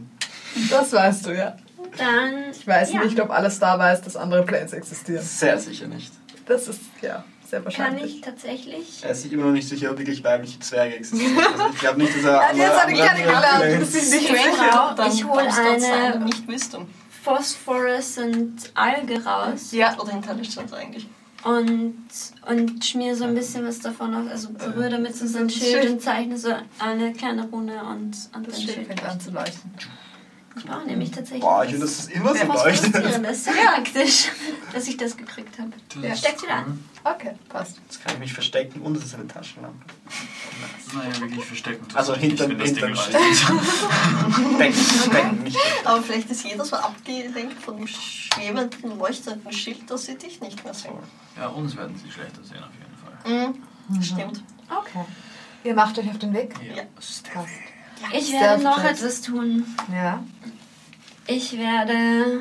S2: Das weißt du, ja.
S1: Schild. Dann.
S2: Ich weiß
S1: Ja.
S2: nicht, ob alles da weiß, dass andere Planes existieren.
S4: Sehr sicher nicht.
S2: Das ist, ja, sehr
S1: Kann
S2: wahrscheinlich.
S1: ich tatsächlich.
S4: Er ist sich immer noch nicht sicher, ob wirklich weibliche Zwerge existieren. Also ich glaube nicht, dass er.
S2: Er hat jetzt eine kleine gelernt, dass sie nicht
S5: Straight
S2: sicher.
S5: out, dann
S1: Ich hol
S5: kommst du als
S1: eine-
S5: eine nicht Wisdom.
S1: Phosphorescent Alge raus
S2: Ja,
S5: Oder Intelligence eigentlich.
S1: und, und schmier so ein bisschen was davon aus. Also berühre damit so ein Schild
S2: Schild.
S1: und zeichne so eine kleine Rune und, und ein
S2: das Schild
S1: Schild.
S2: fängt an zu leuchten.
S1: Ich brauche nämlich tatsächlich.
S4: Boah, ich finde, das ist immer so
S1: was
S4: leuchtet.
S1: Frustrierendes. Ja. Praktisch, dass ich das gekriegt habe.
S6: das
S2: Ja.
S1: Steckt wieder
S2: Mhm.
S1: an.
S2: Okay, passt.
S4: Jetzt kann ich mich verstecken und es ist eine Taschenlampe.
S6: Naja, wirklich verstecken. tust
S4: Also
S6: du nicht,
S4: hinterm-
S6: wenn das Ding
S4: hinterm
S6: leuchtet.
S4: Denken, denken, nicht.
S5: Aber vielleicht ist jeder so abgelenkt von dem schwebenden, leuchtenden Schild, dass sie dich nicht mehr sehen.
S6: Ja, uns werden sie schlechter sehen auf jeden Fall.
S5: Mhm. Stimmt.
S2: Okay. Ihr macht euch auf den Weg?
S5: Ja.
S6: Steffi.
S1: Ich werde noch
S2: Self-Checks.
S1: etwas tun.
S2: Ja.
S1: Ich werde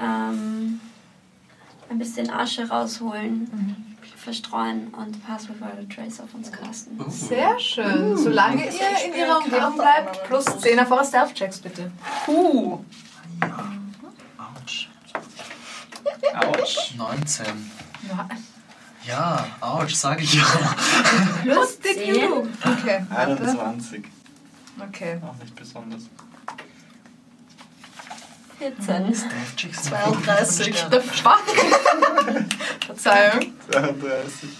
S1: ähm, ein bisschen Asche rausholen, verstreuen und Pass Without a Trace auf uns casten.
S6: Oh.
S2: Sehr schön. Solange ihr in ihrer Umgebung bleibt, plus 10 auf eure Stealth-Checks bitte.
S5: Puh.
S6: Autsch. Autsch. 19.
S2: Ja.
S6: Ja, Autsch, sage ich ja.
S2: Plus did you? Okay, warte.
S4: 21.
S2: Okay.
S4: Auch nicht besonders.
S1: 14.
S6: Dave Jackson.
S5: 32.
S2: The fuck? Verzeihung.
S4: 32.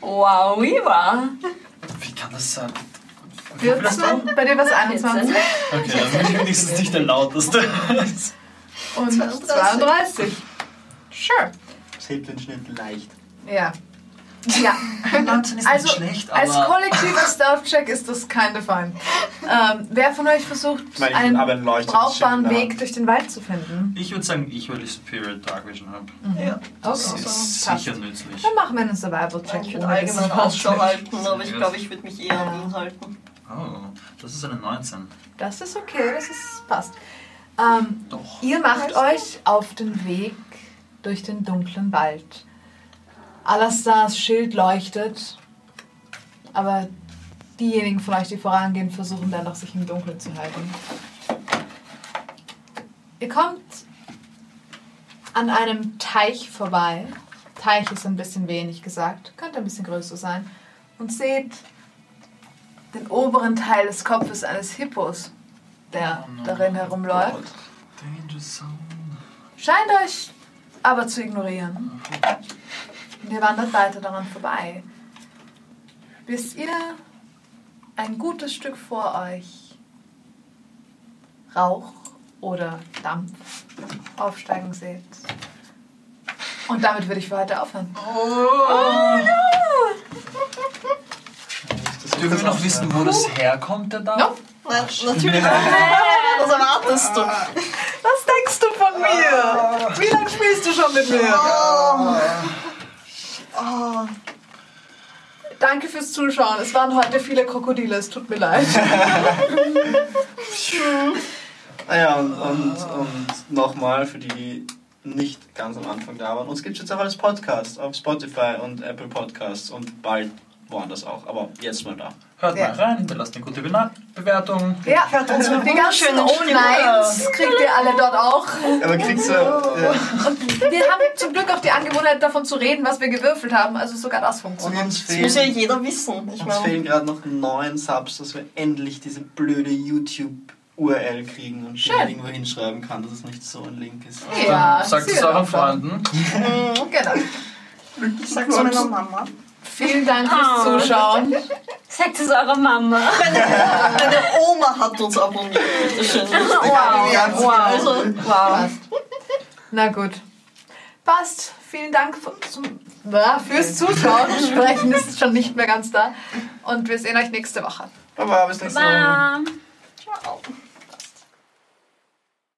S1: Wow, war.
S6: Wie kann das sein?
S2: 14, bei dir war es 21
S6: Okay, dann bin ich wenigstens nicht der Lauteste.
S2: und 32. Sure.
S4: Es hebt den Schnitt leicht.
S2: Ja.
S8: Ja.
S6: Lanzen ist
S2: Also,
S6: nicht schlecht,
S2: Als
S6: aber
S2: kollektiver Stealth-Check ist das kein Define. Ähm, wer von euch versucht,
S4: meine, ich
S2: einen
S4: habe einen Leuchter
S2: brauchbaren Weg durch den Wald zu finden?
S13: Ich würde sagen, ich würde Spirit Dark Vision haben.
S5: Ja.
S13: Das
S2: so,
S13: ist
S2: passt.
S13: sicher nützlich.
S2: Dann machen wir einen Survival-Check.
S5: Ich
S2: ohne
S5: würde allgemein
S2: Disadvantage.
S5: Ausschau halten, aber ich
S13: Ja.
S5: glaube, ich würde mich eher an ihn halten.
S13: Oh, das ist eine 19.
S2: Das ist okay, das ist, passt. Ähm,
S13: Doch.
S2: ihr macht euch auf den Weg durch den dunklen Wald. Alastars Schild leuchtet, aber diejenigen von euch, die vorangehen, versuchen dennoch, sich im Dunkeln zu halten. Ihr kommt an einem Teich vorbei. Teich ist ein bisschen wenig gesagt, könnte ein bisschen größer sein. Und seht den oberen Teil des Kopfes eines Hippos, der darin herumläuft.
S13: Danger Zone.
S2: Scheint euch aber zu ignorieren. Und ihr wandert weiter daran vorbei. Bis ihr ein gutes Stück vor euch Rauch oder Dampf aufsteigen seht. Und damit würde ich für heute aufhören.
S6: dürfen wir noch wissen, wo das herkommt, der Dame?
S2: No.
S5: Na, natürlich. Was erwartest du?
S2: Was denkst du von mir? Wie lange spielst du schon mit mir? Oh. Danke fürs Zuschauen. Es waren heute viele Krokodile, es tut mir leid.
S4: Naja, Ah und, und, und nochmal für die, die nicht ganz am Anfang da waren. Uns gibt es jetzt auch als Podcast auf Spotify und Apple Podcasts und bald woanders auch. Aber jetzt mal da.
S6: Hört
S2: Ja.
S6: mal rein, hinterlasst eine gute Bena- Bewertung.
S2: Ja, und die ganzen
S5: wunderschönen
S2: Oh neins kriegt ihr alle dort auch.
S4: Aber kriegst du. Ja.
S2: Wir haben zum Glück auch die Angewohnheit, davon zu reden, was wir gewürfelt haben. Also sogar das
S4: Und
S2: funktioniert.
S4: uns
S5: Das muss ja
S4: fehlen,
S5: jeder wissen. Ich
S4: uns
S5: meine,
S4: fehlen gerade noch neun Subs, dass wir endlich diese blöde YouTube-URL kriegen und die
S2: Schön.
S4: man irgendwo hinschreiben kann, dass es nicht so ein Link ist.
S2: Ja,
S6: Sagt
S2: sie
S6: es euren
S2: doch dann.
S6: Freunden.
S2: Genau.
S5: ich sag's meiner Mama.
S2: Vielen Dank fürs Zuschauen.
S9: Sagt es eurer Mama.
S5: Meine Oma hat uns abonniert, bitteschön.
S2: Wow.
S5: Also,
S2: Wow. Na gut. Passt. Vielen Dank f- zum, na, fürs Zuschauen. Sprechen ist schon nicht mehr ganz da. Und wir sehen euch nächste Woche.
S4: Aber bis nächste Woche.
S9: Mom.